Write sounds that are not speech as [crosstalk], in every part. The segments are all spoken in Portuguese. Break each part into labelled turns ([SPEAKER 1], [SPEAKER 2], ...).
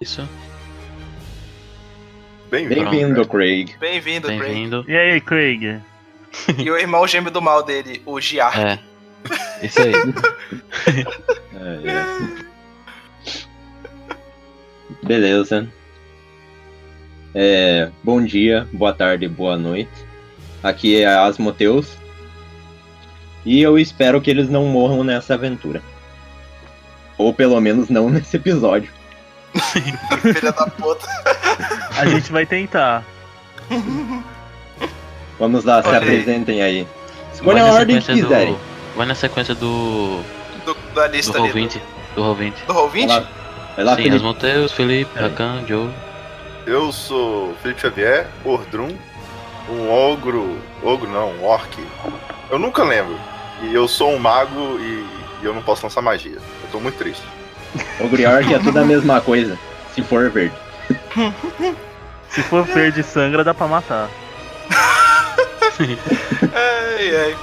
[SPEAKER 1] Isso.
[SPEAKER 2] Bem-vindo.
[SPEAKER 3] Bem-vindo, Craig.
[SPEAKER 4] Bem-vindo, Craig.
[SPEAKER 1] Bem-vindo.
[SPEAKER 5] E aí, Craig?
[SPEAKER 4] E o irmão gêmeo do mal dele, o Giar.
[SPEAKER 1] É. Isso
[SPEAKER 3] [laughs]
[SPEAKER 1] aí.
[SPEAKER 3] É, é. Beleza. É, bom dia, boa tarde, boa noite. Aqui é Asmoteus. E eu espero que eles não morram nessa aventura. Ou pelo menos não [laughs] nesse episódio.
[SPEAKER 1] É.
[SPEAKER 4] [laughs] Filha da puta.
[SPEAKER 5] A gente vai tentar.
[SPEAKER 3] Vamos lá, se
[SPEAKER 4] Olha aí.
[SPEAKER 3] apresentem aí. Escolha é a
[SPEAKER 1] na
[SPEAKER 3] ordem que
[SPEAKER 1] sequência do-
[SPEAKER 3] quiserem.
[SPEAKER 1] Vai na sequência do.
[SPEAKER 4] Do, da
[SPEAKER 1] Do
[SPEAKER 4] lista
[SPEAKER 1] Roll
[SPEAKER 4] ali.
[SPEAKER 1] 20. Do Roll 20.
[SPEAKER 4] Do Roll 20?
[SPEAKER 3] Vai lá, vai lá
[SPEAKER 1] Sim,
[SPEAKER 3] Felipe. É.
[SPEAKER 1] Asmoteus, Felipe,
[SPEAKER 3] Peraí.
[SPEAKER 1] Rakan, Joe.
[SPEAKER 2] Eu sou Felipe Xavier, Ordrum, um ogro. Ogro não, um orc. Eu nunca lembro. E eu sou um mago e, e eu não posso lançar magia. Eu tô muito triste.
[SPEAKER 3] O Griorg é tudo a mesma coisa, se for verde.
[SPEAKER 5] Se for verde e sangra, dá pra matar.
[SPEAKER 4] Ai, ai.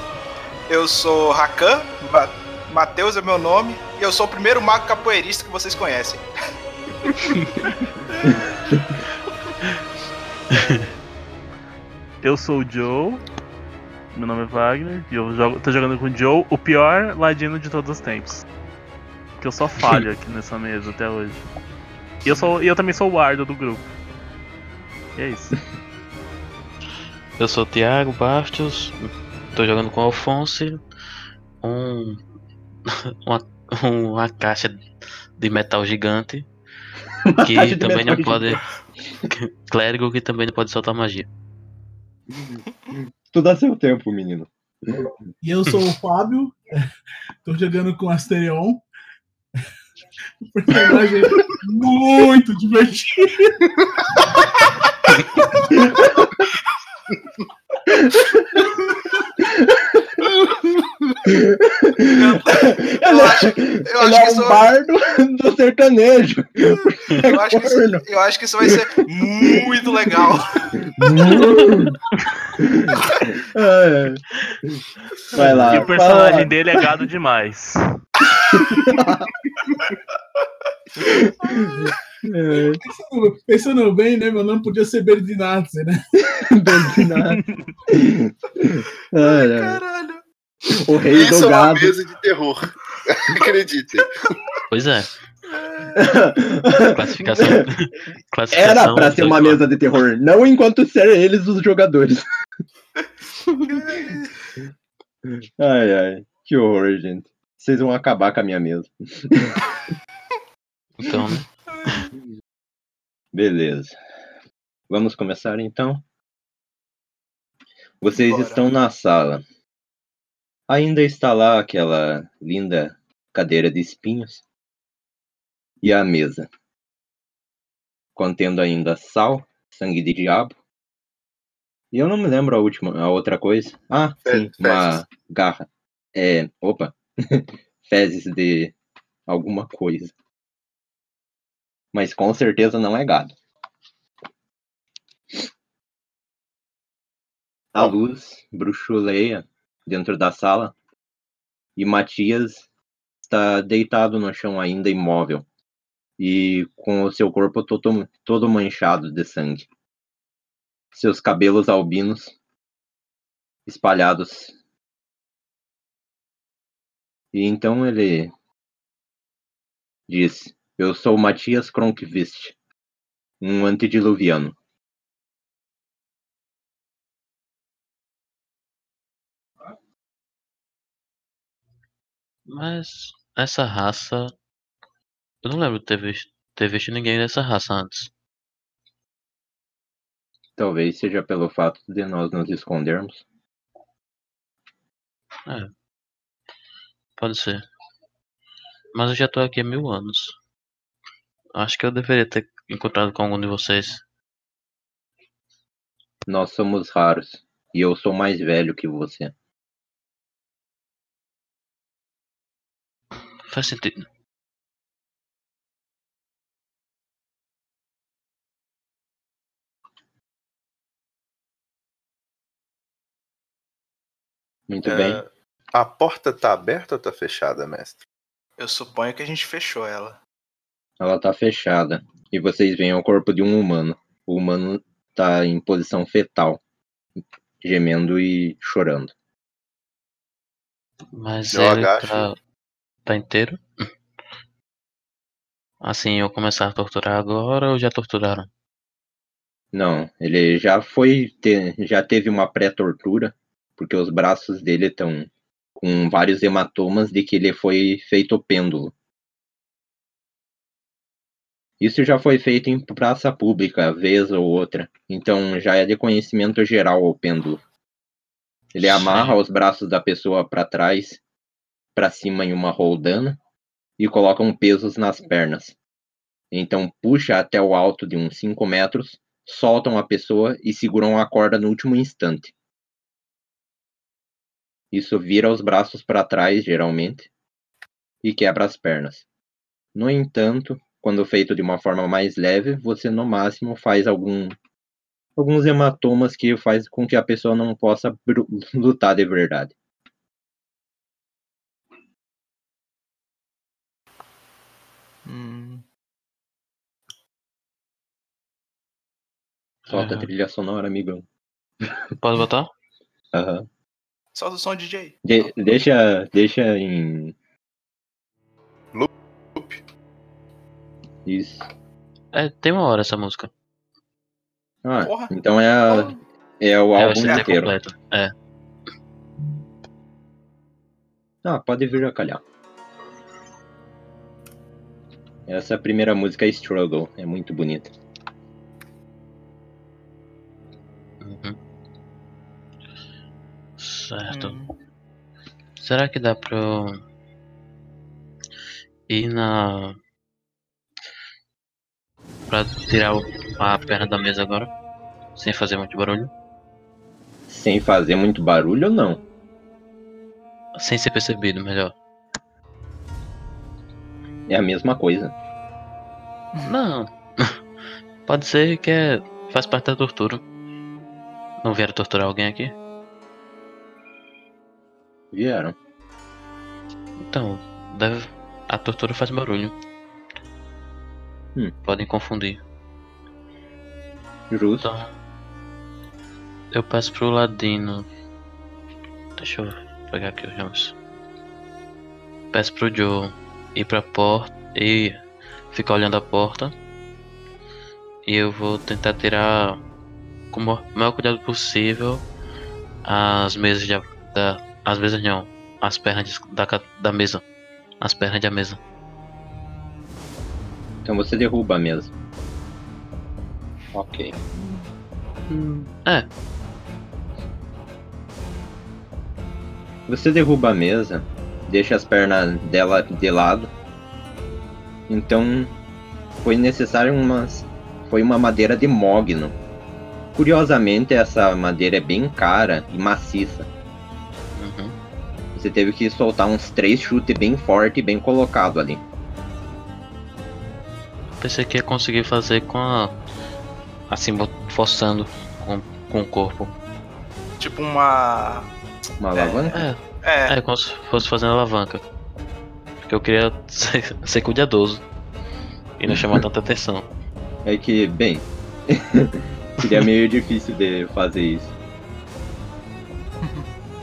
[SPEAKER 4] Eu sou Rakan, Ma Matheus é meu nome, e eu sou o primeiro mago capoeirista que vocês conhecem.
[SPEAKER 5] Eu sou o Joe. Meu nome é Wagner. E eu jogo, tô jogando com o Joe, o pior ladino de todos os tempos. Que eu só
[SPEAKER 1] [laughs]
[SPEAKER 5] falho aqui nessa mesa até hoje. E eu, sou, e eu também sou o guarda do grupo. E é isso.
[SPEAKER 1] Eu sou o Thiago Bastos. Tô jogando com o Alfonso. Um. [laughs] Uma, uma caixa de metal
[SPEAKER 3] [laughs]
[SPEAKER 1] gigante.
[SPEAKER 3] Caixa de
[SPEAKER 1] Que também não
[SPEAKER 3] metal
[SPEAKER 1] pode. [laughs] Clérigo que também não pode soltar magia.
[SPEAKER 3] Tudo a seu tempo, menino.
[SPEAKER 6] E eu sou o Fábio, [laughs] tô jogando com Asterion. [laughs] O personagem é muito divertido.
[SPEAKER 3] Ele
[SPEAKER 4] acho- Eu acho,
[SPEAKER 3] ele
[SPEAKER 4] que
[SPEAKER 3] é
[SPEAKER 4] isso,
[SPEAKER 3] um bardo [laughs] do sertanejo. É
[SPEAKER 4] eu, acho que
[SPEAKER 3] corno.
[SPEAKER 4] isso, eu acho que isso vai ser muito legal.
[SPEAKER 3] É. Vai lá.
[SPEAKER 5] e o personagem
[SPEAKER 3] fala.
[SPEAKER 5] dele é gado demais.
[SPEAKER 3] É,
[SPEAKER 6] Pensando- Pensando bem, né? Meu nome podia ser Berdinazzi, né?
[SPEAKER 3] Berdinazzi. Ai, ai.
[SPEAKER 4] Caralho.
[SPEAKER 3] O rei
[SPEAKER 2] Isso
[SPEAKER 3] do
[SPEAKER 2] é uma
[SPEAKER 3] gado.
[SPEAKER 2] mesa de terror. [laughs] Acreditem.
[SPEAKER 1] Pois é. [laughs] Classificação. classificação
[SPEAKER 3] [laughs] Era pra ser uma
[SPEAKER 1] dois
[SPEAKER 3] mesa de terror, não enquanto ser eles os
[SPEAKER 4] [laughs]
[SPEAKER 3] jogadores. Ai, ai, que horror, gente. Vocês vão acabar com a minha mesa.
[SPEAKER 1] lados. Então, né?
[SPEAKER 3] Beleza. Vamos começar então. Vocês
[SPEAKER 4] Bora.
[SPEAKER 3] estão na sala. Ainda está lá aquela linda cadeira de espinhos e a mesa, contendo ainda sal, sangue de diabo. E eu não me lembro a última, a outra coisa. Ah,
[SPEAKER 2] Fe-
[SPEAKER 3] sim,
[SPEAKER 2] fezes.
[SPEAKER 3] uma garra. É, opa. [laughs] fezes de alguma coisa. Mas com certeza não é gado. A
[SPEAKER 2] Bom.
[SPEAKER 3] luz bruxuleia dentro da sala e Matias está deitado no chão ainda imóvel e com o seu corpo todo, todo manchado de sangue. Seus cabelos albinos espalhados. E então ele diz: eu sou Matias Kronkvist, um antediluviano.
[SPEAKER 1] Mas essa raça. Eu não lembro de ter visto, ter visto ninguém dessa raça antes.
[SPEAKER 3] Talvez seja pelo fato de nós nos escondermos.
[SPEAKER 1] Pode ser. Mas eu já tô aqui há mil anos. Acho que eu deveria ter encontrado com algum de vocês.
[SPEAKER 3] Nós somos raros. E eu sou mais velho que você.
[SPEAKER 1] Faz sentido.
[SPEAKER 3] Muito bem.
[SPEAKER 2] É, a porta tá aberta ou tá fechada, mestre?
[SPEAKER 4] Eu suponho que a gente fechou ela.
[SPEAKER 3] Ela tá fechada. E vocês veem o corpo de um humano. O humano tá em posição fetal, gemendo e chorando.
[SPEAKER 1] Mas
[SPEAKER 2] Eu
[SPEAKER 1] ele
[SPEAKER 2] agacho.
[SPEAKER 1] tá, tá inteiro? Assim, eu começar a torturar agora ou já torturaram?
[SPEAKER 3] Não, ele já foi, te- já teve uma pré-tortura, porque os braços dele estão com vários hematomas de que ele foi feito pêndulo. Isso já foi feito em praça pública, vez ou outra. Então já é de conhecimento geral o pêndulo. Ele amarra os braços da pessoa para trás, para cima em uma roldana e colocam pesos nas pernas. Então puxa até o alto de uns 5 metros soltam a pessoa e seguram a corda no último instante. Isso vira os braços para trás, geralmente, e quebra as pernas. No entanto, quando feito de uma forma mais leve, você no máximo faz algum, alguns hematomas que faz com que a pessoa não possa bru- [laughs] lutar de verdade.
[SPEAKER 4] Hum.
[SPEAKER 3] Solta a
[SPEAKER 1] Aham.
[SPEAKER 3] trilha sonora, amigão.
[SPEAKER 1] Pode botar?
[SPEAKER 3] Aham.
[SPEAKER 4] Solta o som, DJ.
[SPEAKER 3] De- deixa, deixa em.
[SPEAKER 2] Loop.
[SPEAKER 3] Isso.
[SPEAKER 1] É, tem uma hora essa música.
[SPEAKER 3] Ah,
[SPEAKER 4] Porra.
[SPEAKER 3] então é, a- é o
[SPEAKER 1] É, eu
[SPEAKER 3] álbum
[SPEAKER 1] achei até
[SPEAKER 3] inteiro.
[SPEAKER 1] completo. É.
[SPEAKER 3] Ah, pode vir a calhar. Essa primeira música é Struggle, é muito bonita.
[SPEAKER 1] Uhum. Certo. Será que dá pra eu ir na. pra tirar o- a perna da mesa agora? Sem fazer muito barulho?
[SPEAKER 3] Sem fazer muito barulho ou não?
[SPEAKER 1] Sem ser percebido, melhor.
[SPEAKER 3] É a mesma coisa.
[SPEAKER 1] Não. [laughs] Pode ser que é... faz parte da tortura. Não vieram torturar alguém aqui?
[SPEAKER 3] Vieram.
[SPEAKER 1] Então, deve... a tortura faz barulho.
[SPEAKER 3] Hum.
[SPEAKER 1] Podem confundir.
[SPEAKER 3] Justo.
[SPEAKER 1] Então, eu peço pro Ladino. Deixa eu pegar aqui os nomes. Peço pro Joe ir pra porta e ficar olhando a porta. E eu vou tentar tirar com o maior cuidado possível as mesas de, a- da. As mesas não. As pernas de- da, ca- da mesa. As pernas da mesa.
[SPEAKER 3] Então você derruba a mesa. Ok.
[SPEAKER 1] É,
[SPEAKER 3] Você derruba a mesa, deixa as pernas dela de lado. Então foi necessário umas. Foi uma madeira de mogno. Curiosamente essa madeira é bem cara e maciça.
[SPEAKER 1] uhum,
[SPEAKER 3] Você teve que soltar uns três chutes bem forte e bem colocado ali.
[SPEAKER 1] pensei que ia conseguir fazer com a. Assim, bo- forçando com, com o corpo.
[SPEAKER 4] Tipo uma.
[SPEAKER 3] Uma alavanca.
[SPEAKER 1] É,
[SPEAKER 4] É,
[SPEAKER 1] É, como se fosse fazendo alavanca. Porque eu queria [laughs] ser, ser cuidadoso. E não chamar tanta atenção.
[SPEAKER 3] É que, bem. [laughs] seria meio difícil de fazer isso.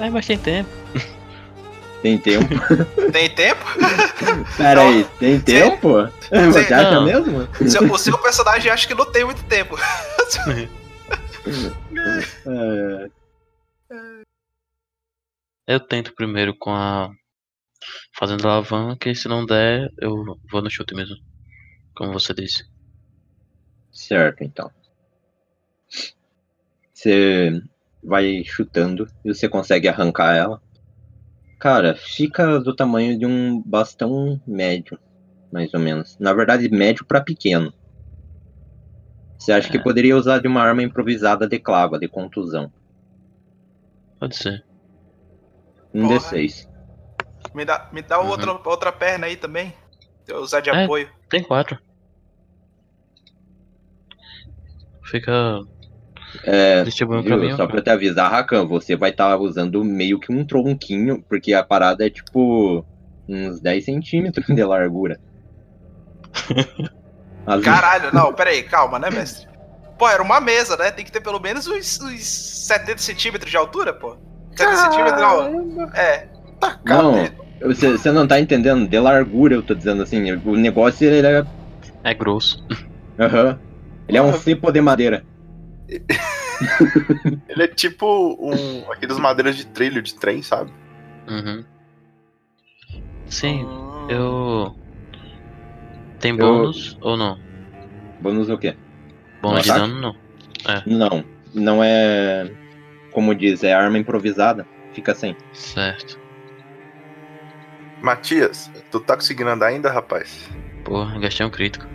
[SPEAKER 1] É, mas tem tempo. [laughs]
[SPEAKER 3] Tem tempo?
[SPEAKER 1] É.
[SPEAKER 4] tem tempo?
[SPEAKER 3] Pera aí, tem tempo? Você acha
[SPEAKER 1] Não.
[SPEAKER 3] mesmo?
[SPEAKER 4] Seu- o seu personagem acha que não tem muito tempo.
[SPEAKER 3] É,
[SPEAKER 1] Eu tento primeiro com a. Fazendo alavanca e se não der, eu vou no chute mesmo. Como você disse.
[SPEAKER 3] Certo, então. Você vai chutando e você consegue arrancar ela. Cara, fica do tamanho de um bastão médio, mais ou menos. Na verdade, médio pra pequeno. Você acha que
[SPEAKER 1] É.
[SPEAKER 3] poderia usar de uma arma improvisada de clava, de contusão?
[SPEAKER 1] Pode ser.
[SPEAKER 3] Um
[SPEAKER 4] Porra.
[SPEAKER 3] D6.
[SPEAKER 4] Me dá, me dá
[SPEAKER 1] Uhum.
[SPEAKER 4] outra, outra perna aí também. Pra eu usar de
[SPEAKER 1] É.
[SPEAKER 4] apoio.
[SPEAKER 1] Tem quatro. Fica
[SPEAKER 3] É,
[SPEAKER 1] distribuindo pra
[SPEAKER 3] viu?
[SPEAKER 1] mim.
[SPEAKER 3] Só pra te avisar, Rakan, você vai estar usando meio que um tronquinho, porque a parada é tipo uns 10 centímetros de largura. Azul.
[SPEAKER 4] Caralho, não, peraí, calma, né, mestre? Pô, era uma mesa, né? Tem que ter pelo menos uns, uns 70 centímetros de altura, pô. 70 centímetros, não. É.
[SPEAKER 3] Não, você, você não tá entendendo. De largura, eu tô dizendo assim. O negócio, ele é.
[SPEAKER 1] É grosso.
[SPEAKER 3] aham. Ele é um cipo de madeira.
[SPEAKER 2] Ele é tipo um, aqueles madeiras de trilho de trem, sabe?
[SPEAKER 1] Uhum. Então, Sim,
[SPEAKER 4] Hum,
[SPEAKER 1] eu. Tem bônus ou não?
[SPEAKER 3] Bônus no quê?
[SPEAKER 1] Bônus de
[SPEAKER 3] ataque?
[SPEAKER 1] dano não.
[SPEAKER 3] Não. Não é. Como diz, é arma improvisada. Fica sem.
[SPEAKER 1] Certo.
[SPEAKER 2] Matias, tu tá conseguindo andar ainda, rapaz?
[SPEAKER 1] Porra, gastei um crítico.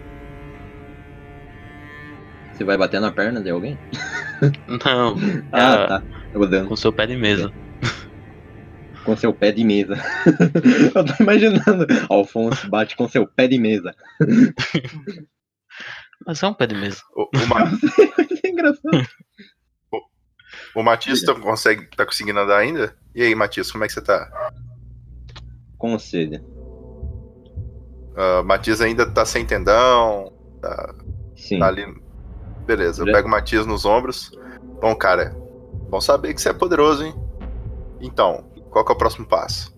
[SPEAKER 3] Você vai bater na perna de alguém?
[SPEAKER 1] [laughs] Não,
[SPEAKER 3] Ah,
[SPEAKER 1] Ah.
[SPEAKER 3] tá. Eu vou dando
[SPEAKER 1] com seu pé de mesa.
[SPEAKER 3] com seu pé de mesa. [laughs] eu tô imaginando. Alfonso bate com seu pé de mesa. [laughs]
[SPEAKER 1] Mas é um pé de mesa.
[SPEAKER 2] O, o, Ma-
[SPEAKER 3] que engraçado.
[SPEAKER 2] o Matias tu consegue, tá conseguindo andar ainda? E aí, Matias, como é que você tá?
[SPEAKER 3] Conselho.
[SPEAKER 2] Ah, Matias ainda tá sem tendão,
[SPEAKER 3] Sim.
[SPEAKER 2] tá ali. Beleza, eu
[SPEAKER 3] Já-
[SPEAKER 2] pego o Matias nos ombros. Bom, cara, bom saber que você é poderoso, hein? Então, qual que é o próximo passo?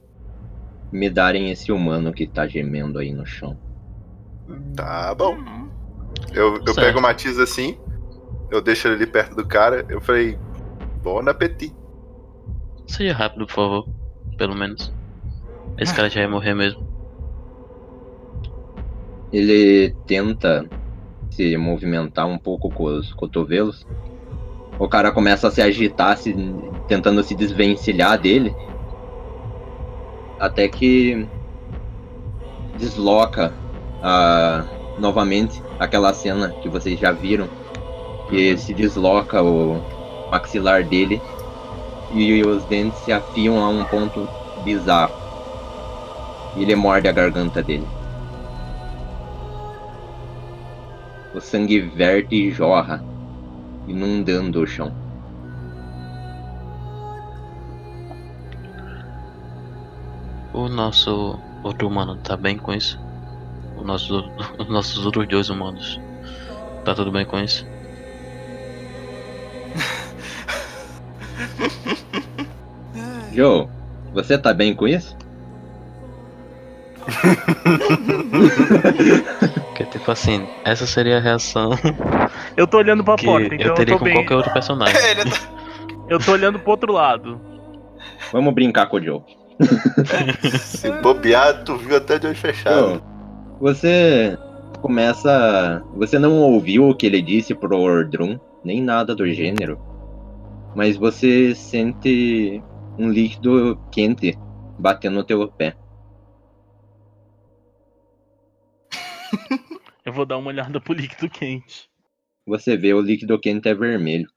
[SPEAKER 3] Me darem esse humano que tá gemendo aí no chão.
[SPEAKER 2] Tá bom. Eu, eu
[SPEAKER 1] Certo.
[SPEAKER 2] pego o Matias assim, eu deixo ele ali perto do cara, eu falei, bom apetite.
[SPEAKER 1] Seja rápido, por favor. Pelo menos. Esse cara já ia morrer mesmo.
[SPEAKER 3] Ele tenta se movimentar um pouco com os cotovelos. O cara começa a se agitar, se, tentando se desvencilhar dele. Até que desloca ah, novamente aquela cena que vocês já viram. Que se desloca o maxilar dele e os dentes se afiam a um ponto bizarro. E ele morde a garganta dele. O sangue verte e jorra, inundando o chão.
[SPEAKER 1] O nosso outro humano tá bem com isso? O nosso, [laughs] os nossos outros dois humanos. Tá tudo bem com isso?
[SPEAKER 3] Joe, você tá bem com isso?
[SPEAKER 1] Porque, tipo assim, essa seria a reação
[SPEAKER 5] Eu tô olhando pra
[SPEAKER 1] [laughs] que
[SPEAKER 5] porta, então
[SPEAKER 1] eu
[SPEAKER 5] eu,
[SPEAKER 1] teria
[SPEAKER 5] tô
[SPEAKER 1] com
[SPEAKER 5] bem.
[SPEAKER 1] qualquer um. outro personagem.
[SPEAKER 4] [laughs] Ele tá...
[SPEAKER 5] Eu tô olhando pro outro lado.
[SPEAKER 3] Vamos brincar com o Joe.
[SPEAKER 2] Se bobear, tu viu até de olho fechado.
[SPEAKER 3] Joe, você começa. Você não ouviu o que ele disse pro Ordrum, nem nada do gênero, mas você sente um líquido quente batendo no teu pé.
[SPEAKER 5] Eu vou dar uma olhada pro líquido quente.
[SPEAKER 3] Você vê o líquido quente é vermelho.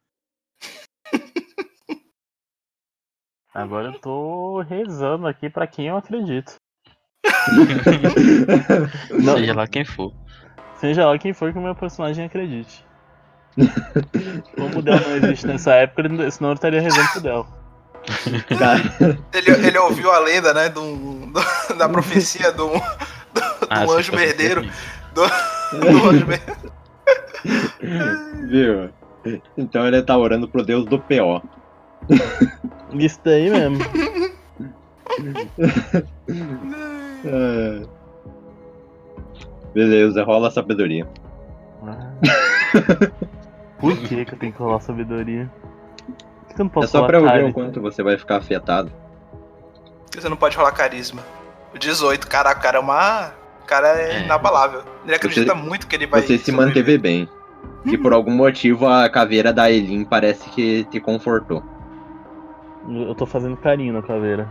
[SPEAKER 5] Agora eu tô rezando aqui pra quem eu acredito.
[SPEAKER 3] Não,
[SPEAKER 1] Seja lá quem for.
[SPEAKER 5] Seja lá quem for que o meu personagem acredite. [laughs] Como o Del não existe nessa época, ele- senão eu estaria rezando pro Del.
[SPEAKER 3] cara,
[SPEAKER 4] ele, ele ouviu a lenda, né? Do, do, [laughs] da profecia um, do,
[SPEAKER 1] Ah,
[SPEAKER 4] do
[SPEAKER 1] você
[SPEAKER 4] um anjo
[SPEAKER 1] tá com
[SPEAKER 4] merdeiro.
[SPEAKER 1] certeza.
[SPEAKER 3] [laughs]
[SPEAKER 4] do um anjo merdeiro.
[SPEAKER 3] viu? Então ele tá orando pro deus do P.O.
[SPEAKER 5] Isso daí
[SPEAKER 2] [laughs]
[SPEAKER 5] mesmo.
[SPEAKER 3] Ah. Beleza, rola a sabedoria.
[SPEAKER 5] Por que, que eu tenho que rolar sabedoria? Por que que eu não posso
[SPEAKER 3] é só
[SPEAKER 5] rolar
[SPEAKER 3] pra eu ver o
[SPEAKER 5] carisma?
[SPEAKER 3] quanto você vai ficar afetado.
[SPEAKER 4] Você não pode rolar carisma. O 18, caraca, o cara é uma. O cara é,
[SPEAKER 1] É.
[SPEAKER 4] inabalável. Ele acredita
[SPEAKER 3] Você-
[SPEAKER 4] muito que ele vai.
[SPEAKER 3] você se
[SPEAKER 4] sobreviver.
[SPEAKER 3] manteve bem. E por algum motivo a caveira da Elin parece que te confortou.
[SPEAKER 5] Eu tô fazendo carinho na caveira.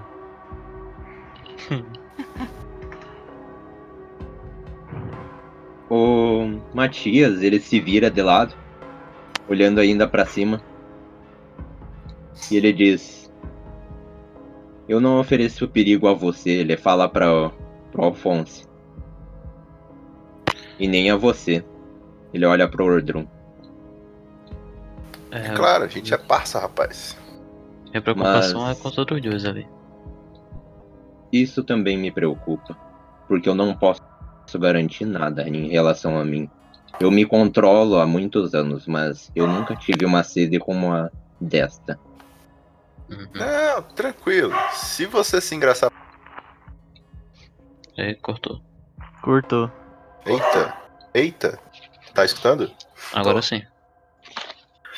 [SPEAKER 3] O Matias, ele se vira de lado, olhando ainda pra cima. E ele diz: Eu não ofereço perigo a você, ele fala pra, pro Alphonse. E nem a você. Ele olha pro Ordrum.
[SPEAKER 1] É,
[SPEAKER 2] [laughs] Claro, a gente é parça, rapaz.
[SPEAKER 1] minha preocupação
[SPEAKER 3] mas-
[SPEAKER 1] é com os outros dois ali.
[SPEAKER 3] Isso também me preocupa, porque eu não posso posso garantir nada em relação a mim. Eu me controlo há muitos anos, mas eu nunca tive uma sede como a desta.
[SPEAKER 1] Uhum.
[SPEAKER 2] Não, tranquilo. Se você se engraçar.
[SPEAKER 1] Ele É, cortou.
[SPEAKER 5] Cortou.
[SPEAKER 2] Eita, eita. Tá escutando?
[SPEAKER 1] Agora sim.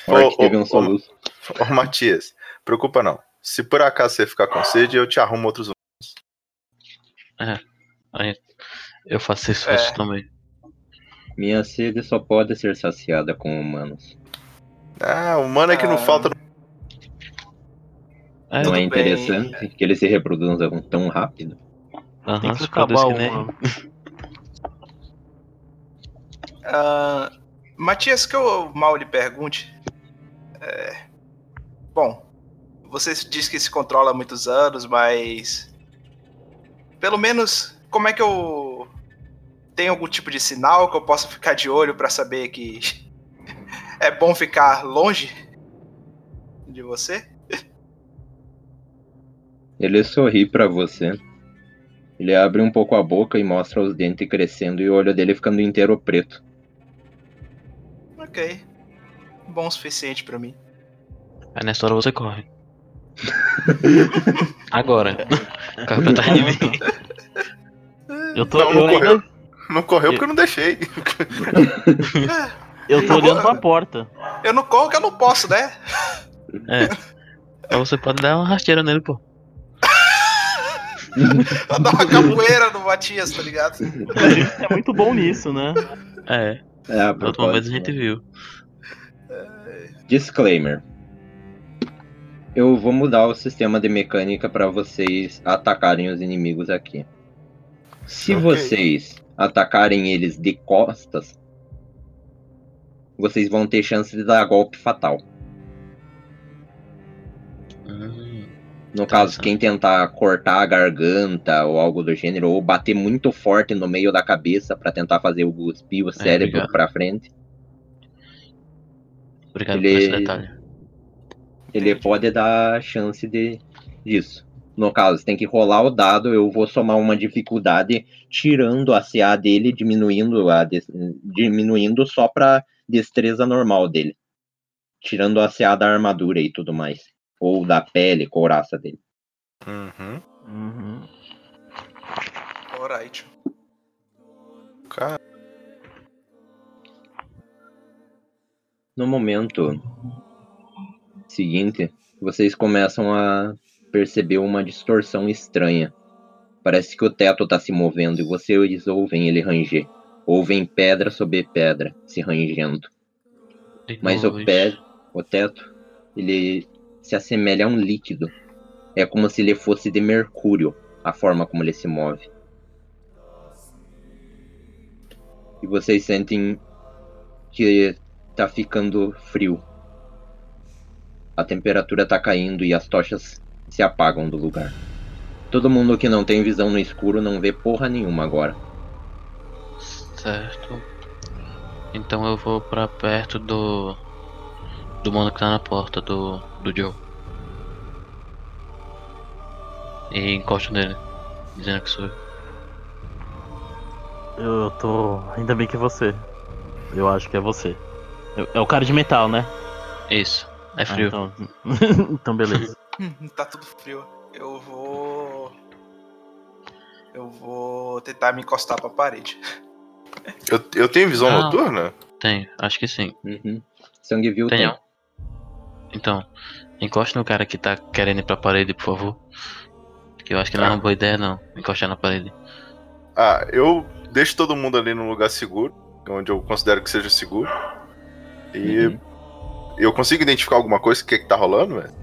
[SPEAKER 3] Forte
[SPEAKER 2] Ô,
[SPEAKER 3] teve
[SPEAKER 2] ô,
[SPEAKER 3] um
[SPEAKER 2] ô.
[SPEAKER 3] soluço.
[SPEAKER 2] Ô, Matias, preocupa não. Se por acaso você ficar com sede, eu te arrumo outros. um.
[SPEAKER 1] Eu faço isso
[SPEAKER 4] É.
[SPEAKER 1] também.
[SPEAKER 3] Minha sede só pode ser saciada com humanos.
[SPEAKER 2] Ah, o mano é que não
[SPEAKER 4] Ah.
[SPEAKER 2] falta. no-
[SPEAKER 1] É,
[SPEAKER 3] Não é
[SPEAKER 4] bem.
[SPEAKER 3] interessante que eles se reproduzam tão rápido?
[SPEAKER 1] aham,
[SPEAKER 5] Tem que
[SPEAKER 1] se produz
[SPEAKER 5] acabar
[SPEAKER 1] que
[SPEAKER 5] o
[SPEAKER 1] nem-
[SPEAKER 5] mano.
[SPEAKER 4] Ah, Matias, que eu mal lhe pergunte. é, bom, você diz que se controla há muitos anos, mas. Pelo menos, como é que eu. Tem algum tipo de sinal que eu possa ficar de olho pra saber que. [laughs] é bom ficar longe de você?
[SPEAKER 3] Ele sorri pra você. Ele abre um pouco a boca e mostra os dentes crescendo e o olho dele ficando inteiro preto.
[SPEAKER 4] Ok. Bom o suficiente pra mim.
[SPEAKER 1] Aí nessa hora você [laughs] corre. Agora. [laughs] Corre pra trás de mim.
[SPEAKER 5] Eu tô,
[SPEAKER 2] Não, não
[SPEAKER 5] eu ainda-
[SPEAKER 2] Não correu porque eu não deixei.
[SPEAKER 5] eu tô
[SPEAKER 4] Não,
[SPEAKER 5] olhando
[SPEAKER 4] não.
[SPEAKER 5] pra porta.
[SPEAKER 4] Eu não corro que eu não posso, né? [laughs]
[SPEAKER 1] Aí Então, você pode dar uma rasteira nele, pô.
[SPEAKER 4] Eu dou uma Tá capoeira no Matias, tá ligado?
[SPEAKER 5] A gente é muito bom nisso, né?
[SPEAKER 1] É,
[SPEAKER 3] É, a
[SPEAKER 1] da última vez a
[SPEAKER 3] propósito,
[SPEAKER 1] gente viu.
[SPEAKER 3] Disclaimer. Eu vou mudar o sistema de mecânica para vocês atacarem os inimigos aqui. Se
[SPEAKER 2] Ok.
[SPEAKER 3] vocês atacarem eles de costas, vocês vão ter chance de dar golpe fatal.
[SPEAKER 1] Hum,
[SPEAKER 3] No caso, quem tentar cortar a garganta ou algo do gênero, ou bater muito forte no meio da cabeça para tentar fazer o cuspir o cérebro
[SPEAKER 1] obrigado.
[SPEAKER 3] para frente,
[SPEAKER 1] obrigado
[SPEAKER 3] Ele-
[SPEAKER 1] por esse detalhe.
[SPEAKER 3] ele pode dar chance de disso. No caso, você tem que rolar o dado, eu vou somar uma dificuldade tirando a CA dele, diminuindo a des- diminuindo só pra destreza normal dele. Tirando a CA da armadura e tudo mais, ou da pele, couraça dele.
[SPEAKER 2] Uhum.
[SPEAKER 5] Uhum.
[SPEAKER 4] Alright.
[SPEAKER 2] Cara,
[SPEAKER 3] No momento seguinte, vocês começam a perceber uma distorção estranha. Parece que o teto tá se movendo e vocês ouvem ele ranger. Ouvem pedra sobre pedra se rangendo.
[SPEAKER 1] De
[SPEAKER 3] Mas
[SPEAKER 1] novo
[SPEAKER 3] o
[SPEAKER 1] isso.
[SPEAKER 3] pé, o teto, ele se assemelha a um líquido. É como se ele fosse de mercúrio, a forma como ele se move. E vocês sentem que tá ficando frio. A temperatura tá caindo e as tochas se apagam do lugar. Todo mundo que não tem visão no escuro não vê porra nenhuma agora.
[SPEAKER 1] Certo. Então eu vou pra perto do. Do mano que tá na porta do. do Joe. E encosto nele. Dizendo que sou eu.
[SPEAKER 5] Eu tô. Ainda bem que é você. Eu acho que é você. Eu- É o cara de metal, né?
[SPEAKER 1] Isso. É
[SPEAKER 5] Ah,
[SPEAKER 1] frio.
[SPEAKER 5] então... então, beleza.
[SPEAKER 4] Tá tudo frio. Eu vou. Eu vou tentar me encostar pra parede.
[SPEAKER 2] eu, eu tenho visão
[SPEAKER 1] Não.
[SPEAKER 2] noturna?
[SPEAKER 1] Tem, acho que sim.
[SPEAKER 3] Uhum. Sangue viu
[SPEAKER 1] Tem,
[SPEAKER 3] tem.
[SPEAKER 1] ó. Então, encoste no cara que tá querendo ir pra parede, por favor. Que eu acho que não é uma boa ideia, não. Encostar na parede.
[SPEAKER 2] Ah, eu deixo todo mundo ali num lugar seguro, onde eu considero que seja seguro. E
[SPEAKER 3] Uhum.
[SPEAKER 2] eu consigo identificar alguma coisa, o que, que tá rolando, velho?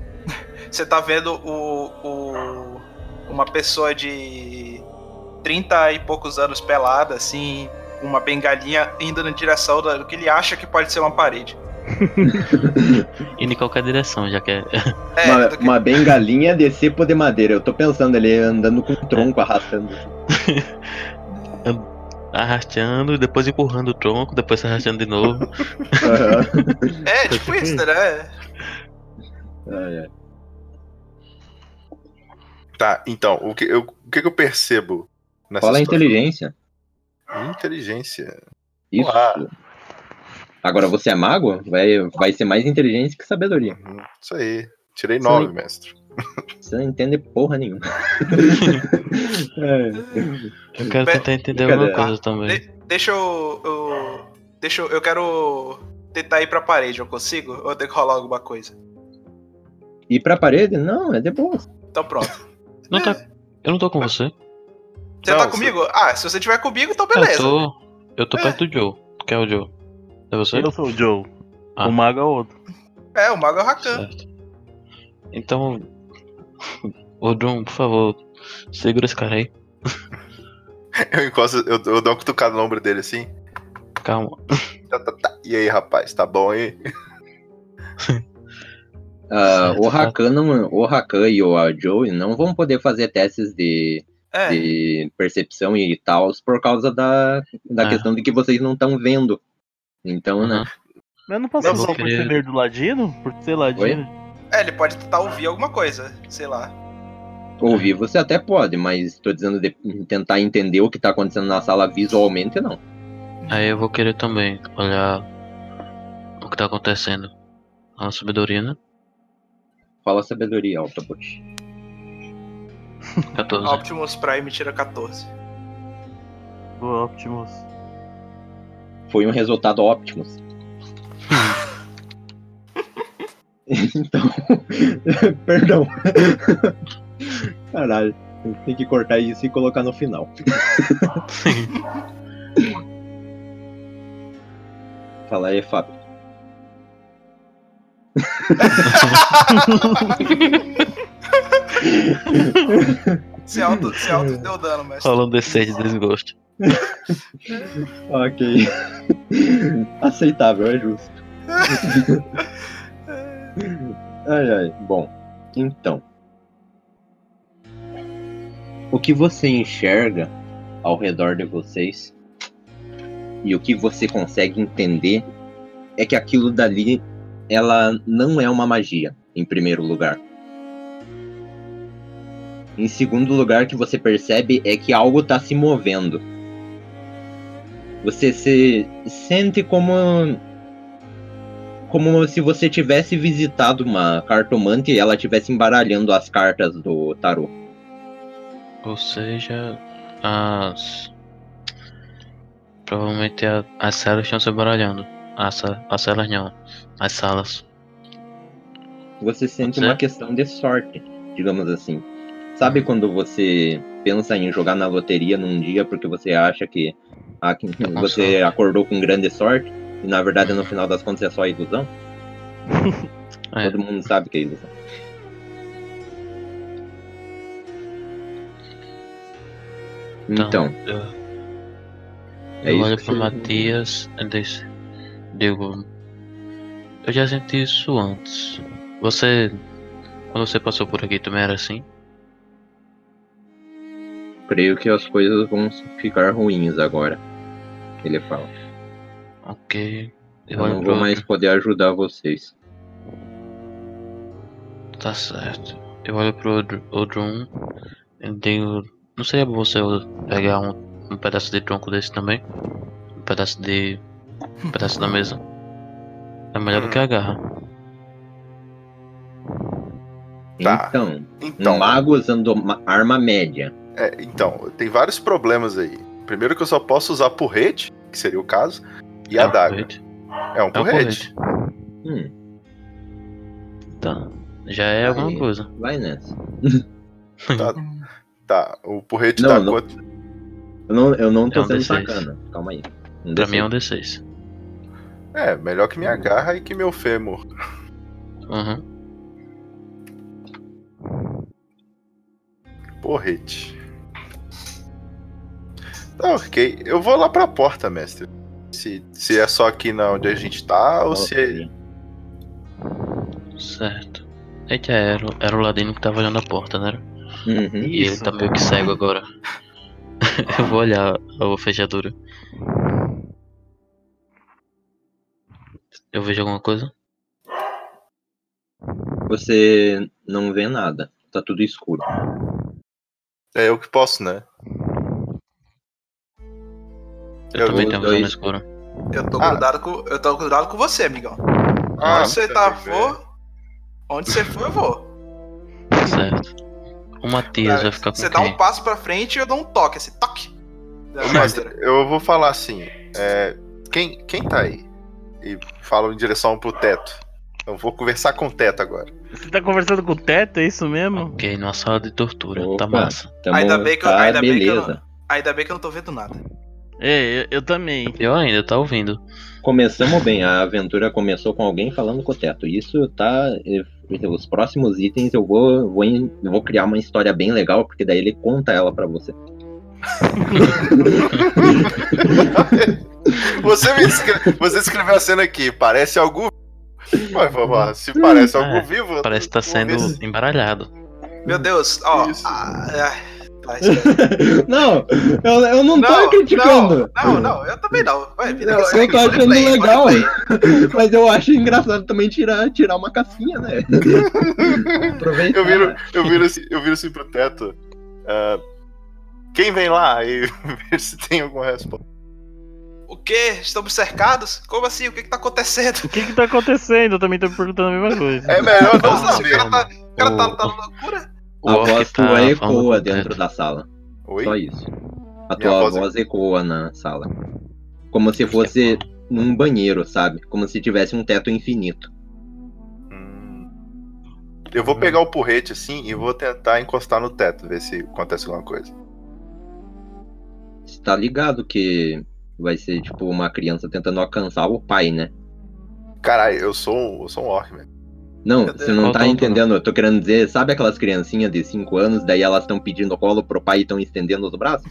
[SPEAKER 4] Você tá vendo o, o. Uma pessoa de 30 e poucos anos pelada, assim, com uma bengalinha indo na direção da- do que ele acha que pode ser uma parede.
[SPEAKER 1] Indo em qualquer direção, já que é.
[SPEAKER 4] É,
[SPEAKER 3] Uma,
[SPEAKER 4] do que-
[SPEAKER 3] uma bengalinha de cepo de madeira. Eu tô pensando ele andando com um tronco arrastando.
[SPEAKER 1] arrastando, depois empurrando o tronco, depois arrastando de novo.
[SPEAKER 3] Aham.
[SPEAKER 4] é tipo isso, né?
[SPEAKER 3] Ah, é.
[SPEAKER 2] Tá, então, o que eu, o que que eu percebo nessa
[SPEAKER 3] Fala a
[SPEAKER 2] situação?
[SPEAKER 3] inteligência.
[SPEAKER 2] Inteligência.
[SPEAKER 3] Isso.
[SPEAKER 2] Claro.
[SPEAKER 3] Agora você é mago? Vai, vai ser mais inteligência que sabedoria.
[SPEAKER 2] Uhum, Isso aí. Tirei
[SPEAKER 3] Isso
[SPEAKER 2] nove,
[SPEAKER 3] aí.
[SPEAKER 2] mestre. [laughs]
[SPEAKER 3] Você não entende porra nenhuma. É.
[SPEAKER 1] Eu quero
[SPEAKER 4] Pe-
[SPEAKER 1] tentar entender alguma coisa
[SPEAKER 3] brincadeira.
[SPEAKER 1] também.
[SPEAKER 4] Deixa eu. eu- deixa eu. Eu quero tentar ir pra parede, eu consigo? Ou eu tenho que rolar alguma coisa?
[SPEAKER 3] E pra parede? Não, é de boa.
[SPEAKER 4] Então pronto.
[SPEAKER 1] Não tá-
[SPEAKER 4] É,
[SPEAKER 1] Eu não tô com você.
[SPEAKER 4] Você
[SPEAKER 2] Não,
[SPEAKER 4] tá
[SPEAKER 2] você-
[SPEAKER 4] comigo? Ah, se você tiver comigo, então
[SPEAKER 1] Eu
[SPEAKER 4] beleza.
[SPEAKER 1] tô. Eu tô
[SPEAKER 4] É.
[SPEAKER 1] perto do Joe. Quem é o Joe? É você?
[SPEAKER 5] Eu sou o Joe.
[SPEAKER 1] Ah.
[SPEAKER 5] O mago é outro.
[SPEAKER 4] É, o mago é o Rakan.
[SPEAKER 1] Certo. Então. [laughs] Ô Drum, por favor, segura esse cara aí.
[SPEAKER 2] Eu encosto, eu, eu dou uma cutucada no ombro dele assim.
[SPEAKER 1] Calma.
[SPEAKER 2] Tá, tá, tá. E aí, rapaz, tá bom aí?
[SPEAKER 3] Ah,
[SPEAKER 1] Certo,
[SPEAKER 3] o Rakan não- o Rakan e o a Joey não vão poder fazer testes de,
[SPEAKER 4] É.
[SPEAKER 3] de percepção e tal por causa da, da
[SPEAKER 1] Ah.
[SPEAKER 3] questão de que vocês não estão vendo. Então, né?
[SPEAKER 1] Uhum.
[SPEAKER 5] Mas eu não posso
[SPEAKER 2] Não,
[SPEAKER 5] usar
[SPEAKER 1] vou
[SPEAKER 5] por
[SPEAKER 1] querer-
[SPEAKER 5] ser nerd do ladino? Por ser ladino?
[SPEAKER 4] é, ele pode tentar ouvir alguma coisa, sei lá.
[SPEAKER 3] Ouvir você até pode, mas tô dizendo de tentar entender o que tá acontecendo na sala visualmente, não.
[SPEAKER 1] Aí eu vou querer também olhar o que tá acontecendo. É uma sabedoria, né?
[SPEAKER 3] Fala sabedoria, Autobot.
[SPEAKER 1] 14.
[SPEAKER 4] Optimus Prime tira 14.
[SPEAKER 5] Boa, Optimus.
[SPEAKER 3] Foi um resultado óptimo. [laughs] então. [laughs] Perdão. Caralho. Tem que cortar isso e colocar no final. Fala aí, Fábio.
[SPEAKER 4] Se alto, se alto deu dano, mas.
[SPEAKER 1] Rolando D6 um de desgosto.
[SPEAKER 3] Ok. [laughs] Aceitável, é justo. ai, ai. Bom, então. O que você enxerga ao redor de vocês e o que você consegue entender é que aquilo dali ela não é uma magia, em primeiro lugar. Em segundo lugar, o que você percebe é que algo está se movendo você se sente como como se você tivesse visitado uma cartomante e ela estivesse embaralhando as cartas do tarô.
[SPEAKER 1] Ou seja, as. Provavelmente a- as celas estão se baralhando. As, ce- as celas não. As salas.
[SPEAKER 3] Você sente
[SPEAKER 1] Certo.
[SPEAKER 3] uma questão de sorte, digamos assim. Sabe quando você pensa em jogar na loteria num dia porque você acha que a- que
[SPEAKER 1] com
[SPEAKER 3] você
[SPEAKER 1] sorte.
[SPEAKER 3] acordou com grande sorte e na verdade no final das contas é só ilusão?
[SPEAKER 1] É.
[SPEAKER 3] Todo mundo sabe que é ilusão. Então,
[SPEAKER 1] eu,
[SPEAKER 3] é
[SPEAKER 1] eu
[SPEAKER 3] isso
[SPEAKER 1] olho
[SPEAKER 3] que
[SPEAKER 1] pro
[SPEAKER 3] você-
[SPEAKER 1] Matias antes. Digo. Eu já senti isso antes. Você. Quando você passou por aqui também era assim?
[SPEAKER 3] Creio que as coisas vão ficar ruins agora. Ele fala.
[SPEAKER 1] Ok.
[SPEAKER 3] Eu,
[SPEAKER 1] olho
[SPEAKER 3] não
[SPEAKER 1] pro
[SPEAKER 3] vou mais
[SPEAKER 1] outro.
[SPEAKER 3] poder ajudar vocês.
[SPEAKER 1] Tá certo. Eu olho pro outro- outro um. Eu digo. Não seria bom você pegar um, um pedaço de tronco desse também? Um pedaço de. Um pedaço da mesa. É melhor do que a garra.
[SPEAKER 2] Tá.
[SPEAKER 3] Então,
[SPEAKER 2] Então,
[SPEAKER 3] um mago usando uma arma média.
[SPEAKER 2] é, então, tem vários problemas aí. Primeiro que eu só posso usar porrete, que seria o caso, e
[SPEAKER 1] É
[SPEAKER 2] a
[SPEAKER 1] um
[SPEAKER 2] daga.
[SPEAKER 1] porrete.
[SPEAKER 2] É um
[SPEAKER 1] É um
[SPEAKER 2] porrete.
[SPEAKER 1] porrete.
[SPEAKER 3] Hum,
[SPEAKER 1] Tá. Já é alguma
[SPEAKER 3] Aí.
[SPEAKER 1] coisa.
[SPEAKER 3] vai nessa.
[SPEAKER 2] Tá, o porrete
[SPEAKER 3] Não,
[SPEAKER 2] dá
[SPEAKER 3] não.
[SPEAKER 2] quanto?
[SPEAKER 3] Eu não, eu não tô
[SPEAKER 1] É um
[SPEAKER 3] sendo
[SPEAKER 1] D6.
[SPEAKER 3] sacana. Calma aí. Um
[SPEAKER 1] Pra mim é
[SPEAKER 3] D6.
[SPEAKER 1] um D6.
[SPEAKER 2] É, melhor que minha garra e que meu fêmur.
[SPEAKER 1] Uhum.
[SPEAKER 2] Porrete. Tá, ok. Eu vou lá pra porta, mestre. Se, se é só aqui na onde a gente tá, ou se.
[SPEAKER 1] Certo. Eita, era, o- era o ladino que tava olhando a porta, né?
[SPEAKER 3] Uhum.
[SPEAKER 1] E ele
[SPEAKER 5] Isso.
[SPEAKER 1] tá meio que cego agora. [laughs] eu vou olhar a fechadura. Eu vejo alguma coisa?
[SPEAKER 3] Você não vê nada. Tá tudo escuro.
[SPEAKER 2] É eu que posso, né?
[SPEAKER 1] Eu,
[SPEAKER 2] Eu
[SPEAKER 1] também
[SPEAKER 3] uso
[SPEAKER 1] tenho visão no
[SPEAKER 3] dois.
[SPEAKER 1] escuro.
[SPEAKER 4] Eu tô,
[SPEAKER 2] Ah.
[SPEAKER 4] grudado com, eu tô grudado com você, amigão.
[SPEAKER 2] Ah,
[SPEAKER 4] onde você tá,
[SPEAKER 2] tá bem.
[SPEAKER 4] for, onde você for, eu vou.
[SPEAKER 1] Certo. O Matias vai ficar com
[SPEAKER 4] Você dá um
[SPEAKER 1] quem?
[SPEAKER 4] passo pra frente e eu dou um toque, esse toque. Da
[SPEAKER 2] Ô,
[SPEAKER 4] madeira.
[SPEAKER 2] mestre, eu vou falar assim. é, quem, quem tá aí? E falo em direção pro teto. Eu vou conversar com o teto agora. [laughs]
[SPEAKER 5] Você tá conversando com o teto, é isso mesmo?
[SPEAKER 1] Ok, numa sala de tortura. Tá
[SPEAKER 3] Opa.
[SPEAKER 1] massa.
[SPEAKER 3] Tamo,
[SPEAKER 4] Ainda bem que eu-
[SPEAKER 3] tá,
[SPEAKER 4] ainda bem que eu-
[SPEAKER 3] beleza.
[SPEAKER 4] Ainda bem que eu não tô vendo nada.
[SPEAKER 5] É, eu, eu também.
[SPEAKER 1] Eu ainda, tá ouvindo.
[SPEAKER 3] Começamos bem, a aventura começou com alguém falando com o teto. Isso tá. eh, Os próximos itens eu vou, vou, em- vou criar uma história bem legal, porque daí ele conta ela pra você.
[SPEAKER 2] Você, me escre- você escreveu a cena aqui, parece algo. Mas vamos lá, se parece
[SPEAKER 1] Hum, é,
[SPEAKER 2] algo vivo.
[SPEAKER 1] Parece que tá
[SPEAKER 2] vou
[SPEAKER 1] sendo
[SPEAKER 2] ver se-
[SPEAKER 1] embaralhado.
[SPEAKER 4] Meu Deus, ó.
[SPEAKER 2] Isso.
[SPEAKER 4] ah, ah,
[SPEAKER 3] [laughs]
[SPEAKER 4] tá, espera.
[SPEAKER 3] Não, eu, eu não, tô
[SPEAKER 4] Não,
[SPEAKER 3] criticando.
[SPEAKER 4] não, não, eu também não. Vai, vida que
[SPEAKER 3] Eu, eu
[SPEAKER 4] segue,
[SPEAKER 3] tô
[SPEAKER 4] pode
[SPEAKER 3] achando
[SPEAKER 4] play, pode
[SPEAKER 3] legal,
[SPEAKER 4] play.
[SPEAKER 3] [laughs] mas eu acho engraçado também tirar, tirar uma casquinha,
[SPEAKER 4] [laughs]
[SPEAKER 3] né? Aproveita.
[SPEAKER 2] Eu viro, eu viro, assim, eu viro assim pro teto. ah, quem vem lá e [laughs] ver se tem alguma resposta.
[SPEAKER 4] O quê? Estamos cercados? Como assim? O que que tá acontecendo?
[SPEAKER 5] O que que tá acontecendo? Eu também tô me perguntando a mesma coisa.
[SPEAKER 2] É melhor não
[SPEAKER 4] Nossa, o
[SPEAKER 2] saber.
[SPEAKER 4] cara tá, o cara tá, tá
[SPEAKER 1] O-
[SPEAKER 4] na loucura?
[SPEAKER 1] O
[SPEAKER 3] A voz
[SPEAKER 1] orc tá
[SPEAKER 3] tua
[SPEAKER 1] falando
[SPEAKER 3] ecoa
[SPEAKER 1] com o
[SPEAKER 3] dentro
[SPEAKER 1] teto.
[SPEAKER 3] da sala. Só
[SPEAKER 2] Oi?
[SPEAKER 3] isso. A
[SPEAKER 2] Minha
[SPEAKER 3] tua
[SPEAKER 2] voz-
[SPEAKER 3] voz ecoa na sala. Como se fosse num banheiro, sabe? Como se tivesse um teto infinito.
[SPEAKER 2] Hum. Eu vou pegar o porrete assim e vou tentar encostar no teto, ver se acontece alguma coisa.
[SPEAKER 3] Você tá ligado que vai ser tipo uma criança tentando alcançar o pai, né?
[SPEAKER 2] Caralho, eu sou, um- eu sou um orc, velho.
[SPEAKER 3] Não,
[SPEAKER 4] Cadê?
[SPEAKER 3] você não
[SPEAKER 1] Qual
[SPEAKER 3] tá
[SPEAKER 1] tá o
[SPEAKER 3] entendendo. Eu tô querendo dizer, sabe aquelas criancinhas de 5 anos, daí elas estão pedindo colo pro pai e estão estendendo os braços?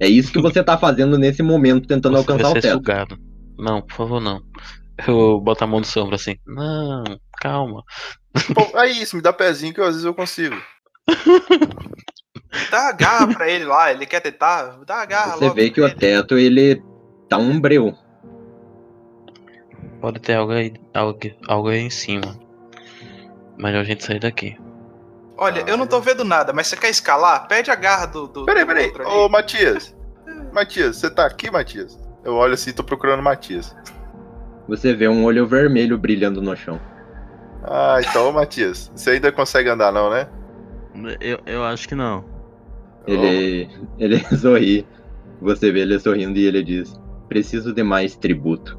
[SPEAKER 3] É isso que você tá fazendo nesse momento, tentando
[SPEAKER 1] Você vai
[SPEAKER 3] alcançar o
[SPEAKER 1] ser
[SPEAKER 3] teto.
[SPEAKER 1] sugado. Não, por favor, não. Eu boto a mão no seu ombro assim. Não, calma.
[SPEAKER 2] Bom, é isso, me dá pezinho que eu- às vezes eu consigo.
[SPEAKER 4] Dá a garra pra ele lá, ele quer tentar. Dá a garra
[SPEAKER 3] Você
[SPEAKER 4] Ah, logo
[SPEAKER 3] vê que
[SPEAKER 4] pra
[SPEAKER 3] o
[SPEAKER 4] ele.
[SPEAKER 3] teto, ele tá um breu.
[SPEAKER 1] Pode ter algo aí, algo, algo aí em cima. Melhor a gente sair daqui.
[SPEAKER 4] Olha, eu não tô vendo nada, mas você quer escalar? Pede a garra do. do
[SPEAKER 2] Peraí,
[SPEAKER 4] do
[SPEAKER 2] peraí.
[SPEAKER 4] outro ali.
[SPEAKER 2] Ô, Matias. Matias, você tá aqui, Matias? Eu olho assim, tô procurando o Matias.
[SPEAKER 3] Você vê um olho vermelho brilhando no chão.
[SPEAKER 2] Ah, então, ô, Matias, você ainda consegue andar, não, né?
[SPEAKER 5] Eu, eu acho que não.
[SPEAKER 3] Ele, ele [laughs] sorri. Você vê ele sorrindo e ele diz: Preciso de mais tributo.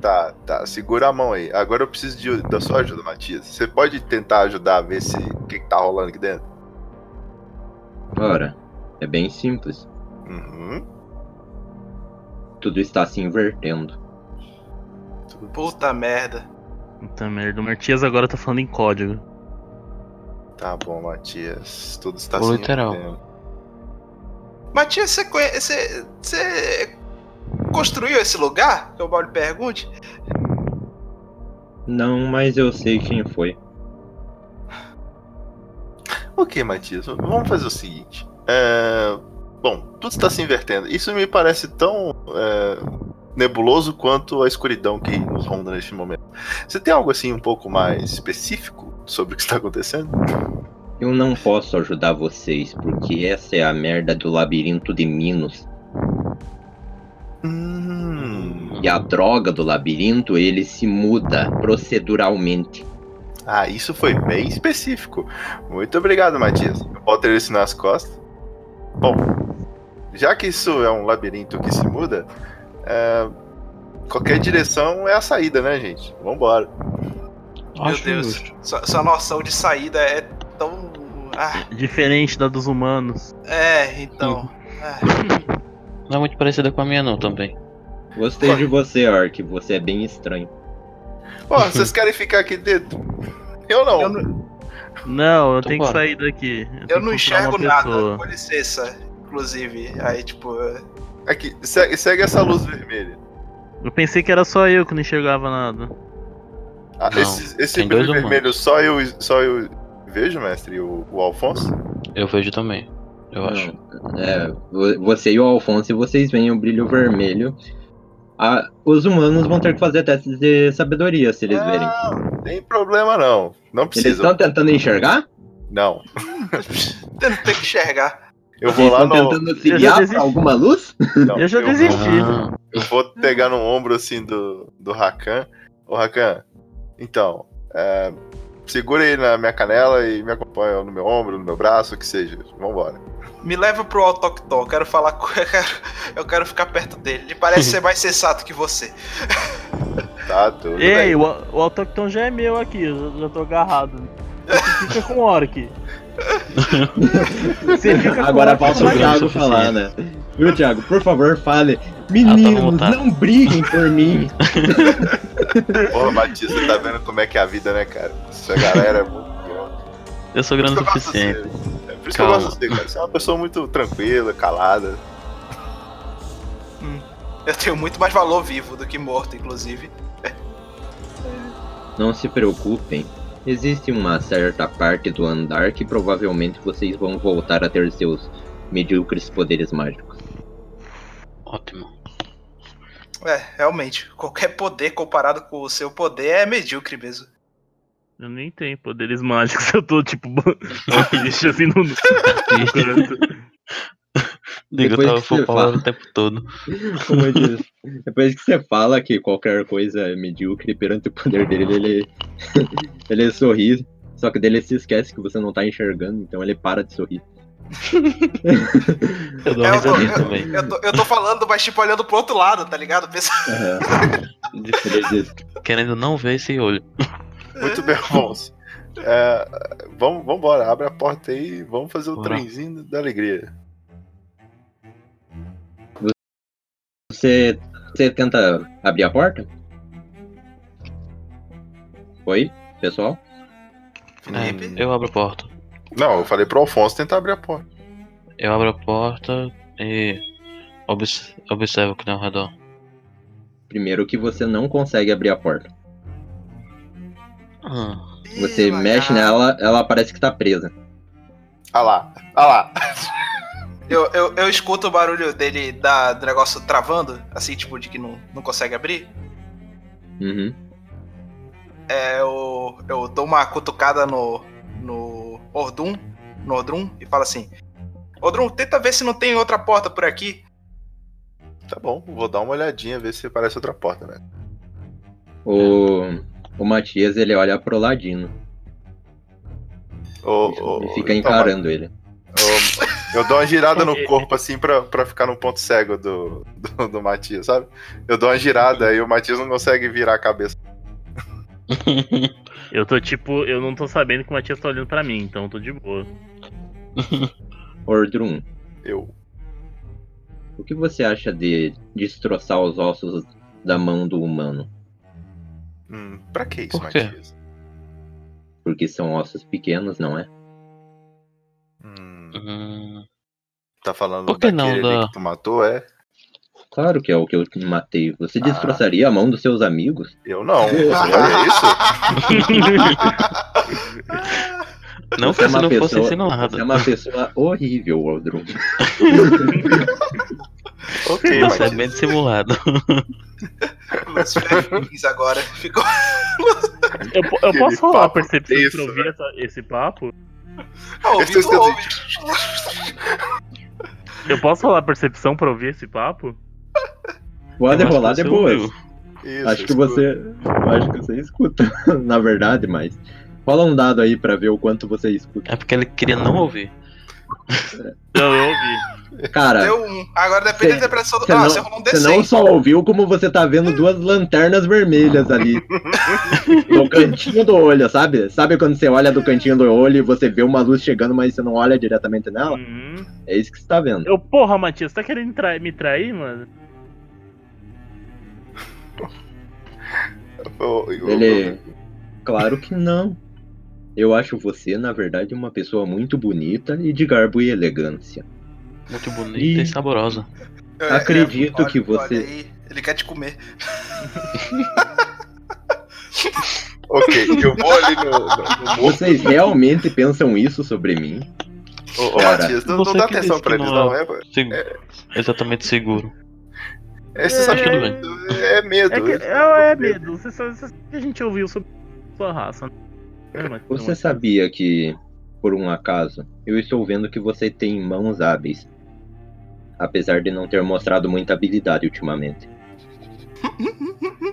[SPEAKER 2] Tá, tá, segura a mão aí. Agora eu preciso de- da sua ajuda, Matias. Você pode tentar ajudar a ver se o que, que tá rolando aqui dentro?
[SPEAKER 3] Ora, é bem simples.
[SPEAKER 2] Uhum.
[SPEAKER 3] Tudo está se invertendo.
[SPEAKER 4] Puta merda.
[SPEAKER 5] Puta merda, o Martias agora tá falando em código.
[SPEAKER 2] Tá bom, Matias. Tudo está
[SPEAKER 1] Vou
[SPEAKER 2] se
[SPEAKER 1] literal.
[SPEAKER 2] entendendo.
[SPEAKER 4] Matias, você conhece. Você, você construiu esse lugar? Que o Mauro pergunte.
[SPEAKER 3] Não, mas eu sei quem foi.
[SPEAKER 2] Ok, Matias, v- vamos fazer o seguinte. É, Bom, tudo está se invertendo. Isso me parece tão é, nebuloso quanto a escuridão que nos ronda neste momento. Você tem algo assim um pouco mais específico sobre o que está acontecendo?
[SPEAKER 3] Eu não posso ajudar vocês, porque essa é a merda do labirinto de Minos.
[SPEAKER 2] Hum.
[SPEAKER 3] E a droga do labirinto, ele se muda proceduralmente.
[SPEAKER 2] Ah, isso foi bem específico. Muito obrigado, Matias. Eu boto isso nas costas. Bom, já que isso é um labirinto que se muda, é, qualquer direção é a saída, né, gente? Vambora.
[SPEAKER 1] Acho
[SPEAKER 4] Meu Deus.
[SPEAKER 1] justo.
[SPEAKER 4] Sua, sua noção de saída é tão. Ah,
[SPEAKER 5] Diferente da dos humanos.
[SPEAKER 4] é, então. Ah,
[SPEAKER 1] Não é muito parecida com a minha, não, também.
[SPEAKER 3] Gostei de você, Orc. Você é bem estranho.
[SPEAKER 2] Ó, vocês querem ficar aqui dentro? Eu não.
[SPEAKER 4] eu, não,
[SPEAKER 5] Não, eu
[SPEAKER 1] Então
[SPEAKER 5] tenho que
[SPEAKER 1] bora.
[SPEAKER 5] sair daqui. Eu,
[SPEAKER 4] eu
[SPEAKER 5] tenho
[SPEAKER 4] não
[SPEAKER 5] que encontrar
[SPEAKER 4] enxergo
[SPEAKER 5] uma
[SPEAKER 4] nada,
[SPEAKER 5] pessoa.
[SPEAKER 4] com licença. Inclusive, aí tipo.
[SPEAKER 2] Aqui, segue, segue essa luz vermelha.
[SPEAKER 5] Eu pensei que era só eu que não enxergava nada.
[SPEAKER 2] Ah,
[SPEAKER 1] Não,
[SPEAKER 2] esse esse
[SPEAKER 1] tem
[SPEAKER 2] brilho
[SPEAKER 1] dois humanos.
[SPEAKER 2] vermelho só eu, só eu vejo, mestre, o, o Alfonso?
[SPEAKER 1] Eu vejo também. Eu
[SPEAKER 3] [laughs]
[SPEAKER 1] acho.
[SPEAKER 3] Não, é, vo- você e o Alfonso, vocês veem o brilho vermelho. Ah, os humanos vão ter que fazer testes de sabedoria se
[SPEAKER 5] Ah,
[SPEAKER 3] eles verem.
[SPEAKER 2] Não, tem problema não. Não
[SPEAKER 3] Eles
[SPEAKER 2] precisa.
[SPEAKER 3] estão tentando enxergar?
[SPEAKER 2] Não.
[SPEAKER 4] Tendo que enxergar.
[SPEAKER 2] Eu vou
[SPEAKER 3] Vocês
[SPEAKER 2] lá
[SPEAKER 3] estão
[SPEAKER 2] no.
[SPEAKER 3] tentando
[SPEAKER 5] Eu
[SPEAKER 3] se
[SPEAKER 5] já
[SPEAKER 3] guiar
[SPEAKER 5] desisti.
[SPEAKER 3] pra alguma luz?
[SPEAKER 2] Não,
[SPEAKER 5] Eu já
[SPEAKER 2] vou-
[SPEAKER 5] desisti.
[SPEAKER 1] Ah,
[SPEAKER 2] Eu vou pegar no ombro assim do, do Rakan. Ô Rakan, então, é, segura aí na minha canela e me acompanha no meu ombro, no meu braço, o que seja. Vambora.
[SPEAKER 4] Me leva pro Autocton, quero falar com. [laughs] Eu quero, eu quero ficar perto dele. Ele
[SPEAKER 3] [laughs]
[SPEAKER 4] parece ser mais sensato que você.
[SPEAKER 2] Tá, tudo
[SPEAKER 5] Ei,
[SPEAKER 2] bem.
[SPEAKER 5] o, o autóctone já é meu aqui, eu já, já tô agarrado. Você fica com o
[SPEAKER 2] [laughs]
[SPEAKER 5] orc. Você fica
[SPEAKER 3] [laughs]
[SPEAKER 5] com
[SPEAKER 3] Agora
[SPEAKER 5] o orc.
[SPEAKER 3] falta
[SPEAKER 5] você
[SPEAKER 3] o
[SPEAKER 5] vai-
[SPEAKER 3] Thiago falar, né? Viu, Thiago? Por favor, fale. Meninos,
[SPEAKER 1] montado.
[SPEAKER 3] não briguem
[SPEAKER 1] [laughs]
[SPEAKER 3] por mim.
[SPEAKER 2] Porra, Batista, tá vendo como é que é a vida, né, cara? Essa galera é muito.
[SPEAKER 1] eu sou grande o
[SPEAKER 2] Por isso que eu
[SPEAKER 1] suficiente.
[SPEAKER 2] gosto de você. É por isso
[SPEAKER 1] Calma.
[SPEAKER 2] que eu gosto de você, cara. Você é uma pessoa muito tranquila, calada.
[SPEAKER 4] Eu tenho muito mais valor vivo do que morto, inclusive.
[SPEAKER 3] Não se preocupem. Existe uma certa parte do andar que provavelmente vocês vão voltar a ter seus medíocres poderes mágicos.
[SPEAKER 1] Ótimo.
[SPEAKER 4] É, realmente. Qualquer poder comparado com o seu poder é medíocre mesmo.
[SPEAKER 5] Eu nem tenho poderes mágicos, [laughs] eu tô tipo. bicho assim
[SPEAKER 2] [laughs]
[SPEAKER 5] no, no canto.
[SPEAKER 1] Digo, eu
[SPEAKER 3] Depois
[SPEAKER 1] tava
[SPEAKER 3] que você
[SPEAKER 1] full power
[SPEAKER 3] fala.
[SPEAKER 1] o tempo todo.
[SPEAKER 3] Como eu disse, depois que você fala que qualquer coisa é medíocre perante o poder dele, ele, [laughs] ele sorri. Só que dele se esquece que você não tá enxergando, então ele para de sorrir.
[SPEAKER 1] Eu dou
[SPEAKER 4] É,
[SPEAKER 1] uma
[SPEAKER 4] eu tô-
[SPEAKER 1] risadinha também.
[SPEAKER 4] Eu tô,
[SPEAKER 3] [laughs]
[SPEAKER 4] eu tô falando, mas tipo olhando pro outro lado, tá ligado? Pensando-
[SPEAKER 3] Ele diz,
[SPEAKER 1] Querendo não ver esse olho. [laughs]
[SPEAKER 2] Muito bem, Alfonso. É, vamos, vambora, abre a porta aí e vamos fazer o
[SPEAKER 1] Bora.
[SPEAKER 2] trenzinho da alegria.
[SPEAKER 3] Você, você tenta abrir a porta? Oi, pessoal?
[SPEAKER 1] É,
[SPEAKER 3] Ah,
[SPEAKER 4] [laughs] Felipe?
[SPEAKER 1] eu abro a porta.
[SPEAKER 2] Não, eu falei pro Alfonso tentar abrir a porta.
[SPEAKER 1] Eu abro a porta e obs- observo o que tem ao redor.
[SPEAKER 3] Primeiro que você não consegue abrir a porta.
[SPEAKER 1] Ah,
[SPEAKER 3] Você
[SPEAKER 4] Ih,
[SPEAKER 3] mexe
[SPEAKER 4] lagarto.
[SPEAKER 3] nela, ela parece que tá presa.
[SPEAKER 2] Ah lá, ah lá.
[SPEAKER 4] Eu, eu, eu escuto o barulho dele da, do negócio travando, assim, tipo, de que não, não consegue abrir.
[SPEAKER 3] Uhum.
[SPEAKER 4] É, eu, eu dou uma cutucada no. no. Ordum, no Ordrum, e falo assim. Ordrum, tenta ver se não tem outra porta por aqui. [laughs]
[SPEAKER 2] Tá bom, vou dar uma olhadinha, ver se aparece outra porta, né?
[SPEAKER 3] O,
[SPEAKER 2] É.
[SPEAKER 3] o Matias, ele olha pro Ladino
[SPEAKER 2] Ô,
[SPEAKER 3] e
[SPEAKER 2] ô,
[SPEAKER 3] fica
[SPEAKER 2] então,
[SPEAKER 3] encarando ele.
[SPEAKER 2] ô, eu dou uma girada no corpo assim pra, pra ficar no ponto cego do, do, do Matias, sabe? Eu dou uma girada e o Matias não consegue virar a cabeça.
[SPEAKER 5] Eu tô tipo, eu não tô sabendo que o Matias tá olhando pra mim, então eu tô de
[SPEAKER 2] [laughs]
[SPEAKER 5] boa.
[SPEAKER 3] Ordrum,
[SPEAKER 2] Eu.
[SPEAKER 3] o que você acha de destroçar os ossos da mão do humano?
[SPEAKER 2] Hum, pra que isso,
[SPEAKER 1] Por quê?
[SPEAKER 2] Matias?
[SPEAKER 3] Porque são ossos pequenos, não é?
[SPEAKER 2] Hum,
[SPEAKER 1] hum,
[SPEAKER 2] tá falando
[SPEAKER 1] Por que não,
[SPEAKER 2] daquele ali
[SPEAKER 1] da-
[SPEAKER 2] que tu matou, é?
[SPEAKER 3] Claro que é o que eu te matei.
[SPEAKER 1] Ah.
[SPEAKER 3] Você destroçaria a mão dos seus amigos? [laughs]
[SPEAKER 2] Eu não.
[SPEAKER 3] Porra.
[SPEAKER 2] Olha isso.
[SPEAKER 1] não
[SPEAKER 3] Você é
[SPEAKER 1] que se não fosse insinuado.
[SPEAKER 3] você é uma pessoa horrível, Ordrum.
[SPEAKER 2] Ok,
[SPEAKER 3] tá
[SPEAKER 1] Você é
[SPEAKER 2] Matias.
[SPEAKER 1] bem
[SPEAKER 3] [laughs]
[SPEAKER 1] dissimulado.
[SPEAKER 4] Lucifer Feliz agora. [laughs] Ficou.
[SPEAKER 5] Eu, po- eu
[SPEAKER 2] Aquele
[SPEAKER 5] posso rolar a
[SPEAKER 2] papo
[SPEAKER 5] percepção
[SPEAKER 2] tenso,
[SPEAKER 5] pra
[SPEAKER 2] né?
[SPEAKER 5] ouvir essa- esse papo?
[SPEAKER 4] Ah, o
[SPEAKER 2] Eu tô
[SPEAKER 4] Vitor ouve.
[SPEAKER 5] Eu posso rolar a percepção pra ouvir esse papo?
[SPEAKER 3] Pode
[SPEAKER 1] Eu acho que
[SPEAKER 3] rolar
[SPEAKER 1] você
[SPEAKER 3] depois.
[SPEAKER 1] ouviu.
[SPEAKER 2] Isso,
[SPEAKER 3] é acho que
[SPEAKER 2] escuta.
[SPEAKER 3] você. eu Acho que você escuta, [laughs] na verdade, mas. Rola um dado aí pra ver o quanto você escuta.
[SPEAKER 1] É porque ele queria não
[SPEAKER 3] Ah.
[SPEAKER 1] ouvir.
[SPEAKER 5] Não, eu ouvi.
[SPEAKER 3] Cara,
[SPEAKER 4] Deu um. Agora depende
[SPEAKER 3] Tá. Cê-
[SPEAKER 4] da interpretação do.
[SPEAKER 3] cê
[SPEAKER 4] Ah,
[SPEAKER 3] não-
[SPEAKER 4] você rolou um
[SPEAKER 3] você não
[SPEAKER 4] D6.
[SPEAKER 3] só ouviu, como você tá vendo duas lanternas vermelhas ali. no cantinho do olho, sabe? Sabe quando você olha do cantinho do olho e você vê uma luz chegando, mas você não olha diretamente nela?
[SPEAKER 5] Uhum.
[SPEAKER 3] É isso que você tá vendo.
[SPEAKER 5] Eu, porra, Matias, tá querendo tra- me trair, mano?
[SPEAKER 2] Ô, Igor,
[SPEAKER 3] Ele. Claro que não. Eu acho você, na verdade, uma pessoa muito bonita e de garbo e elegância.
[SPEAKER 1] Muito bonita
[SPEAKER 3] Ih.
[SPEAKER 1] e saborosa.
[SPEAKER 4] É, é,
[SPEAKER 3] acredito que você-
[SPEAKER 4] Olha aí, ele quer te comer.
[SPEAKER 2] Ok, eu vou ali no. no, no muro.
[SPEAKER 3] Vocês realmente pensam isso sobre mim?
[SPEAKER 2] Ô, ô,
[SPEAKER 3] Cara,
[SPEAKER 2] Matias, não, não
[SPEAKER 1] você
[SPEAKER 2] dá
[SPEAKER 1] que
[SPEAKER 2] atenção
[SPEAKER 1] disse
[SPEAKER 2] pra
[SPEAKER 1] que
[SPEAKER 2] eles,
[SPEAKER 1] não
[SPEAKER 2] não, é?
[SPEAKER 1] Segu- Exatamente seguro.
[SPEAKER 2] É, você sabe
[SPEAKER 1] É,
[SPEAKER 2] que
[SPEAKER 1] tudo
[SPEAKER 2] é medo.
[SPEAKER 5] É, que,
[SPEAKER 2] eles-
[SPEAKER 5] é, é medo. né?
[SPEAKER 2] é
[SPEAKER 5] Você sabe, você sabe que a gente ouviu sobre sua raça, né? Matias?
[SPEAKER 3] Você sabia que por um acaso, eu estou vendo que você tem mãos hábeis. Apesar de não ter mostrado muita habilidade
[SPEAKER 2] [laughs]
[SPEAKER 3] ultimamente.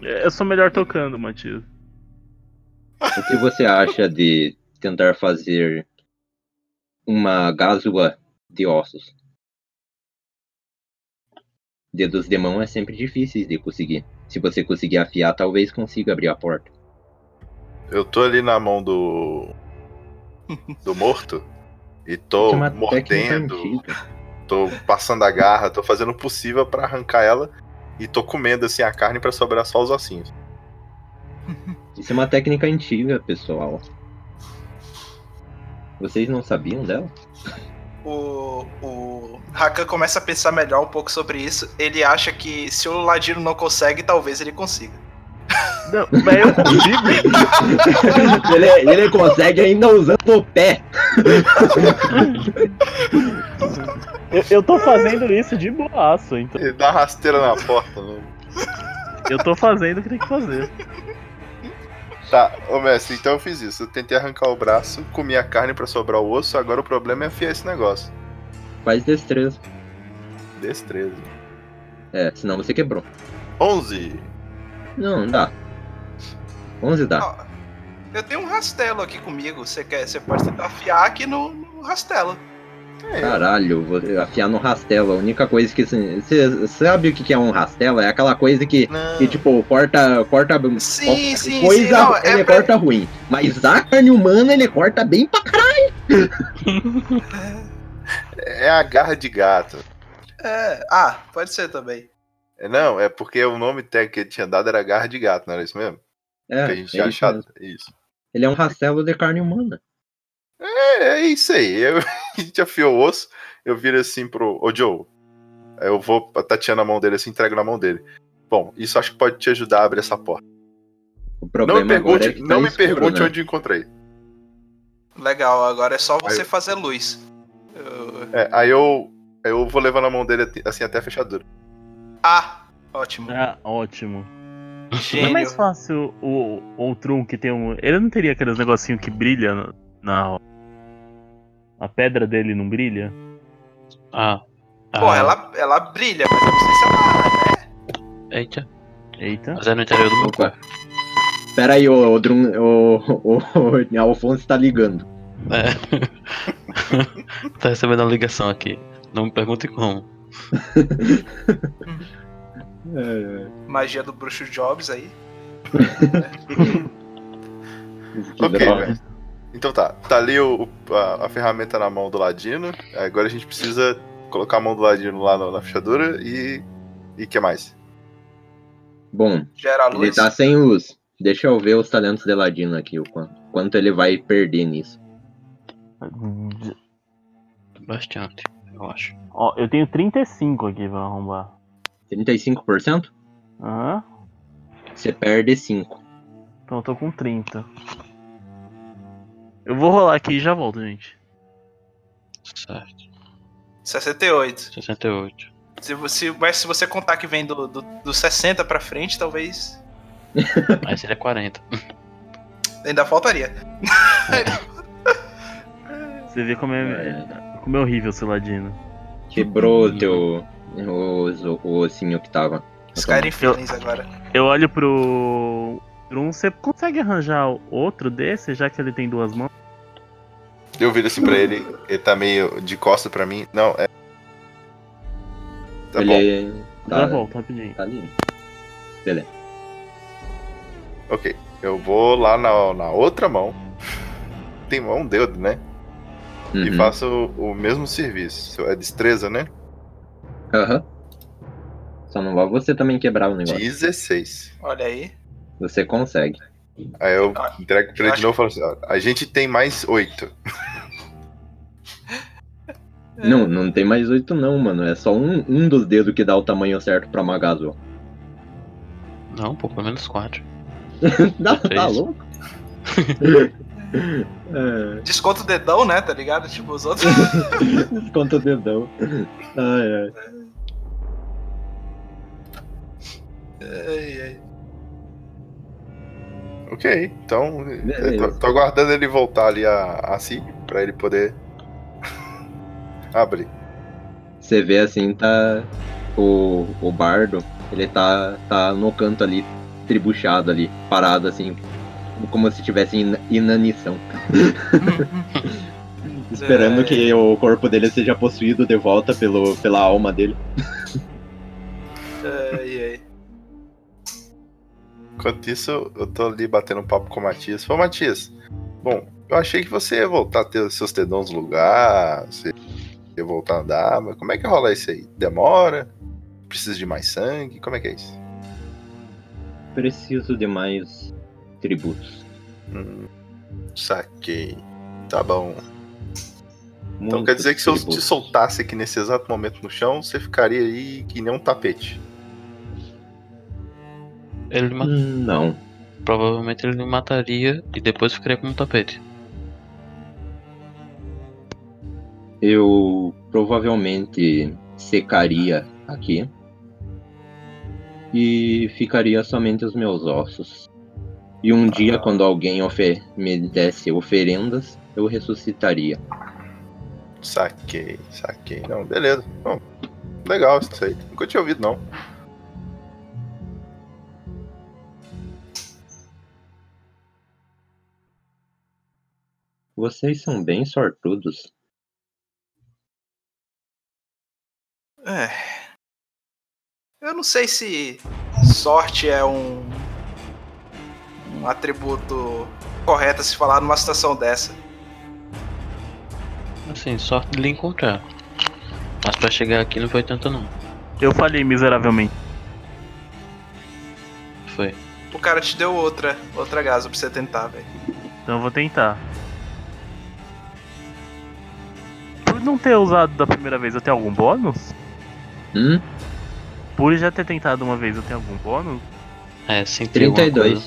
[SPEAKER 5] Eu sou melhor tocando, Matias.
[SPEAKER 3] O que você acha de tentar fazer uma gásula de ossos? Dedos de mão é sempre difícil de conseguir. Se você conseguir afiar, talvez consiga abrir a porta.
[SPEAKER 2] Eu tô ali na mão do. do morto. E tô
[SPEAKER 3] Isso é uma técnica
[SPEAKER 2] mordendo,
[SPEAKER 3] antiga.
[SPEAKER 2] tô passando a garra, tô fazendo o possível pra arrancar ela. E tô comendo assim a carne pra sobrar só os ossinhos.
[SPEAKER 3] Isso é uma técnica antiga, pessoal. Vocês não sabiam dela?
[SPEAKER 4] O, o Hakan começa a pensar melhor um pouco sobre isso. Ele acha que se o Ladino não consegue, talvez ele consiga.
[SPEAKER 5] Não, mas eu [laughs]
[SPEAKER 3] [laughs]
[SPEAKER 5] consigo.
[SPEAKER 3] ele, é, ele consegue ainda usando o pé.
[SPEAKER 5] Eu, eu tô fazendo isso de boaço, então.
[SPEAKER 2] E dá rasteira na porta, né?
[SPEAKER 5] Eu tô fazendo o que tem que fazer.
[SPEAKER 2] Tá, ô mestre, então eu fiz isso. Eu tentei arrancar o braço, comi a carne pra sobrar o osso, agora o problema é afiar esse negócio.
[SPEAKER 3] Faz destreza.
[SPEAKER 2] Destreza.
[SPEAKER 3] É, senão você quebrou.
[SPEAKER 2] 11!
[SPEAKER 3] Não, não dá. 11 dá.
[SPEAKER 4] Ó, eu tenho um rastelo aqui comigo. Você quer? Você pode tentar afiar aqui no, no rastelo.
[SPEAKER 2] É,
[SPEAKER 3] Caralho, vou afiar no rastelo. A única coisa que. assim, Você sabe o que que é um rastelo? É aquela coisa que.
[SPEAKER 2] Não.
[SPEAKER 3] Que tipo, corta. corta
[SPEAKER 4] Sim, sim,
[SPEAKER 3] coisa,
[SPEAKER 4] sim. Não,
[SPEAKER 3] ele
[SPEAKER 4] é pra-
[SPEAKER 3] corta ruim. Mas a carne humana ele corta bem pra caralho.
[SPEAKER 2] É a garra de gato.
[SPEAKER 4] é, ah, pode ser também.
[SPEAKER 2] É, Não, é porque o nome técnico que ele tinha dado era garra de gato, não era isso mesmo?
[SPEAKER 3] É,
[SPEAKER 2] que a gente
[SPEAKER 3] é
[SPEAKER 2] tinha
[SPEAKER 3] isso
[SPEAKER 2] achado.
[SPEAKER 3] mesmo.
[SPEAKER 2] Isso.
[SPEAKER 3] Ele é um rastelo de carne humana.
[SPEAKER 2] É, é isso aí. Eu, [laughs] a gente afiou o osso, eu viro assim pro. Ô Joe. Aí Eu vou tateando a mão dele assim, entrego na mão dele. Bom, isso acho que pode te ajudar a abrir essa porta.
[SPEAKER 3] O
[SPEAKER 2] Não
[SPEAKER 3] problema
[SPEAKER 2] me pergunte,
[SPEAKER 3] agora é que tá
[SPEAKER 2] não me
[SPEAKER 3] escuro,
[SPEAKER 2] pergunte
[SPEAKER 3] né?
[SPEAKER 2] onde encontrei.
[SPEAKER 4] Legal, agora é só você
[SPEAKER 2] Aí-
[SPEAKER 4] fazer luz. Eu-
[SPEAKER 2] É, aí eu, aí eu vou levando a mão dele ati- assim até a fechadura.
[SPEAKER 4] Ah, ótimo.
[SPEAKER 5] Ah, ótimo. Não é
[SPEAKER 4] Gênio.
[SPEAKER 5] mais fácil o, o Trum que tem um. Ele não teria aqueles negocinho que brilha na. na- A pedra dele não brilha?
[SPEAKER 1] Ah. ah,
[SPEAKER 4] Pô, ela, ela brilha, mas eu não sei se ela.
[SPEAKER 1] Eita.
[SPEAKER 5] Eita.
[SPEAKER 1] Mas é no interior do meu
[SPEAKER 3] Opa.
[SPEAKER 1] quarto.
[SPEAKER 3] Pera aí, o, o, Drum- o, o, o [laughs] Alfonso tá ligando.
[SPEAKER 1] É. [laughs] tá recebendo uma ligação aqui. Não me pergunte como.
[SPEAKER 4] Magia do bruxo Jobs aí.
[SPEAKER 3] Que
[SPEAKER 2] Ok,
[SPEAKER 3] droga.
[SPEAKER 2] velho. Então tá, tá ali o, o- a, a ferramenta na mão do ladino. Agora a gente precisa colocar a mão do ladino lá no- na fechadura e. E que mais?
[SPEAKER 3] Bom,
[SPEAKER 4] Gera
[SPEAKER 3] ele
[SPEAKER 4] luz.
[SPEAKER 3] tá sem luz. Deixa eu ver os talentos de Ladino aqui, o quanto, quanto ele vai perder nisso.
[SPEAKER 1] Bastante, eu acho.
[SPEAKER 5] Ó, eu tenho 35 aqui pra arrombar.
[SPEAKER 3] 35%?
[SPEAKER 5] Aham.
[SPEAKER 3] Você perde 5.
[SPEAKER 5] Então eu tô com 30. Eu vou rolar aqui e já volto, gente.
[SPEAKER 1] Certo.
[SPEAKER 4] 68.
[SPEAKER 1] 68.
[SPEAKER 4] Se você, mas se você contar que vem do, do, do 60 pra frente, talvez.
[SPEAKER 1] Aí seria 40.
[SPEAKER 4] Ainda faltaria.
[SPEAKER 5] Você vê como é, como é horrível o Celadino.
[SPEAKER 3] Quebrou o teu. O, o, o ossinho que tava.
[SPEAKER 4] Skyrim Feelings agora.
[SPEAKER 5] Eu olho pro. Drum, você consegue arranjar outro desse, já que ele tem duas mãos?
[SPEAKER 2] Eu viro assim pra ele, ele tá meio de costa pra mim. Não, é. Tá bom,
[SPEAKER 3] ele
[SPEAKER 5] Já
[SPEAKER 3] tá,
[SPEAKER 5] volto, rapidinho.
[SPEAKER 3] tá ali.
[SPEAKER 2] ok. Eu vou lá na, na outra mão. Tem mão, um dedo, né? E
[SPEAKER 3] Uhum.
[SPEAKER 2] faço o, o mesmo serviço. É destreza, né?
[SPEAKER 3] Aham. Só não vai você também quebrar o negócio.
[SPEAKER 2] 16.
[SPEAKER 4] Olha aí.
[SPEAKER 3] Você consegue.
[SPEAKER 2] Aí eu
[SPEAKER 4] Ah,
[SPEAKER 2] entrego pra ele
[SPEAKER 4] acho-
[SPEAKER 2] de novo e falo assim: ó, a gente tem mais 8.
[SPEAKER 4] É.
[SPEAKER 3] Não, não tem mais oito não, mano. É só um, um dos dedos que dá o tamanho certo pra Magazo.
[SPEAKER 1] Não, pô, pelo menos 4.
[SPEAKER 3] [laughs] Tá, tá
[SPEAKER 1] Fez.
[SPEAKER 3] louco? é,
[SPEAKER 4] Desconta o dedão, né? Tá ligado? Tipo
[SPEAKER 3] [laughs]
[SPEAKER 4] os outros.
[SPEAKER 3] desconta o dedão. Ai, ai.
[SPEAKER 4] Ai, ai.
[SPEAKER 2] Ok, então.
[SPEAKER 3] Beleza.
[SPEAKER 2] eu Tô, tô aguardando ele voltar ali a, a si, pra ele poder. [laughs] abrir.
[SPEAKER 3] Você vê assim, tá. O, o bardo, ele tá, tá no canto ali, tribuchado ali, parado assim, como se tivesse in-
[SPEAKER 2] [laughs]
[SPEAKER 3] inanição. Esperando
[SPEAKER 4] É.
[SPEAKER 3] que o corpo dele seja possuído de volta pelo, pela alma dele.
[SPEAKER 4] Ai, ai.
[SPEAKER 2] Enquanto isso, eu tô ali batendo um papo com o Matias. Ô, Matias, bom, eu achei que você ia voltar a ter os seus tendões no lugar, você ia voltar a andar, mas como é que rola isso aí? Demora? Precisa de mais sangue? Como é que é isso?
[SPEAKER 3] Preciso de mais tributos.
[SPEAKER 2] Hum, saquei. Tá bom. Então
[SPEAKER 3] Muitos
[SPEAKER 2] quer dizer que se eu te
[SPEAKER 3] tributos.
[SPEAKER 2] soltasse aqui nesse exato momento no chão, você ficaria aí que nem um tapete.
[SPEAKER 1] Ele ma-
[SPEAKER 3] Hum, Não.
[SPEAKER 1] provavelmente ele me mataria e depois ficaria como um tapete.
[SPEAKER 3] Eu provavelmente secaria aqui. E ficaria somente os meus ossos. E um dia, quando alguém ofe- me desse oferendas, eu ressuscitaria.
[SPEAKER 2] Saquei, saquei. Não, beleza. Bom, legal isso aí. Nunca tinha ouvido, não.
[SPEAKER 3] Vocês são bem sortudos.
[SPEAKER 4] É. Eu não sei se sorte é um, um atributo correto a se falar numa situação dessa.
[SPEAKER 1] Assim, sorte de lhe encontrar. Mas pra chegar aqui não foi tanto não.
[SPEAKER 5] Eu falhei miseravelmente.
[SPEAKER 1] Foi.
[SPEAKER 4] O cara te deu outra, outra gasa pra você tentar, velho.
[SPEAKER 5] Então eu vou tentar. Por não ter usado da primeira vez, eu tenho algum bônus?
[SPEAKER 3] Hum?
[SPEAKER 5] Por já ter tentado uma vez, eu tenho algum bônus?
[SPEAKER 1] É, sem ter alguma
[SPEAKER 3] 32.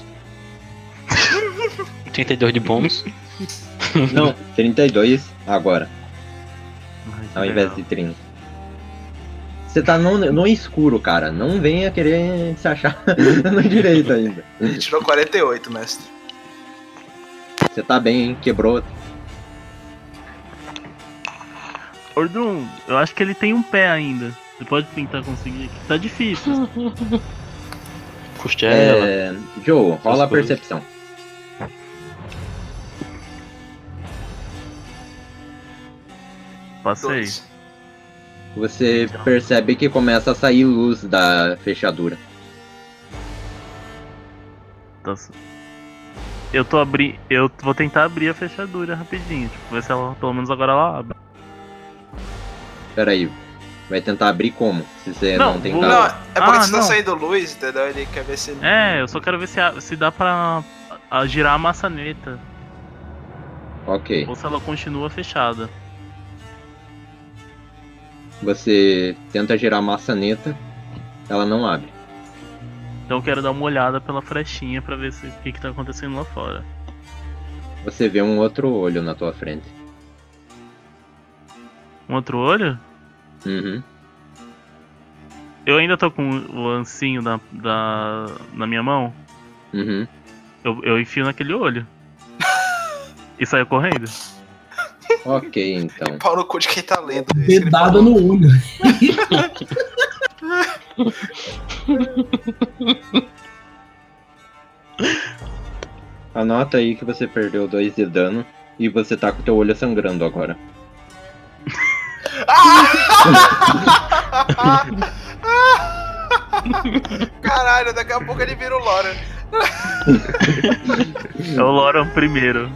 [SPEAKER 1] coisa. 32 de bônus.
[SPEAKER 3] [laughs] Não, 32 agora,
[SPEAKER 5] Ai, que
[SPEAKER 3] ao invés
[SPEAKER 5] legal.
[SPEAKER 3] de 30. Você tá no, no escuro, cara. Não venha querer se achar [laughs] no direito ainda.
[SPEAKER 4] Ele tirou 48, mestre.
[SPEAKER 3] Você tá bem, hein? Quebrou.
[SPEAKER 5] Ordum, eu acho que ele tem um pé ainda. Você pode tentar conseguir aqui. Tá difícil.
[SPEAKER 1] Costela.
[SPEAKER 3] É, Joe, rola a
[SPEAKER 1] coisas.
[SPEAKER 3] percepção.
[SPEAKER 5] Passei.
[SPEAKER 4] Dois.
[SPEAKER 3] Você percebe que começa a sair luz da fechadura.
[SPEAKER 5] Tá su- Eu tô abri... Eu vou tentar abrir a fechadura rapidinho. Tipo, ver se ela, pelo menos agora ela abre.
[SPEAKER 3] Peraí, vai tentar abrir como? Se você não,
[SPEAKER 5] Não,
[SPEAKER 3] tem
[SPEAKER 5] vou-
[SPEAKER 4] Não,
[SPEAKER 3] calor.
[SPEAKER 4] é porque
[SPEAKER 5] Ah,
[SPEAKER 4] você tá
[SPEAKER 5] não.
[SPEAKER 4] saindo luz, entendeu? Ele quer ver se.
[SPEAKER 5] É, eu só quero ver se, a- se dá pra a- a girar a maçaneta.
[SPEAKER 3] Ok.
[SPEAKER 5] Ou se ela continua fechada.
[SPEAKER 3] Você tenta girar a maçaneta, ela não abre.
[SPEAKER 5] Então eu quero dar uma olhada pela frechinha pra ver se- o que, que tá acontecendo lá fora.
[SPEAKER 3] Você vê um outro olho na tua frente.
[SPEAKER 5] Um outro olho?
[SPEAKER 3] Uhum.
[SPEAKER 5] Eu ainda tô com o ancinho na, da, na minha mão.
[SPEAKER 3] Uhum.
[SPEAKER 5] Eu, eu enfio naquele olho. e saio correndo.
[SPEAKER 3] Ok, então.
[SPEAKER 4] Pau no cu de quem tá lendo. isso que ele
[SPEAKER 6] Dedada
[SPEAKER 4] falou.
[SPEAKER 6] no olho.
[SPEAKER 3] Anota aí que você perdeu 2 de dano e você tá com teu olho sangrando agora.
[SPEAKER 4] Caralho, daqui a pouco ele vira o Lora.
[SPEAKER 5] É o Loran primeiro.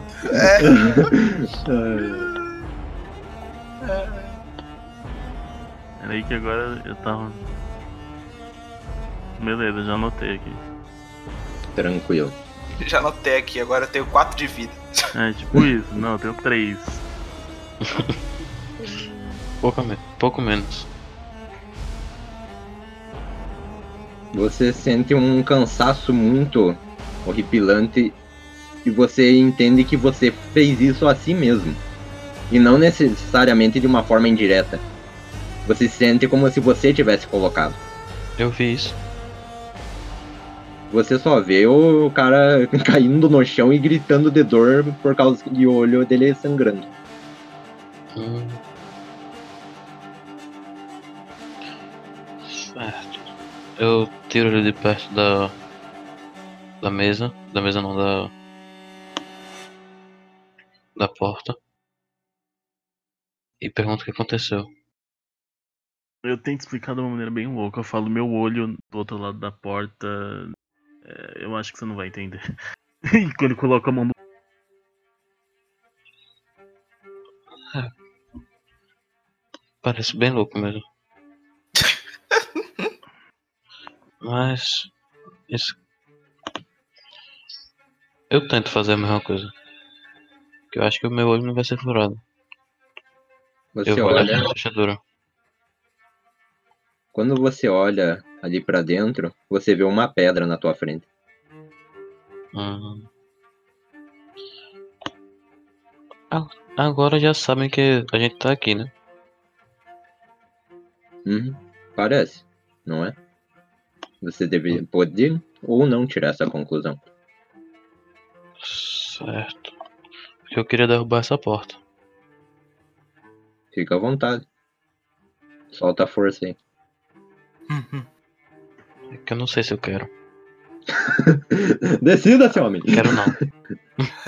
[SPEAKER 5] Peraí que agora eu tava. Beleza, já anotei aqui.
[SPEAKER 3] Tranquilo.
[SPEAKER 4] Já anotei aqui, agora eu tenho 4 de vida.
[SPEAKER 5] É [laughs] tipo isso, não, eu tenho três.
[SPEAKER 1] Pouco, me- pouco menos.
[SPEAKER 3] Você sente um cansaço muito horripilante e você entende que você fez isso a si mesmo. E não necessariamente de uma forma indireta. Você sente como se você tivesse colocado.
[SPEAKER 1] Eu vi isso.
[SPEAKER 3] Você só vê o cara [laughs] caindo no chão e gritando de dor por causa de o olho dele sangrando.
[SPEAKER 1] Hum. Certo. Eu tiro ele de perto da. Da mesa. Da mesa não, da. Da porta. E pergunto o que aconteceu.
[SPEAKER 5] Eu tento explicar de uma maneira bem louca. Eu falo, meu olho do outro lado da porta. é, eu acho que você não vai entender. [laughs] e quando coloca a mão no.
[SPEAKER 1] Parece bem louco mesmo.
[SPEAKER 3] [laughs]
[SPEAKER 1] Mas. Isso. Eu tento fazer a mesma coisa. Porque eu acho que o meu olho não vai ser furado. eu
[SPEAKER 3] Você
[SPEAKER 1] vou olhar
[SPEAKER 3] olha,
[SPEAKER 1] na fechadura.
[SPEAKER 3] quando você olha ali pra dentro, você vê uma pedra na tua frente.
[SPEAKER 1] Hum. A- Agora já sabem que a gente tá aqui, né?
[SPEAKER 3] Uhum, parece, não é? Você deve poder ou não tirar essa conclusão.
[SPEAKER 1] Certo. Porque eu queria derrubar essa porta.
[SPEAKER 3] Fica à vontade. Solta a força aí.
[SPEAKER 1] É que eu não sei se eu quero.
[SPEAKER 3] [laughs] Decida, seu homem!
[SPEAKER 1] Quero
[SPEAKER 3] [laughs]
[SPEAKER 1] não.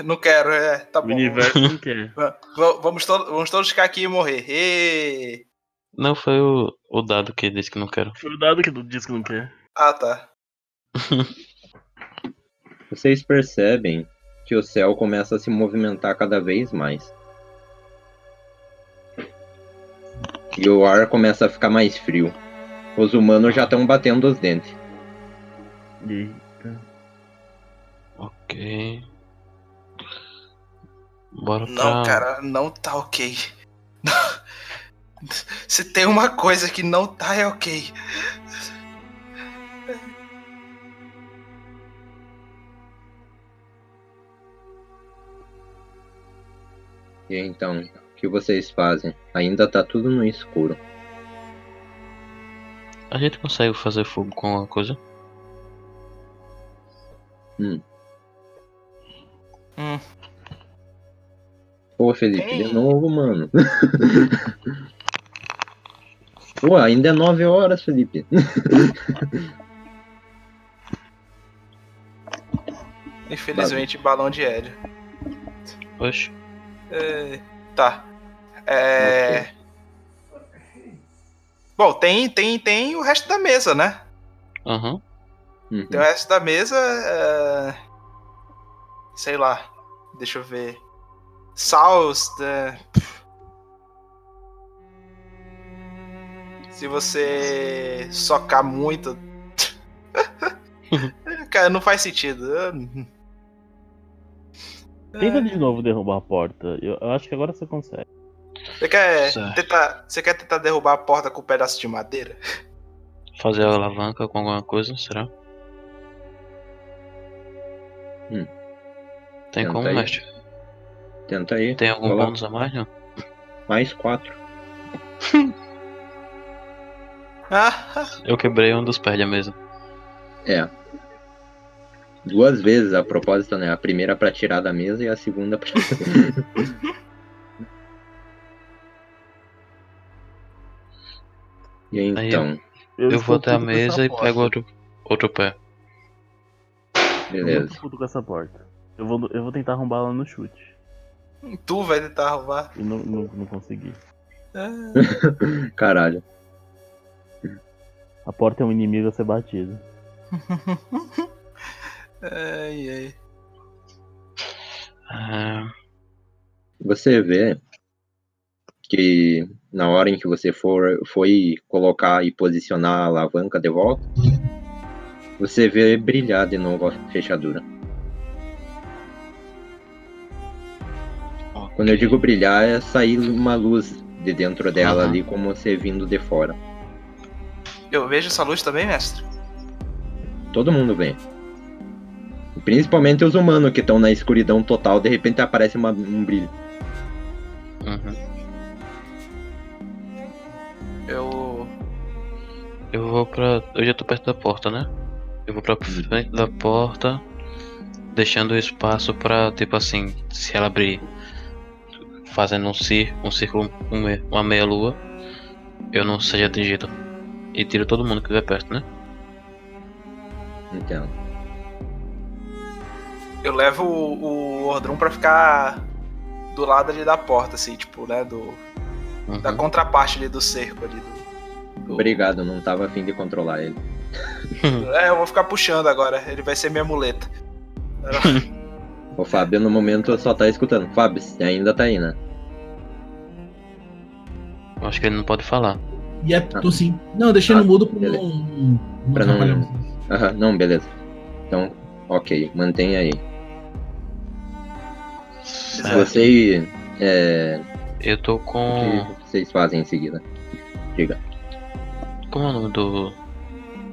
[SPEAKER 4] Não quero, é, tá
[SPEAKER 5] O
[SPEAKER 4] bom.
[SPEAKER 5] universo não quer.
[SPEAKER 4] Va- va- Vamos, to- vamos todos ficar aqui e morrer. Ê!
[SPEAKER 1] Não foi o, o dado que disse que não quero.
[SPEAKER 5] Foi o dado que diz que não quer.
[SPEAKER 4] Ah, tá.
[SPEAKER 3] Vocês percebem que o céu começa a se movimentar cada vez mais. E o ar começa a ficar mais frio. Os humanos já estão batendo os dentes.
[SPEAKER 5] E
[SPEAKER 1] Ok. Bora pra.
[SPEAKER 4] Não, cara, não tá ok. [laughs] Se tem uma coisa que não tá, é ok.
[SPEAKER 3] E então, o que vocês fazem? Ainda tá tudo no escuro.
[SPEAKER 1] A gente consegue fazer fogo com alguma coisa?
[SPEAKER 3] Pô, Felipe, de
[SPEAKER 4] Ei.
[SPEAKER 3] novo, mano. [laughs] Pô, ainda é nove horas, Felipe.
[SPEAKER 4] Infelizmente, balão de hélio.
[SPEAKER 1] Oxe.
[SPEAKER 4] É, tá. É. Bom, tem, tem, tem o resto da mesa, né?
[SPEAKER 1] Aham.
[SPEAKER 3] Uhum.
[SPEAKER 4] Tem o resto da mesa. é, Sei lá. Deixa eu ver. Saus. é, Se você socar muito. [laughs] Cara, não faz sentido.
[SPEAKER 5] Tenta de novo derrubar a porta. Eu, eu acho que agora você consegue.
[SPEAKER 4] Você quer,
[SPEAKER 1] Certo.
[SPEAKER 4] tentar, você quer tentar derrubar a porta com um pedaço de madeira?
[SPEAKER 1] Fazer a alavanca com alguma coisa, será?
[SPEAKER 3] Hum.
[SPEAKER 1] Tem
[SPEAKER 3] Tenta
[SPEAKER 1] como,
[SPEAKER 3] aí.
[SPEAKER 1] mestre?
[SPEAKER 3] Tenta aí.
[SPEAKER 1] Tem algum
[SPEAKER 3] Olá.
[SPEAKER 1] bônus a mais, não?
[SPEAKER 3] Mais quatro.
[SPEAKER 4] Ah, [laughs]
[SPEAKER 1] Eu quebrei um dos pés da mesa.
[SPEAKER 3] É. Duas vezes a propósito, né? A primeira pra tirar da mesa e a segunda pra. [laughs] e
[SPEAKER 1] Aí,
[SPEAKER 3] então,
[SPEAKER 1] Eu, vou
[SPEAKER 5] estou
[SPEAKER 1] até a
[SPEAKER 5] puto com essa
[SPEAKER 1] mesa e
[SPEAKER 5] porta.
[SPEAKER 1] pego outro, outro pé.
[SPEAKER 5] Eu
[SPEAKER 3] beleza.
[SPEAKER 5] tô puto com essa porta. Eu vou, eu vou tentar arrombar ela no chute.
[SPEAKER 4] tu vai tentar roubar.
[SPEAKER 5] E não, não, não consegui.
[SPEAKER 4] Ah,
[SPEAKER 3] Caralho.
[SPEAKER 5] A porta é um inimigo a ser batido.
[SPEAKER 4] ai, ai.
[SPEAKER 1] Ah,
[SPEAKER 3] Você vê que na hora em que você for, foi colocar e posicionar a alavanca de volta, você vê brilhar de novo a fechadura.
[SPEAKER 1] ok.
[SPEAKER 3] Quando eu digo brilhar, é sair uma luz de dentro dela
[SPEAKER 1] Aham.
[SPEAKER 3] ali, como você vindo de fora.
[SPEAKER 4] Eu vejo essa luz também, mestre.
[SPEAKER 3] Todo mundo vem. Principalmente os humanos que estão na escuridão total, de repente aparece uma- um brilho.
[SPEAKER 1] Uhum.
[SPEAKER 4] Eu.
[SPEAKER 1] Eu vou pra. Eu já tô perto da porta, né? Eu vou
[SPEAKER 4] Uhum.
[SPEAKER 1] pra frente da porta, deixando espaço pra, tipo assim, se ela abrir, fazendo um círculo, um círculo com me- uma meia lua, eu não seja atingido. E tiro todo mundo que estiver perto, né?
[SPEAKER 3] Entendo.
[SPEAKER 4] Eu levo o, o Ordrum pra ficar do lado ali da porta, assim, tipo, né? Do,
[SPEAKER 1] Uhum.
[SPEAKER 4] da contraparte ali do cerco ali. Do, do-
[SPEAKER 3] Obrigado, não tava afim de controlar ele.
[SPEAKER 4] É, eu vou ficar puxando agora. Ele vai ser minha muleta.
[SPEAKER 3] O Fábio, no momento, só tá escutando. Fábio, você ainda tá aí, né?
[SPEAKER 1] Eu acho que ele não pode falar.
[SPEAKER 6] E é, tô sim. Não, eu deixei no mudo pra
[SPEAKER 3] beleza.
[SPEAKER 6] não, não
[SPEAKER 3] Pra não-
[SPEAKER 6] atrapalhar vocês.
[SPEAKER 3] Aham, não, beleza. Então, ok, mantenha aí.
[SPEAKER 1] É.
[SPEAKER 3] Você. É,
[SPEAKER 1] Eu tô com.
[SPEAKER 3] O que vocês fazem em seguida?
[SPEAKER 1] Como é o nome do.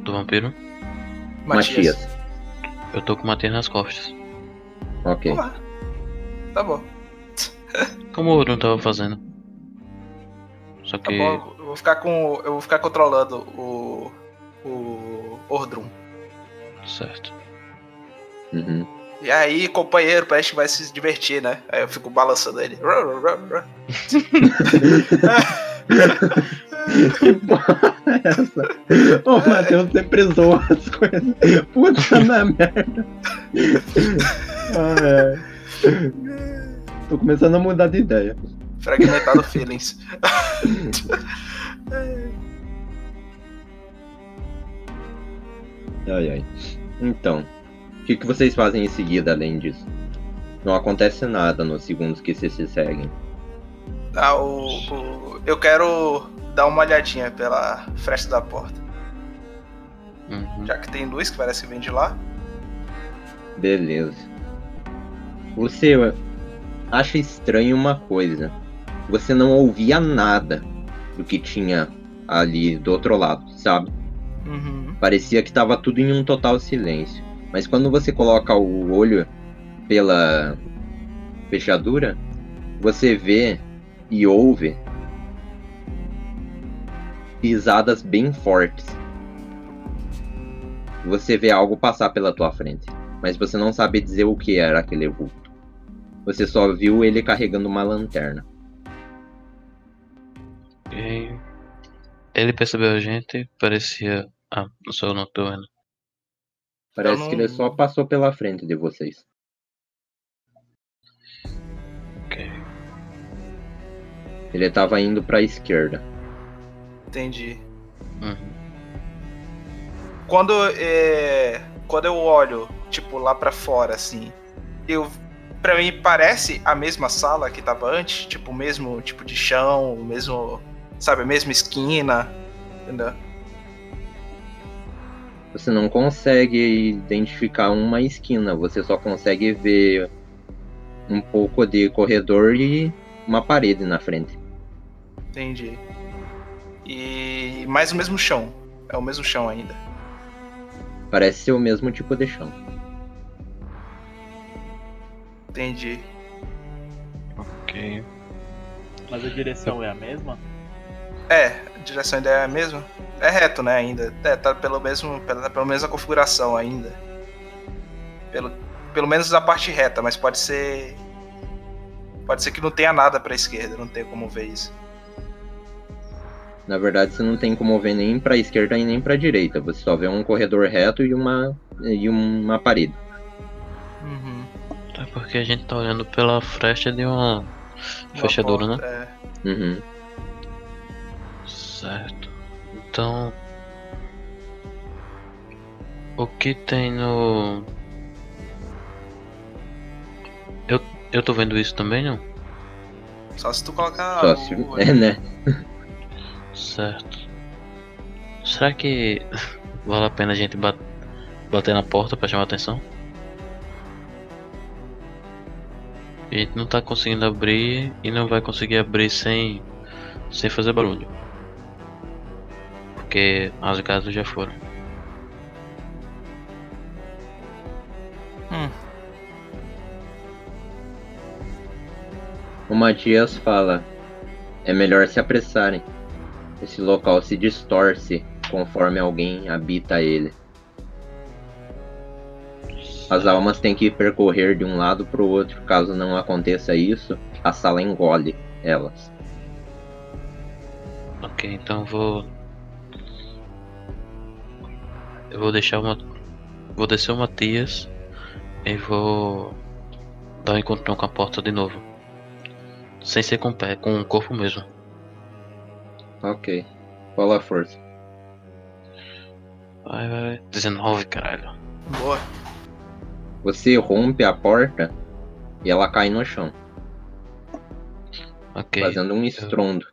[SPEAKER 1] do vampiro?
[SPEAKER 3] Matias.
[SPEAKER 1] Eu tô com o Matias nas costas.
[SPEAKER 3] Ok.
[SPEAKER 4] Porra. Tá bom.
[SPEAKER 1] Como o Odin tava fazendo. Só
[SPEAKER 4] Tá
[SPEAKER 1] que.
[SPEAKER 4] bom. Eu vou ficar com. Eu vou ficar controlando o. O. Ordrum.
[SPEAKER 1] certo.
[SPEAKER 3] Uhum.
[SPEAKER 4] E aí, companheiro, parece que vai se divertir, né? Aí eu fico balançando ele. [laughs] Rá, rá, rá, rá.
[SPEAKER 3] Que porra é essa? Ô, Matheus sempre zoa as coisas. Puta na merda. [laughs] Ah, é. Tô começando a mudar de ideia.
[SPEAKER 4] Fragmentado feelings.
[SPEAKER 3] Ai, ai. Então, o que, que vocês fazem em seguida além disso? Não acontece nada nos segundos que vocês se seguem.
[SPEAKER 4] Ah, o, o- eu quero dar uma olhadinha pela fresta da porta.
[SPEAKER 1] Uhum.
[SPEAKER 4] Já que tem luz que parece que vem de lá.
[SPEAKER 3] Beleza. Você acha estranho uma coisa. Você não ouvia nada do que tinha ali do outro lado, sabe?
[SPEAKER 4] Uhum.
[SPEAKER 3] Parecia que estava tudo em um total silêncio. Mas quando você coloca o olho pela fechadura, você vê e ouve pisadas bem fortes. Você vê algo passar pela tua frente, mas você não sabe dizer o que era aquele vulto. Você só viu ele carregando uma lanterna.
[SPEAKER 1] E ele percebeu a gente, parecia. Ah, não sou eu não que tô vendo.
[SPEAKER 3] Parece
[SPEAKER 4] não-
[SPEAKER 3] que ele só passou pela frente de vocês.
[SPEAKER 1] Ok.
[SPEAKER 3] Ele estava indo para a esquerda.
[SPEAKER 4] Entendi.
[SPEAKER 1] Uhum.
[SPEAKER 4] Quando é, quando eu olho, tipo, lá pra fora, assim, eu. Pra mim parece a mesma sala que tava antes, tipo, o mesmo tipo de chão, o mesmo. Sabe, a mesma esquina. Entendeu?
[SPEAKER 3] Você não consegue identificar uma esquina, você só consegue ver um pouco de corredor e uma parede na frente.
[SPEAKER 4] Entendi. E mais o mesmo chão. É o mesmo chão ainda.
[SPEAKER 3] Parece ser o mesmo tipo de chão.
[SPEAKER 4] Entendi.
[SPEAKER 1] Ok.
[SPEAKER 5] Mas a direção é a mesma?
[SPEAKER 4] É, a direção ainda é a mesma? É reto, né, ainda. É, tá pelo mesmo, pela, pela mesma configuração ainda. Pelo, pelo menos da parte reta, mas pode ser... Pode ser que não tenha nada pra esquerda, não tem como ver isso.
[SPEAKER 3] Na verdade, você não tem como ver nem para esquerda e nem para direita. Você só vê um corredor reto e uma e uma parede.
[SPEAKER 4] Uhum.
[SPEAKER 1] É porque a gente tá olhando pela fresta de uma fechadura, né?
[SPEAKER 4] né?
[SPEAKER 3] Uhum.
[SPEAKER 1] Certo. Então. O que tem no. Eu, eu tô vendo isso também, não?
[SPEAKER 4] É, só se tu colocar...
[SPEAKER 3] Só
[SPEAKER 4] o-
[SPEAKER 3] se, é, [laughs] né?
[SPEAKER 1] Certo. Será que [laughs] vale a pena a gente bat- bater na porta pra chamar a atenção? A gente não tá conseguindo abrir e não vai conseguir abrir sem, sem fazer barulho. Porque as gatas já foram.
[SPEAKER 3] O Matias fala: é melhor se apressarem. Esse local se distorce conforme alguém habita ele. As almas têm que percorrer de um lado para o outro. Caso não aconteça isso, a sala engole elas.
[SPEAKER 1] Ok, então eu vou. Eu vou deixar uma. Vou descer o Matias e vou dar um encontrão com a porta de novo. Sem ser com o pé, com o corpo mesmo.
[SPEAKER 3] Ok. Rola a força.
[SPEAKER 1] Vai, vai, vai. 19, caralho.
[SPEAKER 4] Boa.
[SPEAKER 3] Você rompe a porta e ela cai no chão,
[SPEAKER 1] Ok.
[SPEAKER 3] fazendo um estrondo.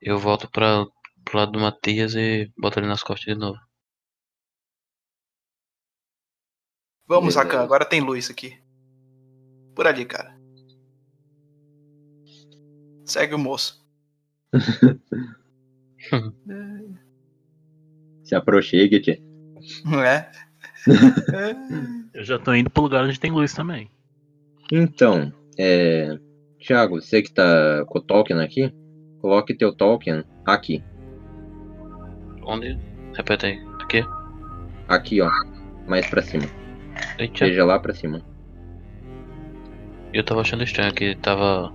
[SPEAKER 1] Eu volto pra, pro lado do Matias e boto ele nas costas de novo.
[SPEAKER 4] Vamos,
[SPEAKER 3] Beleza.
[SPEAKER 4] Rakan, agora tem luz aqui. Por ali, cara. Segue o moço. [laughs]
[SPEAKER 3] Se aproxiga, tia.
[SPEAKER 4] Não é?
[SPEAKER 5] Eu já tô indo pro lugar onde tem luz também.
[SPEAKER 3] Então, é... Thiago, você que tá com o token aqui, coloque teu token aqui.
[SPEAKER 1] Onde? Repete aí. Aqui?
[SPEAKER 3] Aqui, ó. Mais pra cima.
[SPEAKER 1] Eita.
[SPEAKER 3] Seja lá pra cima.
[SPEAKER 1] Eu tava achando estranho que tava.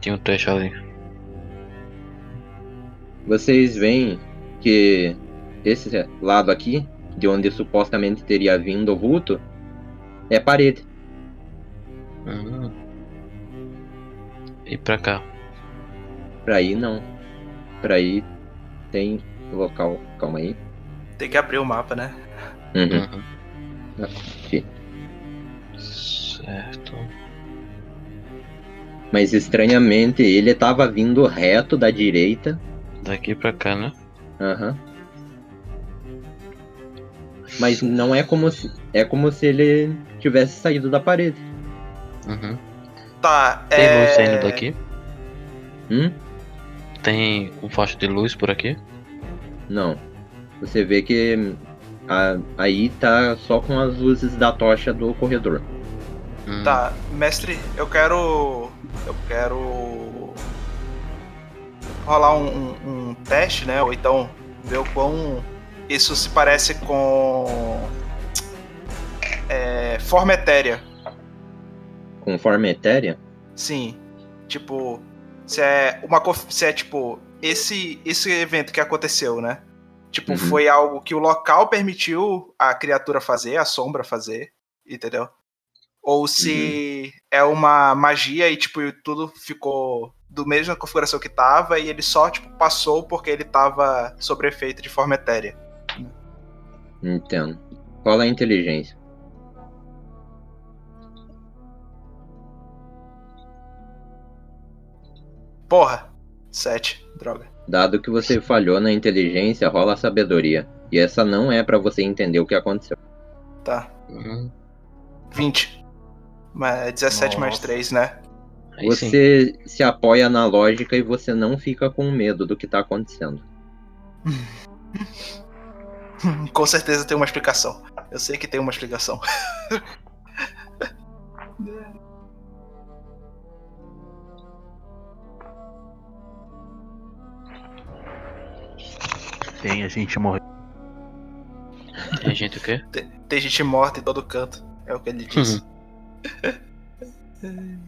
[SPEAKER 1] Tinha um trecho ali.
[SPEAKER 3] Vocês veem que esse lado aqui, de onde supostamente teria vindo o vulto, é parede.
[SPEAKER 1] Hum. E pra cá.
[SPEAKER 3] Pra aí não. Pra aí tem local. Calma aí.
[SPEAKER 4] Tem que abrir o mapa, né?
[SPEAKER 3] Uhum.
[SPEAKER 1] Aqui.
[SPEAKER 3] Aqui.
[SPEAKER 1] Certo.
[SPEAKER 3] Mas estranhamente ele tava vindo reto da direita.
[SPEAKER 1] Daqui pra cá, né?
[SPEAKER 3] Aham. Mas não é como se. É como se ele tivesse saído da parede.
[SPEAKER 1] Uhum.
[SPEAKER 4] Tá,
[SPEAKER 1] Tem
[SPEAKER 4] é...
[SPEAKER 1] luz saindo daqui?
[SPEAKER 3] Hum?
[SPEAKER 1] Tem um faixa de luz por aqui?
[SPEAKER 3] Não. Você vê que a- aí tá só com as luzes da tocha do corredor. Uhum.
[SPEAKER 1] Hum,
[SPEAKER 4] Tá, mestre, eu quero. Eu quero. rolar um, um- um teste, né? Ou então ver o quão isso se parece com. é, forma etérea.
[SPEAKER 3] Conforme a etérea.
[SPEAKER 4] Sim. Tipo, se é uma co- se é tipo esse esse evento que aconteceu, né? Tipo,
[SPEAKER 3] Uhum.
[SPEAKER 4] foi algo que o local permitiu a criatura fazer, a sombra fazer, entendeu? Ou se é uma magia e tipo tudo ficou do mesmo configuração que tava e ele só tipo passou porque ele tava sobre efeito de forma etérea.
[SPEAKER 3] Entendo. Qual é a inteligência?
[SPEAKER 4] Porra. Sete, droga.
[SPEAKER 3] Dado que você falhou na inteligência, rola a sabedoria. E essa não é pra você entender o que aconteceu.
[SPEAKER 4] Tá.
[SPEAKER 3] Uhum.
[SPEAKER 1] hum,
[SPEAKER 4] 20. Mas 17 mais
[SPEAKER 5] Nossa.
[SPEAKER 4] 3, né?
[SPEAKER 1] aí sim.
[SPEAKER 3] Você se apoia na lógica e você não fica com medo do que tá acontecendo.
[SPEAKER 4] Com certeza tem uma explicação. Eu sei que tem uma explicação.
[SPEAKER 5] Tem, a gente morreu.
[SPEAKER 1] Tem gente o quê?
[SPEAKER 4] Tem gente morta em todo canto. É o que ele diz.
[SPEAKER 1] Uhum.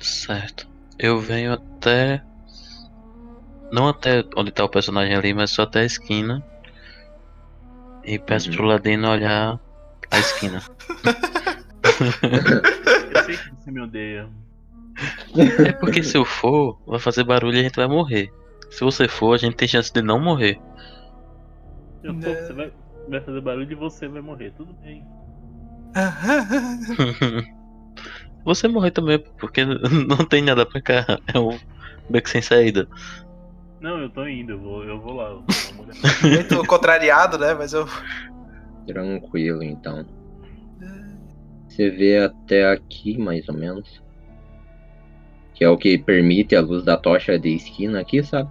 [SPEAKER 1] Certo. Eu venho até. Não até onde tá o personagem ali, mas só até a esquina. E peço
[SPEAKER 3] Uhum.
[SPEAKER 1] pro Ladino olhar a esquina.
[SPEAKER 5] Eu sei que você me odeia.
[SPEAKER 1] é porque se eu for, vai fazer barulho e a gente vai morrer. Se você for, a gente tem chance de não morrer.
[SPEAKER 5] Eu tô, você vai, vai fazer barulho e você vai morrer. Tudo bem.
[SPEAKER 1] você morrer também, porque [laughs] não tem nada pra cá. É um beco sem saída.
[SPEAKER 5] Não, eu tô indo, eu vou, eu vou lá. Eu vou lá.
[SPEAKER 4] Muito contrariado, né? Mas eu.
[SPEAKER 3] Tranquilo,
[SPEAKER 5] É.
[SPEAKER 3] então. Você vê até aqui, mais ou menos. Que é o que permite a luz da tocha de esquina aqui, sabe?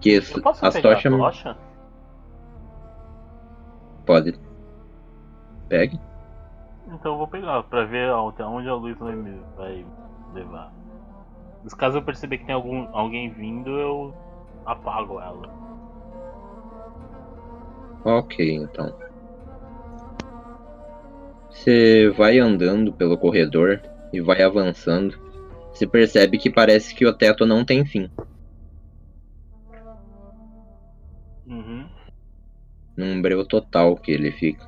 [SPEAKER 3] Que s-
[SPEAKER 5] Eu posso
[SPEAKER 3] as
[SPEAKER 5] pegar
[SPEAKER 3] tochas
[SPEAKER 5] a tocha?
[SPEAKER 3] pode. Pegue.
[SPEAKER 5] Então eu vou pegar pra ver até onde a luz vai me vai levar. Mas caso eu perceber que tem algum, alguém vindo, eu apago ela.
[SPEAKER 3] Ok, então. Você vai andando pelo corredor e vai avançando. Você percebe que parece que o teto não tem fim.
[SPEAKER 5] Uhum.
[SPEAKER 3] num breu total que ele fica.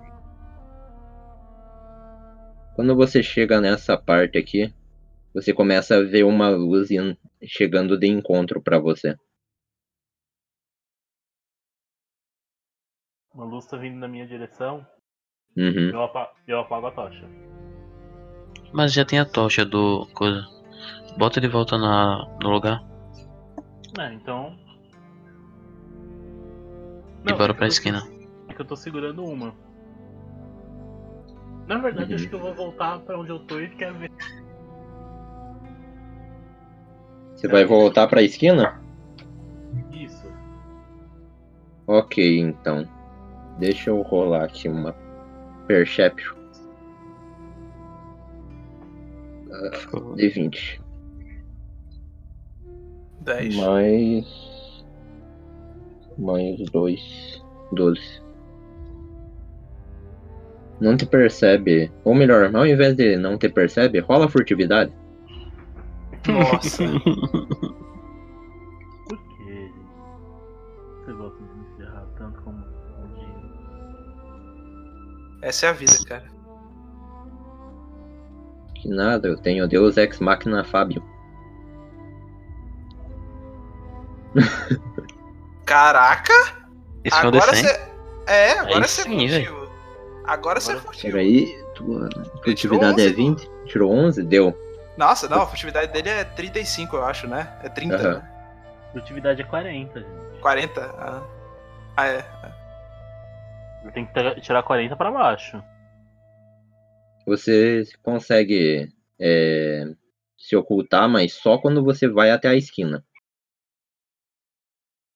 [SPEAKER 3] Quando você chega nessa parte aqui, você começa a ver uma luz in- chegando de encontro pra você.
[SPEAKER 5] Uma luz tá vindo na minha direção.
[SPEAKER 3] Uhum.
[SPEAKER 5] Eu, apa eu apago a tocha.
[SPEAKER 1] Mas já tem a tocha do coisa. Bota de volta na, no lugar
[SPEAKER 5] É, então.
[SPEAKER 1] e bora pra
[SPEAKER 5] é que eu tô-
[SPEAKER 1] esquina.
[SPEAKER 5] É que eu tô segurando uma. Na verdade,
[SPEAKER 3] Uhum.
[SPEAKER 5] acho que eu vou voltar pra onde eu tô e quero ver.
[SPEAKER 3] Você vai voltar pra esquina?
[SPEAKER 5] Isso.
[SPEAKER 3] Ok, então. Deixa eu rolar aqui uma Perception
[SPEAKER 1] Ficou-
[SPEAKER 3] de 20.
[SPEAKER 4] 10.
[SPEAKER 3] Mais. Mais 2. 12. Não te percebe. Ou melhor, ao invés de não te percebe, rola furtividade.
[SPEAKER 4] Nossa.
[SPEAKER 1] [laughs]
[SPEAKER 5] Por que você gosta de me ferrar tanto como o de
[SPEAKER 4] Essa é a vida, cara.
[SPEAKER 3] Que nada, eu tenho Deus Ex Machina Fábio.
[SPEAKER 4] Caraca!
[SPEAKER 1] Esse é o
[SPEAKER 4] agora
[SPEAKER 1] descendo.
[SPEAKER 4] É, agora
[SPEAKER 1] Aí
[SPEAKER 4] você é
[SPEAKER 1] sim, velho.
[SPEAKER 4] furtivo. Agora você é
[SPEAKER 5] Agora-
[SPEAKER 4] furtivo.
[SPEAKER 3] Peraí, tua furtividade é
[SPEAKER 4] tirou
[SPEAKER 3] 20? Tirou 11? Deu.
[SPEAKER 4] Nossa, não, a furtividade dele é 35, eu acho, né? É 30,
[SPEAKER 3] Aham.
[SPEAKER 4] né?
[SPEAKER 5] Furtividade é 40, gente.
[SPEAKER 4] 40. Ah, Ah, é.
[SPEAKER 5] Eu tenho que tra- tirar 40 pra baixo.
[SPEAKER 3] Você consegue é, se ocultar, mas só quando você vai até a esquina.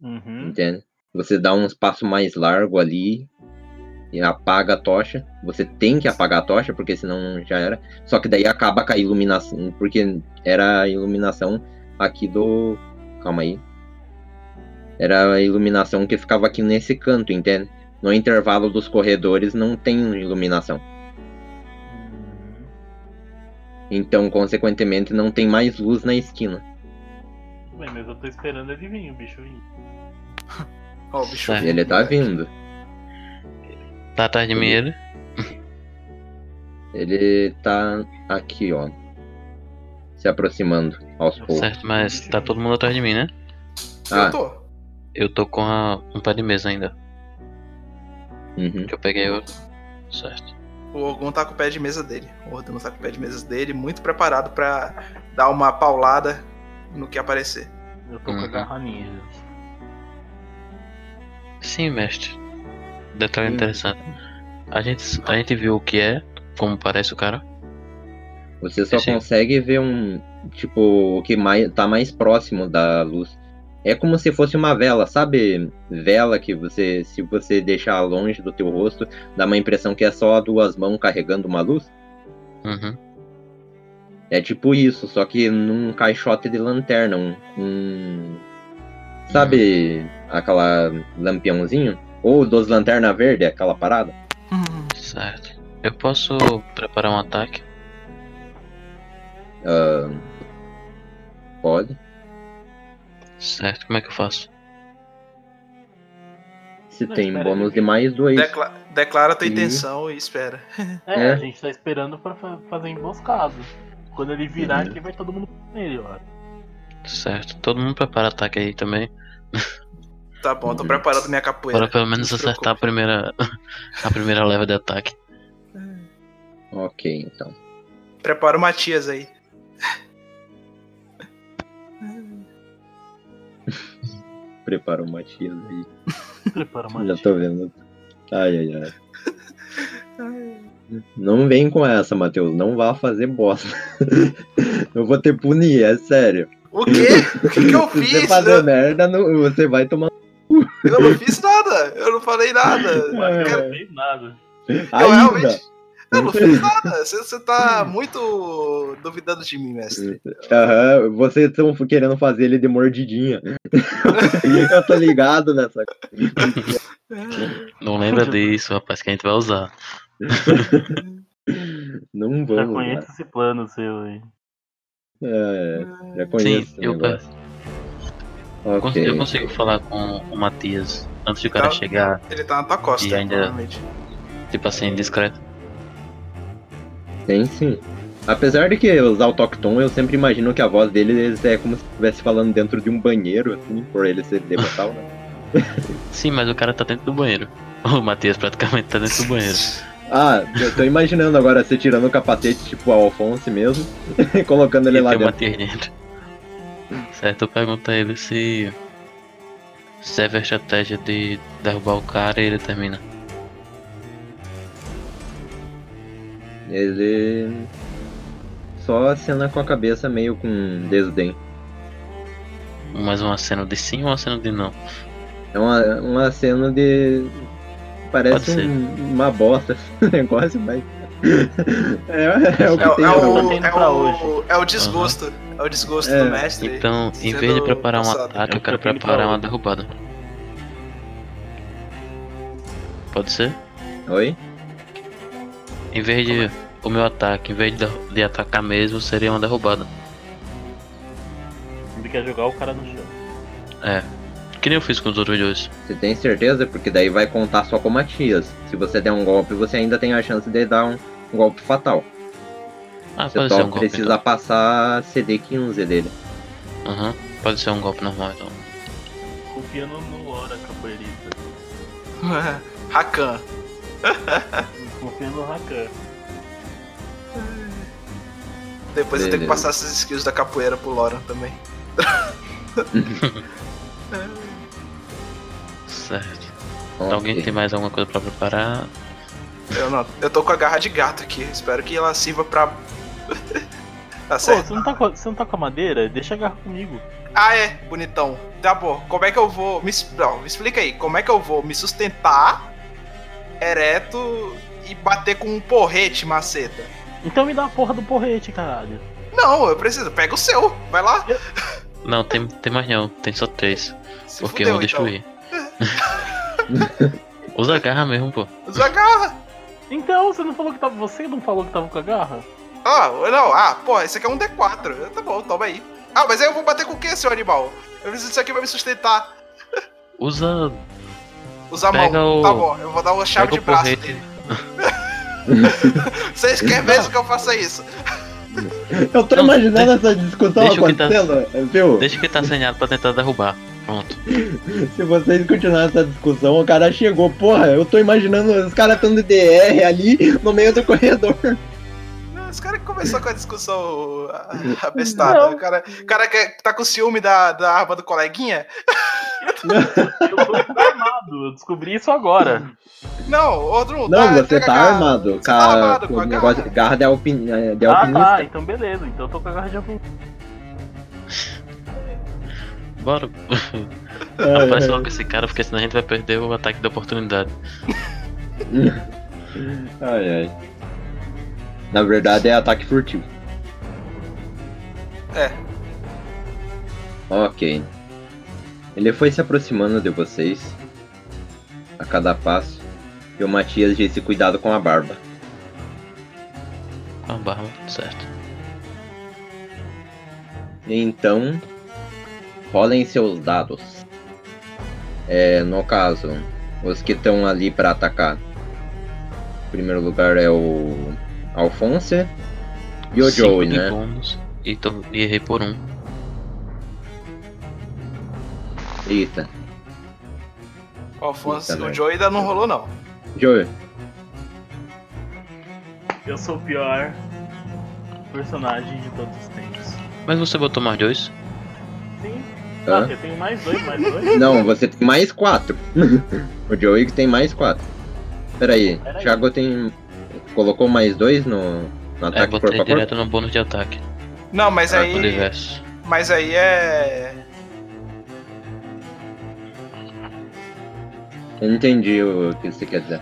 [SPEAKER 5] Uhum.
[SPEAKER 3] Entende? Você dá um espaço mais largo ali e apaga a tocha. Você tem que apagar a tocha, porque senão já era. Só que daí acaba com a iluminação, porque era a iluminação aqui do. Calma aí. Era a iluminação que ficava aqui nesse canto, entende? No intervalo dos corredores não tem iluminação.
[SPEAKER 1] Uhum.
[SPEAKER 5] Hum,
[SPEAKER 3] Então, consequentemente, não tem mais luz na esquina.
[SPEAKER 5] Tudo bem, mas eu tô esperando ele vir, o bicho vir.
[SPEAKER 4] Ó, o bicho.
[SPEAKER 1] É.
[SPEAKER 3] E ele tá vindo.
[SPEAKER 1] Tá atrás de mim ele.
[SPEAKER 3] Ele tá aqui, ó. Se aproximando aos poucos.
[SPEAKER 1] Certo, mas tá todo mundo atrás de mim, né?
[SPEAKER 3] Ah.
[SPEAKER 4] Eu tô.
[SPEAKER 1] Eu tô com a- um pé de mesa ainda.
[SPEAKER 3] Uhum.
[SPEAKER 1] Que eu peguei outro. Certo.
[SPEAKER 4] O Orgon tá com o pé de mesa dele. O Orgon tá com o pé de mesa dele, muito preparado pra dar uma paulada no que aparecer.
[SPEAKER 5] Eu tô com a
[SPEAKER 1] Uhum.
[SPEAKER 5] garra ninja.
[SPEAKER 1] Sim, mestre. Detalhe
[SPEAKER 4] Hum.
[SPEAKER 3] Sim.
[SPEAKER 1] interessante. A gente, a gente viu o que é, como parece o cara.
[SPEAKER 3] Você só
[SPEAKER 1] Sim.
[SPEAKER 3] consegue ver um. Tipo, o que mais, tá mais próximo da luz. É como se fosse uma vela, sabe? Vela que você, se você deixar longe do teu rosto, dá uma impressão que é só duas mãos carregando uma luz.
[SPEAKER 1] Uhum.
[SPEAKER 3] É tipo isso, só que num caixote de lanterna, um. um- sabe aquela lampiãozinho? Ou dos lanterna verde, aquela parada?
[SPEAKER 1] Certo. Eu posso preparar um ataque?
[SPEAKER 3] Pode.
[SPEAKER 1] Certo. Como é que eu faço?
[SPEAKER 3] Se
[SPEAKER 5] Não,
[SPEAKER 3] tem
[SPEAKER 5] espera
[SPEAKER 3] bônus
[SPEAKER 5] aí.
[SPEAKER 3] de mais dois.
[SPEAKER 4] Decla- declara tua
[SPEAKER 3] Sim.
[SPEAKER 4] intenção e espera.
[SPEAKER 5] É,
[SPEAKER 3] É.
[SPEAKER 5] a gente tá esperando pra fa- fazer emboscado. Quando ele virar
[SPEAKER 3] Uhum.
[SPEAKER 5] aqui, vai todo mundo nele, ó.
[SPEAKER 1] Certo. Todo mundo prepara ataque aí também.
[SPEAKER 4] Tá bom, tô
[SPEAKER 3] Uhum.
[SPEAKER 4] preparando minha capoeira.
[SPEAKER 1] Para pelo menos
[SPEAKER 4] se
[SPEAKER 1] acertar a primeira, [laughs] a primeira leva de ataque.
[SPEAKER 3] Ok, então.
[SPEAKER 4] Prepara o Matias aí.
[SPEAKER 3] Prepara o Matias aí.
[SPEAKER 5] Prepara uma
[SPEAKER 3] Já tô vendo. Ai, ai,
[SPEAKER 4] [laughs]
[SPEAKER 3] ai. Não vem com essa, Matheus. Não vá fazer bosta. [laughs] Eu vou te punir, é sério.
[SPEAKER 4] O quê?
[SPEAKER 3] [laughs]
[SPEAKER 4] O que, que eu
[SPEAKER 3] Se você
[SPEAKER 4] fiz?
[SPEAKER 3] fazer
[SPEAKER 4] Eu,
[SPEAKER 3] merda, não- você vai tomar.
[SPEAKER 4] eu não fiz nada. Eu não falei nada.
[SPEAKER 5] Mas eu
[SPEAKER 4] Cara,
[SPEAKER 5] não fez nada.
[SPEAKER 4] Eu
[SPEAKER 3] É, Ainda!
[SPEAKER 4] realmente- Eu
[SPEAKER 3] [laughs]
[SPEAKER 4] não fiz nada. Você, você tá muito duvidando de mim, mestre.
[SPEAKER 3] Aham, vocês estão querendo fazer ele de
[SPEAKER 4] [laughs]
[SPEAKER 3] mordidinha. Eu tô ligado nessa. É.
[SPEAKER 4] [laughs]
[SPEAKER 1] Não lembra disso, rapaz, que a gente vai usar.
[SPEAKER 3] Não
[SPEAKER 5] Já
[SPEAKER 3] vamos. lá.
[SPEAKER 5] conheço esse plano seu aí.
[SPEAKER 3] É, já
[SPEAKER 1] Sim,
[SPEAKER 3] conheço. esse
[SPEAKER 1] eu,
[SPEAKER 3] negócio.
[SPEAKER 1] eu cons- eu
[SPEAKER 3] Ok.
[SPEAKER 1] consigo falar com o Matias antes de o cara
[SPEAKER 4] Tá.
[SPEAKER 1] chegar,
[SPEAKER 4] Ele tá na tua costa,
[SPEAKER 1] E ainda-
[SPEAKER 4] provavelmente.
[SPEAKER 1] tipo assim, discreto.
[SPEAKER 3] Tem sim. Apesar de que usar o Tocton, eu sempre imagino que a voz deles é como se estivesse falando dentro de um banheiro, assim, por ele ser debatal, né?
[SPEAKER 1] Sim, mas o cara tá dentro do banheiro. [laughs] O Matias praticamente tá dentro do
[SPEAKER 3] [laughs]
[SPEAKER 1] banheiro.
[SPEAKER 3] Ah, eu tô imaginando agora você tirando o capacete, tipo a Alphonse mesmo, [laughs] e colocando ele
[SPEAKER 1] e
[SPEAKER 3] lá né?
[SPEAKER 1] tem o Matias
[SPEAKER 3] dentro.
[SPEAKER 1] dentro. Certo, eu pergunto a ele se. Serve a estratégia de derrubar o cara e ele termina.
[SPEAKER 3] Ele. Só acena com a cabeça meio com desdém.
[SPEAKER 1] Mais uma cena de sim ou uma cena de não?
[SPEAKER 3] É uma, uma cena de. Parece
[SPEAKER 1] Pode ser.
[SPEAKER 3] um- uma bosta esse [laughs] negócio, mas. é, é o
[SPEAKER 4] É,
[SPEAKER 3] que tem.
[SPEAKER 4] é
[SPEAKER 3] pra
[SPEAKER 4] o,
[SPEAKER 5] Tá tendo
[SPEAKER 4] é,
[SPEAKER 5] pra
[SPEAKER 4] o,
[SPEAKER 5] hoje.
[SPEAKER 4] é o desgosto. É o desgosto
[SPEAKER 3] É,
[SPEAKER 4] do mestre.
[SPEAKER 1] Então, em
[SPEAKER 4] sendo
[SPEAKER 1] vez de preparar um
[SPEAKER 4] passado.
[SPEAKER 1] ataque,
[SPEAKER 5] É
[SPEAKER 1] eu
[SPEAKER 5] um
[SPEAKER 1] quero
[SPEAKER 5] trocadilho
[SPEAKER 1] preparar
[SPEAKER 5] pra
[SPEAKER 1] uma
[SPEAKER 5] outra.
[SPEAKER 1] derrubada. Pode ser?
[SPEAKER 3] Oi?
[SPEAKER 1] Em vez de.
[SPEAKER 4] é?
[SPEAKER 1] O meu ataque, em vez de, de atacar mesmo, seria uma derrubada.
[SPEAKER 5] Ele quer jogar o cara no chão.
[SPEAKER 1] Que nem eu fiz com os outros dois.
[SPEAKER 3] Você tem certeza? Porque daí vai contar só com o Matias. Se você der um golpe, você ainda tem a chance de dar um, um golpe fatal.
[SPEAKER 1] Ah,
[SPEAKER 3] Você
[SPEAKER 4] tá
[SPEAKER 1] pode
[SPEAKER 3] só
[SPEAKER 1] ser um golpe.
[SPEAKER 3] precisa passar CD 15 dele.
[SPEAKER 1] Então. Aham, Pode ser um golpe normal então.
[SPEAKER 5] Confiando no Hora, capoeirista.
[SPEAKER 4] [laughs] Rakan.
[SPEAKER 5] Confiando no Rakan.
[SPEAKER 4] Depois eu tenho
[SPEAKER 3] Beleza.
[SPEAKER 4] que passar essas skills da capoeira pro Loran também.
[SPEAKER 1] Certo.
[SPEAKER 3] Ok.
[SPEAKER 1] Então, Alguém tem mais alguma coisa pra preparar?
[SPEAKER 4] Eu não. Eu tô com a garra de gato aqui. Espero que ela sirva pra. [laughs] tá
[SPEAKER 5] Pô,
[SPEAKER 4] certo.
[SPEAKER 5] você não, tá com, a- você não tá com a madeira? Deixa a garra comigo.
[SPEAKER 4] Ah, é, bonitão. Tá bom. Como é que eu vou. Me, es- não, me explica aí. Como é que eu vou me sustentar ereto e bater com um porrete, maceta?
[SPEAKER 5] Então me dá a porra do porrete, caralho.
[SPEAKER 4] Não, eu preciso. Pega o seu. Vai lá.
[SPEAKER 1] Não, tem, tem mais não, tem só três.
[SPEAKER 4] Se
[SPEAKER 1] Porque eu
[SPEAKER 4] fudeu, então.
[SPEAKER 1] vou
[SPEAKER 4] [laughs]
[SPEAKER 1] destruir. Usa a garra mesmo, pô.
[SPEAKER 4] Então. Usa a garra.
[SPEAKER 5] Então, você não falou que tava. Você não falou que tava com a garra?
[SPEAKER 4] Ah, não. Ah, porra, esse aqui é um D4. Tá bom, toma aí. Ah, mas aí eu vou bater com o quê, seu animal? Eu preciso disso aqui pra me sustentar.
[SPEAKER 1] Usa.
[SPEAKER 4] Usar a
[SPEAKER 1] Pega
[SPEAKER 4] mão.
[SPEAKER 1] o-
[SPEAKER 4] Tá bom, eu vou dar uma chave
[SPEAKER 1] pega
[SPEAKER 4] de
[SPEAKER 1] o
[SPEAKER 4] braço
[SPEAKER 1] porrete.
[SPEAKER 4] dele.
[SPEAKER 1] [laughs]
[SPEAKER 4] Vocês querem mesmo que eu faça isso?
[SPEAKER 3] Eu tô
[SPEAKER 1] Não,
[SPEAKER 3] imaginando
[SPEAKER 1] deixa-
[SPEAKER 3] essa discussão
[SPEAKER 1] deixa o que tá-
[SPEAKER 3] acontecendo, eh, viu?
[SPEAKER 1] Deixa que tá assanhado pra tentar derrubar. Pronto.
[SPEAKER 3] Se vocês continuarem essa discussão, o cara chegou. Porra, eu tô imaginando os caras tão de DR ali no meio do corredor.
[SPEAKER 4] Não, Os caras que começaram com a discussão ah,
[SPEAKER 3] [laughs]
[SPEAKER 4] abestada.
[SPEAKER 5] Não.
[SPEAKER 4] O cara, o cara que tá com ciúme da, da arma do coleguinha?
[SPEAKER 5] Eu tô armado, eu descobri isso
[SPEAKER 3] [laughs]
[SPEAKER 5] agora.
[SPEAKER 4] Não, Odrum,
[SPEAKER 3] Não, você
[SPEAKER 4] pega
[SPEAKER 3] tá
[SPEAKER 4] a garra.
[SPEAKER 3] armado.
[SPEAKER 4] Você tá armado
[SPEAKER 3] com
[SPEAKER 4] com a
[SPEAKER 3] o negócio de
[SPEAKER 4] garra.
[SPEAKER 3] garra de, alpin... eh, de
[SPEAKER 5] ah
[SPEAKER 3] alpinista.
[SPEAKER 5] tá, então beleza, então eu tô com a garra de alpinista.
[SPEAKER 1] Bora.
[SPEAKER 3] É,
[SPEAKER 1] Aparece logo esse cara, porque senão a gente vai perder o ataque da oportunidade.
[SPEAKER 3] Ai, ai. Na verdade é ataque furtivo.
[SPEAKER 4] É.
[SPEAKER 3] Ok. Ele foi se aproximando de vocês a cada passo. E o Matias disse cuidado com a barba.
[SPEAKER 1] Com a barba, certo.
[SPEAKER 3] Então, rolem seus dados. É, no caso, os que estão ali para atacar. Em primeiro lugar é o Alphonse e o
[SPEAKER 1] Cinco
[SPEAKER 3] Joey,
[SPEAKER 1] de
[SPEAKER 3] né?
[SPEAKER 1] bônus e, to- e errei por um.
[SPEAKER 3] Eita.
[SPEAKER 4] O Alfonso,
[SPEAKER 3] Puta
[SPEAKER 4] o
[SPEAKER 3] merda.
[SPEAKER 4] Joe ainda não rolou, não.
[SPEAKER 3] Joey,
[SPEAKER 5] Eu sou o pior personagem de todos os tempos.
[SPEAKER 1] Mas você botou mais dois?
[SPEAKER 5] Sim.
[SPEAKER 3] Hã?
[SPEAKER 5] Ah, eu tenho mais dois, mais dois.
[SPEAKER 3] Não, você tem mais quatro. [laughs] o Joey que tem mais quatro. Peraí,
[SPEAKER 5] Peraí.
[SPEAKER 3] Thiago tem. Colocou mais dois no, no
[SPEAKER 1] É,
[SPEAKER 3] ataque por
[SPEAKER 1] botei
[SPEAKER 3] favor?
[SPEAKER 1] direto no bônus de ataque.
[SPEAKER 4] Não, mas
[SPEAKER 1] Ah, do
[SPEAKER 4] aí.
[SPEAKER 1] universo.
[SPEAKER 4] Mas aí é. [laughs]
[SPEAKER 3] Eu não entendi o que você quer dizer.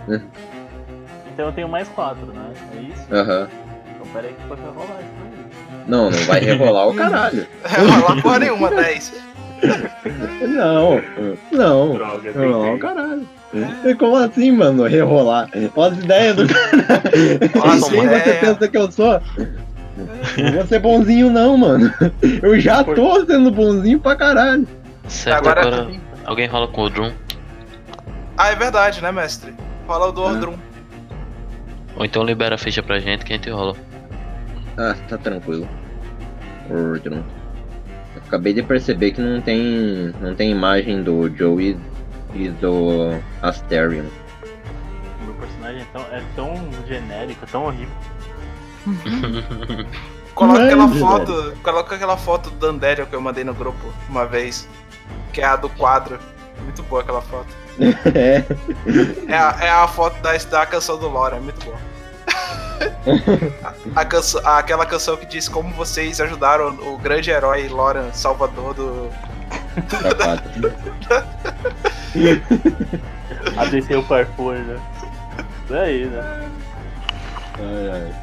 [SPEAKER 5] Então eu tenho mais quatro, né? É isso?
[SPEAKER 3] Aham.
[SPEAKER 5] Então peraí que pode rolar isso aí.
[SPEAKER 3] Não, não vai [laughs] rerolar o caralho.
[SPEAKER 4] Rolar né? porra nenhuma, 10.
[SPEAKER 3] Não, não.
[SPEAKER 5] Droga,
[SPEAKER 3] Não,
[SPEAKER 5] tentei.
[SPEAKER 3] caralho. Como assim, mano? Rerolar. Olha as ideias do cara.
[SPEAKER 4] Nossa,
[SPEAKER 3] Quem
[SPEAKER 4] mano,
[SPEAKER 3] você tá
[SPEAKER 4] é-
[SPEAKER 3] pensa que eu sou? Não vou ser bonzinho, não, mano. Eu já tô sendo bonzinho pra caralho.
[SPEAKER 1] Certo,
[SPEAKER 4] Agora-
[SPEAKER 1] agora... alguém rola com o Drum.
[SPEAKER 4] Ah, é verdade, né, mestre? Rola o do
[SPEAKER 3] É.
[SPEAKER 4] Ordrum.
[SPEAKER 1] Ou então libera a ficha pra gente que a gente rola.
[SPEAKER 3] Ah, tá tranquilo. Ordron. Eu Acabei de perceber que não tem. não tem imagem do Joey e do Asterion.
[SPEAKER 7] O meu personagem é tão, é tão genérico, tão horrível.
[SPEAKER 4] Coloca aquela
[SPEAKER 3] Grande,
[SPEAKER 4] foto. Coloca aquela foto do Dandelion que eu mandei no grupo uma vez. Que é a do quadro. Muito boa aquela foto.
[SPEAKER 3] É.
[SPEAKER 4] É a, é a foto da, da canção do Lore, é muito boa. a, a canção, aquela canção que diz como vocês ajudaram o grande herói Loran, salvador do.
[SPEAKER 3] Safado.
[SPEAKER 7] A descer o parkour, né? Isso aí, né?
[SPEAKER 3] Ai, ai.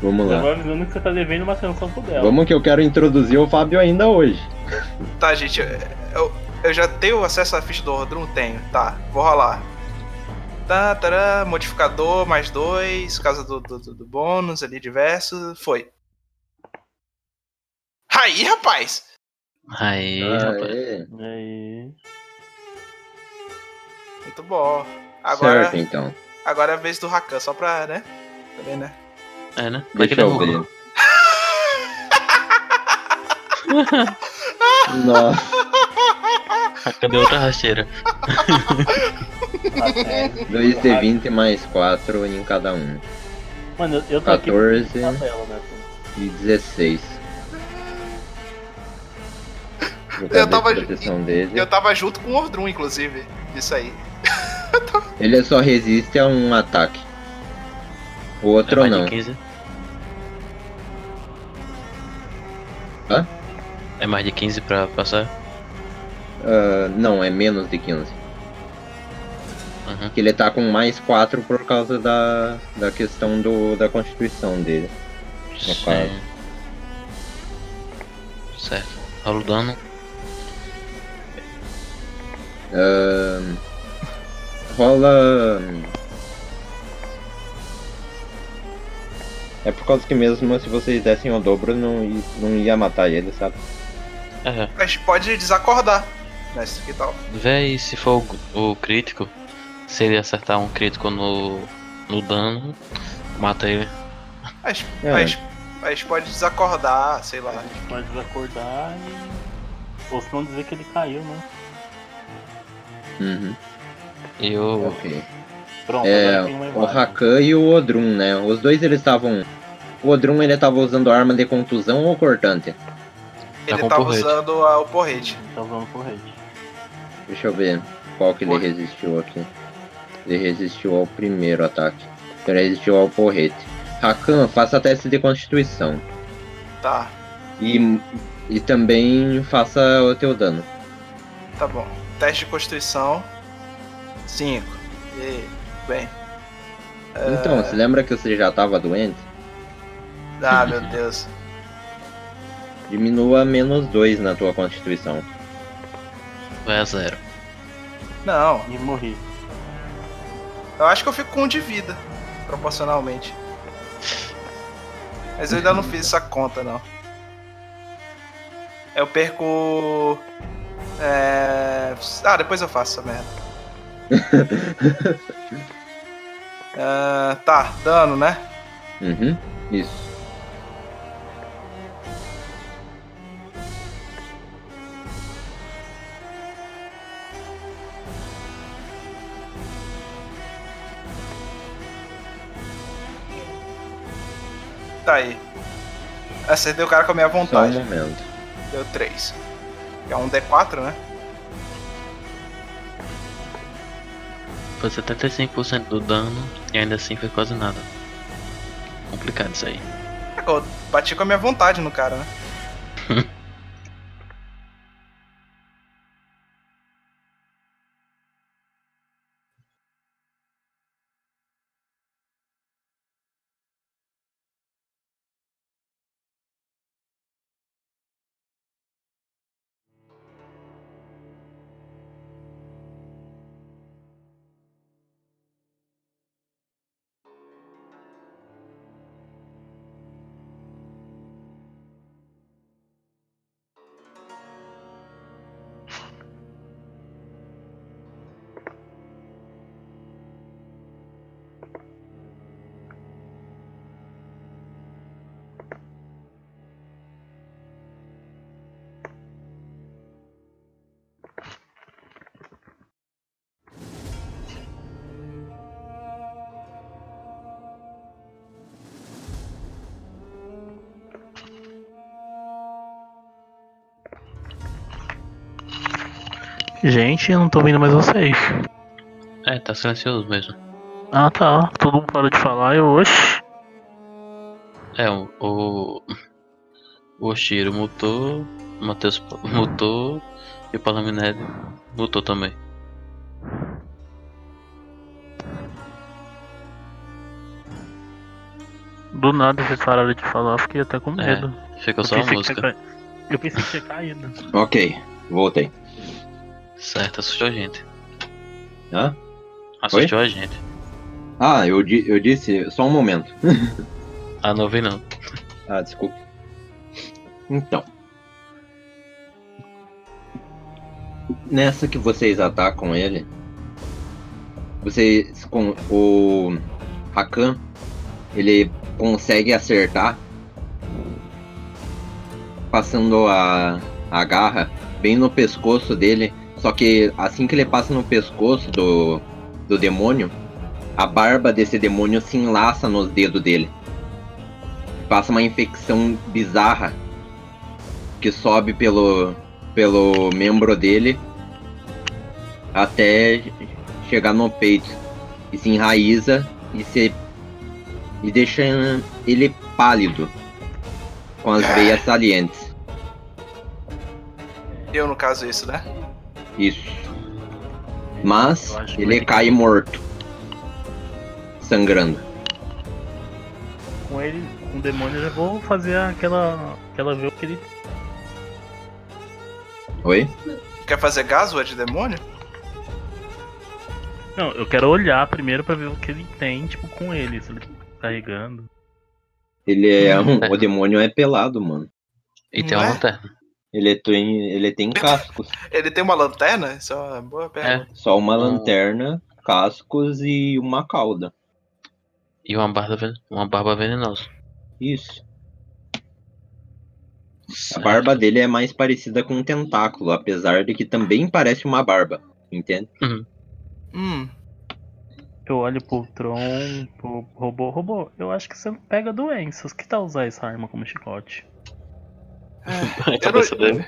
[SPEAKER 3] Vamos lá.
[SPEAKER 7] Agora avisando que você tá devendo uma canção pro dela.
[SPEAKER 3] Vamos que eu quero introduzir o Fábio ainda hoje.
[SPEAKER 4] Tá, gente, eu, eu, eu já tenho acesso à ficha do Ordrum? Tenho, tá, vou rolar. Tá, tará, modificador, mais dois, casa do, do, do- do bônus ali, diverso, foi. Aí, rapaz!
[SPEAKER 1] Aí,
[SPEAKER 3] Ah,
[SPEAKER 1] rapaz.
[SPEAKER 3] Aê.
[SPEAKER 7] E aí?
[SPEAKER 4] Muito bom. Agora,
[SPEAKER 3] Certo, então.
[SPEAKER 4] agora é a vez do Rakan, só pra, né? Também, né?
[SPEAKER 1] É, né? Como é que ele
[SPEAKER 3] Deixa eu
[SPEAKER 1] rolou?
[SPEAKER 3] ver. [laughs] Nossa,
[SPEAKER 1] [laughs] Cadê outra
[SPEAKER 3] [laughs]
[SPEAKER 1] rasteira? É
[SPEAKER 7] Até-
[SPEAKER 3] 2D20 mais 4 em cada um.
[SPEAKER 7] Mano, eu, eu tô aqui
[SPEAKER 3] 14
[SPEAKER 7] na tela, né? pô?
[SPEAKER 3] e 16. Vou
[SPEAKER 4] Eu
[SPEAKER 3] cadê
[SPEAKER 4] tava-
[SPEAKER 3] a proteção dele.
[SPEAKER 4] Eu tava junto com o Ordrum, inclusive, isso aí.
[SPEAKER 3] Ele só resiste a um ataque. O outro
[SPEAKER 1] É mais de
[SPEAKER 3] não.
[SPEAKER 1] 15?
[SPEAKER 3] Hã?
[SPEAKER 1] É mais de 15 pra passar?
[SPEAKER 3] Ah, não, é menos de 15.
[SPEAKER 1] Uhum.
[SPEAKER 3] Que ele tá com mais 4 por causa da, da questão do, da constituição dele.
[SPEAKER 1] Sim.
[SPEAKER 3] caso.
[SPEAKER 1] Certo. Rola o dano.
[SPEAKER 3] Ahn, rola. hum, É por causa que mesmo se vocês dessem o dobro, não, i- não ia matar ele, sabe?
[SPEAKER 1] É,
[SPEAKER 4] A gente pode desacordar, né, mestre, que tal?
[SPEAKER 1] vê aí se for o, o crítico. Se ele acertar um crítico no, no dano, mata ele.
[SPEAKER 4] A gente,
[SPEAKER 3] É.
[SPEAKER 4] a gente- a gente pode desacordar, sei lá.
[SPEAKER 7] Então, A
[SPEAKER 1] Tá
[SPEAKER 7] gente pode desacordar e. Ou se não dizer que ele caiu, né?
[SPEAKER 3] Uhum,
[SPEAKER 1] E eu.
[SPEAKER 3] ok.
[SPEAKER 7] Pronto,
[SPEAKER 3] É,
[SPEAKER 7] agora tem uma
[SPEAKER 3] o
[SPEAKER 7] imagem.
[SPEAKER 3] Rakan e o Odrum, né? Os dois eles estavam. O Odrum ele tava usando arma de contusão ou cortante?
[SPEAKER 1] Tá
[SPEAKER 4] Ele
[SPEAKER 1] com
[SPEAKER 4] tava
[SPEAKER 1] porrete.
[SPEAKER 4] usando a- o porrete.
[SPEAKER 7] Tá usando corrente.
[SPEAKER 3] Deixa eu ver qual que ele resistiu aqui. Ele resistiu ao primeiro ataque. Ele resistiu ao porrete. Rakan, faça teste de constituição.
[SPEAKER 4] Tá,
[SPEAKER 3] E, e também faça o teu dano.
[SPEAKER 4] Tá bom. Teste de Constituição. 5. E. Bem.
[SPEAKER 3] Então, você lembra que você já tava doente?
[SPEAKER 1] [laughs]
[SPEAKER 4] Ah, meu Deus.
[SPEAKER 3] Diminua menos 2 na tua constituição.
[SPEAKER 1] Vai é a zero.
[SPEAKER 4] Não,
[SPEAKER 7] E morri.
[SPEAKER 4] eu acho que eu fico com um de vida, proporcionalmente. Mas eu ainda não fiz essa conta, não. Eu perco. É... Ah, depois eu faço essa merda. Ah, tá, dano, né?
[SPEAKER 3] Uhum, isso.
[SPEAKER 4] Tá aí. Acertei o cara com a minha
[SPEAKER 3] Só um
[SPEAKER 4] vontade.
[SPEAKER 3] momento.
[SPEAKER 4] Deu 3. É um D4, né?
[SPEAKER 1] Foi 75% do dano e ainda assim foi quase nada. Complicado isso aí.
[SPEAKER 4] Caraca, Eu bati com a minha vontade no cara, né?
[SPEAKER 5] Gente, eu não tô ouvindo mais vocês.
[SPEAKER 1] É, tá silencioso mesmo.
[SPEAKER 5] Ah tá, todo mundo parou de falar, eu oxe.
[SPEAKER 1] É, o. O, o Oshiro mutou, o Matheus pa- mutou e o Palamined mutou também.
[SPEAKER 5] Do nada vocês pararam de falar, eu fiquei até com
[SPEAKER 1] É,
[SPEAKER 5] medo.
[SPEAKER 1] Ficou só a
[SPEAKER 5] pensei que tinha
[SPEAKER 1] música.
[SPEAKER 5] ca- Eu pensei que tinha caído.
[SPEAKER 3] Ok, voltei.
[SPEAKER 1] Certo, assustou a gente.
[SPEAKER 3] Hã?
[SPEAKER 1] Assustou a gente.
[SPEAKER 3] Ah, eu, di- eu disse, só um momento.
[SPEAKER 1] Ah, não vi não.
[SPEAKER 3] Ah, desculpa. Então. Nessa que vocês atacam ele, vocês com o Hakan, ele consegue acertar passando a, a garra bem no pescoço dele, só que assim que ele passa no pescoço do, do demônio, a barba desse demônio se enlaça nos dedos dele passa uma infecção bizarra que sobe pelo, pelo membro dele até chegar no peito e se enraiza e se e deixa ele pálido com as veias salientes.
[SPEAKER 4] Eu, no caso, isso, né?
[SPEAKER 3] Isso. Mas
[SPEAKER 5] Eu acho que vai
[SPEAKER 3] ele
[SPEAKER 5] ter
[SPEAKER 3] cai morto, sangrando.
[SPEAKER 5] que- Com ele, com o demônio, eu já vou fazer aquela. aquela ver o que ele.
[SPEAKER 3] Oi?
[SPEAKER 4] Quer fazer gaso de demônio?
[SPEAKER 5] Não, eu quero olhar primeiro pra ver o que ele tem, tipo, com ele, se ele tá carregando.
[SPEAKER 3] Ele é um, o demônio é pelado, mano.
[SPEAKER 1] E tem
[SPEAKER 4] Não
[SPEAKER 1] uma
[SPEAKER 4] é?
[SPEAKER 1] lanterna.
[SPEAKER 3] Ele tem, ele tem cascos.
[SPEAKER 4] Ele tem uma lanterna? Isso é uma boa pergunta.
[SPEAKER 3] Só
[SPEAKER 1] Um-
[SPEAKER 3] uma lanterna, cascos e uma cauda.
[SPEAKER 1] E uma barba, ven- uma barba venenosa.
[SPEAKER 3] Isso. A
[SPEAKER 1] Certo.
[SPEAKER 3] barba dele é mais parecida com um tentáculo, apesar de que também parece uma barba. Entende?
[SPEAKER 4] Hum,
[SPEAKER 5] Eu olho pro Tron, pro robô. Robô, eu acho que você pega doenças. Que tal usar essa arma como chicote?
[SPEAKER 1] Aí tá
[SPEAKER 4] Eu não-
[SPEAKER 1] percebendo?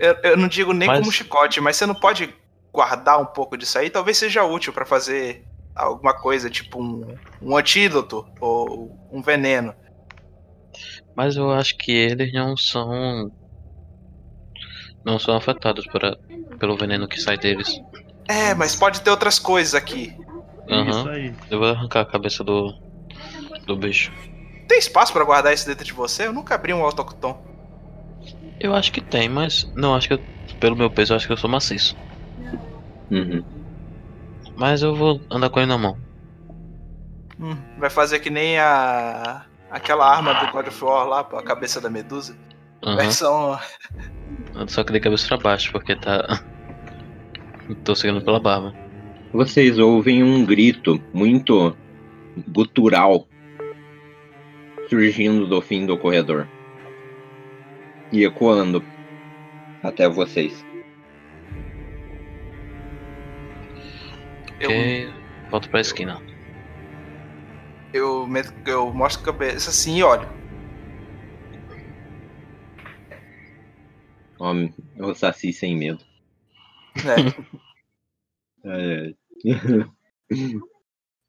[SPEAKER 4] eu, eu não digo nem
[SPEAKER 1] Mas-
[SPEAKER 4] como chicote, mas você não pode guardar um pouco disso aí? Talvez seja útil pra fazer alguma coisa, tipo um, um antídoto ou um veneno.
[SPEAKER 1] Mas eu acho que eles não são. Não são afetados por a- pelo veneno que sai deles.
[SPEAKER 4] É, mas pode ter outras coisas aqui.
[SPEAKER 5] É
[SPEAKER 1] Aham.
[SPEAKER 5] Isso aí.
[SPEAKER 1] Eu vou arrancar a cabeça do. do bicho.
[SPEAKER 4] Tem espaço pra guardar isso dentro de você? Eu nunca abri um autocton.
[SPEAKER 1] Eu acho que tem, mas. Não, acho que eu- pelo meu peso, eu acho que eu sou maciço.
[SPEAKER 3] Uhum.
[SPEAKER 1] Mas eu vou andar com ele na mão.
[SPEAKER 4] Hum, vai fazer que nem a. aquela arma do God of War lá, pô, a cabeça da medusa.
[SPEAKER 1] Aham.
[SPEAKER 4] Versão.
[SPEAKER 1] Só que de cabeça pra baixo, porque tá. [laughs] Tô seguindo pela barba.
[SPEAKER 3] Vocês ouvem um grito muito gutural surgindo do fim do corredor e ecoando até vocês.
[SPEAKER 4] Eu,
[SPEAKER 1] Ok. Volto pra esquina.
[SPEAKER 4] eu, meto- eu mostro a cabeça assim e olho.
[SPEAKER 3] Homem, o Saci sem medo.
[SPEAKER 1] [laughs]
[SPEAKER 4] né?
[SPEAKER 3] É,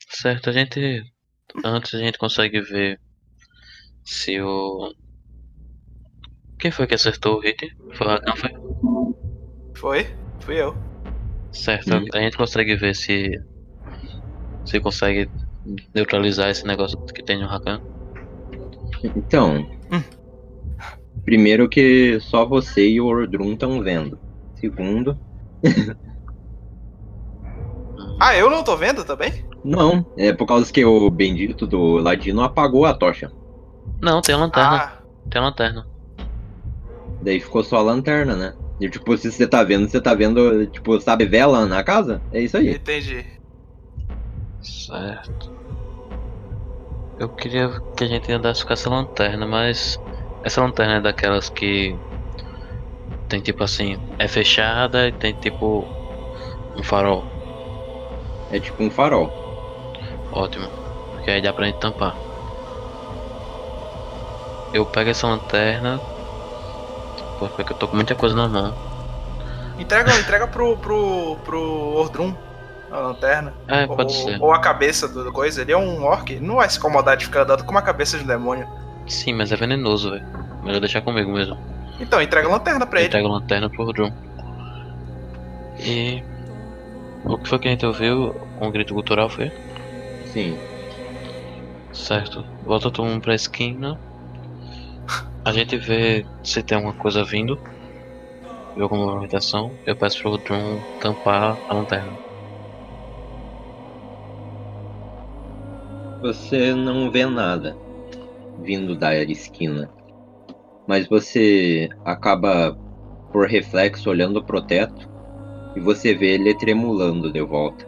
[SPEAKER 1] Certo, a gente. Antes a gente consegue ver se o. Quem foi que acertou o hit? Foi o Rakan, foi?
[SPEAKER 4] Foi? Fui eu.
[SPEAKER 1] Certo,
[SPEAKER 3] Hum.
[SPEAKER 1] a gente consegue ver se. Se consegue neutralizar esse negócio que tem no Rakan.
[SPEAKER 3] Então,
[SPEAKER 4] Hum.
[SPEAKER 3] primeiro que só você e o Ordrum estão vendo. Segundo,
[SPEAKER 4] Ah, eu não tô vendo também?
[SPEAKER 3] não, é por causa que o bendito do Ladino apagou a tocha.
[SPEAKER 1] Não, tem a lanterna.
[SPEAKER 4] Ah,
[SPEAKER 1] Tem a lanterna.
[SPEAKER 3] Daí ficou só a lanterna, né? E tipo, se você tá vendo, você tá vendo, tipo, sabe, vela na casa? É isso aí.
[SPEAKER 4] entendi.
[SPEAKER 1] Certo. Eu queria que a gente andasse com essa lanterna, mas. Essa lanterna é daquelas que. Tem tipo assim. É fechada e tem tipo. Um farol.
[SPEAKER 3] É tipo um farol.
[SPEAKER 1] Ótimo. Porque aí dá pra gente tampar. Eu pego essa lanterna. Pô, porque eu tô com muita coisa na mão.
[SPEAKER 4] Entrega, entrega pro, pro, pro Ordrum a lanterna.
[SPEAKER 1] É,
[SPEAKER 4] ou,
[SPEAKER 1] pode ser.
[SPEAKER 4] ou a cabeça do do coisa. Ele é um orc. Ele não vai se incomodar de ficar andando com uma cabeça de um demônio.
[SPEAKER 1] Sim, mas é venenoso, velho. Melhor deixar comigo mesmo.
[SPEAKER 4] Então, entrega a lanterna pra
[SPEAKER 1] Eu
[SPEAKER 4] ele.
[SPEAKER 1] entrego a lanterna pro Rodrum. E. O que foi que a gente ouviu? Um grito cultural foi?
[SPEAKER 3] Sim.
[SPEAKER 1] Certo. Volta todo mundo pra esquina. A gente vê se tem alguma coisa vindo. Vê alguma movimentação. Eu peço pro Rodrum tampar a lanterna.
[SPEAKER 3] Você não vê nada vindo da esquina. Mas você acaba, por reflexo, olhando pro teto e você vê ele tremulando de volta.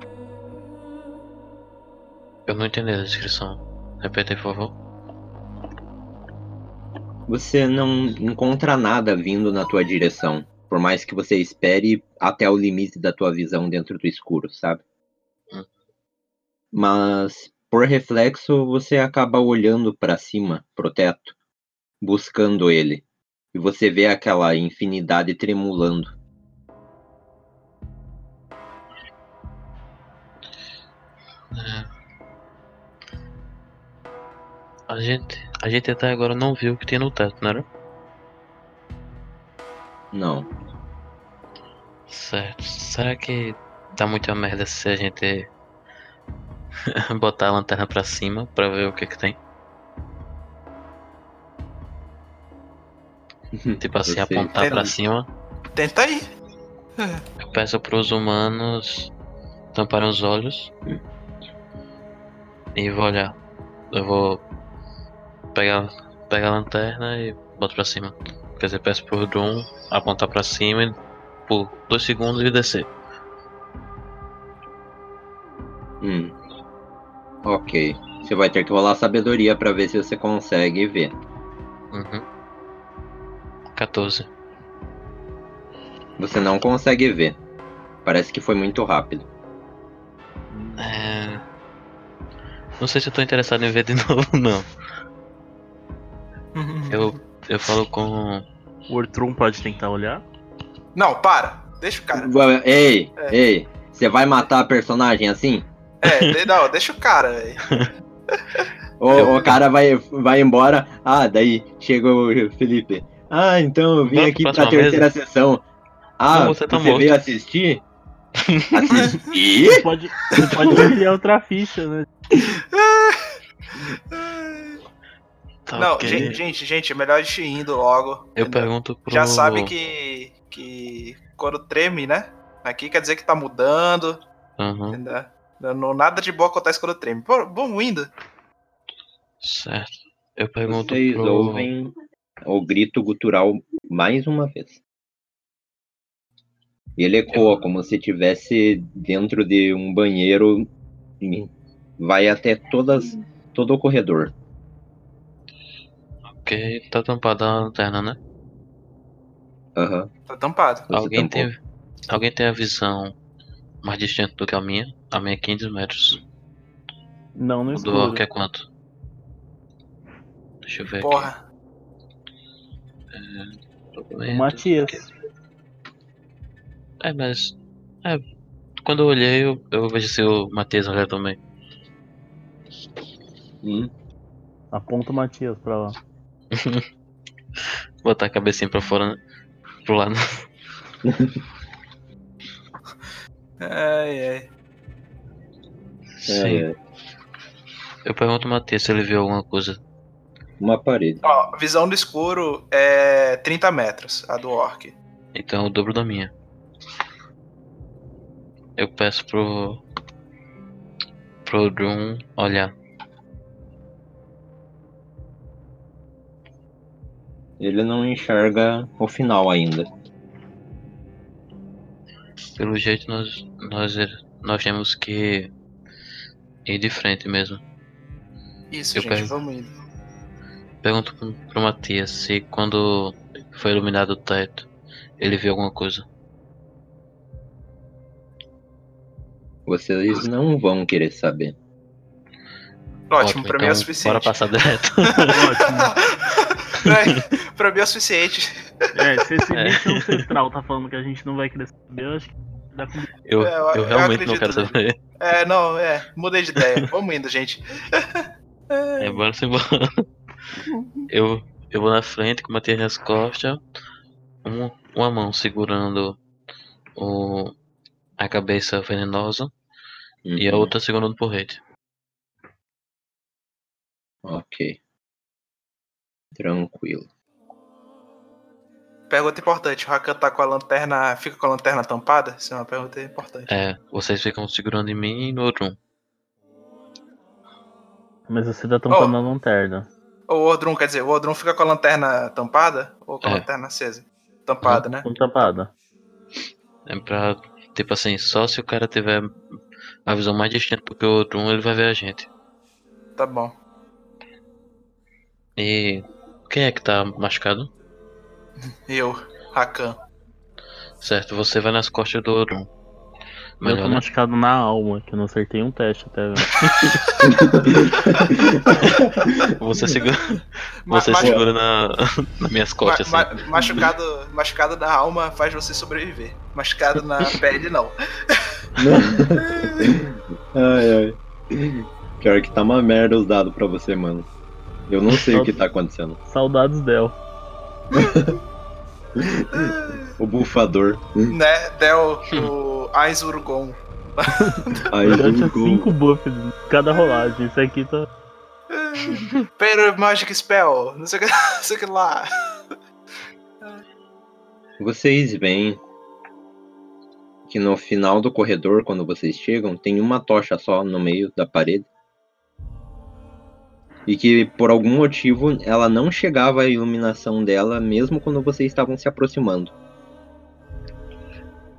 [SPEAKER 1] Eu não entendi a descrição. Repete aí, por favor.
[SPEAKER 3] Você não encontra nada vindo na tua direção. Por mais que você espere até o limite da tua visão dentro do escuro, sabe?
[SPEAKER 1] Hum.
[SPEAKER 3] Mas, por reflexo, você acaba olhando pra cima, pro teto, buscando ele. E você vê aquela infinidade tremulando.
[SPEAKER 1] É. A gente. A gente até agora não viu o que tinha no teto, não era?
[SPEAKER 3] Não.
[SPEAKER 1] Certo. Será que dá muita merda se a gente [laughs] botar a lanterna pra cima pra ver o que que tem? Tipo assim,
[SPEAKER 3] Você-
[SPEAKER 1] apontar pra
[SPEAKER 4] Entendi.
[SPEAKER 1] cima.
[SPEAKER 4] Tenta aí.
[SPEAKER 1] Eu peço pros humanos tamparem os olhos. E vou olhar. Eu vou pegar, pegar a lanterna e boto pra cima. Quer dizer, peço pro Doom apontar pra cima e por dois segundos e descer.
[SPEAKER 3] Hum. Ok. Você vai ter que rolar sabedoria pra ver se você consegue ver.
[SPEAKER 1] Uhum. 14.
[SPEAKER 3] Você não consegue ver. Parece que foi muito rápido.
[SPEAKER 1] É... Não sei se eu tô interessado em ver de [laughs] novo, não. [laughs] Eu, eu falo com.
[SPEAKER 5] O Ortrum pode tentar olhar. [laughs]
[SPEAKER 4] Não, para. Deixa o cara.
[SPEAKER 3] Ué, Ei,
[SPEAKER 4] É.
[SPEAKER 3] ei, você vai matar a personagem assim?
[SPEAKER 1] [laughs]
[SPEAKER 4] É, de- não, deixa o cara, velho.
[SPEAKER 3] O, o cara vai, vai embora. Ah, daí chega o Felipe. Ah, então eu vim
[SPEAKER 1] Vamos
[SPEAKER 3] aqui
[SPEAKER 1] pra
[SPEAKER 3] pra
[SPEAKER 1] próxima
[SPEAKER 3] terceira sessão. Ah,
[SPEAKER 1] Não,
[SPEAKER 3] você,
[SPEAKER 1] você tá morto.
[SPEAKER 3] veio assistir?
[SPEAKER 1] [laughs]
[SPEAKER 3] Assistir?
[SPEAKER 7] Você pode, você pode criar outra ficha, né?
[SPEAKER 1] Tá
[SPEAKER 4] Não,
[SPEAKER 1] ok.
[SPEAKER 4] gente, gente, gente, é melhor a gente ir indo logo.
[SPEAKER 1] eu
[SPEAKER 4] entendeu?
[SPEAKER 1] pergunto pro.
[SPEAKER 4] Já sabe que, que quando treme, né? Aqui quer dizer que tá mudando,
[SPEAKER 1] Uhum,
[SPEAKER 4] entendeu? Não, nada de boa acontece quando treme. Pô, Bom, indo.
[SPEAKER 1] certo. Eu pergunto
[SPEAKER 3] Vocês
[SPEAKER 1] pro.
[SPEAKER 3] ouvem o grito gutural mais uma vez. E ele ecoa como se estivesse dentro de um banheiro e vai até todas todo o corredor.
[SPEAKER 1] Ok, tá tampada a lanterna, né?
[SPEAKER 3] Aham.
[SPEAKER 4] Tá tampado.
[SPEAKER 3] Você
[SPEAKER 1] Alguém
[SPEAKER 3] tampou.
[SPEAKER 1] tem, alguém tem a visão mais distante do que a minha? A minha é 500 metros.
[SPEAKER 7] Não, não
[SPEAKER 1] O do
[SPEAKER 7] escuro.
[SPEAKER 1] Orc é quanto? Deixa eu ver
[SPEAKER 4] Porra.
[SPEAKER 1] aqui.
[SPEAKER 7] O Matias.
[SPEAKER 1] É, mas. É, quando eu olhei, eu, eu vejo se o Matheus olhar também.
[SPEAKER 3] Hum.
[SPEAKER 7] Aponta o Matias pra lá.
[SPEAKER 1] Botar a cabecinha pra fora, né? Pro lado.
[SPEAKER 4] Ai, ai.
[SPEAKER 1] Sim.
[SPEAKER 3] É,
[SPEAKER 1] Eu pergunto ao Matheus se ele viu alguma coisa.
[SPEAKER 3] uma parede.
[SPEAKER 4] Ó, visão do escuro é 30 metros, a do orc.
[SPEAKER 1] Então é o dobro da minha. Eu peço pro. pro Drum olhar.
[SPEAKER 3] Ele não enxerga o final ainda.
[SPEAKER 1] Pelo jeito nós. nós, nós temos que. ir de frente mesmo.
[SPEAKER 4] Isso,
[SPEAKER 1] Eu
[SPEAKER 4] gente,
[SPEAKER 1] pego.
[SPEAKER 4] vamos indo.
[SPEAKER 1] Pergunto pro- pro Matias se quando foi iluminado o teto ele viu alguma coisa.
[SPEAKER 3] Vocês não vão querer saber.
[SPEAKER 4] Ótimo, pra mim
[SPEAKER 1] então,
[SPEAKER 4] é o
[SPEAKER 1] Bora
[SPEAKER 4] suficiente.
[SPEAKER 1] passar direto.
[SPEAKER 4] [laughs] pra, pra mim é o suficiente.
[SPEAKER 5] É, se esse
[SPEAKER 1] É.
[SPEAKER 5] bicho ancestral tá falando que a gente não vai crescer, eu acho que dá com...
[SPEAKER 1] Eu,
[SPEAKER 4] É, eu-
[SPEAKER 1] eu
[SPEAKER 4] eu
[SPEAKER 1] realmente não
[SPEAKER 4] acredito
[SPEAKER 1] quero
[SPEAKER 4] nele.
[SPEAKER 1] saber.
[SPEAKER 4] É, não, é. Mudei de ideia. Vamos indo, gente.
[SPEAKER 1] É, bora se embora. [laughs] Eu, eu vou na frente com uma tia nas costas, um, uma mão segurando o, a cabeça venenosa e a
[SPEAKER 3] Uhum,
[SPEAKER 1] outra segurando o porrete.
[SPEAKER 3] Ok. Tranquilo.
[SPEAKER 4] Pergunta importante. O Hakan tá com a lanterna. Fica com a lanterna tampada? Isso é uma pergunta importante.
[SPEAKER 1] É, vocês ficam segurando em mim e no outro um.
[SPEAKER 7] Mas você tá tampando a lanterna.
[SPEAKER 4] Ou o Ordrum, quer dizer, o Ordrum fica com a lanterna tampada? Ou com a
[SPEAKER 1] É. Uhum.
[SPEAKER 4] lanterna acesa? Tampada, né?
[SPEAKER 7] Com tampada.
[SPEAKER 1] É pra, tipo assim, só se o cara tiver a visão mais distante do que o outro um, ele vai ver a gente.
[SPEAKER 4] Tá bom.
[SPEAKER 1] E quem é que tá machucado?
[SPEAKER 4] Eu, Hakan.
[SPEAKER 1] Certo, você vai nas costas do outro um.
[SPEAKER 7] Eu
[SPEAKER 1] Melhor,
[SPEAKER 7] tô
[SPEAKER 1] né?
[SPEAKER 7] machucado na alma, que eu não acertei um teste até agora. [laughs]
[SPEAKER 1] Você segura,
[SPEAKER 4] Ma-
[SPEAKER 1] você
[SPEAKER 4] machu-
[SPEAKER 1] segura na, [laughs] nas minhas
[SPEAKER 4] ma-
[SPEAKER 1] costas, assim.
[SPEAKER 4] ma- machucado, machucado na alma faz você sobreviver. Machucado na pele, não.
[SPEAKER 3] ai, ai. Pior que tá uma merda os dados pra você, mano. Eu não sei o
[SPEAKER 1] [laughs]
[SPEAKER 3] que tá acontecendo.
[SPEAKER 7] Saudades dela.
[SPEAKER 3] O bufador.
[SPEAKER 4] né? Del o Aizurgon.
[SPEAKER 3] Aí
[SPEAKER 7] Eu já
[SPEAKER 1] um
[SPEAKER 7] tinha
[SPEAKER 3] jogou.
[SPEAKER 7] 5 buffs de cada rolagem. Isso aqui tá.
[SPEAKER 4] Pero Magic Spell, não sei o que, [laughs] não sei o que lá.
[SPEAKER 3] Vocês veem que no final do corredor, quando vocês chegam, tem uma tocha só no meio da parede. E que por algum motivo ela não chegava à iluminação dela mesmo quando vocês estavam se aproximando.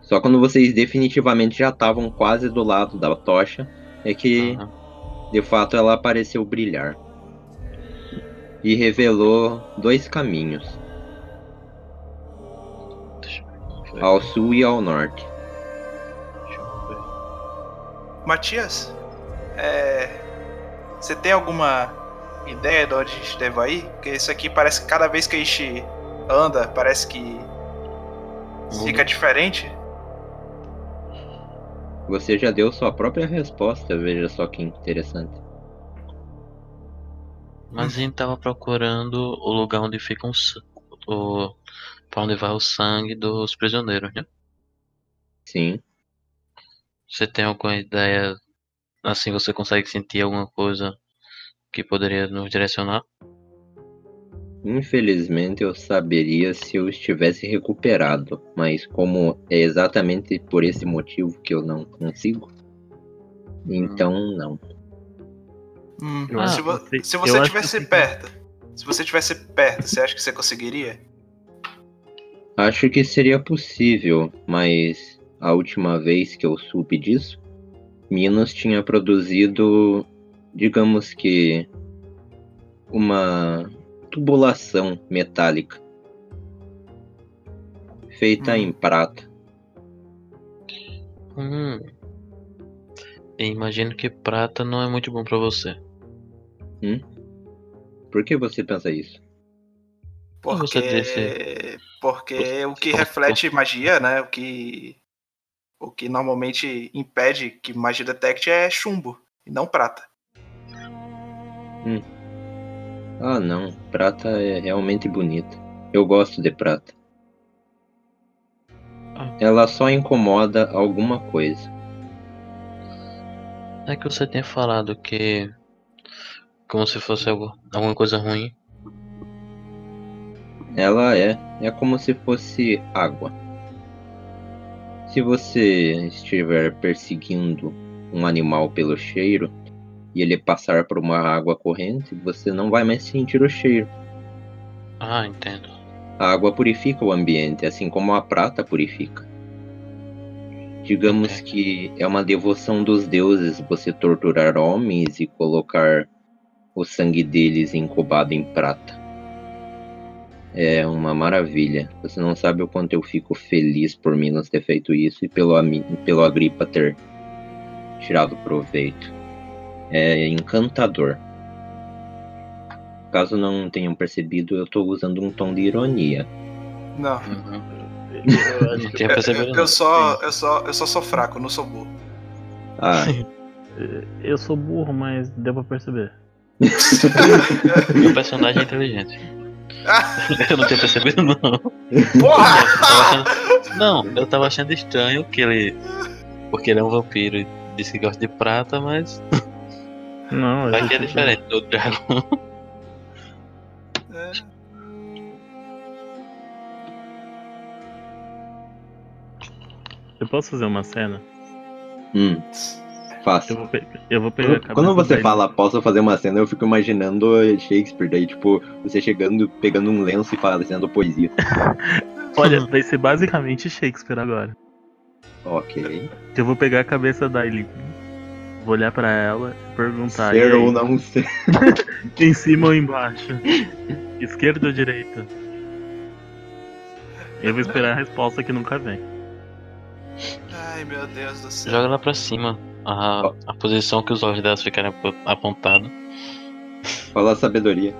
[SPEAKER 3] Só quando vocês definitivamente já estavam quase do lado da tocha é que
[SPEAKER 1] Aham.
[SPEAKER 3] de fato ela apareceu brilhar. E revelou dois caminhos. ao sul e ao norte.
[SPEAKER 4] Matias, é, você tem alguma ideia de onde a gente deve ir? Porque isso aqui parece que cada vez que a gente anda, parece que fica diferente.
[SPEAKER 3] Você já deu sua própria resposta, veja só que interessante.
[SPEAKER 1] Mas a gente tava procurando o lugar onde fica um, sa- o pra onde vai o sangue dos prisioneiros, né?
[SPEAKER 3] Sim,
[SPEAKER 1] Você tem alguma ideia? Assim, você consegue sentir alguma coisa que poderia nos direcionar?
[SPEAKER 3] infelizmente eu saberia se eu estivesse recuperado, mas como é exatamente por esse motivo que eu não consigo, então não.
[SPEAKER 4] se,
[SPEAKER 5] Eu acho
[SPEAKER 4] vo-
[SPEAKER 5] que eu
[SPEAKER 4] se
[SPEAKER 5] sei-
[SPEAKER 4] você
[SPEAKER 5] eu acho que
[SPEAKER 4] tivesse
[SPEAKER 5] eu sei. é.
[SPEAKER 4] perto, se você tivesse perto, você acha que você conseguiria?
[SPEAKER 3] Acho que seria possível, mas a última vez que eu soube disso, Minos tinha produzido, digamos que, uma tubulação metálica feita
[SPEAKER 4] Hum.
[SPEAKER 3] em prata.
[SPEAKER 1] Hum. E imagino que prata não é muito bom pra você.
[SPEAKER 3] Por que você pensa isso?
[SPEAKER 1] Como
[SPEAKER 4] Porque,
[SPEAKER 1] você disse-
[SPEAKER 4] porque o que
[SPEAKER 1] Como-
[SPEAKER 4] reflete magia, né? O que, o que normalmente impede que magia detecte é chumbo e não prata.
[SPEAKER 3] Ah, não, prata é realmente bonita. Eu gosto de prata.
[SPEAKER 1] Ah.
[SPEAKER 3] Ela só incomoda alguma coisa.
[SPEAKER 1] É que você tinha falado que. Como se fosse algo, alguma coisa ruim.
[SPEAKER 3] Ela é, é como se fosse água. Se você estiver perseguindo um animal pelo cheiro e ele passar por uma água corrente, você não vai mais sentir o cheiro.
[SPEAKER 1] Ah, entendo.
[SPEAKER 3] A água purifica o ambiente, assim como a prata purifica. Digamos que é uma devoção dos deuses você torturar homens e colocar o sangue deles incubado em prata. É uma maravilha. Você não sabe o quanto eu fico feliz por Minos ter feito isso e pelo, ami- pelo Agripa ter tirado proveito. É encantador. Caso não tenham percebido, eu tô usando um tom de ironia.
[SPEAKER 4] Não.
[SPEAKER 1] Uhum.
[SPEAKER 5] Eu acho
[SPEAKER 1] Não
[SPEAKER 5] que-
[SPEAKER 1] tinha percebido.
[SPEAKER 4] Eu, [laughs]
[SPEAKER 1] não.
[SPEAKER 4] eu só, eu, só, eu só sou fraco, não sou
[SPEAKER 1] [laughs]
[SPEAKER 4] burro.
[SPEAKER 3] Ah,
[SPEAKER 5] eh, Eu sou burro, mas deu pra perceber.
[SPEAKER 1] Meu personagem é inteligente. eu não tinha percebido, não.
[SPEAKER 4] Porra!
[SPEAKER 1] Eu tava achando- Não, eu tava achando estranho que ele. Porque ele é um vampiro e disse que gosta de prata, mas.
[SPEAKER 5] Não,
[SPEAKER 1] Vai que é diferente do dragão.
[SPEAKER 4] É.
[SPEAKER 5] Eu posso fazer uma cena?
[SPEAKER 3] hum,
[SPEAKER 5] Eu
[SPEAKER 3] fácil.
[SPEAKER 5] vou, pe- eu vou pegar a cabeça
[SPEAKER 3] Quando você
[SPEAKER 5] dele.
[SPEAKER 3] fala posso fazer uma cena, eu fico imaginando Shakespeare, daí tipo, você chegando, pegando um lenço e fazendo poesia. [laughs]
[SPEAKER 8] Olha, vai ser basicamente Shakespeare agora.
[SPEAKER 3] Ok.
[SPEAKER 8] Eu vou pegar a cabeça da Eileen, vou olhar pra ela e
[SPEAKER 5] Tá,
[SPEAKER 8] perguntar. "E
[SPEAKER 3] ser
[SPEAKER 8] aí,
[SPEAKER 3] ou não ser. [laughs]
[SPEAKER 8] Em cima ou embaixo? Esquerda ou direita? Eu vou esperar a resposta que nunca vem.
[SPEAKER 4] Ai, meu Deus do
[SPEAKER 1] [laughs]
[SPEAKER 4] céu.
[SPEAKER 1] Joga lá pra cima. A, a posição que os olhos delas ficarem apo- apontados.
[SPEAKER 3] Fala sabedoria.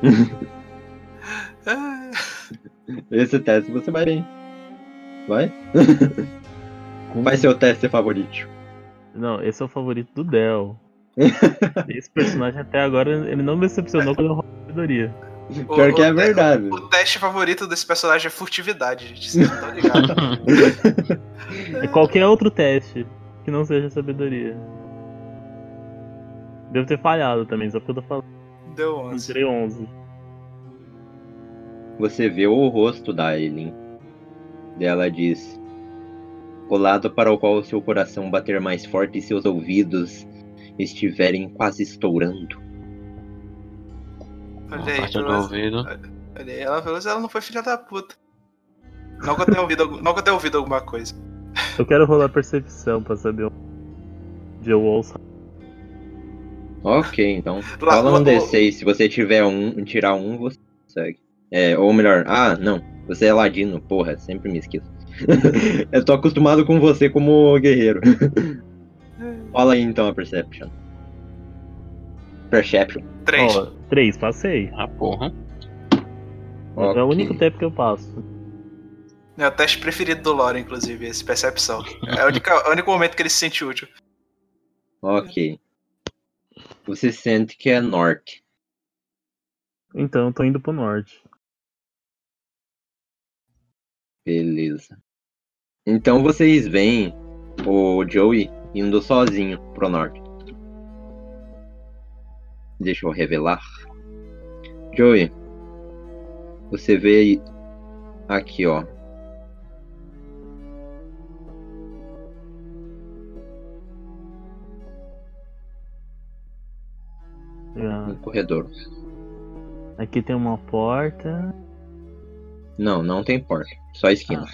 [SPEAKER 4] Ah,
[SPEAKER 3] Esse teste você vai bem. Vai? [laughs] Vai ser o teste favorito.
[SPEAKER 5] Não, esse é o favorito do Del. esse personagem até agora ele não me decepcionou quando eu roubei sabedoria.
[SPEAKER 4] o-
[SPEAKER 3] Pior que
[SPEAKER 4] o
[SPEAKER 3] é
[SPEAKER 4] te-
[SPEAKER 3] verdade.
[SPEAKER 4] O teste favorito desse personagem é furtividade, gente. Vocês não estão
[SPEAKER 1] [laughs]
[SPEAKER 4] ligados.
[SPEAKER 5] É qualquer outro teste que não seja sabedoria. Devo ter falhado também, só porque eu tô falando.
[SPEAKER 4] Deu
[SPEAKER 5] Eu
[SPEAKER 4] 11.
[SPEAKER 5] tirei 11.
[SPEAKER 3] Você vê o rosto da Aileen. Ela diz: O lado para o qual seu coração bater mais forte e seus ouvidos estiverem quase estourando.
[SPEAKER 1] A
[SPEAKER 4] Olha aí,
[SPEAKER 1] parte
[SPEAKER 4] pelo
[SPEAKER 1] do
[SPEAKER 4] menos-
[SPEAKER 1] ouvido.
[SPEAKER 4] olha aí. Ela, pelo menos ela não foi filha da puta. Não que eu tenha ouvido, algu- não que eu tenha ouvido alguma coisa.
[SPEAKER 5] Eu quero rolar percepção pra saber onde eu ouço.
[SPEAKER 3] Ok, então.
[SPEAKER 4] Lá-
[SPEAKER 3] Fala
[SPEAKER 4] lá-
[SPEAKER 3] um D6. Se você tiver um, tirar um, você consegue. É, ou melhor, ah, não. Você é ladino, porra, sempre me esqueço. [laughs] Eu tô acostumado com você como guerreiro. Fala aí então a Perception. Perception.
[SPEAKER 4] Três.
[SPEAKER 5] Ó, 3, passei.
[SPEAKER 1] Ah, porra.
[SPEAKER 5] É o
[SPEAKER 3] Ok.
[SPEAKER 5] único tempo que eu passo.
[SPEAKER 4] É o teste preferido do Lore, inclusive, esse percepção. É o único, o único momento que ele se sente útil.
[SPEAKER 3] Ok. Você sente que é norte.
[SPEAKER 5] Então eu tô indo pro norte.
[SPEAKER 3] Beleza. Então vocês veem o Joey indo sozinho pro norte. Deixa eu revelar. Joey, você vê aí- aqui, ó.
[SPEAKER 5] Ah, Ah.
[SPEAKER 3] Um corredor.
[SPEAKER 5] Aqui tem uma porta. Ah.
[SPEAKER 3] Não, não tem porta. Só esquina.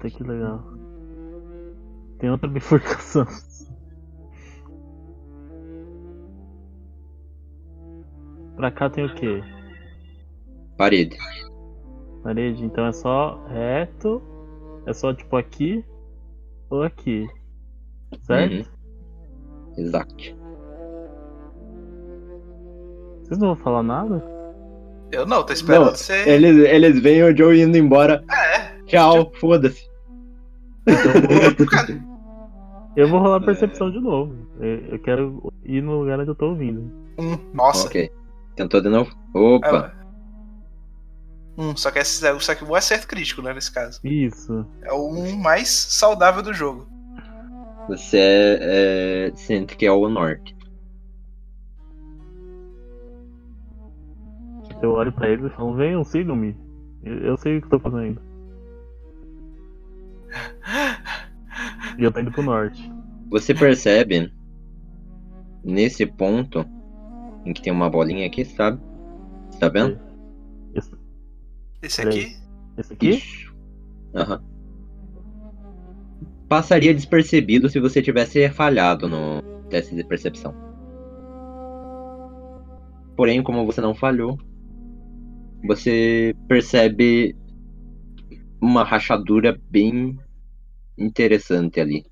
[SPEAKER 5] Tá que legal. Tem outra bifurcação. Pra cá tem o quê?
[SPEAKER 3] Parede.
[SPEAKER 5] Parede, então é só reto. É só tipo aqui ou aqui. Certo?
[SPEAKER 3] Exato.
[SPEAKER 5] Vocês não vão falar nada?
[SPEAKER 4] Eu não, tô esperando
[SPEAKER 3] Não,
[SPEAKER 4] você. É,
[SPEAKER 3] Eles, eles veem o Joey indo embora. Tchau, foda-se.
[SPEAKER 4] Cara,
[SPEAKER 5] Eu vou rolar percepção de novo. Eu, eu quero ir no lugar onde eu tô ouvindo.
[SPEAKER 4] Um, nossa.
[SPEAKER 3] Ok. Tentou de novo? Opa.
[SPEAKER 4] É, um, só que, esse, é- só que um é certo crítico, né, nesse caso.
[SPEAKER 5] Isso.
[SPEAKER 4] É o um mais saudável do jogo.
[SPEAKER 3] Você é, é, sente que é o norte.
[SPEAKER 5] Eu olho pra eles e falo, venham, sigam-me. Eu, eu sei o que eu tô fazendo. E eu tô indo pro norte.
[SPEAKER 3] Você percebe nesse ponto em que tem uma bolinha aqui, sabe? Tá vendo?
[SPEAKER 4] Esse aqui.
[SPEAKER 5] Esse aqui?
[SPEAKER 3] Isso. Aham. Passaria despercebido se você tivesse falhado no teste de percepção. Porém, como você não falhou, você percebe uma rachadura bem interessante ali.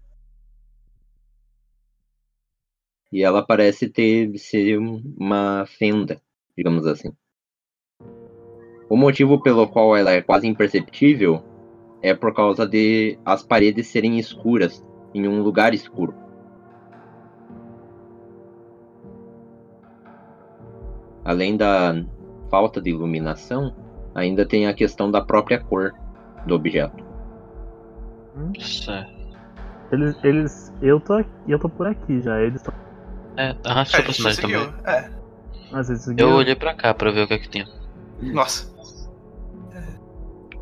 [SPEAKER 3] E ela parece ter ser uma fenda, digamos assim. O motivo pelo qual ela é quase imperceptível é por causa de as paredes serem escuras em um lugar escuro. Além da falta de iluminação, ainda tem a questão da própria cor do objeto.
[SPEAKER 1] Certo.
[SPEAKER 5] Eles. eles eu, tô, eu tô por aqui já. Eles tão.
[SPEAKER 1] É, arrasta seu
[SPEAKER 4] É, a gente
[SPEAKER 1] personagem também.
[SPEAKER 4] conseguiu. É.
[SPEAKER 5] Mas eles
[SPEAKER 1] Eu
[SPEAKER 5] seguiram.
[SPEAKER 1] olhei pra cá pra ver o que é que tinha.
[SPEAKER 4] Nossa.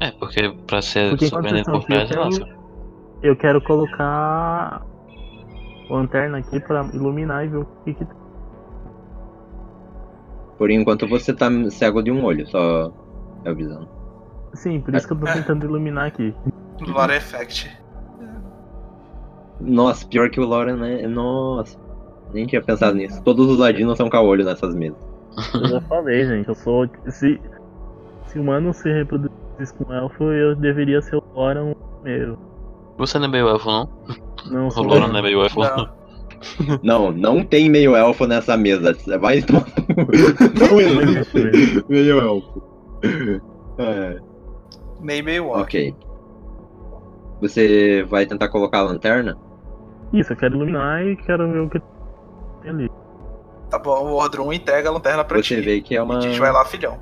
[SPEAKER 1] É, porque pra ser
[SPEAKER 5] Porque enquanto
[SPEAKER 1] surpreendente por
[SPEAKER 5] vocês
[SPEAKER 1] trás,
[SPEAKER 5] estão aqui,
[SPEAKER 1] nossa.
[SPEAKER 5] eu Eu quero colocar. Lanterna aqui pra iluminar e ver o que, tá. que tem.
[SPEAKER 3] Por enquanto você tá cego de um olho, só avisando.
[SPEAKER 5] Sim, por isso que eu tô tentando iluminar
[SPEAKER 1] [laughs]
[SPEAKER 5] aqui.
[SPEAKER 4] Lore Effect.
[SPEAKER 3] Nossa, pior que o Laura, né? Nossa. Nem tinha pensado nisso. Todos os ladinos são com olho nessas mesas.
[SPEAKER 5] Eu já falei, gente, eu sou. Se, se humano se reproduzisse com elfo, eu deveria ser o Loran primeiro. um
[SPEAKER 1] Você não é meio elfo, não?
[SPEAKER 5] Não
[SPEAKER 1] O
[SPEAKER 5] sou
[SPEAKER 1] Loran não é meio elfo.
[SPEAKER 4] Não.
[SPEAKER 3] Não, não tem meio elfo nessa mesa. Vai [laughs] tomar. Não existe meio elfo. É,
[SPEAKER 4] Meio meio walk.
[SPEAKER 3] ok. Você vai tentar colocar a lanterna?
[SPEAKER 5] Isso, eu quero iluminar e quero ver o que tem ali.
[SPEAKER 4] Tá bom, o Ordrum entrega a lanterna pra
[SPEAKER 3] Você
[SPEAKER 4] ti.
[SPEAKER 3] vê que é uma.
[SPEAKER 4] A gente vai lá, filhão.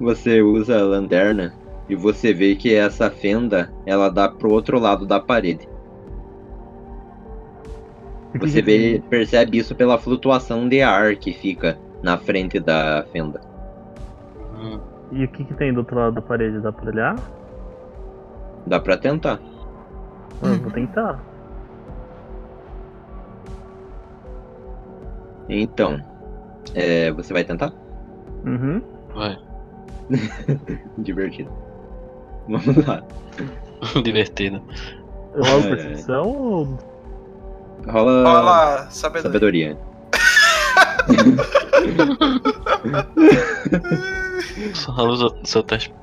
[SPEAKER 3] Você usa a lanterna e você vê que essa fenda ela dá pro outro lado da parede.
[SPEAKER 5] O que
[SPEAKER 3] Você
[SPEAKER 5] que
[SPEAKER 3] vê, percebe isso pela flutuação de ar que fica na frente da fenda.
[SPEAKER 1] Hum,
[SPEAKER 5] tem? E o que, que tem do outro lado da parede? Dá pra olhar?
[SPEAKER 3] Dá pra tentar.
[SPEAKER 5] Ah, Eu vou tentar.
[SPEAKER 3] Então, é, você vai tentar?
[SPEAKER 5] Uhum.
[SPEAKER 1] vai.
[SPEAKER 3] Divertido. [laughs] Vamos lá.
[SPEAKER 1] [laughs] Divertido.
[SPEAKER 5] Eu rolo
[SPEAKER 3] Ai, ai.
[SPEAKER 5] percepção ou.
[SPEAKER 3] Rola
[SPEAKER 4] Olha lá, sabedoria.
[SPEAKER 3] sabedoria.
[SPEAKER 1] Só tá usa o seu teste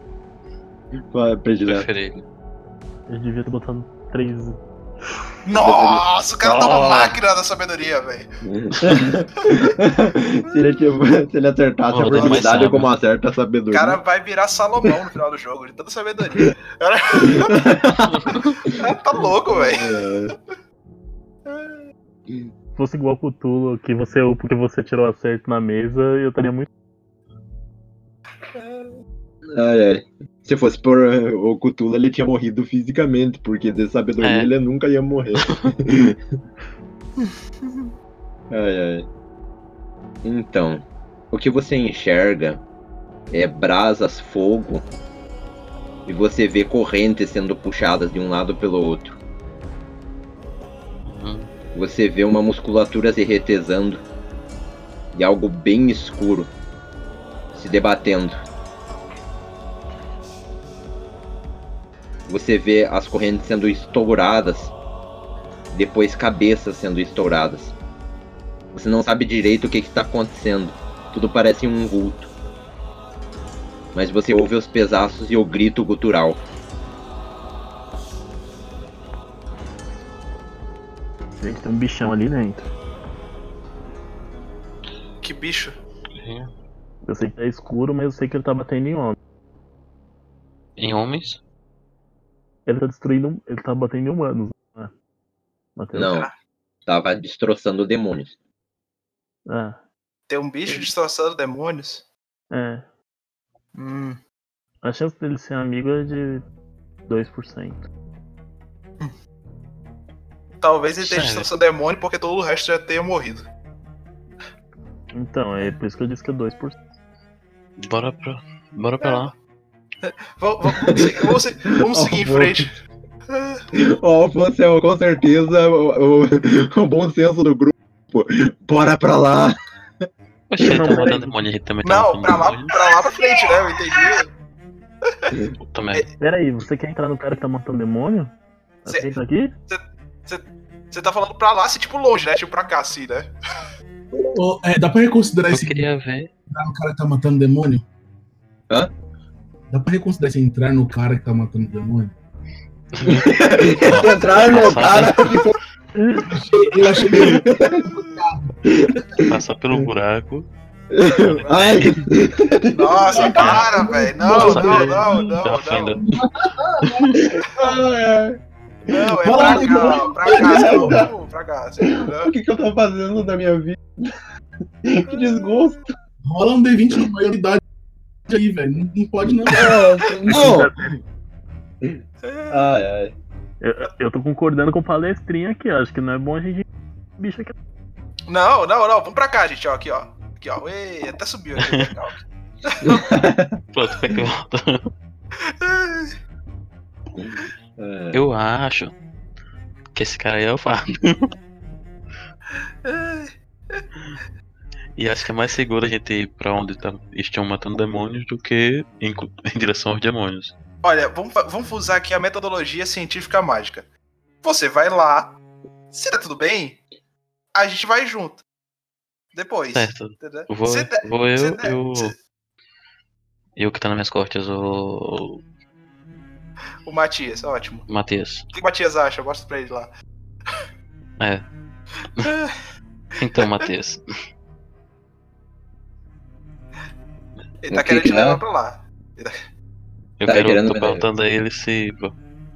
[SPEAKER 3] Qual é
[SPEAKER 1] [laughs]
[SPEAKER 3] a [laughs] predileção?
[SPEAKER 1] preferido.
[SPEAKER 5] Eu devia ter botado três.
[SPEAKER 4] Nossa, o cara tá uma
[SPEAKER 5] Nossa.
[SPEAKER 4] máquina da sabedoria, velho.
[SPEAKER 3] se, ele, te- se ele acertasse a
[SPEAKER 1] Rola mais
[SPEAKER 3] oportunidade
[SPEAKER 1] sábio.
[SPEAKER 3] como acerta a
[SPEAKER 4] O
[SPEAKER 3] sabedoria.
[SPEAKER 4] cara vai virar Salomão no final do jogo, de tanta sabedoria. O cara- [laughs] O cara tá louco, velho.
[SPEAKER 3] É.
[SPEAKER 5] Se fosse igual o Tulo, que você porque você tirou acerto na mesa, eu estaria muito.
[SPEAKER 3] Ai, ai. É, Se fosse por eh, o Cthulhu, ele tinha morrido fisicamente, porque de sabedoria
[SPEAKER 1] É.
[SPEAKER 3] ele nunca ia morrer. ai, ai. Então, o que você enxerga é brasas, fogo, e você vê correntes sendo puxadas de um lado pelo outro.
[SPEAKER 1] Hum,
[SPEAKER 3] Você vê uma musculatura se retesando e algo bem escuro se debatendo. Você vê as correntes sendo estouradas, depois cabeças sendo estouradas. Você não sabe direito o que está acontecendo. Tudo parece um vulto. Mas você ouve os pedaços e o grito gutural.
[SPEAKER 5] Gente, tem um bichão ali dentro.
[SPEAKER 4] Que bicho.
[SPEAKER 5] Eu sei que tá escuro, mas eu sei que ele tá batendo em homem.
[SPEAKER 1] Em homens?
[SPEAKER 5] Ele tá destruindo. Ele tá batendo em humanos. Né? Mateus?
[SPEAKER 3] Não, estava destroçando demônios.
[SPEAKER 5] Ah,
[SPEAKER 4] Tem um bicho distorçando demônios.
[SPEAKER 5] é.
[SPEAKER 4] Hum.
[SPEAKER 5] A chance dele ser amigo é de 2%.
[SPEAKER 4] Talvez ele esteja
[SPEAKER 1] Sério?
[SPEAKER 4] distorçando demônio porque todo o resto já tenha morrido.
[SPEAKER 5] Então, é por isso que eu disse que é 2%.
[SPEAKER 1] Bora pra. Bora
[SPEAKER 4] É.
[SPEAKER 1] pra lá.
[SPEAKER 4] Vamos, vamos, seguir- vamos se- vamos seguir em frente.
[SPEAKER 3] Ó, Francel, com certeza o, o- o um bom senso do grupo. Bora pra lá!
[SPEAKER 1] Oxe, ele
[SPEAKER 5] Não,
[SPEAKER 1] tá
[SPEAKER 5] peraí.
[SPEAKER 1] mandando demônio, ele também tá
[SPEAKER 4] Não,
[SPEAKER 1] matando
[SPEAKER 4] pra lá,
[SPEAKER 1] demônio.
[SPEAKER 4] pra lá pra frente, né? Eu entendi.
[SPEAKER 1] Puta
[SPEAKER 4] É,
[SPEAKER 1] merda.
[SPEAKER 5] Pera aí, você quer entrar no cara que tá matando demônio?
[SPEAKER 4] Cê-
[SPEAKER 5] Você entra aqui?
[SPEAKER 4] Você tá falando pra lá, assim, tipo longe, né? Tipo pra cá, assim, né?
[SPEAKER 6] Ô, é, dá pra reconsiderar
[SPEAKER 1] Eu
[SPEAKER 6] esse
[SPEAKER 1] queria ver.
[SPEAKER 6] entrar no cara que tá matando demônio?
[SPEAKER 3] Hã?
[SPEAKER 6] Dá pra reconsiderar esse entrar no cara que tá matando demônio?
[SPEAKER 3] Entrar no
[SPEAKER 4] é
[SPEAKER 1] Passada.
[SPEAKER 3] cara que
[SPEAKER 6] Eu achei que
[SPEAKER 1] Passa pelo buraco.
[SPEAKER 3] Ai,
[SPEAKER 4] Nossa, para, velho. Não,
[SPEAKER 1] Nossa,
[SPEAKER 4] não,
[SPEAKER 1] velho. Tá
[SPEAKER 4] não, não,
[SPEAKER 1] pela
[SPEAKER 4] não.
[SPEAKER 1] fenda.
[SPEAKER 4] Não, é
[SPEAKER 6] Fala
[SPEAKER 1] né?
[SPEAKER 4] pra
[SPEAKER 6] aí,
[SPEAKER 4] cá, pra cá, você não, pra cá, assim, você não.
[SPEAKER 3] o que, que eu tô fazendo da minha vida? Que desgosto.
[SPEAKER 6] rola um D20 na maioridade aí, velho. Não, não pode não.
[SPEAKER 3] Não! [laughs]
[SPEAKER 4] É.
[SPEAKER 3] Ai, ai.
[SPEAKER 7] Eu, eu tô concordando com o palestrinha aqui, ó. acho que não é bom a gente. Bicho aqui.
[SPEAKER 4] Não, não, não, vamos pra cá, gente, ó, aqui, ó. Aqui, ó, Ei, até subiu aqui, legal.
[SPEAKER 1] Pronto, como é que volta?
[SPEAKER 3] É.
[SPEAKER 1] Eu acho que esse cara aí é o Fábio. E acho que é mais seguro a gente ir pra onde tá, estão matando demônios do que em, [laughs] co- em direção aos demônios.
[SPEAKER 4] Olha, vamos, fa- vamos usar aqui a metodologia científica mágica. Você vai lá, se tá tudo bem, a gente vai junto. Depois.
[SPEAKER 1] Certo.
[SPEAKER 4] entendeu?
[SPEAKER 1] Vou,
[SPEAKER 4] Se der-
[SPEAKER 1] vou eu
[SPEAKER 4] se
[SPEAKER 1] e
[SPEAKER 4] der-
[SPEAKER 1] o.
[SPEAKER 4] se-
[SPEAKER 1] E o que tá nas minhas costas, o.
[SPEAKER 4] O Matias, ótimo.
[SPEAKER 1] o Matheus.
[SPEAKER 4] O que o Matias acha? Eu mostro pra ele lá.
[SPEAKER 1] É. Então, Matheus.
[SPEAKER 4] [laughs] Ele tá
[SPEAKER 3] O que
[SPEAKER 4] querendo
[SPEAKER 3] que
[SPEAKER 4] te levar
[SPEAKER 3] dá?
[SPEAKER 4] pra lá.
[SPEAKER 1] Eu
[SPEAKER 3] Tá
[SPEAKER 1] quero.
[SPEAKER 3] querendo
[SPEAKER 1] Tô
[SPEAKER 3] me dar-
[SPEAKER 1] perguntando a ele se.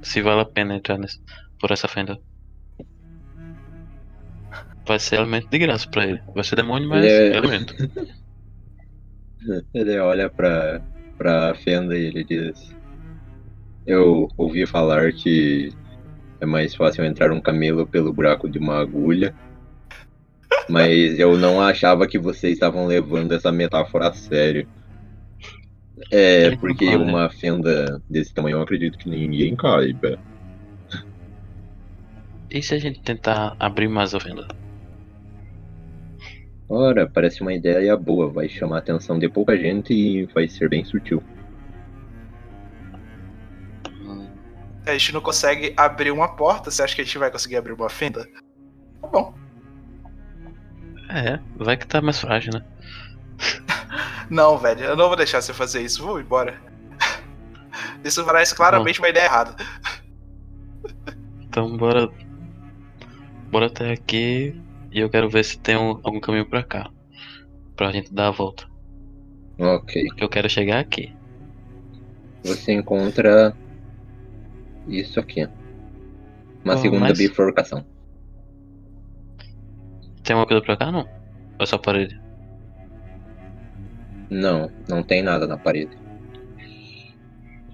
[SPEAKER 1] Se vale a pena entrar nesse, por essa fenda. Vai ser alimento de graça pra ele. Vai ser demônio, mas
[SPEAKER 3] Ele é-
[SPEAKER 1] é alimento.
[SPEAKER 3] Ele olha pra, pra fenda e ele diz: Eu ouvi falar que é mais fácil entrar um camelo pelo buraco de uma agulha. Mas eu não achava que vocês estavam levando essa metáfora a sério. É, porque
[SPEAKER 1] Olha.
[SPEAKER 3] uma fenda desse tamanho eu acredito que ninguém caiba.
[SPEAKER 1] [laughs] E se a gente tentar abrir mais a fenda?
[SPEAKER 3] Ora, parece uma ideia boa, vai chamar a atenção de pouca gente e vai ser bem sutil.
[SPEAKER 1] Hum,
[SPEAKER 4] A gente não consegue abrir uma porta. Você acha que a gente vai conseguir abrir uma fenda? Tá bom.
[SPEAKER 1] É, vai que tá mais frágil, né?
[SPEAKER 4] Não, velho, eu não vou deixar você fazer isso. Vou embora. [laughs] Isso parece claramente uma ideia errada.
[SPEAKER 1] Então bora. Bora até aqui e eu quero ver se tem um- algum caminho pra cá. Pra gente dar a volta.
[SPEAKER 3] Ok.
[SPEAKER 1] Porque eu quero chegar aqui.
[SPEAKER 3] você encontra isso aqui. Uma
[SPEAKER 1] Ah,
[SPEAKER 3] segunda
[SPEAKER 1] mas-
[SPEAKER 3] bifurcação.
[SPEAKER 1] Tem uma coisa pra cá não? Ou é só parede?
[SPEAKER 3] Não, não tem nada na parede.